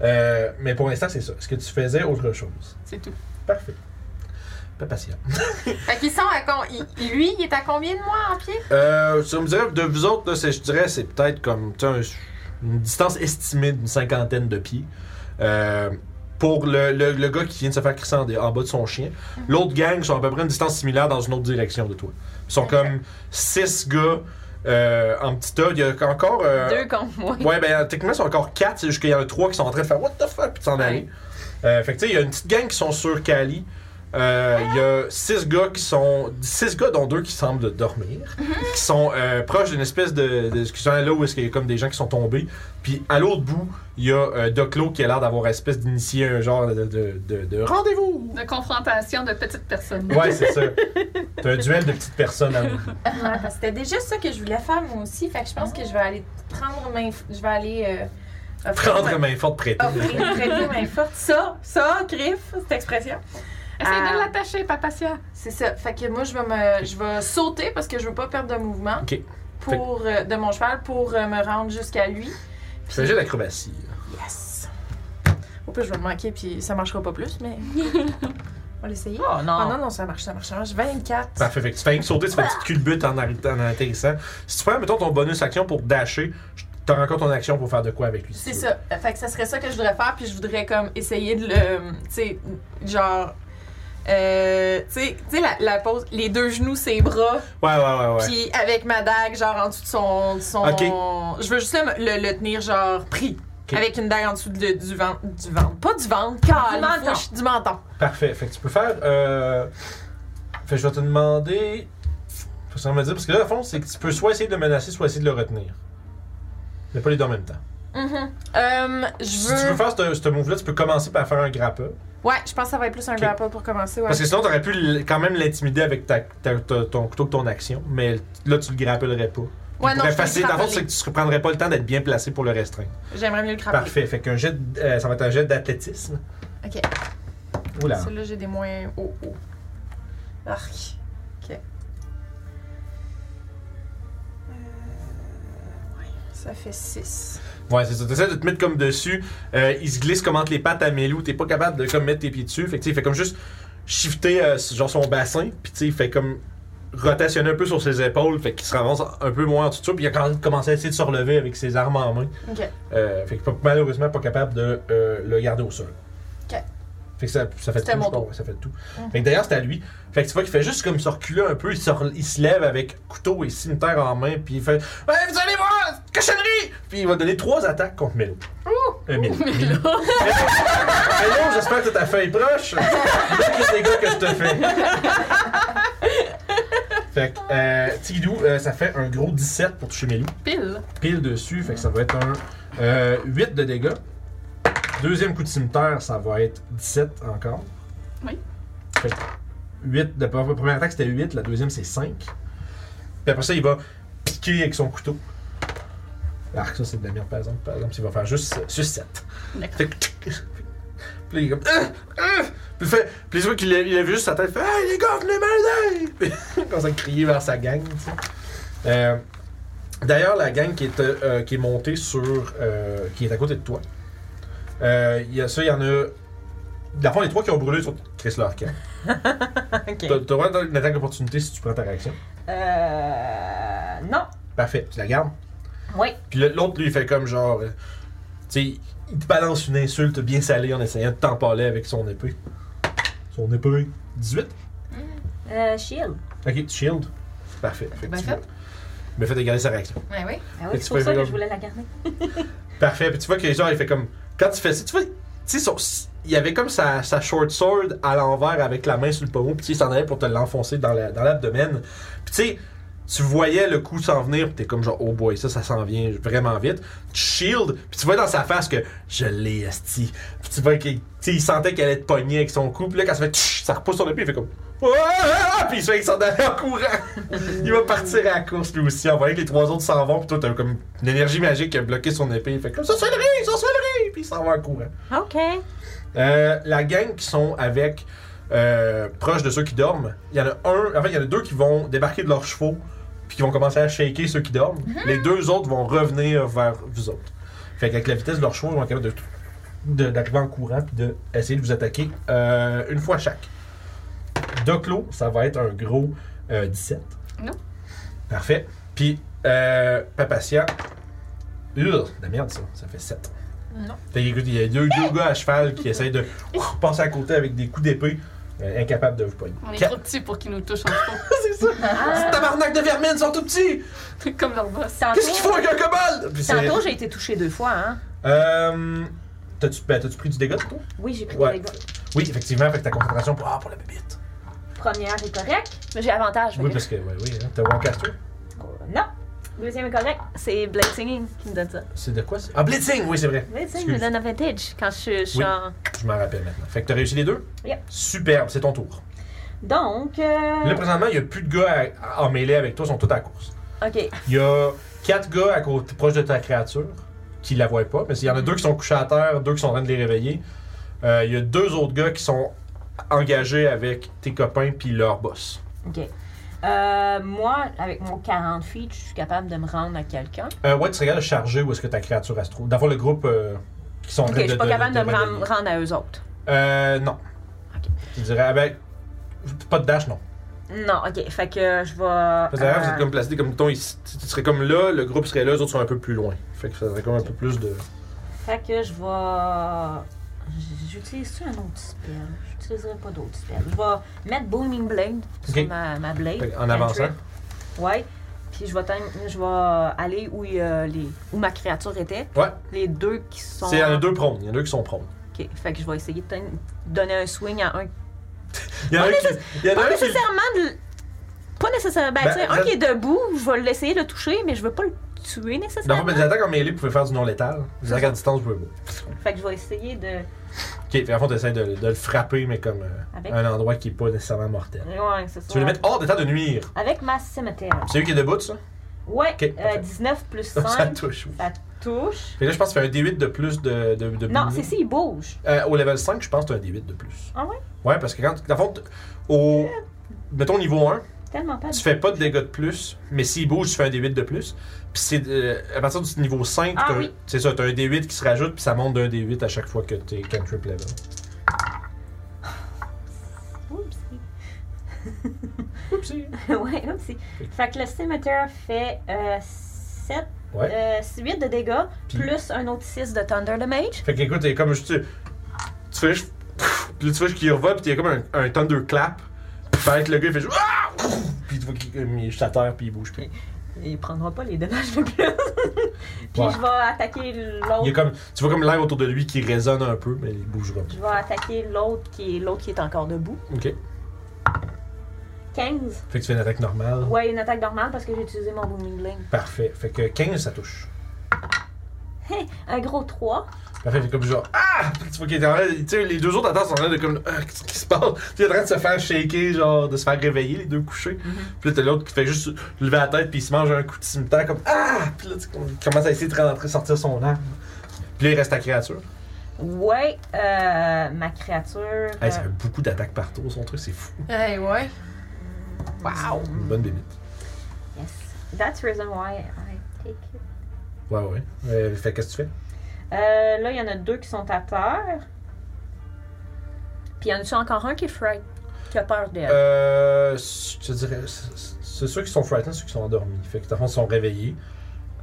Euh, mais pour l'instant, c'est ça. Est-ce que tu faisais autre chose?
C'est tout.
Parfait. Pas patient.
Fait qu'ils sont à con... il- Lui, il est à combien de mois en pied?
Euh, ça me dirait, de vous autres, là, c'est- je dirais, c'est peut-être comme tu sais, un- une distance estimée d'une cinquantaine de pieds. Euh, pour le, le- le gars qui vient de se faire crisser en, dé- en bas de son chien, l'autre gang sont à peu près une distance similaire dans une autre direction de toi. Ils sont comme six gars euh, en petit tas. Il y a encore. euh,
Deux contre moi.
Ouais, ben techniquement, ils sont encore 4, c'est juste qu'il y en a 3 qui sont en train de faire What the fuck, puis de s'en aller. Euh, fait que tu sais, il y a une petite gang qui sont sur Cali. Euh, Il y a 6 gars qui sont. 6 gars, dont 2 qui semblent dormir, qui sont euh, proches d'une espèce de, de. qui sont là où est-ce qu'il y a comme des gens qui sont tombés. Puis à l'autre bout, il y a euh, Doclo qui a l'air d'avoir espèce d'initié un genre de, de, de- de rendez-vous.
De confrontation de petites personnes.
Ouais, c'est ça. T'as un duel de petites personnes à l'autre bout.
Ouais, parce que c'était déjà ça que je voulais faire moi aussi. Fait que je pense que je vais aller prendre main. Je vais aller. Euh, offrir
Prendre main forte prêtée.
ma- offrir, prêter main forte. Ça, ça, griffe, cette expression.
Essaye
Ah.
de l'attacher, Papatia.
C'est ça. Fait que moi, je vais, me, je vais sauter parce que je veux pas perdre de mouvement
Ok.
pour, euh, de mon cheval pour euh, me rendre jusqu'à lui.
C'est un jeu d'acrobatie.
Yes! Au pire, je vais le manquer puis ça marchera pas plus, mais. On va l'essayer.
Oh
Ah
non.
non, non, ça marche, ça marche, ça marche. 24.
Parfait, fait que tu fais rien que sauter, tu fais une petite culbute en, arri- en atterrissant. Si tu prends, mettons, ton bonus action pour dasher, je- t'as encore ton action pour faire de quoi avec lui. si
C'est
tu veux.
ça. Fait que ça serait ça que je voudrais faire, puis je voudrais comme essayer de le. euh, Tu sais, genre. euh, tu sais, tu sais, la, la pose, les deux genoux, ses bras,
Ouais, ouais, ouais, ouais.
puis avec ma dague, genre en dessous de son. de son- Je veux juste le, le- le tenir, genre, pris.
Ok.
Avec une dague en dessous de- du ventre. Du ventre. Pas du ventre, calme.
menton.
fouche, Du menton.
Parfait, fait que tu peux faire. Euh... Fait que je vais te demander. Faut ça me dire, parce que là, au fond, c'est que tu peux soit essayer de le menacer, soit essayer de le retenir. Mais pas les deux en même temps.
Mm-hmm.
Mhm.
Hum,
Euh, je
Si tu veux
veux.
faire ce, ce move-là, tu peux commencer par faire un grapple.
Ouais, je pense que ça va être plus un
Ok.
grapple pour commencer. Ouais.
Parce que sinon, t'aurais pu l- quand même l'intimider avec ta, ta- ta- ton couteau que ton action, mais là, tu le grapplerais pas.
Ouais, non,
Facilement,
je peux le
dans le fond,
grappler.
c'est que tu ne prendrais pas le temps d'être bien placé pour le restreindre.
J'aimerais mieux le
Ah,
grappler.
Parfait. Fait qu'un jet, d- euh, ça va être un jet d'athlétisme.
Ok.
Oula.
Celui-là, j'ai des moins
Oh,
hauts. hauts. Arc.
Ça fait 6.
Ouais, c'est ça. T'essaies de te mettre comme dessus. Euh, il se glisse comme entre les pattes à Mélou. T'es pas capable de comme mettre tes pieds dessus. Fait que tu sais, il fait comme juste shifter euh, genre son bassin. Puis tu sais, il fait comme rotationner un peu sur ses épaules. Fait qu'il se ramasse un peu moins en dessous. de ça, Puis il a quand même commencé à essayer de se relever avec ses armes en main.
Ok.
Euh, fait que pas- malheureusement pas capable de euh, le garder au sol.
Ok.
Fait que ça, ça fait
C'était
tout.
mon Mhm.
je crois, ouais, ça fait tout. Fait que d'ailleurs, c'est à lui. Fait que tu vois qu'il fait juste comme se reculer un peu. Il se, re- il se lève avec couteau et cimetière en main. Puis il fait Ouais, vous allez voir, cochonnerie! Puis il va donner trois attaques contre Melo. Euh, Melo. Melo, Melo, j'espère que t'as ta feuille proche. Look les dégâts que je te fais. Fait que, euh, Tigidou, euh, ça fait un gros 17 pour toucher Melo
Pile.
pile dessus, fait que ça va être un euh, 8 de dégâts. Deuxième coup de cimetière, ça va être 17 encore.
Oui.
Fait que 8, de, la première attaque c'était 8, la deuxième c'est 5. Puis après ça, il va piquer avec son couteau. Arc, ça c'est de la merde par exemple. Par exemple, il va faire juste, juste 7.
D'accord.
Fait que- Puis là, il est comme. Ah! Ah! Puis il fait. Puis tu vois qu'il lève- il lève juste sa tête. il fait Hey les gars, venez m'aider! Puis il commence à crier vers sa gang, tu sais. Euh, D'ailleurs, la gang qui est, euh, euh, qui est montée sur. euh, qui est à côté de toi. Euh, Il y a ça, il y en a. Dans le fond, les trois qui ont brûlé sur Chris leur camp.
Ok.
T'as t'as le droit d'avoir une attaque d'opportunité si tu prends ta réaction.
Euh. Non.
Parfait, tu la gardes.
Oui.
Puis le- l'autre, lui, il fait comme genre. euh, tu sais, il te balance une insulte bien salée en essayant de t'empaler avec son épée. Son épée. 18.
Euh, shield.
Ok, tu shield. Parfait. Fait que
Bien
tu-
fait.
Bien fait de garder sa réaction.
Ouais, oui.
Ah
Mais
oui,
tu
c'est pour
peux
ça que
faire
je voulais la garder.
Parfait. Puis tu vois que genre, il fait comme. Quand tu fais ça, tu vois. Tu sais, son- il y avait comme sa, sa short sword à l'envers avec la main sur le pommeau, puis tu sais, il s'en allait pour te l'enfoncer dans la- dans l'abdomen. puis tu sais, tu voyais le coup s'en venir, puis t'es comme genre, oh boy, ça, ça s'en vient vraiment vite. Tu shield, puis tu vois dans sa face que je l'ai esti. Puis tu vois qu'il tu sais, il sentait qu'elle allait te pogner avec son cou, puis là, quand ça fait tch, ça repousse son épée, il fait comme. Ah! Puis il se fait qu'il s'en allait en courant. il va partir à la course lui aussi. On voyait que les trois autres s'en vont, puis toi, t'as comme une énergie magique qui a bloqué son épée. Il fait comme sorcellerie, sorcellerie, puis il s'en va en courant.
OK.
Euh, la gang qui sont avec euh, proche de ceux qui dorment, il y en a un, en fait, il y en a deux qui vont débarquer de leurs chevaux puis qui vont commencer à shaker ceux qui dorment.
Mhm.
Les deux autres vont revenir vers vous autres. Fait qu'avec la vitesse de leurs chevaux, ils vont être capables de- de- d'arriver en courant puis d'essayer de, vous attaquer euh, une fois chaque. Doclo, ça va être un gros euh, 17.
Non.
Parfait. Puis euh, Papatia, Urgh, de merde ça, ça fait 7.
Non.
Fait qu'écoute, il y a deux, deux gars à cheval qui essayent de ouf, passer à côté avec des coups d'épée, euh, incapables de vous pogner.
On est
Quatre-
trop petits pour qu'ils nous touchent en trop.
C'est ça! C'est tabarnak de vermine, sont tout petits!
Comme leur boss.
Tantôt,
Qu'est-ce qu'ils font avec un cobalt? Puis c'est-
tantôt j'ai été touchée deux fois, hein.
Euh. T'as-tu ben, t'as-tu pris du dégât, toi?
Oui, j'ai pris
Ouais.
des dégâts.
Oui, effectivement, avec ta concentration pour, ah, pour la bébite.
Première est correcte, mais j'ai avantage.
Oui,
fait
parce que, ouais, oui, hein, t'as Wancaster.
que- Non. Deuxième est correcte.
C'est Blade Singing qui me donne ça.
C'est de quoi ça? Ah, Blitzing! Oui, c'est vrai.
Blade Singing
Excuse.
me donne advantage quand je, je suis
Oui.
en.
Je m'en rappelle maintenant. Fait que t'as réussi les deux?
Yep.
Superbe, c'est ton tour.
Donc.
Là,
Euh...
présentement, il n'y a plus de gars à- à- en mêlée avec toi, ils sont tous à la course.
OK.
Il y a quatre gars à côté, proche de ta créature qui la voient pas, mais il y en a deux qui sont couchés à terre, deux qui sont en train de les réveiller. Euh, il y a deux autres gars qui sont engagés avec tes copains puis leur boss.
Ok. Euh, moi, avec mon 40 feet, je suis capable de me rendre à quelqu'un.
Euh, ouais, tu regardes chargé où est-ce que ta créature elle se trouve. D'abord le groupe euh, qui sont en
OK,
train
je suis pas
de-
capable de, me
réveiller.
ram- rendre à eux autres.
Euh, non.
Ok.
Je dirais, ah ben, pas de dash, non.
Non, ok. Fait que je vais.
Parce que d'ailleurs,
euh,
vous êtes comme placé comme mettons, ici. Tu tu serais comme là, le groupe serait là, les autres sont un peu plus loin. Fait que ça serait comme un peu plus de.
Fait que je vais. J'utilise-tu un autre spell? J'utiliserai pas d'autre spell. Je vais mettre Booming Blade
Ok.
sur ma, ma blade.
Fait que en avançant.
Cantrip. Ouais. Puis je vais, teindre- je vais aller où, il y a les, où ma créature était.
Ouais,
Les deux qui sont.
c'est- il y en a deux prônes. Il y en a deux qui sont prônes.
Ok. Fait que je vais essayer de teindre- donner un swing à un
Il y en a un qui. il y en a
Pas
un qui-
nécessairement de- Pas nécessairement. Ben,
Ben,
tu sais, un
je-
qui est debout, je vais l'essayer de le toucher, mais je veux pas le tuer nécessairement.
Dans le fond, des attaques en mêlée, vous pouvez faire du non-létal. Des attaques à distance, vous pouvez pas.
Fait que je vais essayer de.
Ok, fait, en fait, t'essaies de, de le frapper, mais comme euh,
Avec?
un endroit qui est pas nécessairement mortel.
Ouais, c'est ça.
Tu veux le mettre hors d'état de nuire.
Avec ma cimetière.
C'est lui qui est debout, ça?
Ouais,
Ok,
euh,
parfait.
19 plus
Ça
5,
touche, oui.
ça touche.
Fait que là, je pense que c'est un D8 de plus de. de, de
Non,
boulot.
c'est s'il bouge.
Euh, au level 5, je pense que c'est un D8 de plus.
Ah ouais?
Ouais, parce que quand. Dans le fond, t- au. Mettons niveau 1,
Tellement pas.
tu fais pas de dégâts de plus, mais s'il bouge, tu fais un D8 de plus. Puis c'est. euh, à partir du niveau 5,
Ah
t'as-
oui.
c'est ça, t'as un D8 qui se rajoute, puis ça monte d'un D8 à chaque fois que t'es cantrip level.
Oups.
Oupsie.
ouais, oupsie. Fait que le cimetière fait euh, 7,
Ouais.
8 de dégâts,
Puis-
plus un autre 6 de Thunder Mage.
Fait que écoute, il y a comme juste. Tu tu fais juste. pff, Puis là, tu vois qu'il revole, puis il y a comme un, un thunderclap. Puis paraît que le gars, il fait juste. Ah! Puis tu vois qu'il comme, il est juste à terre, puis il bouge plus.
Il prendra pas les dommages de plus. Puis
Ouais.
je vais attaquer
Il est
l'autre.
comme, tu vois comme l'air autour de lui qui résonne un peu, mais il bougera
Je vais attaquer l'autre qui est l'autre qui est encore debout.
pas. Ok.
15.
Fait que tu fais une attaque normale.
Ouais, une attaque normale parce que j'ai utilisé mon booming Bling.
Parfait. Fait que 15, ça touche.
Un gros 3.
Parfait, fait comme genre. Ah! Puis Tu vois qu'il est en train. Tu sais, les deux autres attendent sont en train de comme. Ah, Qu'est-ce qui se passe? Tu sais, il est en train de se faire shaker, genre, de se faire réveiller, les deux couchés. Puis là, t'as l'autre qui fait juste lever la tête, puis il se mange un coup de cimetière, comme. Ah! Puis là, tu commences à essayer de rentrer, sortir son arme. Puis là, il reste la créature.
Ouais, euh, ma créature. euh,
Hey, ça fait beaucoup d'attaques partout, son truc, c'est fou.
Hey, ouais.
Wow! Une bonne bébite.
euh, yes. That's the reason why I take it.
Ouais, ouais. Euh, fait qu'est-ce que tu fais?
Euh, là, il y en a deux qui sont à terre. Puis il y en a encore un qui est fright, qui a peur d'elle.
Euh. Je te dirais. c'est- C'est ceux qui sont frightened, ceux qui sont endormis. Fait que, dans le fond, ils sont réveillés.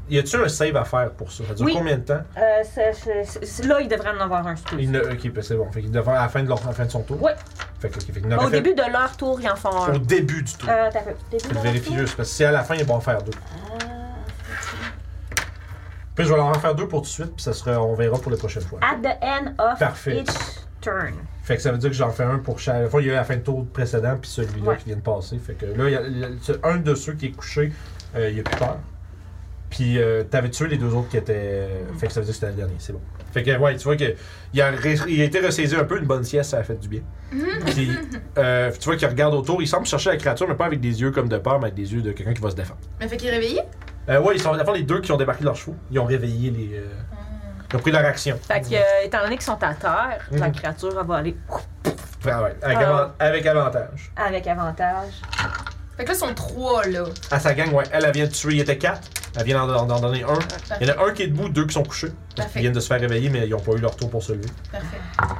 Y a-tu un save à faire pour ça? Ça dure
Oui.
combien de temps?
Euh, c'est- c'est- c'est- là, il devrait en avoir un, surtout.
Il ne, ok, ben c'est bon. Fait qu'il devrait à la fin de, leur, à la fin de son tour.
Ouais.
Fait que, ok, fait qu'il en
Au
aurait fait-
début de leur tour, ils en font un.
au début du tour.
Euh, t'as vu, début
Faut
de
le
leur euh,
vérifier
tour?
juste. Parce que si à la fin, ils vont en faire deux. Puis je vais leur en faire deux pour tout de suite, puis ça sera, on verra pour les prochaines fois.
At the end of
Parfait.
each turn.
Fait que ça veut dire que j'en fais un pour chaque. la fois, il y a eu la fin de tour précédent, puis celui-là
Ouais.
qui vient de passer. Fait que là, il y a, il y a- c'est un de ceux qui est couché, euh, il a plus peur. Puis euh, t'avais tué les deux autres qui étaient. euh, Fait que ça veut dire que c'était le dernier, c'est bon. Fait que ouais, tu vois que il a, ré- il a été ressaisi un peu, une bonne sieste, ça a fait du bien.
Mm-hmm.
Puis euh, tu vois qu'il regarde autour, il semble chercher la créature, mais pas avec des yeux comme de peur, mais avec des yeux de quelqu'un qui va se défendre.
Mais fait qu'il est réveillé?
Euh, ouais, ils sont à la fin, les deux qui ont débarqué de leurs chevaux. Ils ont réveillé les. euh, Ils ont pris leur action.
Mm. Fait que, euh, étant donné qu'ils sont à terre, la
Mhm.
créature elle va aller ouf,
Ouais, ouais, avec,
Ah.
avan- avec avantage.
avec avantage.
Fait que là, ils sont trois, là.
À sa gang, ouais. Elle, elle vient de tuer, il y était quatre. Elle vient d'en d'en donner un. Il y en a un qui est debout, deux qui sont couchés. Ils
Parfait.
viennent de se faire réveiller, mais ils n'ont pas eu leur tour pour celui.
Parfait.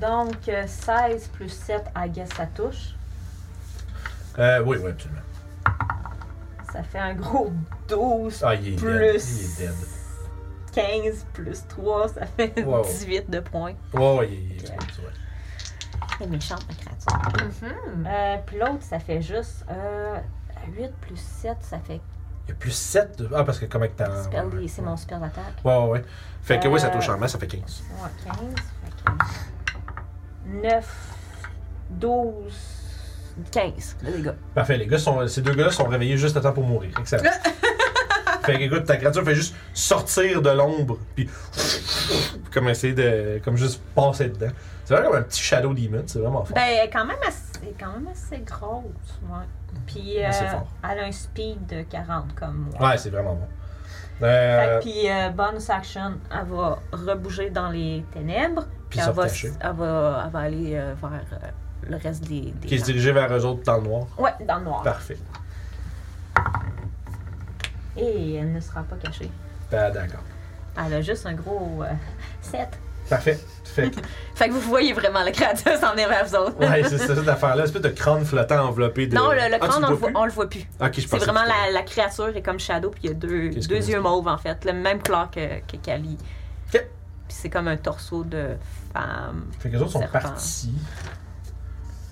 Donc, euh, 16 plus 7, I guess ça touche.
Euh, oui, oui, absolument.
Ça fait un gros 12,
Ah, il est dead.
Plus.
Il est dead.
15 plus 3, ça fait
Wow.
18 de points.
Ouais, ouais, il est, il est ouais.
C'est méchante, ma créature. Euh, Puis l'autre, ça fait juste euh, 8 plus 7, ça fait
Il y a plus 7. Ah, parce que comment que t'as.
spell,
ouais,
c'est
ouais.
mon spell d'attaque.
Ouais, ouais, ouais. Fait que, ouais, ça
Euh,
touche en main, ça fait 15.
Ouais, 15. Fait que 9, 12, 15. Le dégât.
Parfait, les gars sont, ces deux gars-là sont réveillés juste à temps pour mourir. Excellent. fait que, écoute, ta créature fait juste sortir de l'ombre, puis comme essayer de, comme juste passer dedans. C'est vraiment comme un petit Shadow Demon, c'est vraiment fort.
Ben, elle est quand même assez, elle est quand même assez grosse. Ouais. Puis
Ouais, c'est
euh,
fort.
elle a un speed de 40 comme moi.
Ouais, c'est vraiment bon.
Fait que,
Euh,
puis euh, bonus action, elle va rebouger dans les ténèbres.
Puis
Puis
se
elle va,
retacher.
s- elle, va, elle va aller euh, vers euh, le reste des. des
qui Bah. est dirigé vers eux autres dans le noir.
gens. Ouais, dans le noir.
Parfait.
Et elle ne sera pas cachée.
Ben, d'accord.
Elle a juste un gros 7.
Parfait. Fait que,
Fait que vous voyez vraiment la créature s'en venir vers vous autres.
ouais, c'est ça, cette affaire-là, espèce de crâne flottant enveloppé de.
Non, le, le
Ah, tu
crâne, on, le
vois
voit,
plus? Ah,
on le voit plus.
Ok, je
C'est
pensais que
vraiment
tu
la, la créature est comme Shadow, puis il y a deux,
Qu'est-ce
deux
qu'on
yeux
dit?
mauves en fait, le même couleur que, que Kali.
Ok.
Puis c'est comme un torso de femme.
Fait que les autres sont
Serpent.
partis.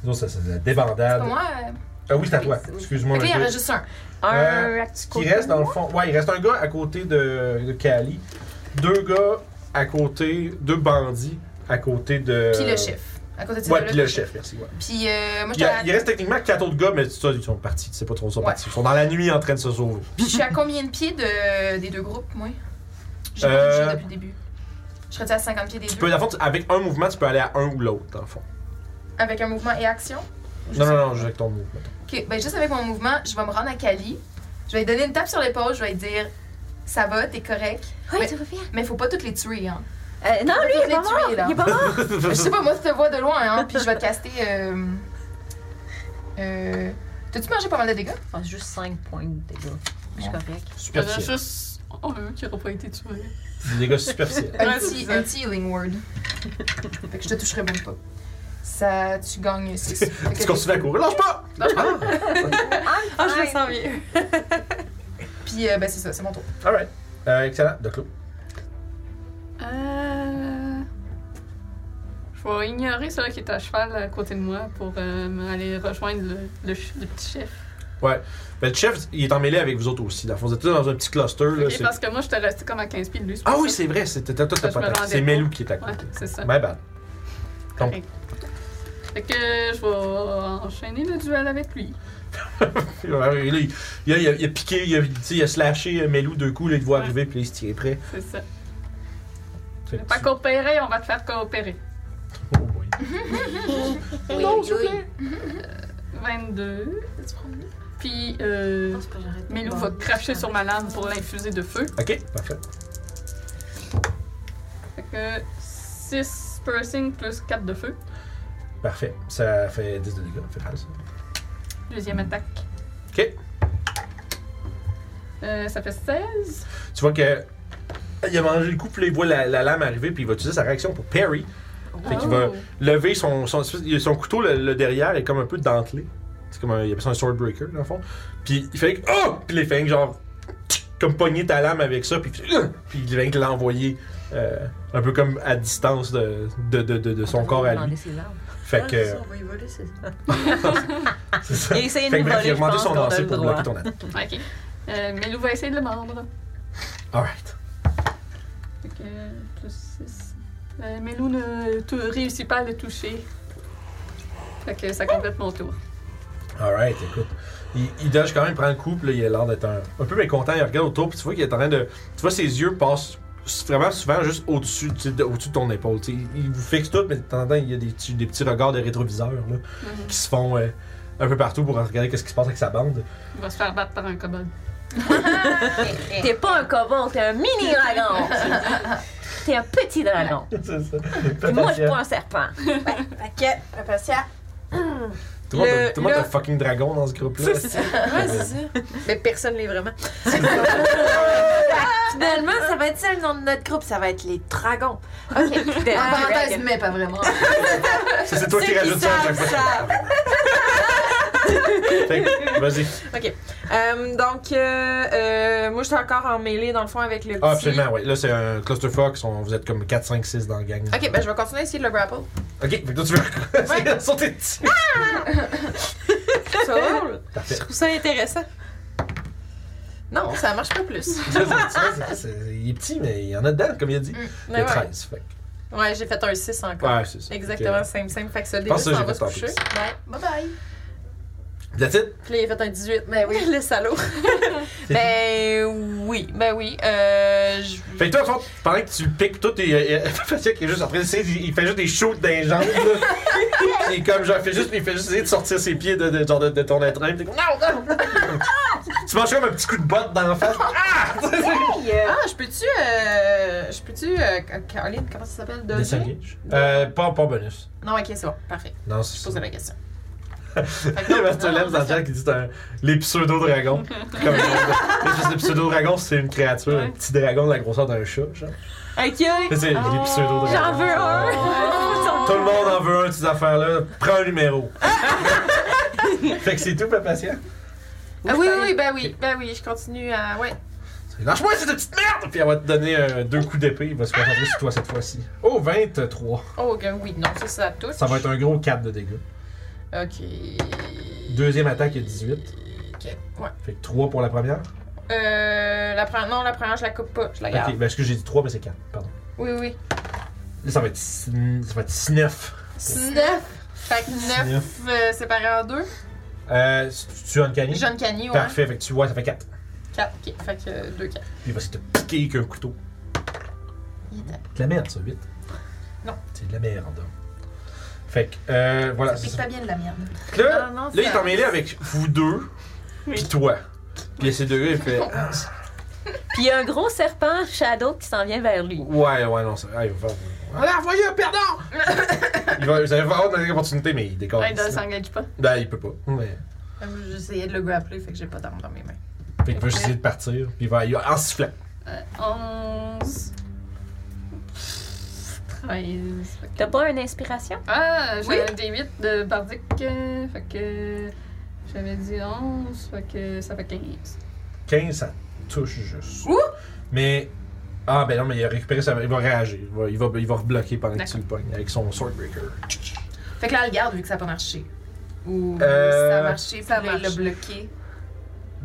Les autres, ça, c'est de la
C'est
débandade.
pas moi. euh.
Ah oui, c'est à toi.
Oui, c'est-
Excuse-moi.
Fait que là, il
un
y en
peu.
a juste un.
Un
Euh,
à petit
Qui
côté.
reste dans le fond. Ouais, il reste un gars à côté de, de Kali. Deux gars à côté. Deux bandits à côté de.
Puis le chef. à côté de
Ouais,
là
puis le chef, merci. ouais.
Puis euh, moi,
Il, y
j'étais
a-
à...
il reste techniquement quatre autres gars, mais ça, ils sont partis. Tu sais pas trop où ils sont partis. Ils sont dans la nuit en train de se sauver.
je suis à combien de pieds de... des deux groupes, moi J'ai
Euh,
pas touché depuis le début. Je serais à 50 pieds des
Tu
deux.
peux, dans le fond, tu- avec un mouvement, tu peux aller à un ou l'autre, dans le fond.
Avec un mouvement et action.
Non, non, non, juste avec ton mouvement.
Ok, ben juste avec mon mouvement, je vais me rendre à Kali. Je vais lui donner une tape sur l'épaule, je vais lui dire Ça va, t'es correct.
Ouais, tu vas bien.
Mais faut pas toutes les tuer, hein.
Euh, non, lui, il est pas mort.
là.
Il est pas mort.
Je sais pas, moi, tu te vois de loin, hein. Puis je vais te caster. Euh. euh... T'as-tu mangé pas mal de dégâts?
Ah, c'est juste 5 points de dégâts. Je suis correct.
Il y en a
Superficiel.
juste un qui n'aura pas été tué.
Des gars superficiels.
Un
Ouais,
petit,
c'est ça.
un petit healing word. fait que je te toucherai même pas. Ça, tu gagnes 6.
Tu continues à courir. Lâche pas!
Ah, je me sens mieux.
Puis, euh, ben, c'est ça, c'est mon tour.
Alright. Euh, excellent. De clos.
Euh... Je vais ignorer celui qui est à cheval à côté de moi pour euh, aller rejoindre le, le ch- le petit chef.
Ben, le chef, il est en mêlée avec vous autres aussi. Dans le fond, vous êtes tous dans un petit cluster. Là,
Ok,
c'est-
parce que moi, j'étais restée comme à 15 pieds de lui.
Ah oui,
pour ça.
c'est vrai. C'était toi, t'as
Je me
pas
rendais
C'est
pas.
Melou qui est à côté.
Ouais, c'est ça.
My bad. donc.
Correct. Fait que je vais enchaîner le duel avec lui.
Et là, il, il a, il a- il a piqué, il a, tu sais, il a slashé Melou deux coups. Là, il te voit arriver, puis là, il se tient prêt.
C'est ça.
Fait que
Pas
tu-
coopérer, on va te faire coopérer.
Oh boy.
Oui,
Non,
oui,
s'il vous
oui.
plaît. 22. Puis, euh, Melou va cracher sur ma lame pour l'infuser de feu.
Ok, parfait.
Fait que 6 piercing plus 4 de feu.
Parfait. Ça fait 10 de dégâts. Ça fait mal, ça.
Deuxième attaque.
Ok.
Euh, ça fait 16.
Tu vois que. euh, Il a mangé le coup, puis là, il voit la, la lame arriver, puis il va utiliser sa réaction pour parry. Fait qu'il va
Oh.
lever son, son, son couteau, le, le derrière est comme un peu dentelé. C'est comme un, il appelle ça un swordbreaker, dans le fond. Puis il fait que, oh! Puis les fait que genre, tchic, comme pogner ta lame avec ça, puis, il fait, Ah! puis il vient que l'envoyer euh, un peu comme à distance de, de, de, de, de son corps à lui. Fait que.
On va y voler, c'est ça.
c'est ça.
Ah, Il a essayé
Fait
de
que
nous
bref,
voler,
il a
je
augmenté
pense
son
qu'on a
lancer
le
pour
droit.
bloquer ton attaque.
Ok. Euh, Melou va essayer de le mordre.
Alright.
Fait que plus 6. Euh, Melou ne tou- réussit pas à le toucher. Fait que ça complète mon tour.
Alright, écoute. Il, il dodge quand même, prend le coup, puis là, il a l'air d'être un, un peu mécontent. Il regarde autour, puis tu vois qu'il est en train de. Tu vois, ses yeux passent s- vraiment souvent juste au-dessus tu sais, de, au-dessus de ton épaule. tu sais. Il, il vous fixe tout, mais de temps en temps, il y a des, petits- des petits regards de rétroviseur là, qui se font euh, un peu partout pour regarder quest ce qui se passe avec sa bande.
Il va se faire battre par un kobold.
T'es pas un cobalt, t'es un mini dragon. t'es un petit dragon.
C'est ça.
Puis moi, je suis pas un serpent.
Fait que, Papacia.
Tout le monde a-
Le-
tout le monde a
le-
un fucking dragon dans ce groupe-là.
C'est ça.
Ouais, c'est
Mais personne l'est vraiment.
Finalement, ça va être ça le nom de notre groupe, ça va être les dragons. Ok.
Ah,
T'es
En
un
parenthèse,
dragon.
mais pas vraiment.
Ça, c'est toi qui rajoutes ça à chaque fois. Fait que, Vas-y.
Euh, donc, euh, euh, moi, j'étais encore en mêlée, dans le fond, avec le petit.
Ah, absolument, ouais. Là, c'est un clusterfuck. on- Vous êtes comme 4, 5, 6 dans le gang.
Ok, ben, je vais continuer à essayer de le grapple.
Ok, fait que toi, tu veux essayer de sauter dessus.
Ça va, là?
Parfait.
Je trouve ça intéressant.
Non, ça marche pas plus.
Tu vois, c'est- tu vois, c'est- c'est- il est petit, mais il y en a dedans, comme il a dit. Il y
Mais
a
Mm. ouais,
13. Fait. que-
ouais j'ai fait un 6 encore.
Ouais, c'est ça.
Exactement,
Ok.
same, same. Fait que ça,
Je
des
pense
deux,
que
ça
j'ai
va
fait
se
ton
coucher.
plus.
Ouais, bye bye.
That's it?
Puis là, il a fait un 18.
Ben oui.
Le salaud. ben oui, ben oui. Euh, je-
Fait que toi, en fait, pendant que tu piques tout, il, il, Fatia qui est juste en train d'essayer, il, il fait juste des shoots dans les jambes, là. Puis comme, genre, il fait juste, il fait juste essayer de sortir ses pieds de, de, genre de, de ton étreinte. Puis, Non, non, non. tu manges comme un petit coup de botte dans la face. Ah!
Ah, je peux-tu. Euh, je peux-tu. Euh, Caroline, comment ça s'appelle? Dodger?
Disengage. Euh, pas, pas bonus.
Non, ok, c'est bon. Parfait.
Non,
Je
c'est
posais
ça.
la question.
Il y a Master Labs dans le chat qui dit c'est un- les pseudo-dragons. Comme L'espèce de pseudo-dragon, c'est une créature, un petit dragon de la grosseur d'un chat. Genre.
Ok.
Tu sais, les pseudo-dragons. Euh,
J'en veux un.
Ah,
Tout le monde en veut un de ces affaires-là. Prends un numéro. fait que c'est tout, ma patient.
Ah, oui, oui, oui, ben oui, ben oui, je continue
Euh,
à. Ouais.
Lâche-moi cette petite merde! Puis elle va te donner euh, deux coups d'épée. Il va se concentrer sur toi cette fois-ci. Oh, 23.
Oh, ok, oui, non, ça, ça touche.
Ça va être un gros 4 de dégâts.
Ok.
Deuxième attaque, il y a 18.
Ok, ouais.
Fait que 3 pour la première.
Euh, la première, non, la première, je la coupe pas,
Ah,
je la
ben,
garde.
Ok, ben, excuse, j'ai dit 3, mais c'est 4. Pardon.
Oui, oui.
Là, ça va être, six- ça va être 9.
9. Fait que 9 séparé en deux.
Euh, tu- tu as une canine?
Jeune Cani, ouais.
Parfait, fait que tu vois, ça fait 4.
4. Ok, fait que 2 4.
Puis il va se te piquer avec un couteau. C'est de la merde, ça, vite.
Non.
C'est de la merde. Fait que, euh, voilà.
Ça pique
c'est
pas bien de la merde.
Fait que Là,
Ah non,
là, il
ça-
est emmêlé avec vous deux, puis toi. Puis ces deux-là, il fait. Ah,
Puis il y a un gros serpent Shadow qui s'en vient vers lui.
Ouais, ouais, non, ça. Ah, il va. Ah, voyez un perdant! il va, vous allez avoir une opportunité, mais il décore.
Ouais, ne s'engage pas.
Ben, il peut pas. Mais...
Euh, J'essayais de le grappler, fait que j'ai pas d'arme dans mes mains.
Fait qu'il va juste essayer de partir, puis il va il va- en sifflant.
Euh, 11. 13. ok.
T'as pas une inspiration?
Ah,
Oui.
j'avais des 8 de Bardic. euh, Fait que. J'avais dit 11. Fait que ça fait 15.
15, ça touche juste. Mais. Ah, ben non, mais il a récupéré sa. Il va réagir. Il va, il va, il va rebloquer pendant que tu le pognes avec son Swordbreaker.
Fait que là, elle le garde vu que ça a pas marché. Ou
Euh,
ça a marché, ça
ça
puis là, il l'a
marche.
bloqué.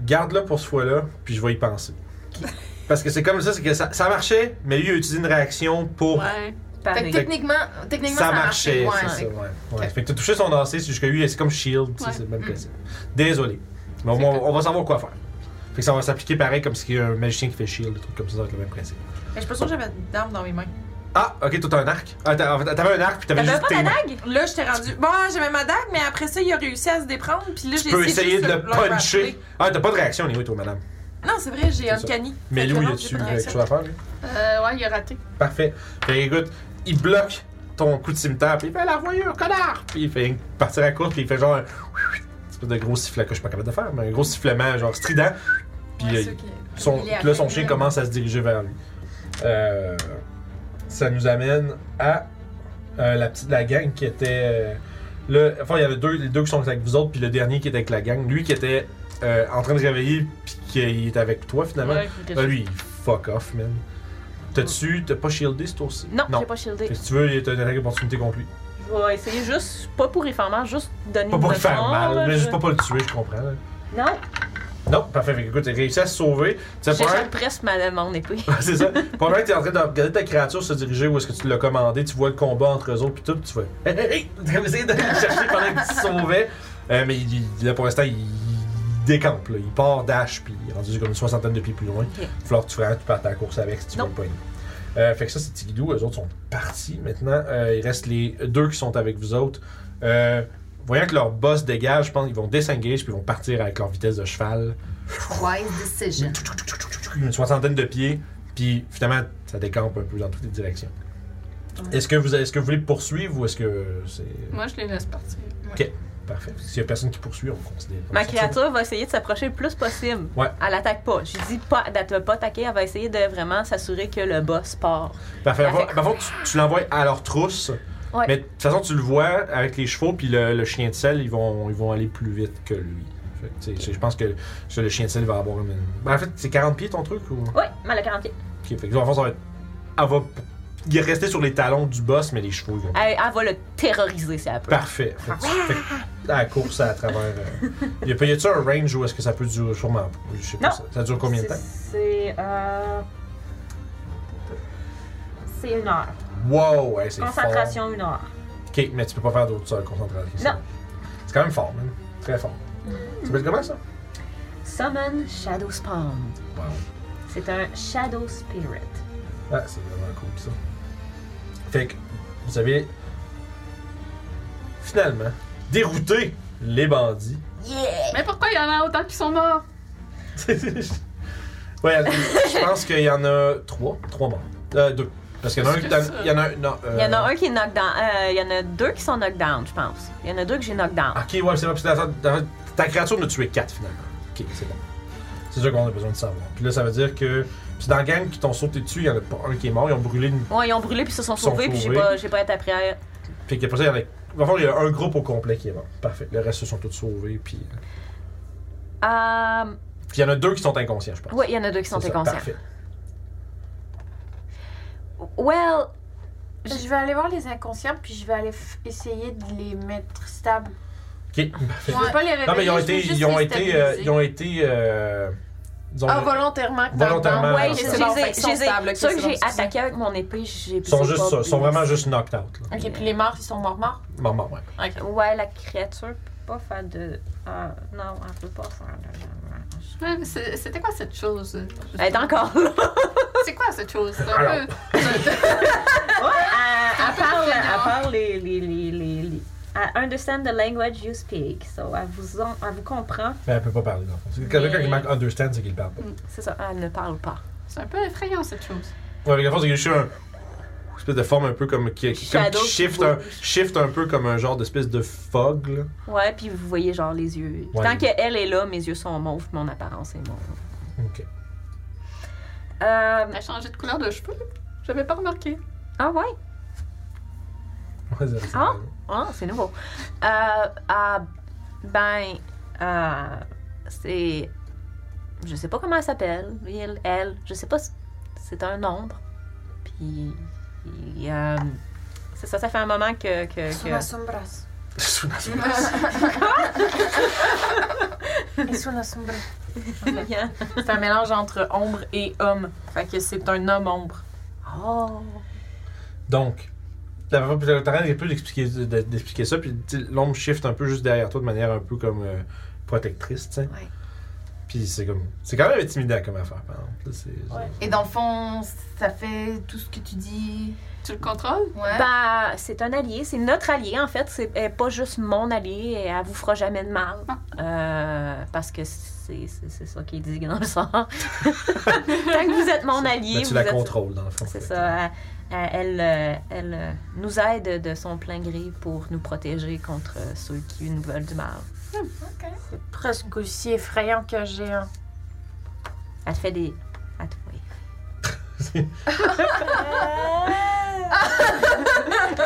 Garde-le pour ce fois-là, puis je vais y penser. Parce que c'est comme ça, c'est que ça, ça marchait, mais lui, il a utilisé une réaction pour.
Ouais.
Fait que
Pareil.
techniquement, techniquement
ça
a marché.
marchait,
ouais.
c'est ça, ouais. ouais. Fait que t'as touché son lancer, c'est jusqu'à lui, c'est comme shield, tu sais,
Ouais.
c'est le même
Mm.
principe. Désolé. Mais au
C'est
moins,
cool.
on va savoir quoi faire. Fait que ça va s'appliquer pareil comme s'il y a un magicien qui fait shield, des trucs comme ça, ça va être le même principe.
Mais je suis pas sûre que j'avais d'arme dans mes mains.
Ah, ok, toi t'as un arc. Ah, t'as- en fait, t'avais un arc, puis t'avais
T'avais
juste
pas
tes
ta
mains.
dague?
Là, j'étais rendu. Bon, ah, j'avais ma dague, mais après ça, il a réussi à se déprendre. Puis là,
Tu
j'ai
peux essayer
juste
de le
leur
puncher. Ah, t'as pas de réaction au niveau, toi, madame.
rappeler. Non, c'est vrai, j'ai un
ça.
cani.
Mais
Fait que
lui, il
non,
a
j'ai
tu
pas de
quelque
réaction.
chose à faire, lui?
Euh, ouais, il a raté.
Parfait. Fait que, écoute, il bloque ton coup de cimetière, puis il fait la voyure, connard! Puis il fait partir à course, puis il fait genre un espèce de gros sifflet que je suis pas capable de faire, mais un gros sifflement, genre strident. Puis euh,
Ouais, ceux qui-
son,
il est à
là, son
peine.
chien commence à se diriger vers lui. Euh, ça nous amène à euh, la petite la gang qui était. euh, le, enfin, il y avait deux, les deux qui sont avec vous autres, puis le dernier qui était avec la gang. Lui qui était euh, en train de se réveiller, puis qui est avec toi finalement.
Ouais,
Ben, lui, il fuck off, man. T'as-tu. T'as pas shieldé ce tour-ci?
Non, j'ai pas shieldé.
Fait que si tu veux, t'as une attaque d'opportunité contre lui.
Je vais essayer juste, pas pour y faire mal, juste donner
Pas
une
pour lui faire
leçon,
mal,
là,
mais
je-
juste pas pour le tuer, je comprends. là.
Non,
Non, parfait. Fait que, écoute, t'as réussi à se sauver. Tu sais,
j'échelle
pas
presque ma, mon épée.
C'est ça. Pendant que t'es en train de regarder ta créature se diriger où est-ce que tu l'as commandé, tu vois le combat entre eux autres, puis tout, puis tu vois. Hé, hé, hé! T'as essayé de le chercher pendant que tu te sauvais. Euh, mais il, il- là, pour l'instant, il il décampe, là. Il part dash, puis il est rendu comme une soixantaine de pieds plus loin.
Ok.
Il va falloir que tu, vraiment, tu partes à la course avec si tu veux
Non.
le poignet. Euh, fait que ça, c'est Tigidou. Eux autres sont partis. Maintenant, euh, il reste les deux qui sont avec vous autres. Euh, voyant que leur boss dégage, je pense qu'ils vont disengage, puis ils vont partir avec leur vitesse de cheval
Wise decision.
une soixantaine de pieds, puis finalement, ça décampe un peu dans toutes les directions. Est-ce que, vous, est que vous voulez poursuivre ou est-ce que c'est.
Moi, je les laisse partir.
Parfait. S'il y a personne qui poursuit, on considère. on
Ma
considère ça.
créature va essayer de s'approcher le plus possible.
Ouais.
Elle attaque pas. J'ai dit pas, elle ne pas attaquer, elle va essayer de vraiment s'assurer que le boss part.
Parfait. Dans le fond-
Parfait.
dans le fond, tu, tu l'envoies à leur trousse.
Ouais.
Mais de toute façon, tu le vois avec les chevaux, puis le, le chien de sel, ils vont, ils vont aller plus vite que lui. Fait que, tu sais, c'est- Je pense que ça, le chien de sel va avoir une. Ben, en fait, c'est 40 pieds ton truc ou.
Ouais, mal à 40 pieds.
Ok, fait que dans le fond, ça va être. Elle va il est resté sur les talons du boss, mais les chevaux, ils vont
Elle, elle va le terroriser si elle peut.
Parfait. Fait que
Ah.
tu- fait que la course à travers. Euh, y a, pas- y a-tu un range où est-ce que ça peut durer Sûrement. pas. Je sais pas.
Non.
Ça, ça dure combien de temps
C'est. euh, C'est une heure.
Wow, ouais, c'est fort.
Concentration, une heure.
Ok, mais tu peux pas faire d'autres seules concentration. ça.
Non. Mm.
C'est quand même fort, man. Très fort. Ça peut être comment ça
Summon Shadow Spawn.
Wow.
C'est un Shadow Spirit.
Ah, c'est vraiment cool ça. Fait que vous avez finalement dérouté les bandits.
Mais pourquoi il y en a autant qui sont morts?
ouais, je pense qu'il y en a trois. Trois morts. Euh, deux. Parce qu'il y en a un
Est-ce
qui.
que
t'en-
ça-
Il y en a un. Non. euh,
Il y en a un qui est knockdown. euh, il y en a deux qui sont knockdown, je pense. Il y en a deux que j'ai knockdown.
Ok, ouais, c'est vrai. parce que ta- ta- Ta créature nous tué 4 finalement. Ok, c'est bon. C'est ça qu'on a besoin de savoir. Puis là, ça veut dire que. Puis dans la gang qui t'ont sauté dessus, il y en a pas un qui est mort. Ils ont brûlé une.
Ouais, ils ont brûlé puis se sont
Ils sont
sauvés, puis j'ai
sauvés.
pas, j'ai pas été après.
Puis après ça, il y en a. Au fond, il y a un groupe au complet qui est mort. Parfait. Le reste se sont tous sauvés. Puis.
Euh,
Puis il y en a deux qui sont inconscients, je pense.
ouais, il y en a deux qui sont
C'est ça,
inconscients.
Parfait.
Well,
Je vais aller voir les inconscients, puis je vais aller f- essayer de les mettre stables.
Ok, parfait.
Je veux pas les réveiller.
Non, mais ils ont
je veux
été. euh,
juste
Ils ont
les
été.
stabiliser.
euh, ils ont été. euh, disons,
Ah,
le-
volontairement. que
Volontairement.
dans-
Ouais,
Ouais,
je
c'est
sais.
bon,
J'ai-
fait qu'ils sont
j'ai-
stables, ok,
Ceux
c'est
que
bon,
j'ai
c'est ça.
attaqué avec mon épée, j'ai.
Ils sont
j'ai
juste
pas
ça, ils sont
blessé.
vraiment juste knocked out. là.
Ok, puis les morts, ils sont morts-morts.
Bon, bon, ouais.
Ouais, la créature peut pas faire de. Ah, non, elle peut pas faire de.
Ouais, mais Hein, c'est- C'était quoi cette chose? euh,
Elle est encore là.
C'est quoi cette chose? C'est un
Alors.
peu-
Ouais, elle, elle parle, elle parle les, les, les, les, les- Elle understand the language you speak. So, elle vous, en- elle vous comprend.
Mais elle peut pas parler, dans le fond. C'est Quelqu'un
Mais-
qui manque understand, c'est qu'il parle pas.
C'est ça, Ah, elle ne parle pas.
C'est un peu effrayant cette chose.
Ouais, avec la force, c'est que je suis un. une espèce de forme un peu comme qui, qui- comme
Shadow
qui
qui
shift,
bouge.
un, shift un peu comme un genre d'espèce de fog, là.
Ouais, puis vous voyez genre les yeux.
Ouais.
Tant qu'elle est là, mes yeux sont mauves, mon apparence est mauve.
Ok.
Euh,
Elle a changé de couleur de cheveux. J'avais pas remarqué.
ah ouais?
Ouais, ça- ça-
Ah! Ah, c'est nouveau. Euh, ah, ben, euh, c'est. Je sais pas comment elle s'appelle. Il, elle. Je sais pas. si- C'est un nombre. Puis. il, euh, c'est ça, ça fait un moment que. que, que-
Sous sombras.
Sous la-
Yeah.
C'est un mélange entre ombre et homme. Fait que c'est un homme ombre.
Oh.
Donc, t'as rien plus d'expliquer de- d'expliquer ça, puis tu sais, l'ombre shift un peu juste derrière toi de manière un peu comme euh, protectrice, tu sais.
Ouais.
Puis c'est comme. C'est quand même intimidant comme affaire, par exemple. là, c'est- ben,
Et dans le fond, ça fait tout ce que tu dis.
Tu le contrôles?
Ouais.
Ben, c'est un allié. C'est notre allié, en fait. C'est elle est pas juste mon allié. et Elle vous fera jamais de mal. Euh, parce que c'est c'est- c'est ça qui est dit dans le sort. Tant que vous êtes mon
Mais
allié,
ben, tu
vous
la
êtes-
contrôles, dans le fond.
C'est
fait.
ça. Elle, elle, euh, elle, euh, nous aide de son plein gré pour nous protéger contre euh, ceux qui nous veulent du mal.
C'est presque aussi effrayant que géant.
Elle te fait des. Elle te- oui.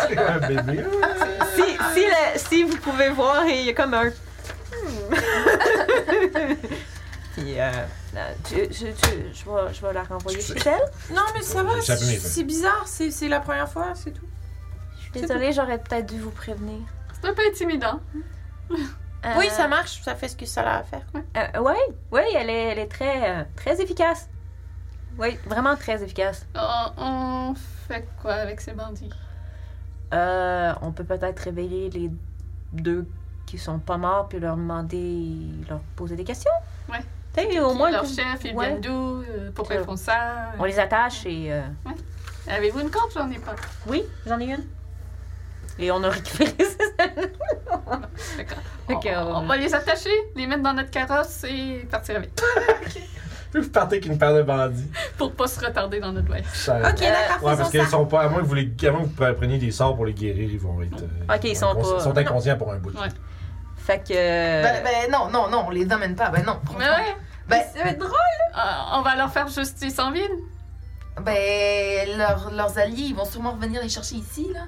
C'est comme un bébé.
si, si, le- Euh, si vous pouvez voir, il y a comme un. Hmm. Puis, euh, euh, tu- tu- tu- je, vais, je vais la renvoyer chez elle.
Non, mais ça va,
J'ai
c'est
échappé mes feuilles.
c'est bizarre, c'est c'est la première fois, c'est tout.
Je suis désolée, j'aurais peut-être dû vous prévenir.
C'est un peu intimidant.
Euh,
Oui, ça marche, ça fait ce que ça a à faire.
euh, oui, oui, elle est, elle est très, euh, très efficace. Oui, vraiment très efficace.
On, on fait quoi avec ces bandits?
Euh, on peut peut-être révéler les deux qui sont pas morts puis leur demander, leur poser des questions.
Ouais.
Tu sais, au moins,
leur
qu'on-
chef, ils
ouais.
viennent d'où? Euh, Pourquoi ils font ça?
on les attache et. euh,
Avez-vous une corde? J'en ai pas.
Oui, j'en ai une. Et on a récupéré ces anneaux.
D'accord.
Ok, euh,
On-
on-
on, va les attacher, les mettre dans notre carrosse et partir avec.
Plus vous partez qu'une paire de bandits.
Pour pas se retarder dans notre voyage.
Ça-
Ah,
Ok,
Euh,
d'accord,
Ouais,
faisons
parce
ça.
qu'ils sont pas. À moins que vous, les, à moins que vous preniez des sorts pour les guérir, ils vont être. euh,
Ok, ils sont
incons-
pas- Ah,
Ils sont inconscients pour un bout.
Ouais.
Fait que.
Ben, ben non, non, non, on les emmène pas. Ben non.
Mais ouais,
Ben,
Ça va être drôle.
euh, on va leur faire justice en ville.
ben leurs- leurs alliés, ils vont sûrement revenir les chercher ici, là.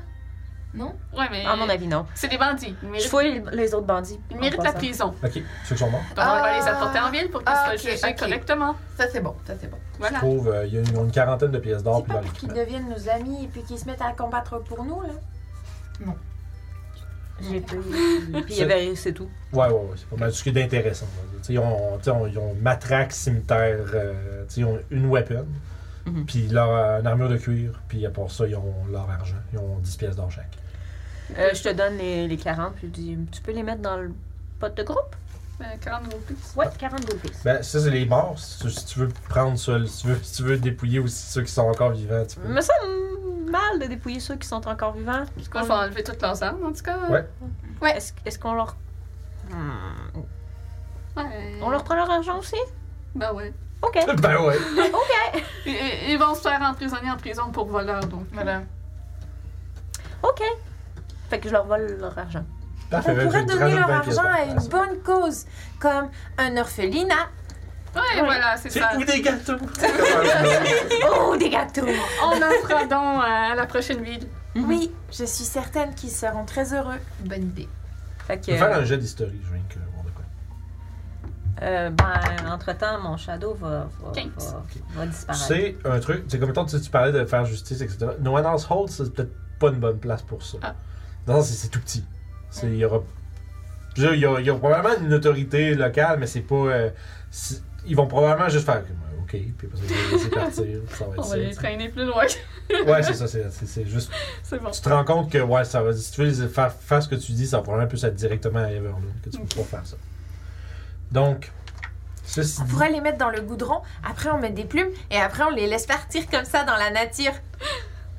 Non?
Ouais, mais.
euh, À mon avis, non.
C'est des bandits. Ils
Je
méritent,
fouille les autres bandits.
ils méritent la
en passant.
prison. Donc
Ok, ceux qui sont morts.
on va
Ah.
les apporter en ville pour qu'ils
Ah,
soient
ok,
jugés
ok.
correctement.
Ça, c'est bon, ça, c'est bon.
Je
Voilà.
trouve, euh, il y a une, une quarantaine de pièces d'or.
C'est
puis
pas
dans
pour qu'ils
l'équipement.
deviennent nos amis et puis qu'ils se mettent à combattre pour nous, là.
J'ai pris- Puis il y avait. C'est tout.
Ouais, ouais, ouais, c'est pas mal. Tout ce qui est d'intéressant. là. Tu sais, Ils ont, tu sais, on- ils ont matraque, cimetière, euh, tu sais, ils ont une weapon,
Mhm.
puis leur euh, une armure de cuir, puis à part ça, ils ont leur argent. Ils ont 10 pièces d'or chaque.
Euh, je te donne les, les 40 puis je dis tu peux les mettre dans le pot de groupe
Euh, 40 roupies.
Ouais, 40 groupies.
Ben, ça, c'est les morts. Si tu, si tu veux prendre ça, si tu veux, si tu veux dépouiller aussi ceux qui sont encore vivants, tu peux.
Me semble mal de dépouiller ceux qui sont encore vivants.
Moi, je vais enlever toutes leurs armes, en tout cas.
Ouais.
Est-ce est-ce qu'on leur. Hmm.
Ouais.
On leur prend leur argent aussi?
Ben ouais.
Ok.
ben ouais.
Ils, ils- ils vont se faire emprisonner en prison pour voleurs, donc.
Voilà.
Ok. Fait que je leur vole leur argent.
Parfait,
On
ben,
pourrait
je
donner
rajoute
leur
20 pièces
argent
d'or.
à une bonne cause, comme un orphelinat.
Ouais, voilà, c'est
C'est
ça.
ou des gâteaux. Comme un blond.
Oh, des gâteaux!
On offre donc à la prochaine ville.
Mhm.
Oui, je suis certaine qu'ils seront très heureux.
Bonne idée.
Fait que.
Je vais faire un jet d'historique, je viens que voir de quoi.
euh, ben, entre-temps, mon shadow va, va,
Quinze.
va, va
Tu
disparaître.
sais, un truc, c'est comme mettons, tu, tu parlais de faire justice, etc. No one else holds, c'est peut-être pas une bonne place pour ça.
Ah.
Non, c'est, c'est tout petit. C'est, il y aura, je veux dire, il y aura, il y aura probablement une autorité locale, mais c'est pas. euh, c'est- ils vont probablement juste faire OK, puis après ça, ils vont les laisser partir. Ça va être
On va
ça.
les
tu sais.
traîner plus loin.
Ouais, c'est ça. c'est- C'est c'est juste.
C'est bon.
Tu te rends compte que ouais, ça va, si tu veux les faire, faire ce que tu dis, ça va probablement plus être directement à Everloon, que tu peux pas faire ça. Donc, ceci
On
dit,
pourrait les mettre dans le goudron, après on met des plumes et après on les laisse partir comme ça dans la nature.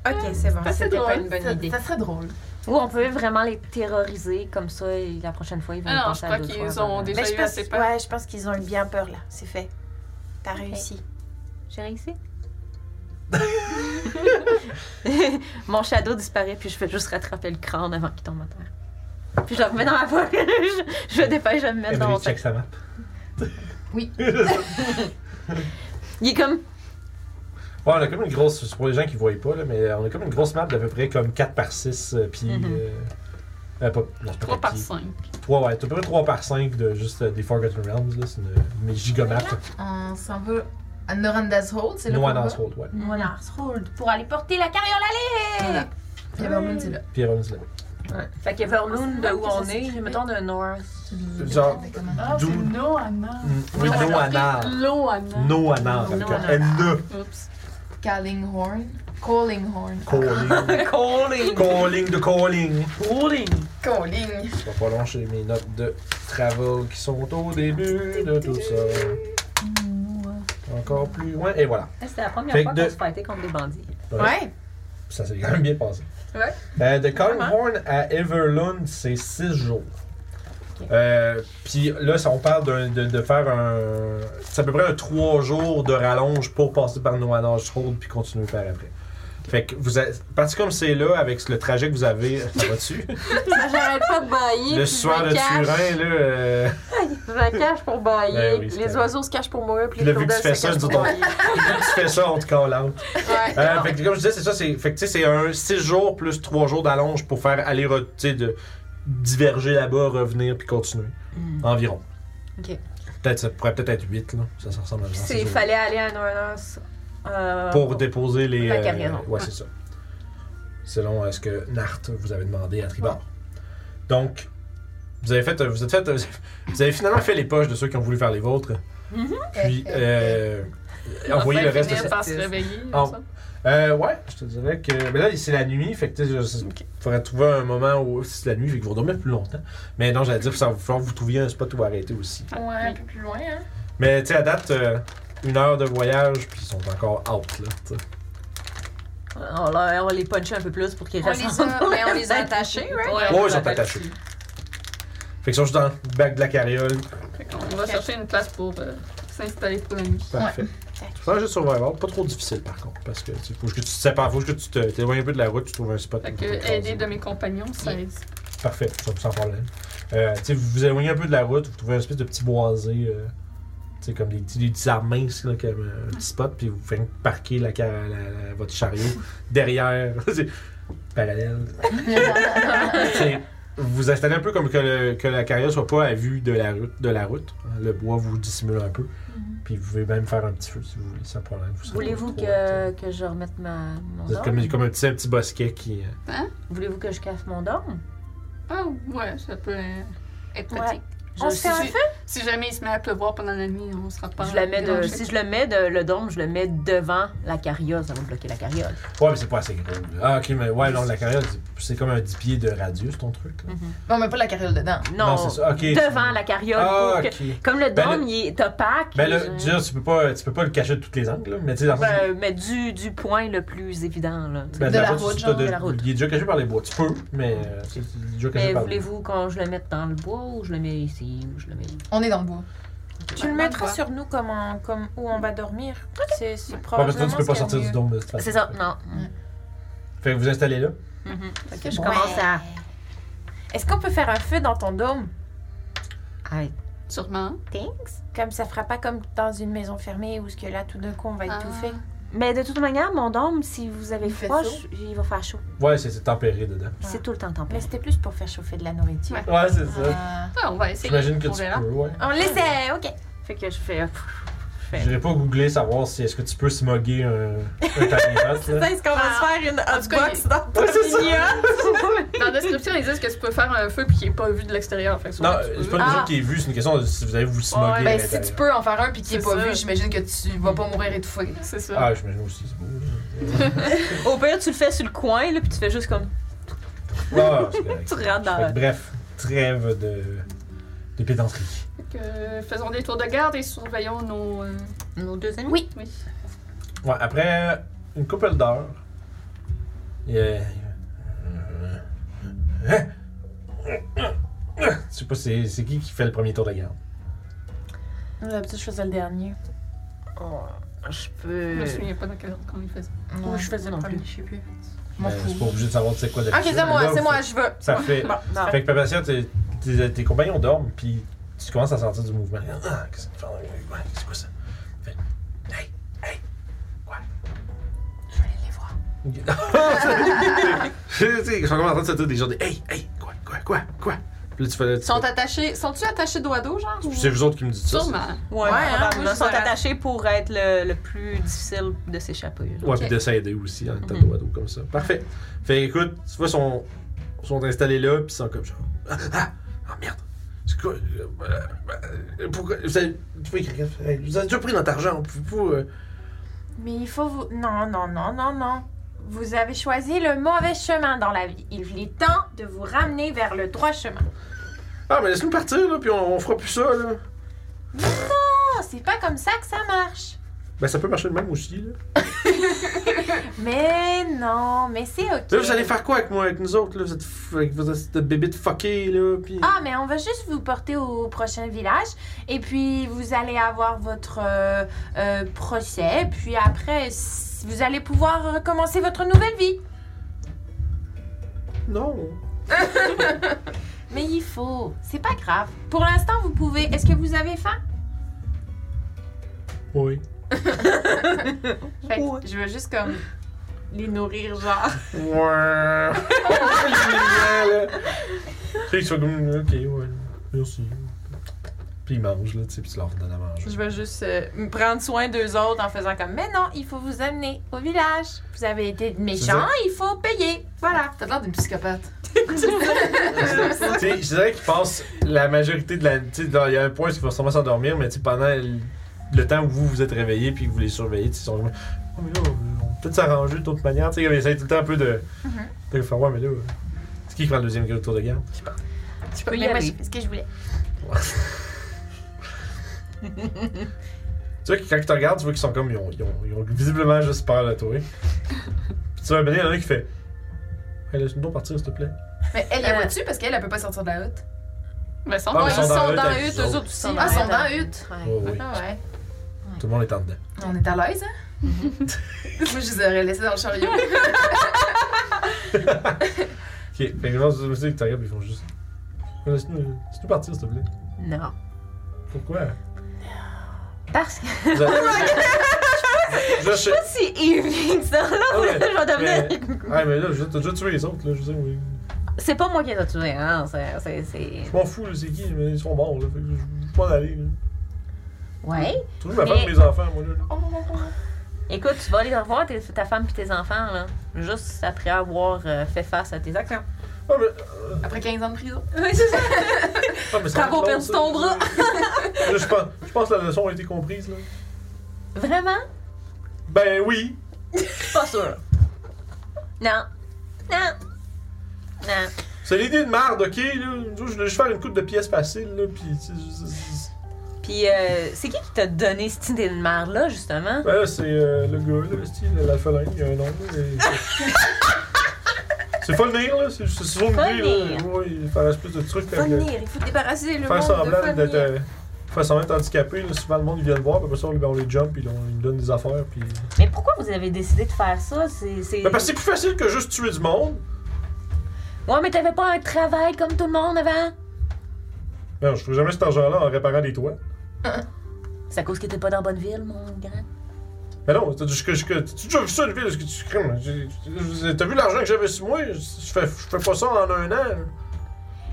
Ok, c'est bon,
Ça, c'est
c'était pas
drôle.
une bonne
Ça-
idée.
Ça serait drôle.
Ou on peut vraiment les terroriser comme ça et la prochaine fois ils vont
Ah non,
penser
je
à
crois
deux
qu'ils
fois
ont
avant.
des-
Mais
Déjà
je
eu
pense,
assez peur.
ouais, je pense qu'ils ont eu bien peur là, c'est fait. T'as réussi.
J'ai réussi. Mon shadow disparaît puis je fais juste rattraper le crâne avant qu'il tombe à terre. Puis je le remets dans ma poche. je, je le dépêche de me mettre dans
Emily
mon
check
sac.
sa map.
Oui.
ouais,
Il est comme
on a comme une grosse. C'est pour les gens qui voient pas, là, mais on a comme une grosse map d'à peu près comme 4 par 6 pieds.
Mhm.
euh, euh, pas, non, c'est pas
3
quatre
par
pieds.
5.
Trois, ouais, c'est à peu près 3 par 5 de juste euh, des Forgotten Realms, là, c'est une, une gigamap.
On s'en va à Noranda's Hold, c'est là. qu'on
Noir
va?
dans ce hold, ouais.
Voilà, Rold, pour aller porter la carriole à l'île!
Voilà. Puis Evermoon, c'est là.
Puis Everloon, c'est là.
Fait qu'Everloon, de où
Ah,
on
ça, c'est
est, mettons de North.
Genre,
Exactement.
Ah, c'est
D'où-
Noana.
Mm, oui, Noana.
Loana.
Noana, avec
Noana.
un N.
Oups.
Callinghorn. Callinghorn.
Calling.
Calling!
Calling de calling.
Calling!
Calling.
Je vais pas longer mes notes de travel qui sont au début de tout ça. Encore plus loin. Et voilà.
Eh, C'était la première
Fait
fois
que de-
qu'on se fightait contre des bandits.
Ouais.
Ça s'est quand même bien passé.
Ouais.
Euh, de Cornhorn à Everlund, c'est 6 jours. Euh, Puis là, ça, on parle d'un- de, de faire un. C'est à peu près un 3 jours de rallonge pour passer par Noanage Hold puis continuer par après. Fait que vous êtes. Parti comme c'est là, avec le trajet que vous avez. Ça va dessus?
Moi, J'arrête pas de bailler.
le
puis je
soir
me
de
cache.
Turin, là. euh,
Je me cache pour bailler.
Ben oui, c'est
les
vrai.
oiseaux se cachent pour mourir, puis
Là,
les
vu que
tourdelles
tu fais
se
ça,
cachent
nous
pour
autres,
bailler.
tu fais ça, on te call out.
Ouais.
Euh, fait que comme je disais, c'est ça, c'est fait que, tu sais, c'est un 6 jours plus 3 jours d'allonge pour faire aller re- tu sais, de diverger là-bas, revenir puis continuer. Environ.
Mm. Ok.
Peut-être ça pourrait peut-être être 8 là, ça, ça ressemble à
Puis
ça.
c'est- il fallait aller à Nornos. euh,
pour déposer les
La
euh,
cargaison.
ouais, c'est ça. Selon euh, ce que Nart vous avait demandé à Tribord. Donc vous avez fait euh, vous êtes fait vous avez finalement fait les poches de ceux qui ont voulu faire les vôtres.
Mm-hmm.
Puis euh, envoyez le reste de
par se réveiller.
Ah.
ça.
Euh, ouais, je te dirais que. Mais là, c'est la nuit, fait que tu sais, je- je-
Ok.
faudrait trouver un moment où. Si c'est la nuit, fait que vous dormez plus longtemps. Mais non, j'allais dire, ça va falloir que vous trouviez un spot où arrêter aussi.
Ouais, un peu plus loin, hein.
Mais tu sais, à date, euh, une heure de voyage, puis ils sont encore out, là. tu sais.
On, leur- on les punche un peu plus pour qu'ils
On
restent.
les a, mais on les a attachés, right?
Ouais, ils sont attachés. Fait qu'ils sont juste dans le bac de la carriole.
Fait qu'on va chercher une place pour euh, s'installer pour la nuit.
Parfait. Tu fais un jeu de survival, pas trop difficile par contre, parce que tu sais, faut que tu te sépares, faut que tu te- t'éloignes un peu de la route, tu trouves un spot.
Fait
où
que
tu te
aider
cases.
de mes compagnons, ça aide.
Parfait, ça, sans problème. Euh, tu sais, vous vous éloignez un peu de la route, vous trouvez un espèce de petit boisé, euh, tu sais, comme des petits, des petits arbres minces, là, comme euh, un petit spot, puis vous faites parquer la, car- la- la- votre chariot derrière. C'est Parallèle. C'est- vous vous installez un peu comme que, le- que la carrière soit pas à vue de la route. De la route. hein. Le bois vous dissimule un peu. Puis vous pouvez même faire un petit feu si vous voulez, sans problème. Vous serez pas
Mm-hmm. Voulez-vous
trop loin,
que, que je remette ma, mon
tu sais. Vous êtes
dôme?
comme, comme un, petit, un petit bosquet qui. euh,
Voulez-vous que je casse mon dôme?
Ah ouais, ça peut euh, être
Ouais.
pratique.
Je-
On se fait un
si-
feu?
Si jamais il se met à pleuvoir pendant la nuit, on sera pas.
Je le mets de,
euh,
si je le mets de, le dôme, je le mets devant la carriole. Ça va bloquer la carriole.
Ouais, mais c'est pas assez gros. là. Ah, ok, mais ouais, non, la carrière, c'est- c'est comme un 10 pieds de radius, ton truc. là.
Non, mais pas la carriole dedans.
Non,
c'est ça. Ok.
devant la carriole.
Ah,
pour que-
ok.
Comme le
Ben,
dôme, il est opaque.
Ben là,
je-
déjà, tu peux pas, tu peux pas le cacher de tous les angles, là, mais tu sais, dans le sens-
ben, mais du, du point le plus évident. Là, tu sais.
ben,
de
dans
la
le sens,
route,
tu
genre,
t'as de-
de la route.
Il est déjà caché par les bois. Tu peux, mais euh, c'est c'est déjà caché
mais
par les bois.
voulez-vous quand je le mette dans le bois ou je le mets ici ou je le mets
On est dans le bois.
Tu le mettras sur nous comme, un- comme où on va dormir. C'est c'est
Ouais, Bah, parce que toi,
probablement
tu peux pas
ce qu'il
sortir
y a
du
de mieux.
dôme de cette façon.
C'est ça, non.
Fait que vous installez là.
Mhm. Fait que je
Ouais.
commence à.
Est-ce qu'on peut faire un feu dans ton dôme?
Hey,
Sûrement.
thanks.
Comme ça fera pas comme dans une maison fermée où ce que là tout d'un coup on va
Ah.
étouffer.
Mais de toute manière, mon dôme, si vous avez
Il fait
froid,
chaud.
je- il va faire chaud.
Ouais, c'est c'est tempéré dedans.
Puis C'est tout le temps
Mais
tempéré.
c'était plus pour faire chauffer de la nourriture.
Ouais.
Ouais, c'est
Ah.
Ouais, on va essayer.
J'imagine que
on
tu
Ah,
verra.
peux, ouais.
On l'essaie, ok.
Fait que je fais. euh, pff, je fais
Parfait.
J'irai pas googler savoir si est-ce que tu peux smoguer un, un tiny hut, là.
Est-ce qu'on va se faire une
cas,
hotbox dans
Ouais, c'est ça.
Dans la description, ils disent que tu peux faire un feu puis qu'il n'est pas vu de l'extérieur. Fait que
Non,
sûrement que tu
c'est pas
peux.
une question
Ah.
qui est vue, c'est une question de si vous allez vous smoguer. à
Ben, si
l'intérieur.
tu peux en faire un puis qu'il est
C'est
pas
ça.
vu, j'imagine que tu vas pas mourir étouffé.
C'est ça.
Ah, j'imagine aussi, c'est beau.
Au pire, tu le fais sur le coin, là, puis tu fais juste comme.
là. Ah, c'est correct.
Tu rentres dans
Fait que
la.
bref, trêve de, de pédanterie.
Fait que, euh, faisons des tours de garde et surveillons nos. euh,
Nos deux amis.
Oui. oui.
Ouais, après une couple d'heures, il y a- Hein? Je sais pas, c'est c'est qui qui fait le premier tour de garde?
D'habitude, je faisais le dernier.
Je
Je
Euh,
peux.
me souviens pas dans quel ordre qu'on les faisait.
Moi,
je faisais non plus.
Je sais plus.
Ben, c'est pas obligé de savoir c'est quoi
Ah,
Ok,
d'habitude.
c'est
Là,
moi, c'est
vous-
moi, je veux.
Ça fait. Fait que Papatia, tes, tes- tes compagnons dorment, puis tu commences à sentir du mouvement. Ah, qu'est-ce que ça fait? Ouais, C'est quoi ça? Fait, hey, hey, quoi? Je vais aller les voir. Ils sont comme en train de se dire des gens des hey, hey, quoi, quoi, quoi, quoi. Puis là, tu fais. là, tu
Ils sont
fais-
attachés. Sont-tu attachés dos à dos, genre? ou-
C'est vous autres qui me dites ça. c'est-
Sûrement.
Ouais,
hein,
probablement.
moi, je
Ils sont
serais-
attachés pour être le, le plus difficile de s'échapper. là.
Ouais, puis de s'aider aussi, en étant
Mhm.
dos à dos comme ça. Parfait. Fait que, écoute, tu vois, ils sont, sont installés là, puis ils sont comme genre. Ah, ah, ah, merde. C'est quoi. euh, euh, pourquoi. Vous avez, tu vois, quelqu'un fait, Hey, vous avez déjà pris notre argent, on peut pas. euh,
Mais il faut vous. Non, non, non, non, non. Vous avez choisi le mauvais chemin dans la vie. Il est temps de vous ramener vers le droit chemin.
Ah, mais laisse-nous partir, là, puis on, on fera plus ça, là.
Non, Oh, c'est pas comme ça que ça marche.
Ben, ça peut marcher le même aussi, là.
Mais non, mais c'est ok.
Là, vous allez faire quoi avec moi, avec nous autres, là Vous êtes. f- Avec votre cette bébite fuckée, là, puis.
Ah, mais on va juste vous porter au prochain village et puis vous allez avoir votre euh, euh, procès. Puis après, s- vous allez pouvoir commencer votre nouvelle vie.
Non.
Mais il faut, c'est pas grave. Pour l'instant, vous pouvez. Est-ce que vous avez faim
Oui.
Fait que je veux juste comme les nourrir, genre.
Ouais. Puis ils sont comme, ok, ouais, merci. Puis ils mangent, là, tu sais, puis tu leur donnes à manger.
Je vais juste euh, me prendre soin d'eux autres en faisant comme.
Mais non, il faut vous amener au village. Vous avez été
C'est
méchant,
ça.
il faut payer. Voilà.
T'as l'air d'une psychopathe.
Tu sais, je dirais qu'ils passent la majorité de la. Tu sais, dans- il y a un point où ils vont sûrement s'endormir, mais tu sais, pendant le, le temps où vous vous êtes réveillés puis que vous les surveillez, tu sais, ils sont comme, oh, mais là, on peut peut-être s'arranger d'autres manières. Tu sais, comme ils essayent tout le temps un peu de. de faire, ouais, mais là. euh, C'est qui qui prend le deuxième tour de garde?
Tu peux y
Mais moi,
aller.
c'est ce que je voulais.
Tu vois que quand ils te regardent, tu vois qu'ils sont comme. Ils ont, ils ont- ils ont visiblement juste peur de toi. Puis tu vois, un moment donné, il y en a un qui fait. Hey, laisse-nous donc partir, s'il te plaît.
Mais elle, la vois-tu? Parce qu'elle, elle peut pas sortir de la hutte.
Mais sans
Ah, mais
doute.
ils sont dans la hutte avec
eux,
nous
eux
autres.
autres aussi.
Ah, ils sont
Ouais,
dans la hutte.
Oh, oui.
Ah ouais.
Tout le monde est en dedans.
On est à l'aise, hein? Moi, je les aurais laissés dans le chariot.
Ok, fait que vraiment, c'est ça que tu regardes, ils font juste. Hey, Laisse-nous laisse-nous partir, s'il te plaît.
Non.
Pourquoi?
Parce que.
Vous avez- Je sais.
Si Evie, ça, là,
Ouais,
je vais devenir.
mais- Ouais, mais là, je- t'as déjà tué les autres, là, je veux dire, oui.
C'est pas moi qui les ai tués, hein. c'est- C'est. c'est-
Je m'en fous, là, c'est qui, mais ils sont morts, là, fait que je veux pas en aller, là.
Ouais.
Toujours ma
Mais-
femme et mes enfants, moi, là.
Écoute, tu vas aller revoir tes- ta femme et tes enfants, là. Juste après avoir euh, fait face à tes actions.
Ah, mais. euh,
Après 15 ans de prison.
ah, mais ça
Bravo,
me
perdu ton
classe, là. Là, je pense, je pense que la leçon a été comprise, là.
Vraiment?
Ben oui!
Pas sûr. Non. Non. Non.
C'est l'idée de merde, ok, là. Je voulais juste faire une coupe de pièces facile, là, pis. tu sais, c'est- c'est-
Puis, euh, c'est qui qui t'a donné cette idée de merde-là, justement?
Ben là, c'est euh, le gars, là, style, l'alphelin, il y a un nom, là. mais- C'est Folnir, là, c'est c'est son idée, là.
Folnir.
Ouais, il fallait plus de trucs. avec-
Fonir, il faut débarrasser le
Faire
monde de
semblant
Fonir.
d'être. euh, Faire semblant d'être handicapé, là, souvent le monde vient le voir, puis après ça on, lui- on les jump, puis là, on lui donne des affaires, puis.
Mais pourquoi vous avez décidé de faire ça? C'est. c'est-
Ben parce que c'est plus facile que juste tuer du monde!
Ouais, mais t'avais pas un travail comme tout le monde avant?
Non, je trouve jamais cet argent-là en réparant des toits.
C'est à cause que t'es pas dans bonne ville, mon grand.
Mais non, t'as dit que. que- T'as déjà vu ça, une ville, ce que tu crimes? J'ai- j'ai- T'as vu l'argent que j'avais sur moi? Je je fais, je fais pas ça en un an. là.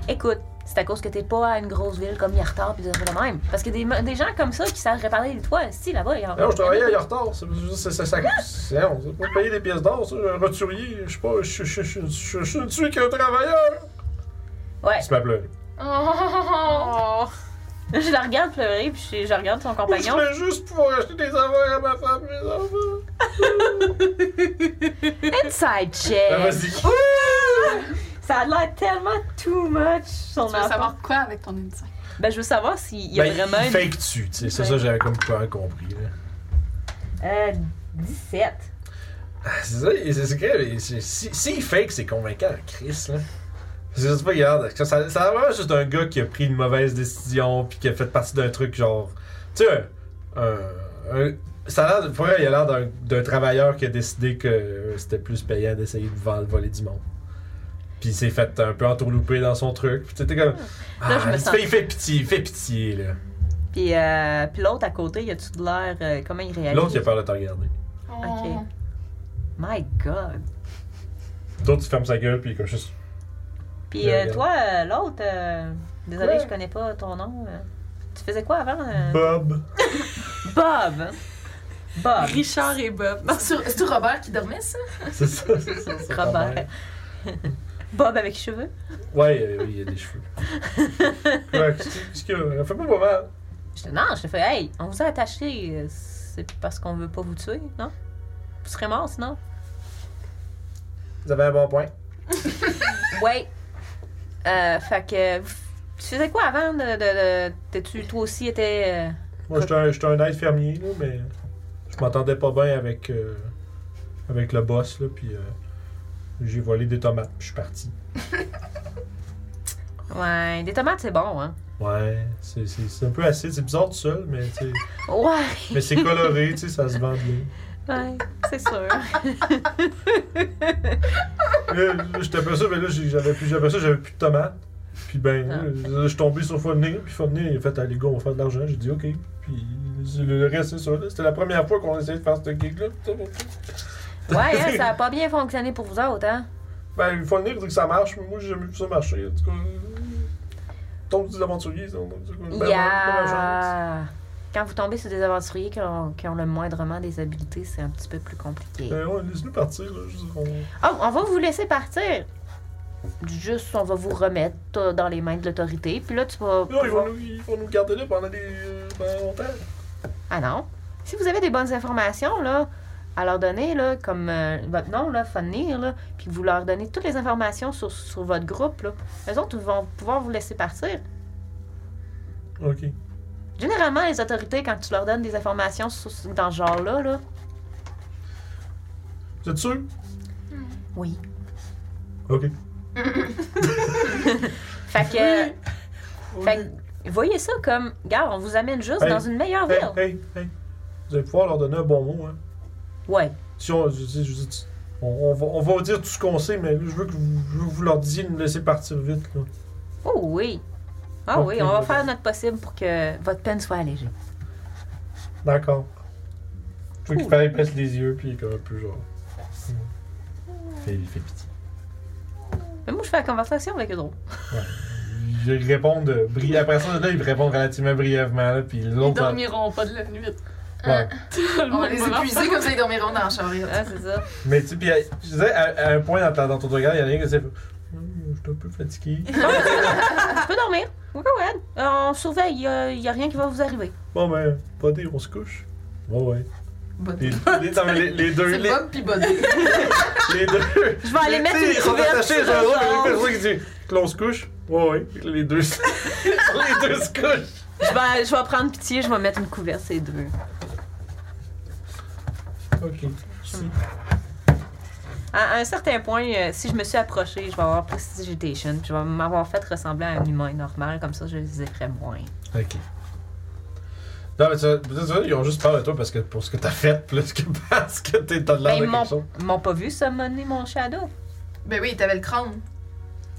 Écoute,
C'est à cause que t'es pas à une grosse ville comme Yartar puis des affaires de même. Parce que des, mo- des gens comme ça qui savent réparer les toits, si là-bas, ils en
Non, je travaillais à retard. C'est c'est- c'est- ça. C'est on sait pas payer des pièces d'or, ça. Un roturier, je sais pas, je je- je- je- je- je- je ne suis qu'un travailleur.
Ouais.
Tu m'as pleuré.
Oh.
Je la regarde pleurer puis je, je regarde son
Je
compagnon.
voulais juste pouvoir acheter des affaires à ma femme et mes enfants.
Euh, Inside check.
Ben, vas-y.
Ouh! Ça a l'air tellement too much son
Tu veux
enfant.
savoir quoi avec ton insight?
Ben je veux savoir s'il y a
Ben,
vraiment
il
une-
fake tu, tu sais. C'est
Ouais.
ça, j'avais comme pas compris. là.
Euh, 17.
C'est ça, c'est c'est que c'est- si, si il fake, c'est convaincant à Chris, là. C'est juste pas regarde, ça, ça, ça a vraiment juste un gars qui a pris une mauvaise décision puis qui a fait partie d'un truc genre. Tu sais, un, un- ça a l'air, pour vrai, il a l'air d'un, d'un travailleur qui a décidé que euh, c'était plus payant d'essayer de vendre, voler du monde. Puis il s'est fait un peu entourlouper dans son truc. Puis c'était comme.
Ah.
ah,
Là, je me
il,
sens-
fait, il fait pitié, il fait pitié, là.
Puis, euh, puis l'autre à côté, il a-tu de l'air. euh, comment il réagit
L'autre, il a peur de te regarder.
Ok. My God.
L'autre, il ferme sa gueule puis il est comme juste.
Puis
Je
euh,
regarde.
toi, euh, l'autre, euh, désolé,
Ouais.
je connais pas ton nom. euh, tu faisais quoi avant euh?
Bob!
Bob. Bob.
Richard et Bob. Non,
C'est Oh! c'est-tu Robert qui dormait, ça?
C'est ça, c'est ça. c'est
Robert. Bob avec cheveux.
Ouais, euh, oui, il y a des cheveux. ouais, qu'est-ce que- qu'est-ce que. Elle fait pas mal.
Je, non, je te fais, hey, on vous a attaché. euh, C'est parce qu'on veut pas vous tuer, non? Vous serez mort sinon?
Vous avez un bon point.
Ouais. Euh, fait que. vous- Tu faisais quoi avant de. de, de- t'es-tu- toi aussi, était. euh,
Moi, j'étais un, j'étais un aide fermier, là, mais. Je m'entendais pas bien avec. euh, avec le boss, là, puis. euh, j'ai volé des tomates, puis je suis parti.
Ouais, des tomates, c'est bon, hein?
Ouais, c'est, c'est, c'est un peu acide, c'est bizarre tout seul, mais tu sais,
Ouais,
Mais c'est coloré, tu sais, ça se vend bien.
ouais, hein, c'est sûr.
Là, là, j'étais pas sûr, mais là, j'ai- j'avais plus, j'avais ça, j'avais plus de tomates. Puis ben, là, je suis tombé sur Funny, puis Funny, il a fait, allez, go, on va faire de l'argent. J'ai dit, OK. Puis le reste, c'est ça. là. C'était la première fois qu'on essayait de faire ce gig-là.
Ouais, hein, ça a pas bien fonctionné pour vous autres, hein?
Ben, Funny, dit que ça marche, mais moi, j'ai jamais vu ça marcher. En tout cas, euh, tombe des aventuriers, ça. Donc, c'est quoi, ben, bonne chance.
Yeah! Quand vous tombez sur des aventuriers qui ont, qui ont le moindrement des habiletés, c'est un petit peu plus compliqué.
Ben, ouais, laisse-nous partir, là. Juste, on-
Oh, on va vous laisser partir! Juste, on va vous remettre euh, dans les mains de l'autorité, puis là, tu
Oh,
vas.
Là, ils
pouvoir-
vont, nous, ils vont nous garder là pendant des. euh, pendant longtemps.
Ah non. Si vous avez des bonnes informations, là, à leur donner, là, comme euh, votre nom, là, Funir, là, puis que vous leur donnez toutes les informations sur, sur votre groupe, là, eux autres vont pouvoir vous laisser partir.
OK.
Généralement, les autorités, quand tu leur donnes des informations sur- dans ce genre-là, là,
Vous êtes sûr?
oui.
OK.
Fait que, fait que, voyez ça comme, regarde, on vous amène juste
Hey.
dans une meilleure
Hey,
ville.
hey, hey. Vous allez pouvoir leur donner un bon mot, hein.
Ouais.
Si on, je dis- je dis- on, on va, on va dire tout ce qu'on sait, mais je veux que vous, je veux que vous leur disiez de nous laisser partir vite. Là.
Oh oui. Ah
Ok,
oui, on va
je-
faire notre possible pour que votre peine soit allégée.
D'accord. Je veux qu'il
Cool.
fallait baisse les yeux, puis il est comme un peu genre. hmm. Fait- Il fait pitié.
Mais moi, je fais la conversation avec eux autres.
Ils répondent euh, bri- Après ça, là, ils répondent relativement brièvement, là, puis
Ils
l'autre.
dormiront pas de la nuit.
Ouais.
On va les épuiser comme ça, ils dormiront dans la charrette.
Ah, c'est ça.
Mais tu sais, puis, je disais, à, à un point dans, ta- dans ton regard, il y en a un qui s'est fait. Hum, Je suis un peu fatigué.
Je peux dormir. Go ahead. Euh, On surveille, il n'y a, rien qui va vous arriver.
Bon, ben, body, on se couche. Ouais, ouais.
Body.
Les, les- non, mais les- les deux.
C'est
Les,
Bob pis Body.
les deux.
Je vais aller mettre une
Ils sont
couverte
attachés
sur
sur un
le
autre,
genre.
mais les personnes qui disent que l'on se couche. Ouais, ouais. Les deux, se- les deux se couchent.
Je vais, je vais prendre pitié, je vais mettre une couverte, ces deux.
Ok. Si.
À, à un certain point, euh, si je me suis approchée, je vais avoir prestigitation, puis je vais m'avoir fait ressembler à un humain normal, comme ça je les effraie moins.
Ok. Non, mais tu vois, tu vois, ils ont juste peur de toi parce que pour ce que t'as fait, plus que parce que t'es- t'as de l'air
Ben,
de
ils m'ont
quelque chose.
m'ont pas vu summoner mon shadow.
Ben oui, t'avais le crâne.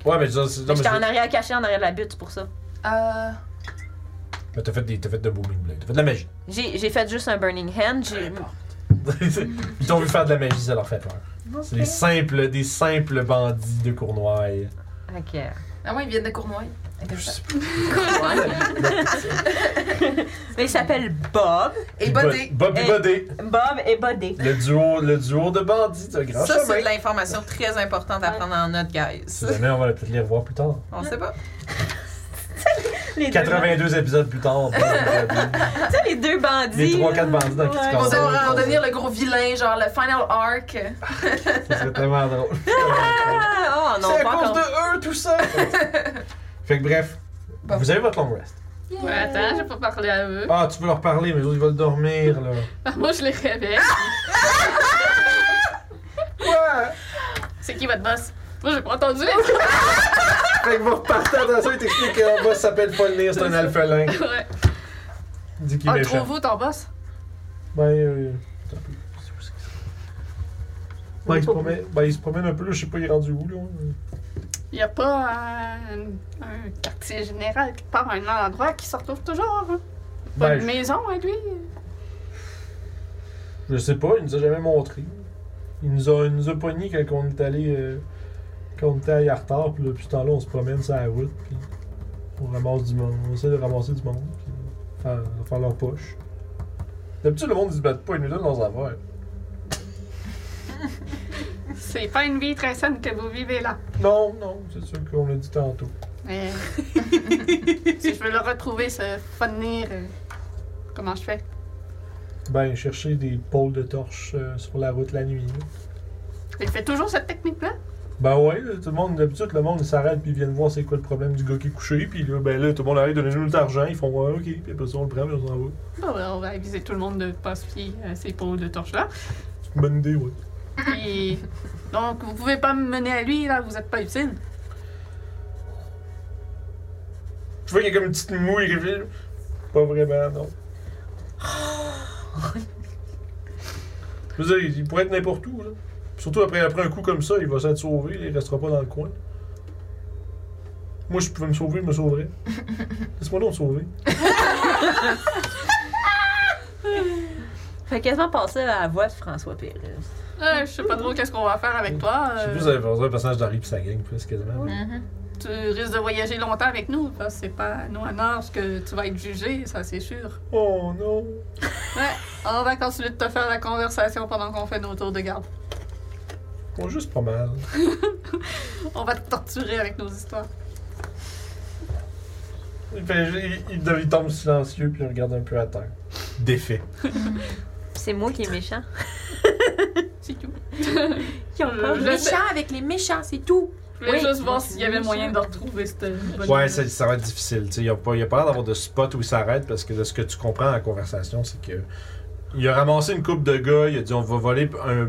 Ouais, mais tu vois, c'est- non,
Mais
mais
J'étais en
c'est-
arrière caché, en arrière de la butte, c'est pour ça.
Euh.
mais t'as fait, des- t'as fait de booming blade. T'as fait de la magie.
J'ai j'ai fait juste un burning hand. j'ai-
ils t'ont vu faire de la magie, ça leur fait peur. C'est des simples, des simples bandits de Cournoye.
Ok.
À moins, ah ils viennent de Cournoye.
Je sais
Mais il s'appelle Bob.
Et Bodé. Bob et
Et-
Bodé.
Bob et Bodé.
Le duo, le duo de bandits de Grand
Ça, c'est
Chemin.
de l'information très importante à prendre en note, guys.
Si jamais, on va peut-être les revoir plus tard.
On sait pas.
Les deux, tu
82 épisodes plus tard. Bob et Bodé.
sais, les deux bandits.
Les trois,
là.
quatre bandits dans qui
Ouais.
tu
Pour
casses.
devenir- pour devenir le gros vilain, genre le final arc.
Ça serait tellement drôle.
Ah, oh non,
c'est à
pas
cause
encore.
de eux, tout ça! fait que bref,
Bon.
vous avez votre long rest.
Ouais, attends, j'ai pas parlé à eux.
Ah, tu veux leur parler, mais eux, ils veulent dormir, là.
Moi, je les réveille.
Ouais!
C'est qui votre boss? Moi, j'ai pas entendu.
Ah. Fait que vous repartez à danser, il t'explique que leur boss ah, s'appelle Polnir, c'est un alphelin.
ouais.
Il dit qu'il est
Ah,
méchant.
trouve-vous ton boss?
Ben, euh, attends un peu. C'est où c'est que ça? Ben, il se promène, ben, il se promène un peu, là, je sais pas, il est rendu où, là.
Y a pas euh, un quartier général qui part à un endroit qui se retrouve toujours. hein? Pas
Ben,
de maison, hein, lui?
Je sais pas, il nous a jamais montré. Il nous a, il nous a pognés quand on est allé. euh, quand on était allé en retard, puis là, depuis ce temps-là, on se promène sur la route, puis on ramasse du monde. On essaie de ramasser du monde, puis faire, faire leur poche. D'habitude, le monde, ils se battent pas, ils nous donnent leurs affaires.
C'est pas une vie très saine que vous vivez là.
Non, non, c'est sûr qu'on l'a dit tantôt.
Mais. si je veux le retrouver, ce funir, euh, comment je fais?
Ben, chercher des pôles de torches euh, sur la route la nuit. là.
Il fait toujours cette technique-là?
Ben ouais, là, tout le monde, d'habitude, le monde il s'arrête, puis ils viennent voir c'est quoi le problème du gars qui est couché, puis là, ben là, tout le monde arrive, donnez-nous de l'argent, ils font, ouais, ok, puis après ça, on le prend, puis on s'en va.
Bon, ben, on va aviser tout le monde de pas se fier à ces pots de torches-là.
C'est une bonne idée, ouais.
Puis, donc, vous pouvez pas me mener à lui, là, vous êtes pas utile.
Je vois qu'il y a comme une petite mouille qui fait. Pas vraiment, non. Je veux dire, il pourrait être n'importe où, là. Surtout après, après un coup comme ça, il va s'être sauvé, il restera pas dans le coin. Moi, je pouvais me sauver, je me sauverais. Laisse-moi donc me sauver.
Fait quasiment passer à la voix de François Pérez.
Euh, je sais pas trop qu'est-ce qu'on va faire avec toi.
Je sais
euh,
plus, vous avez besoin d'un personnage d'Harry pis sa gang, plus quasiment.
Mhm.
tu risques de voyager longtemps avec nous, parce que c'est pas nous à Nord que tu vas être jugé, ça c'est sûr.
Oh non!
On va continuer de te faire la conversation pendant qu'on fait nos tours de garde.
Moi, juste pas mal.
On va te torturer avec nos histoires.
Il, fait- il- il- il tombe silencieux, puis il regarde un peu à terre. Défait.
C'est moi qui est méchant.
C'est tout.
Qui ont peur.
Euh, Je sais.
Méchant avec les méchants, c'est tout.
Je voulais
Oui,
juste voir
moi,
s'il
c'est
y avait
méchant.
moyen de retrouver cette bonne
Ouais, ça,
idée.
ça va être difficile. Il n'y a pas, y a pas l'air d'avoir de spot où il s'arrête parce que de ce que tu comprends dans la conversation, c'est que il a ramassé une coupe de gars, il a dit on va voler un,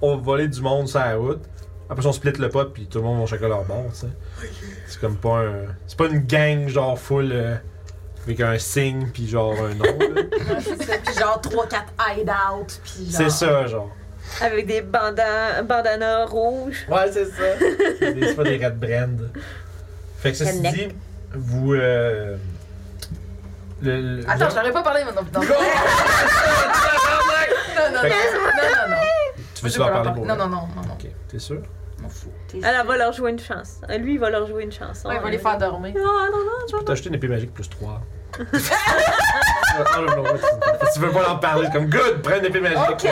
on va voler du monde sur la route. Après ça, on split le pot puis tout le monde va chacun leur bord. tu sais. C'est comme pas un, c'est pas une gang genre full euh, avec un signe puis genre un nom. là.
Puis genre 3-4 hide-out, puis genre...
c'est ça genre.
Avec des bandanas, bandanas rouges.
Ouais, c'est ça. c'est des- c'est pas des Red Brand. Fait que ceci dit,
Redneck.
vous euh, le- le-
Attends, j'aurais pas parlé maintenant. Non, non,
Go!
non, non, non,
Fait que-
non, non.
Tu veux-tu leur parler pour
Non,
eux?
non, non, non, non.
Ok, t'es sûr?
Elle, elle va leur jouer une chance. Lui, il va leur jouer une chanson.
Ouais, il va les faire dormir.
Non, non, non,
T'as acheté une épée magique plus 3. tu veux pas leur parler, comme good, prends une épée magique.
Ok.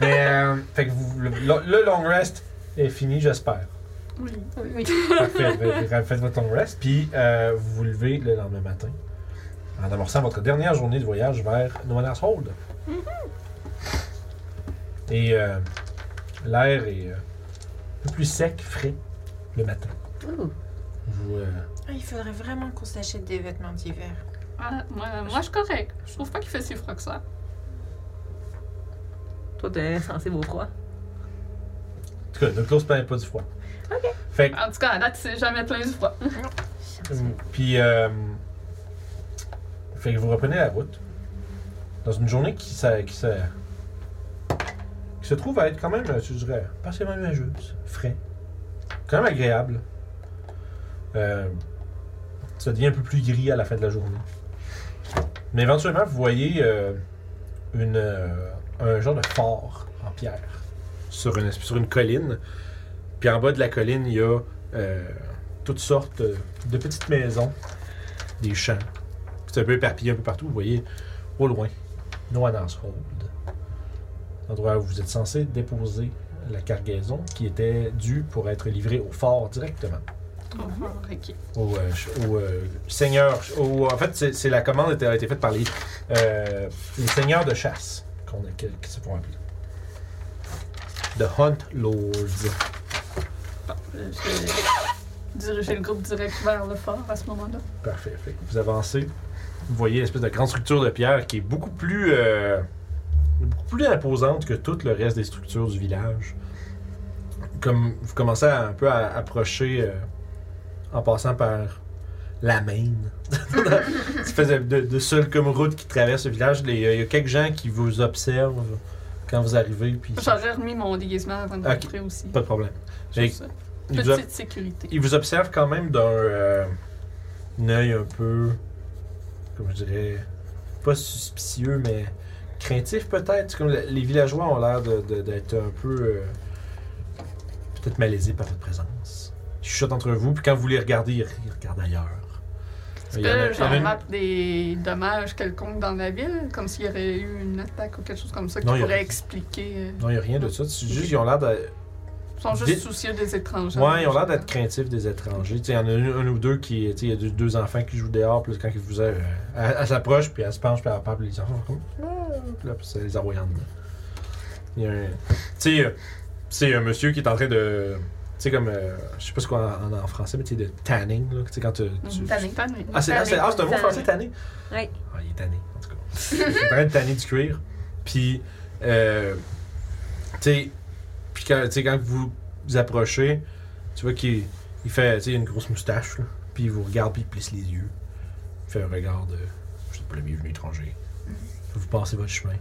Mais, euh, fait que vous- le, le long rest est fini, j'espère.
Oui.
Parfait, Fait que faites votre long rest, puis euh, vous vous levez le lendemain matin en amorçant votre dernière journée de voyage vers No Man's Hold.
Mm-hmm.
Et euh, l'air est euh, un peu plus sec, frais le matin. Vous, euh,
Ah, Il faudrait vraiment qu'on s'achète des vêtements d'hiver.
Ah, moi, moi, je suis correct. Je trouve pas qu'il fait si froid que ça.
Toi, t'es sensible au froid.
En tout cas, ne close pas, pas du froid. Fait que,
En tout cas, à date, c'est jamais plein du froid.
puis, euh, fait que vous reprenez la route dans une journée qui, s'a- qui, s'a- qui se trouve à être quand même, euh, je dirais, partiellement nuageuse, frais, quand même agréable. Euh, ça devient un peu plus gris à la fin de la journée. Mais éventuellement, vous voyez euh, une, euh, un genre de fort en pierre sur une, sur une colline. Puis en bas de la colline, il y a euh, toutes sortes euh, de petites maisons, des champs. C'est un peu éparpillé un peu partout, vous voyez, au loin, No One Household. L'endroit où vous êtes censé déposer la cargaison qui était due pour être livrée au fort directement.
Oh,
Ok.
Au, euh, ch- au, euh, seigneur. au- en fait, c'est c'est la commande était- a été faite par les, euh, les seigneurs de chasse, qu'on a- que- que se font appeler. The Hunt Lords.
Bon, euh, je vais diriger le groupe direct vers le fort à ce moment-là.
Parfait. Fait que vous avancez. Vous voyez l'espèce de grande structure de pierre qui est beaucoup plus, euh, beaucoup plus imposante que tout le reste des structures du village. Comme vous commencez à- un peu à approcher euh, en passant par la Maine. Ça faisait de, de seul comme route qui traverse le village. Les- euh, Il y a quelques gens qui vous observent quand vous arrivez. Puis...
J'aurais remis mon déguisement avant de
Ok.
rentrer aussi.
Pas de problème.
Juste
Fait-
ça.
Ils vous, ob-
Petite sécurité.
ils vous observent quand même d'un euh, un œil un peu, comme je dirais, pas suspicieux, mais craintif peut-être. C'est Comme le- les villageois ont l'air de- de- d'être un peu euh, peut-être malaisés par votre présence. Ils chuchotent entre vous, puis quand vous les regardez, ils, ils regardent ailleurs. Il y en a-
Là,
il y en a
j'en
une-
map des dommages quelconques dans la ville, comme s'il y aurait eu une attaque ou quelque chose comme ça qui
Non, il y a-
pourrait expliquer. euh,
non, il n'y a rien de ça. C'est juste qu'ils ont l'air de,
Ils sont juste
Dites-
soucieux des étrangers.
Ouais, ils ont l'air d'être craintifs des étrangers. Tu sais, Il y en a un, un ou deux qui. tu sais, Il y a deux, deux enfants qui jouent dehors, puis là, quand ils vous. euh, elle elle s'approche, puis elle se penche, puis elle parle, puis les enfants font comme. Ah! Puis là, puis ça les envoie en dedans. Il y a un. Tu sais, euh, c'est un monsieur qui est en train de. Tu sais, comme. euh, je sais pas ce qu'on a en, en français, mais tu sais, de tanning, là. Tu sais, quand tu. tu-
Tanné. Tanné.
Ah, c'est ah, c'est- ah, c'est un mot
Tanné.
français, tanné?
Oui.
Ah, il est tanné, en tout cas. il est en train de tanner du cuir. Puis, euh, tu sais, puis quand, tu sais, quand vous vous approchez, tu vois qu'il il fait, tu sais, il a une grosse moustache, là. Puis il vous regarde, puis il plisse les yeux. Il fait un regard de. Je suis pas le bienvenu étranger. Vous passez votre chemin.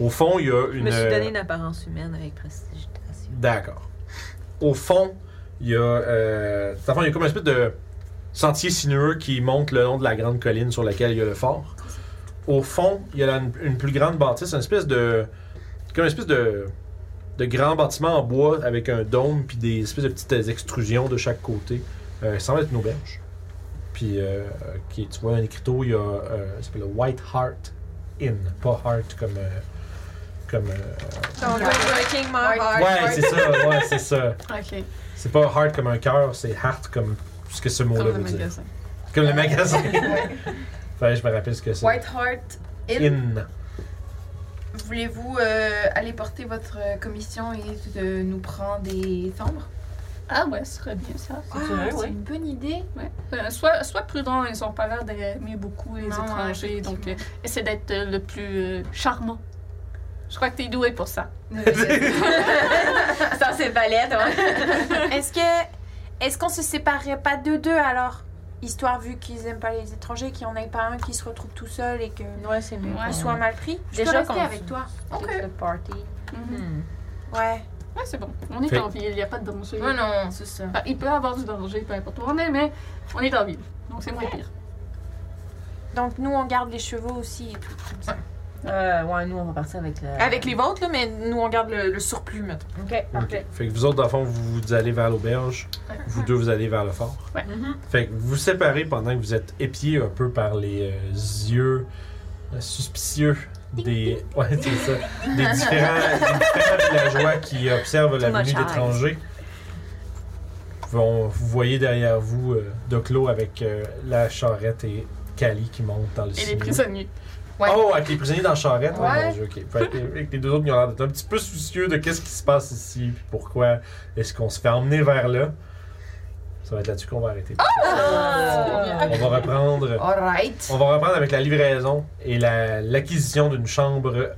Au fond, il y a une.
Mm.
euh,
Je me suis donné une apparence humaine avec prestidigitation.
D'accord. Au fond, il y a. Euh, dans le fond, il y a comme une espèce de sentier sinueux qui monte le long de la grande colline sur laquelle il y a le fort. Au fond, il y a une, une plus grande bâtisse, une espèce de. Comme une espèce de. De grand bâtiment en bois avec un dôme puis des espèces de petites extrusions de chaque côté. Euh, il semble être une auberge. Puis, euh, qui, tu vois, un écriteau, il y a. Euh, ça s'appelle le White Heart Inn. Pas Heart comme. euh, comme euh,
Donc, breaking my heart.
ouais, c'est ça, ouais, c'est ça.
Ok,
C'est pas hard comme un cœur, c'est hard comme ce que ce
comme
mot-là
le
veut dire.
magasin.
Comme le magasin. Fallait que je me rappelle ce que c'est.
White Heart Inn.
In.
Voulez-vous euh, aller porter votre euh, commission et de nous prendre des timbres?
Ah ouais, ce serait bien ça.
Ah, c'est une bonne idée.
Ouais. Euh, sois, sois prudent, ils ont pas l'air d'aimer beaucoup les
Non,
étrangers, donc
effectivement.
euh, essaie d'être euh, le plus euh, charmant. Je crois que t'es doué pour ça.
Euh,
Ah,
Ça, c'est balai, toi. Est-ce que. Est-ce qu'on se séparerait pas de deux alors Histoire vu qu'ils aiment pas les étrangers, qu'il y en ait pas un qui se retrouve tout seul et que
Ouais, c'est mieux.
Ouais.
il soit mal pris. Je
Déjà
peux rester
qu'on-
avec toi.
Ok.
Juste le party.
Mm-hmm.
Mhm.
Hmm.
Ouais.
Ouais, c'est bon. On est
Fait-
en ville, il n'y a pas de danger.
non, non, c'est ça.
Enfin, il peut y avoir du danger, peu importe où on est, mais on est en ville, donc c'est moins pire.
Donc nous, on garde les chevaux aussi et tout.
Euh, ouais, nous, on va partir avec le.
Avec les vôtres, là, mais nous, on garde le, le surplus, mettons.
Ok,
Ok.
parfait.
Fait que vous autres, dans le fond, vous, vous allez vers l'auberge. Vous deux, vous allez vers le fort.
Ouais.
Fait que vous vous séparez pendant que vous êtes épiés un peu par les euh, yeux euh, suspicieux des, ouais, c'est ça, des, différents, des différents villageois qui observent la venue
much eyes.
d'étrangers. Vont- vous voyez derrière vous euh, Doclo avec euh, la charrette et Kali qui montent dans le
Et les
sinueux.
prisonniers.
Ouais.
Oh, avec les prisonniers dans la charrette. Ouais.
Ouais.
mon Dieu, ok. Fait que, avec les deux autres, ils ont l'air d'être un petit peu soucieux de qu'est-ce qui se passe ici, puis pourquoi est-ce qu'on se fait emmener vers là. Ça va être là-dessus qu'on va arrêter.
Ah!
Oh,
On va reprendre.
Alright.
On va reprendre avec la livraison et la- l'acquisition d'une chambre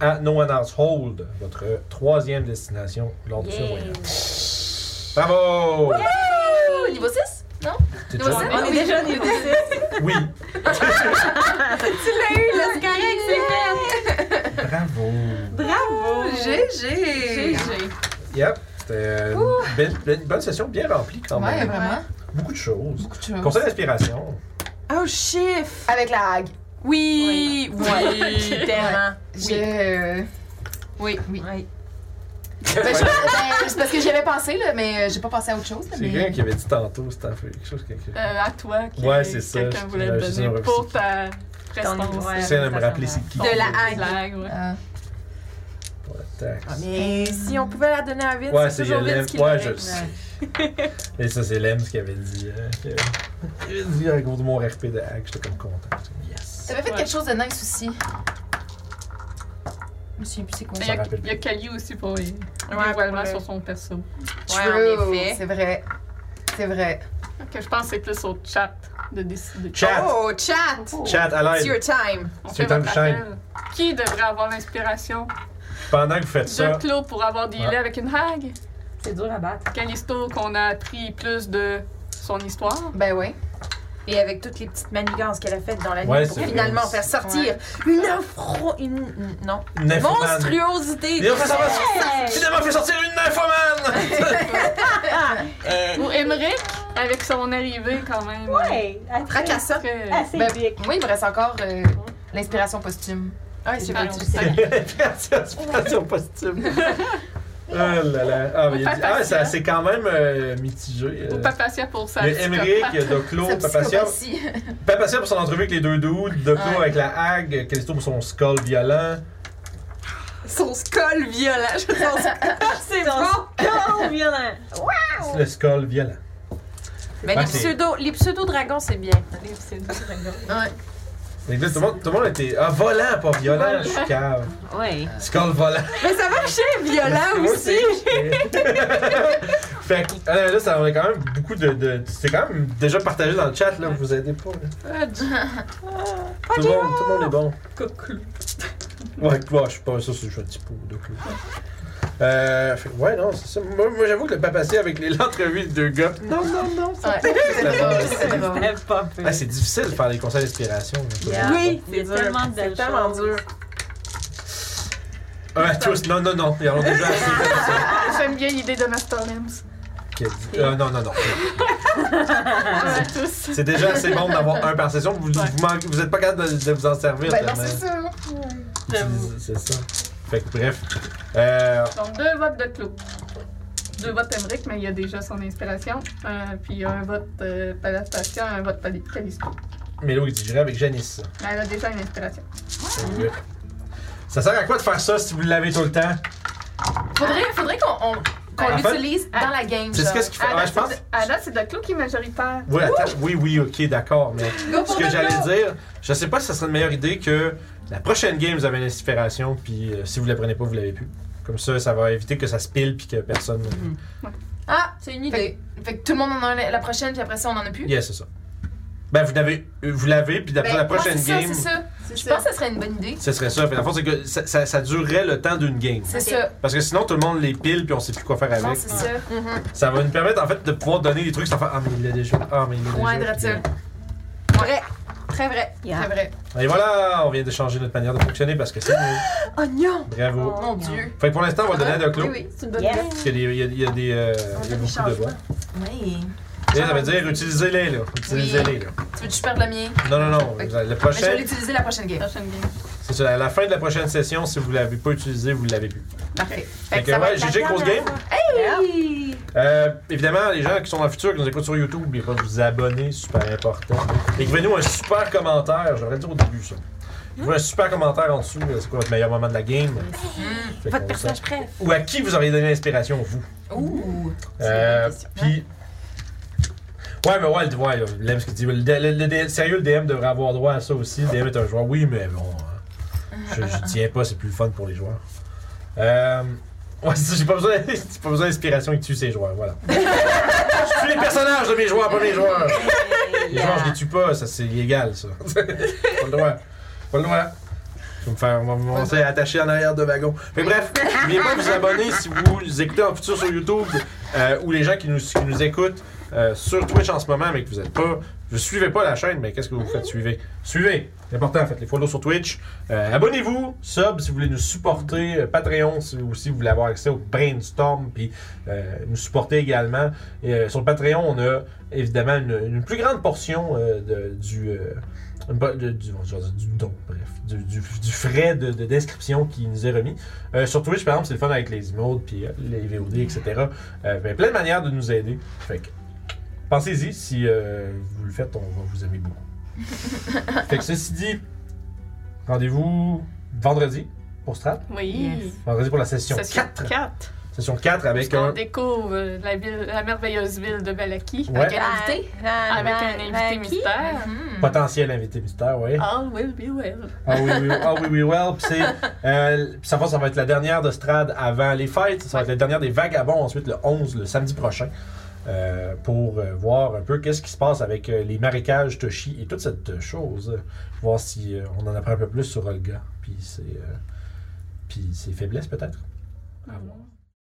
à No One Household, votre troisième destination lors de ce voyage. Bravo!
Oh, niveau 6? Non?
T'es
Niveau
déjà-
7?
On est Ah déjà niveau 6.
Oui,
C'est correct, c'est fait.
bravo!
Euh, GG!
GG.
Yep, c'était euh, une belle- belle- bonne session, bien remplie quand
Ouais,
même.
vraiment.
Beaucoup de choses.
Beaucoup de choses.
Conseil d'inspiration.
Oh, chiffre!
Avec la hague.
Oui! Oui! Tellement.
J'ai. euh, Oui, oui. Ben, je- ben, c'est parce que j'y avais pensé, là, mais euh, j'ai pas pensé à autre chose. là,
C'est
mais-
quelqu'un qui avait dit tantôt, c'était quelque chose. Quelque...
Euh, à toi, que
Ouais, c'est ça,
quelqu'un
je-
voulait te
je- je-
donner
je-
pour ta
Ton-
prestance.
ouais.
J'essaie de me rappeler c'est qui.
Ton
De la hague.
flag, ouais.
Ah.
Ouais, taxe.
Ah,
Mais si on pouvait la donner à Vince,
Ouais,
c'est
c'est
toujours Vince
Lem.
qui
Ouais,
le
je
fait.
le sais. Et ça, c'est Lem ce qu'il avait dit. hein, que- Il avait dit à cause de mon RP de hack, j'étais comme content. J'étais comme, Yes!
T'avais fait
Ouais.
quelque chose de nice aussi. Je me souviens plus c'est quoi.
Ben,
Il y
s'en
a-
rappelle
il y a
plus.
Kali aussi pour les
pour
dévoilements
le-
sur son perso.
True,
Ouais, en effet.
C'est vrai. C'est vrai.
Que je pense que c'est plus au chat de décider.
Chat!
Oh, chat!
Chat, à
It's
l'aide!
your time.
On
C'est
fait
le temps
votre
que je
appel. Qui devrait avoir l'inspiration
Pendant que vous faites
de
ça,
Claude pour avoir dealé
Ouais.
avec une hague?
C'est dur à battre.
Calisto qu'on a appris plus de son histoire.
Ben ouais.
Et avec toutes les petites manigances qu'elle a faites dans la nuit
Ouais,
pour
c'est vrai.
finalement faire sortir une infro... Une... Non.
une infomane.
Monstruosité!
Et enfin, ça va finalement fait sortir une infomane!
Ben,
Euh,
Ou Emmerich, avec son arrivée quand même.
Ouais!
Fracassant.
Très-
Assez
Ben,
big.
moi, il me reste encore euh, l'inspiration posthume.
Ouais, c'est
Ah,
vrai.
non,
Version posthume. Oh là là. Ah, mais il y a du- ah, ça c'est quand même euh, mitigé. euh.
Ou Papacia pour sa
Il y a
psychopathe.
Emmerich, Doclo,
Ça
Papatia.
psychopathie.
Papatia pour son entrevue avec les deux dudes, Doclo
Ouais.
avec la hague, Calisto pour son skull violent.
Son scol violent. Je pense
C'est bon! Oh, violent!
Le skull violent.
Mais
Ouais,
Ben, les
c'est-
pseudo- les pseudo-dragons, c'est bien.
Fait que là, Tout le monde- tout le monde était. Ah, volant, pas violent, je suis cave.
Ouais.
Skull volant.
Mais ça marchait violent
Moi
aussi.
fait que euh, là, ça on a quand même beaucoup de. de- c'est quand même déjà partagé dans le chat, là, vous aidez pas. là.
Ah,
Tout le, monde, tout le monde est bon. Ouais, ouais, je suis pas ça, c'est je suis un petit peu de clou. Euh, fait que ouais, non, c'est ça. Moi, moi, j'avoue que le papacier avec les l'entrevue de deux gars. Non, non, non, ça
Ouais. C'est drôle, c'est drôle.
C'était pas peu.
Ah, c'est difficile de faire des conseils d'inspiration. là.
Yeah.
Oui,
Il y a
c'est
tellement de
dur. C'est
belles
tellement
choses.
dur.
Ah, tous, non, non, non, ils en ont déjà assez fait ça.
J'aime bien l'idée de Master Limbs.
Qui a dit- euh, non, non, non.
Ouais, tous.
C'est déjà assez bon d'avoir un par session. Vous,
Ouais.
vous, manquez- vous êtes pas capable de, de vous en servir.
Ben non,
tellement.
c'est ça.
C'est- C'est ça. Fait que bref. Euh,
Donc, deux votes de Clou. Deux votes Emmerich, mais il y a déjà son inspiration. Euh, puis il y a un vote euh, Papacia, un vote Pali- Calisto.
Mélo, il dit j'irai avec Janice.
Mais elle a déjà une inspiration.
Ça sert à quoi de faire ça si vous l'avez tout le temps?
Faudrait, faudrait qu'on on- qu'on
En fait,
l'utilise dans la game.
C'est ce
genre. Ah,
qu'est-ce qu'il faut.
À
ouais,
date,
je pense.
c'est- à date, Ah, c'est de Clou qui est majoritaire.
Oui, attends, oui, oui, ok, d'accord, mais
Go
ce
pour
que
le
j'allais
blanc.
dire, je sais pas si ça serait une meilleure idée que la prochaine game, vous avez une inspiration, puis euh, si vous la prenez pas, vous l'avez plus. Comme ça, ça va éviter que ça se pile, puis que personne.
Ah, c'est une idée. Fait, que tout le monde en a la la prochaine, puis après ça, on en a plus.
Yeah, c'est ça. Ben, vous l'avez, euh, vous l'avez, puis après
Ben,
la
moi,
prochaine
c'est
game,
Ça, c'est ça. Je
ça.
pense que ça serait une bonne idée.
ce serait ça. Fait, dans le fond, c'est que ça, ça- ça durerait le temps d'une game.
C'est ça.
Parce que sinon, tout le monde les pile, puis on sait plus quoi faire
Non,
avec.
c'est ça.
Ça va nous permettre, en fait, de pouvoir donner des trucs sans faire Ah, mais il l'a déjà. Ah, mais il l'a déjà.
Ouais,
puis,
drôle.
euh,
Vrai. Très vrai.
Yeah.
Très vrai.
Et voilà, on vient de changer notre manière de fonctionner parce que c'est mieux.
Oignon!
Bravo.
Oh Mon Dieu.
Fait que pour l'instant, on va le donner à Doclo.
Oui, oui, c'est une bonne idée.
Yes.
Parce qu'il y a des- il y a, il y a des. euh, il y a beaucoup de voix.
Oui.
Et ça veut dire utilisez-les, là. Utilisez-les, là.
Tu veux que je perde le mien?
Non, non, non.
Ok.
Le
Mais je vais
prochain.
l'utiliser la prochaine game.
Prochaine game.
C'est ça. À la fin de la prochaine session, si vous l'avez pas utilisé, vous l'avez plus.
Parfait.
Fait que, ouais, GG grosse game. Euh, évidemment, les gens qui sont dans le futur, qui nous écoutent sur YouTube, n'oubliez pas de vous abonner, super important. Écrivez-nous un super commentaire, j'aurais dit au début ça. Écrivez un super commentaire en dessous, euh, c'est quoi votre meilleur moment de la game. Fait qu'on
Votre
le
personnage
sait.
préf.
Ou à qui vous auriez donné l'inspiration, vous.
Ouh!
Euh, Puis. Ouais, mais ouais, le, ouais, Lem, ce qu'il dit. Le, le- le- le- sérieux, le DM devrait avoir droit à ça aussi. Le DM est un joueur. Oui, mais bon. hein, Je, je tiens pas, c'est plus le fun pour les joueurs. Euh, ouais, c'est ça, j'ai pas besoin, j'ai pas besoin d'inspiration qui tue ces joueurs, voilà. je tue les personnages de mes joueurs, pas mes joueurs. Les joueurs, je les tue pas, ça c'est illégal, ça. pas le droit. Pas le droit. Je vais me faire, on va me commencer à attacher en arrière de wagon. Mais bref, n'oubliez pas de vous abonner si vous nous écoutez en futur sur YouTube euh, ou les gens qui nous, qui nous écoutent euh, sur Twitch en ce moment, mais que vous n'êtes pas Je suivais pas la chaîne, mais qu'est-ce que vous faites? Suivez. Suivez! C'est important, faites les follow sur Twitch. Euh, Abonnez-vous, sub si vous voulez nous supporter, euh, Patreon si, ou si vous voulez avoir accès au brainstorm, puis euh, nous supporter également. Et, euh, sur le Patreon, on a évidemment une, une plus grande portion euh, de- du. euh, bah, de- du, je vais dire du don, bref, du, du- du frais de, de description qui nous est remis. Euh, sur Twitch, par exemple, c'est le fun avec les emotes, puis euh, les VOD, etc. Euh, ben, plein de manières de nous aider. Fait que, pensez-y, si euh, vous le faites, on va vous aimer beaucoup. fait que ceci dit, rendez-vous vendredi pour Strat,
Oui.
vendredi pour la session
Session
4.
4.
Session 4 avec
On
un...
découvre euh, la, ville- la merveilleuse ville de Balaki
Ouais,
Quel invité?
avec un invité mystère.
Mhm.
potentiel invité mystère, ouais.
All will be well.
Ah oui, oui, ah oui, oui, well. Puis c'est, euh, puis ça, va, ça va être la dernière de Strad avant les fêtes. Ça va être la dernière des vagabonds, ensuite le 11, le samedi prochain, euh, pour euh, voir un peu qu'est-ce qui se passe avec euh, les marécages, Toshi et toute cette euh, chose. Voir si euh, on en apprend un peu plus sur Olga, puis ses, euh, puis ses faiblesses peut-être. À voir.